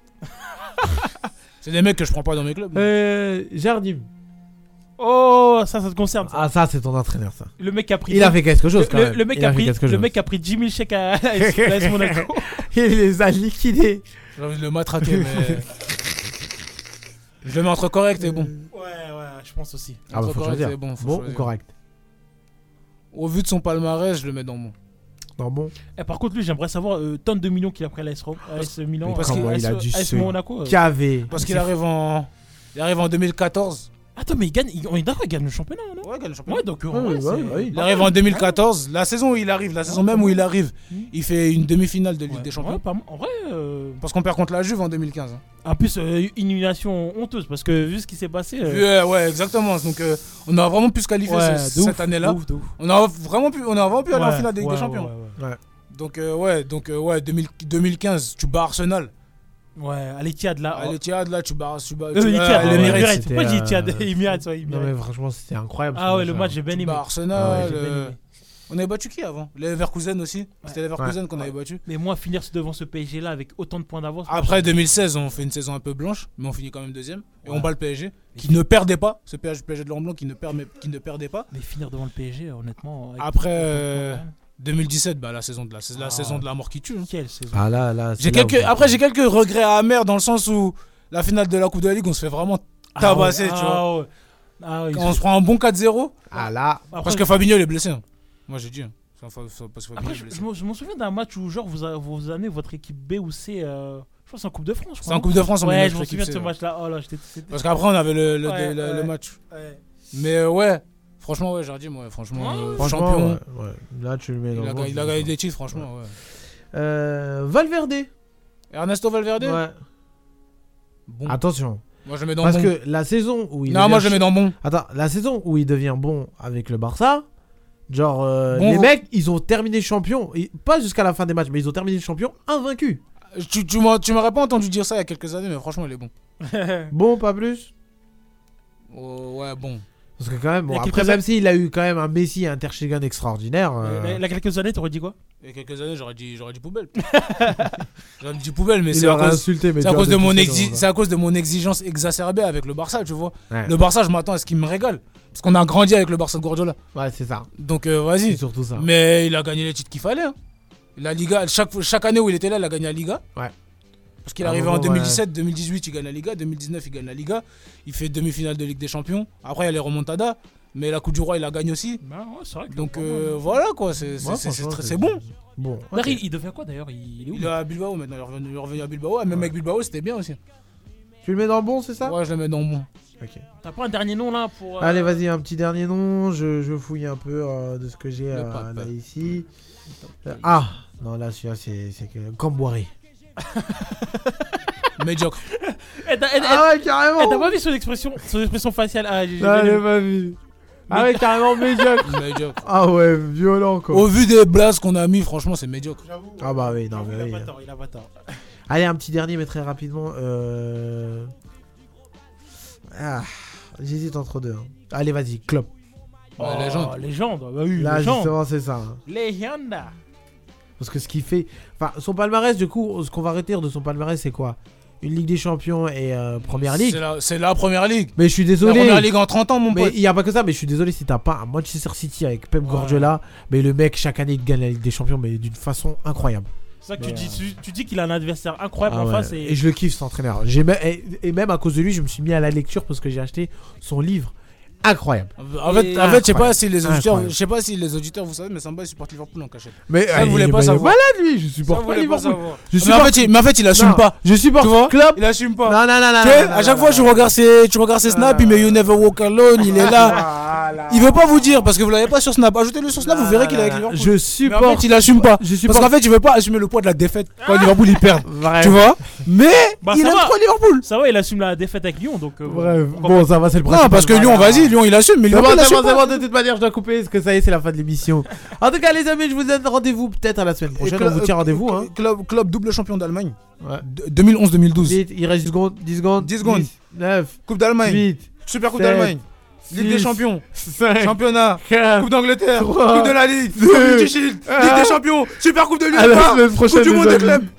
Speaker 9: C'est des mecs que je prends pas dans mes clubs. mais-
Speaker 2: Euh, Jardim.
Speaker 3: Oh, ça, ça te concerne. ça.
Speaker 2: Ah, ça, c'est ton entraîneur, ça.
Speaker 3: Le mec a pris.
Speaker 2: Il a fait quelque chose,
Speaker 3: le,
Speaker 2: quand
Speaker 3: le-
Speaker 2: même.
Speaker 3: le mec
Speaker 2: Il
Speaker 3: a
Speaker 2: a fait
Speaker 3: pris,
Speaker 2: quelque
Speaker 3: le
Speaker 2: chose.
Speaker 3: mec a pris 10 000 chèques à, à AS Monaco.
Speaker 2: *laughs* Il les a liquidés.
Speaker 9: J'ai envie de le
Speaker 3: *laughs*
Speaker 9: matraquer, mais. Je le mets entre correct et bon.
Speaker 3: Ouais, ouais, je pense aussi.
Speaker 2: Ah, bah,
Speaker 9: Entre
Speaker 2: faut
Speaker 9: correct
Speaker 2: choisir.
Speaker 9: et bon, faut
Speaker 2: Bon
Speaker 9: choisir.
Speaker 2: ou correct
Speaker 9: Au vu de son palmarès, je le mets dans mon.
Speaker 2: Non, bon.
Speaker 3: Eh, par contre, lui, j'aimerais savoir euh, tonne de millions qu'il a pris à l'AS Rome, à l'AS Milan.
Speaker 9: Parce qu'il-
Speaker 3: euh,
Speaker 9: parce
Speaker 3: AS
Speaker 9: que- AS
Speaker 3: Monaco. euh.
Speaker 9: Parce qu'il arrive en. Il arrive en 2014.
Speaker 3: Attends, mais il gagne, il- on est d'accord, il gagne le championnat, non
Speaker 9: Ouais, il gagne le
Speaker 3: championnat. Ouais, donc. euh, ouais,
Speaker 2: bah,
Speaker 3: c'est-
Speaker 9: Il arrive en 2014. La saison où il arrive, la saison même où il arrive, il fait une demi-finale de Ligue des Champions.
Speaker 3: Hmm. ouais, pas mal. en vrai. euh,
Speaker 9: Parce qu'on perd contre la Juve en 2015. hein.
Speaker 3: En plus, euh, une humiliation honteuse, parce que vu ce qui s'est passé. euh,
Speaker 9: Ouais, ouais, exactement. Donc, euh, on a vraiment pu se qualifier
Speaker 3: Ouais,
Speaker 9: ce-
Speaker 3: de ouf,
Speaker 9: cette année-là.
Speaker 3: de ouf, de ouf.
Speaker 9: On a vraiment pu, on a vraiment pu aller en
Speaker 3: Ouais,
Speaker 9: finale de Ligue
Speaker 3: ouais,
Speaker 9: des Champions.
Speaker 3: ouais, ouais.
Speaker 9: Donc, euh, ouais, donc, euh, ouais 2000 2015, tu bats Arsenal.
Speaker 3: Ouais, à l'Etihad là.
Speaker 9: À l'Etihad là, tu bats. Tu bats
Speaker 3: Euh,
Speaker 9: tu-
Speaker 3: l'Etihad,
Speaker 9: ouais,
Speaker 3: le
Speaker 9: l'Emirates.
Speaker 3: Emirates. Pourquoi j'ai
Speaker 9: C'était,
Speaker 3: dit Etihad
Speaker 9: euh,
Speaker 3: *laughs* Emirates, ouais,
Speaker 2: Non,
Speaker 3: Emirates.
Speaker 2: mais franchement, c'était incroyable. hein.
Speaker 3: Ah ouais, le match, j'ai bien
Speaker 9: Tu
Speaker 3: aimé.
Speaker 9: bats
Speaker 3: Ah ouais,
Speaker 9: Arsenal.
Speaker 3: j'ai bien
Speaker 9: euh,
Speaker 3: aimé.
Speaker 9: on avait battu qui avant Les Verkusen aussi. C'était les Verkusen qu'on avait battu.
Speaker 3: Mais moi, finir devant ce PSG là avec autant de points d'avance.
Speaker 9: Après 2016, on fait une saison un peu blanche, mais on finit quand même deuxième. Et
Speaker 3: Ouais.
Speaker 9: on bat le PSG, qui ne perdait pas. Ce PSG, PSG de Laurent Blanc qui ne, perd, mais- qui ne perdait pas.
Speaker 3: Mais finir devant le PSG, honnêtement. avec-
Speaker 9: Après euh, 2017, bah, la, saison de la, la saison de la mort qui tue. hein.
Speaker 2: Ah là, là. c'est
Speaker 9: J'ai
Speaker 2: là où-
Speaker 9: quelques, après, j'ai quelques regrets amers dans le sens où la finale de la Coupe de la Ligue, on se fait vraiment
Speaker 3: Ah
Speaker 9: tabasser.
Speaker 3: ouais,
Speaker 9: tu
Speaker 3: ah
Speaker 9: vois.
Speaker 3: ouais. Ah ouais,
Speaker 9: Quand
Speaker 3: ils
Speaker 9: on
Speaker 3: ont-
Speaker 9: se prend un bon 4-0.
Speaker 2: Ah là.
Speaker 9: Parce que Fabinho, il est blessé. hein. Moi, j'ai dit. hein. Enfin, fa- fa- Parce que Fabinho
Speaker 3: Après,
Speaker 9: est
Speaker 3: je,
Speaker 9: blessé.
Speaker 3: je m'en- je m'en souviens d'un match où genre vous, a- vous amenez votre équipe B ou C. euh, je pense en Coupe de France. je crois,
Speaker 9: C'est en
Speaker 3: non
Speaker 9: Coupe de France, on met
Speaker 3: Ouais, je
Speaker 9: notre
Speaker 3: me
Speaker 9: équipe
Speaker 3: souviens de
Speaker 9: C,
Speaker 3: ce
Speaker 9: ouais.
Speaker 3: match là. Oh là, j'étais. c'était-
Speaker 9: Parce qu'après, on avait le, le,
Speaker 3: Ouais,
Speaker 9: le- le
Speaker 3: ouais.
Speaker 9: match.
Speaker 3: Ouais.
Speaker 9: Mais euh, ouais, franchement, ouais, j'ai dit, moi, franchement, euh,
Speaker 2: Franchement,
Speaker 9: champion.
Speaker 2: ouais, ouais. Là, tu le mets dans
Speaker 9: Il
Speaker 2: le
Speaker 9: a,
Speaker 2: bon,
Speaker 9: gagné- il a gagné des titres, franchement. Ouais.
Speaker 2: Euh, Valverde.
Speaker 9: Ernesto Valverde
Speaker 2: Ouais. Attention.
Speaker 9: Moi, je le mets dans
Speaker 2: Parce
Speaker 9: bon.
Speaker 2: que la saison où il.
Speaker 9: Non,
Speaker 2: devient
Speaker 9: moi, je le mets
Speaker 2: ch-
Speaker 9: dans bon.
Speaker 2: Attends, la saison où il devient bon avec le Barça, genre, euh,
Speaker 9: Bon.
Speaker 2: les mecs, ils ont terminé champion. Et Pas jusqu'à la fin des matchs, mais ils ont terminé champion invaincu.
Speaker 9: Tu, tu m'as- tu m'aurais pas entendu dire ça il y a quelques années, mais franchement, il est bon.
Speaker 2: bon, pas plus
Speaker 9: Oh, ouais, bon.
Speaker 2: Parce que quand même,
Speaker 9: Il y
Speaker 2: bon,
Speaker 9: a
Speaker 2: après,
Speaker 9: quelques
Speaker 2: même
Speaker 9: an-
Speaker 2: s'il a eu quand même un Messi et un Ter Stegen extraordinaire. euh,
Speaker 3: Il y a quelques années, t'aurais dit quoi
Speaker 9: Il y a quelques années, j'aurais dit, j'aurais dit
Speaker 3: *laughs*
Speaker 9: poubelle. j'aurais dit poubelle, mais
Speaker 2: Il
Speaker 9: c'est à,
Speaker 2: aurait
Speaker 9: cause-
Speaker 2: insulté, mais
Speaker 9: c'est à
Speaker 2: tu
Speaker 9: cause
Speaker 2: aurais
Speaker 9: de
Speaker 2: dit
Speaker 9: mon
Speaker 2: poubelle,
Speaker 9: exi-
Speaker 2: voilà.
Speaker 9: c'est à cause de mon exigeence exacerbée avec le Barça, tu vois.
Speaker 2: Ouais.
Speaker 9: Le Barça, je m'attends à ce qu'il me régale. Parce qu'on a grandi avec le Barça de Guardiola.
Speaker 2: Ouais, c'est ça.
Speaker 9: Donc, euh, vas-y.
Speaker 2: C'est surtout ça.
Speaker 9: Mais il a gagné les titres qu'il fallait. hein. La Liga, chaque, chaque année où il était là, il a gagné la Liga.
Speaker 2: Ouais.
Speaker 9: Parce qu'il est
Speaker 2: À un
Speaker 9: arrivé en
Speaker 2: moment,
Speaker 9: 2017, 2018, il gagne la Liga, 2019, il gagne la Liga. Il fait demi-finale de Ligue des Champions. Après, il y a les remontadas. Mais la Coupe du Roi, il la gagne aussi.
Speaker 3: Bah, Ah,
Speaker 9: Donc euh, voilà quoi, c'est c'est-
Speaker 3: Ouais,
Speaker 9: c'est- c'est
Speaker 3: franchement,
Speaker 9: très-
Speaker 3: c'est-
Speaker 9: c'est bon.
Speaker 2: Bon.
Speaker 3: D'ailleurs, il- il devient quoi d'ailleurs Il il est où
Speaker 9: Il est à Bilbao maintenant, il est revenu, il est revenu à Bilbao. Et même avec Bilbao, c'était bien aussi.
Speaker 2: Tu le mets dans bon, c'est ça
Speaker 9: Ouais, je le mets dans bon.
Speaker 2: Ok.
Speaker 3: T'as pas un dernier nom là pour. euh,
Speaker 2: Allez, vas-y, un petit dernier nom. Je, je fouille un peu euh, de ce que j'ai euh, là ici. Euh, ah, non, là, celui-là, c'est c'est que. Camboiré.
Speaker 9: Médiocre.
Speaker 3: Eh, t'as- eh,
Speaker 2: Ah
Speaker 3: eh,
Speaker 2: ouais, carrément.
Speaker 3: eh, T'as pas vu son expression, son expression faciale Ah, j'ai j'ai
Speaker 2: Non,
Speaker 3: bien
Speaker 2: j'ai
Speaker 3: aimé.
Speaker 2: pas vu. Ah ouais, *laughs*
Speaker 3: *laughs*
Speaker 2: carrément médiocre. Ah ouais, violent quoi.
Speaker 9: Au vu des blases qu'on a mis, franchement, c'est médiocre.
Speaker 2: Ah bah oui, non, mais oui.
Speaker 3: Il a pas tort.
Speaker 2: *laughs* Allez, un petit dernier, mais très rapidement. Euh... Ah, J'hésite entre deux. hein. Allez, vas-y, Klopp.
Speaker 3: Oh, légende. légende, bah oui,
Speaker 2: Là,
Speaker 3: légende.
Speaker 2: justement, c'est ça. hein.
Speaker 3: Légende.
Speaker 2: Parce que ce qu'il fait. Enfin, son palmarès, du coup, ce qu'on va retenir de son palmarès, c'est quoi Une Ligue des Champions et euh, Première Ligue
Speaker 9: C'est la, c'est la première ligue.
Speaker 2: Mais je suis désolé.
Speaker 9: La première ligue en 30 ans, mon
Speaker 2: Mais
Speaker 9: pote.
Speaker 2: il n'y a pas que ça, mais je suis désolé si t'as pas un Manchester City avec Pep Guardiola. Mais le mec, chaque année, il gagne la Ligue des Champions, mais d'une façon incroyable.
Speaker 3: C'est ça que
Speaker 2: Mais,
Speaker 3: tu dis, tu, tu dis qu'il a un adversaire incroyable
Speaker 2: Bah. Ah
Speaker 3: en
Speaker 2: ouais.
Speaker 3: face
Speaker 2: et...
Speaker 3: et.
Speaker 2: je le kiffe cet entraîneur. J'ai me- et, et même à cause de lui, je me suis mis à la lecture parce que j'ai acheté son livre. Incroyable.
Speaker 9: En fait, en fait, je sais pas
Speaker 2: Incroyable.
Speaker 9: si les auditeurs,
Speaker 2: Incroyable.
Speaker 9: je sais pas si les auditeurs, vous savez, mais Samba il supporte Liverpool en cachette.
Speaker 2: Mais eh,
Speaker 9: ça, vous voulez
Speaker 2: il
Speaker 9: pas
Speaker 2: est
Speaker 9: savoir.
Speaker 2: malade, lui, je supporte
Speaker 9: Ça, vous
Speaker 2: pas
Speaker 9: voulez pas
Speaker 2: Liverpool.
Speaker 9: savoir.
Speaker 2: Je
Speaker 9: Mais
Speaker 2: supporte-
Speaker 9: en fait, il- mais en fait, il assume
Speaker 2: Non,
Speaker 9: pas.
Speaker 2: Je supporte Klopp.
Speaker 9: Il assume pas.
Speaker 2: Non, non, non, non,
Speaker 9: Tu sais,
Speaker 2: non,
Speaker 9: à chaque fois, je regarde ses, je regarde ses snaps, il met You Never Walk Alone, il est là. Il veut pas vous dire parce que vous l'avez pas sur Snap. Ajoutez-le sur Snap, vous verrez qu'il est avec Liverpool.
Speaker 2: Je
Speaker 9: Mais
Speaker 2: supporte.
Speaker 9: en fait, il assume pas.
Speaker 2: Je
Speaker 9: Parce
Speaker 2: supporte.
Speaker 9: qu'en fait, il veut pas assumer le poids de la défaite quand Liverpool il perd.
Speaker 2: Vraiment.
Speaker 9: Tu vois Mais
Speaker 3: Bah,
Speaker 9: il
Speaker 3: ça
Speaker 9: aime
Speaker 3: va.
Speaker 9: trop Liverpool.
Speaker 3: Ça va, il assume la défaite avec Lyon donc. euh,
Speaker 2: Bref,
Speaker 3: bon.
Speaker 2: bon, ça va, c'est le principal.
Speaker 9: Non, parce que Lyon, vas-y, Lyon, il assume, mais
Speaker 2: C'est bon,
Speaker 9: Liverpool il
Speaker 2: c'est
Speaker 9: assume
Speaker 2: bon,
Speaker 9: pas.
Speaker 2: c'est bon, de toute manière, je dois couper parce que ça y est, c'est la fin de l'émission. En tout cas, les amis, je vous donne rendez-vous peut-être à la semaine prochaine. On vous tient rendez-vous. Hein.
Speaker 9: euh, Club, club double champion d'Allemagne. 2011-2012.
Speaker 2: Il reste 10 secondes. 10 secondes.
Speaker 9: 10 secondes.
Speaker 2: 9.
Speaker 9: Coupe d'Allemagne.
Speaker 2: 8.
Speaker 9: Super Coupe
Speaker 2: sept,
Speaker 9: d'Allemagne. Ligue des
Speaker 2: six,
Speaker 9: Champions.
Speaker 2: cinq,
Speaker 9: Championnat.
Speaker 2: quatre,
Speaker 9: Coupe d'Angleterre.
Speaker 2: trois,
Speaker 9: Coupe de la Ligue.
Speaker 2: deux,
Speaker 9: Community Shield. Ligue
Speaker 2: un.
Speaker 9: des Champions. Super Coupe de
Speaker 2: À la
Speaker 9: l'UEFA.
Speaker 2: semaine prochaine,
Speaker 9: Coupe du
Speaker 2: les
Speaker 9: monde des
Speaker 2: amis.
Speaker 9: clubs.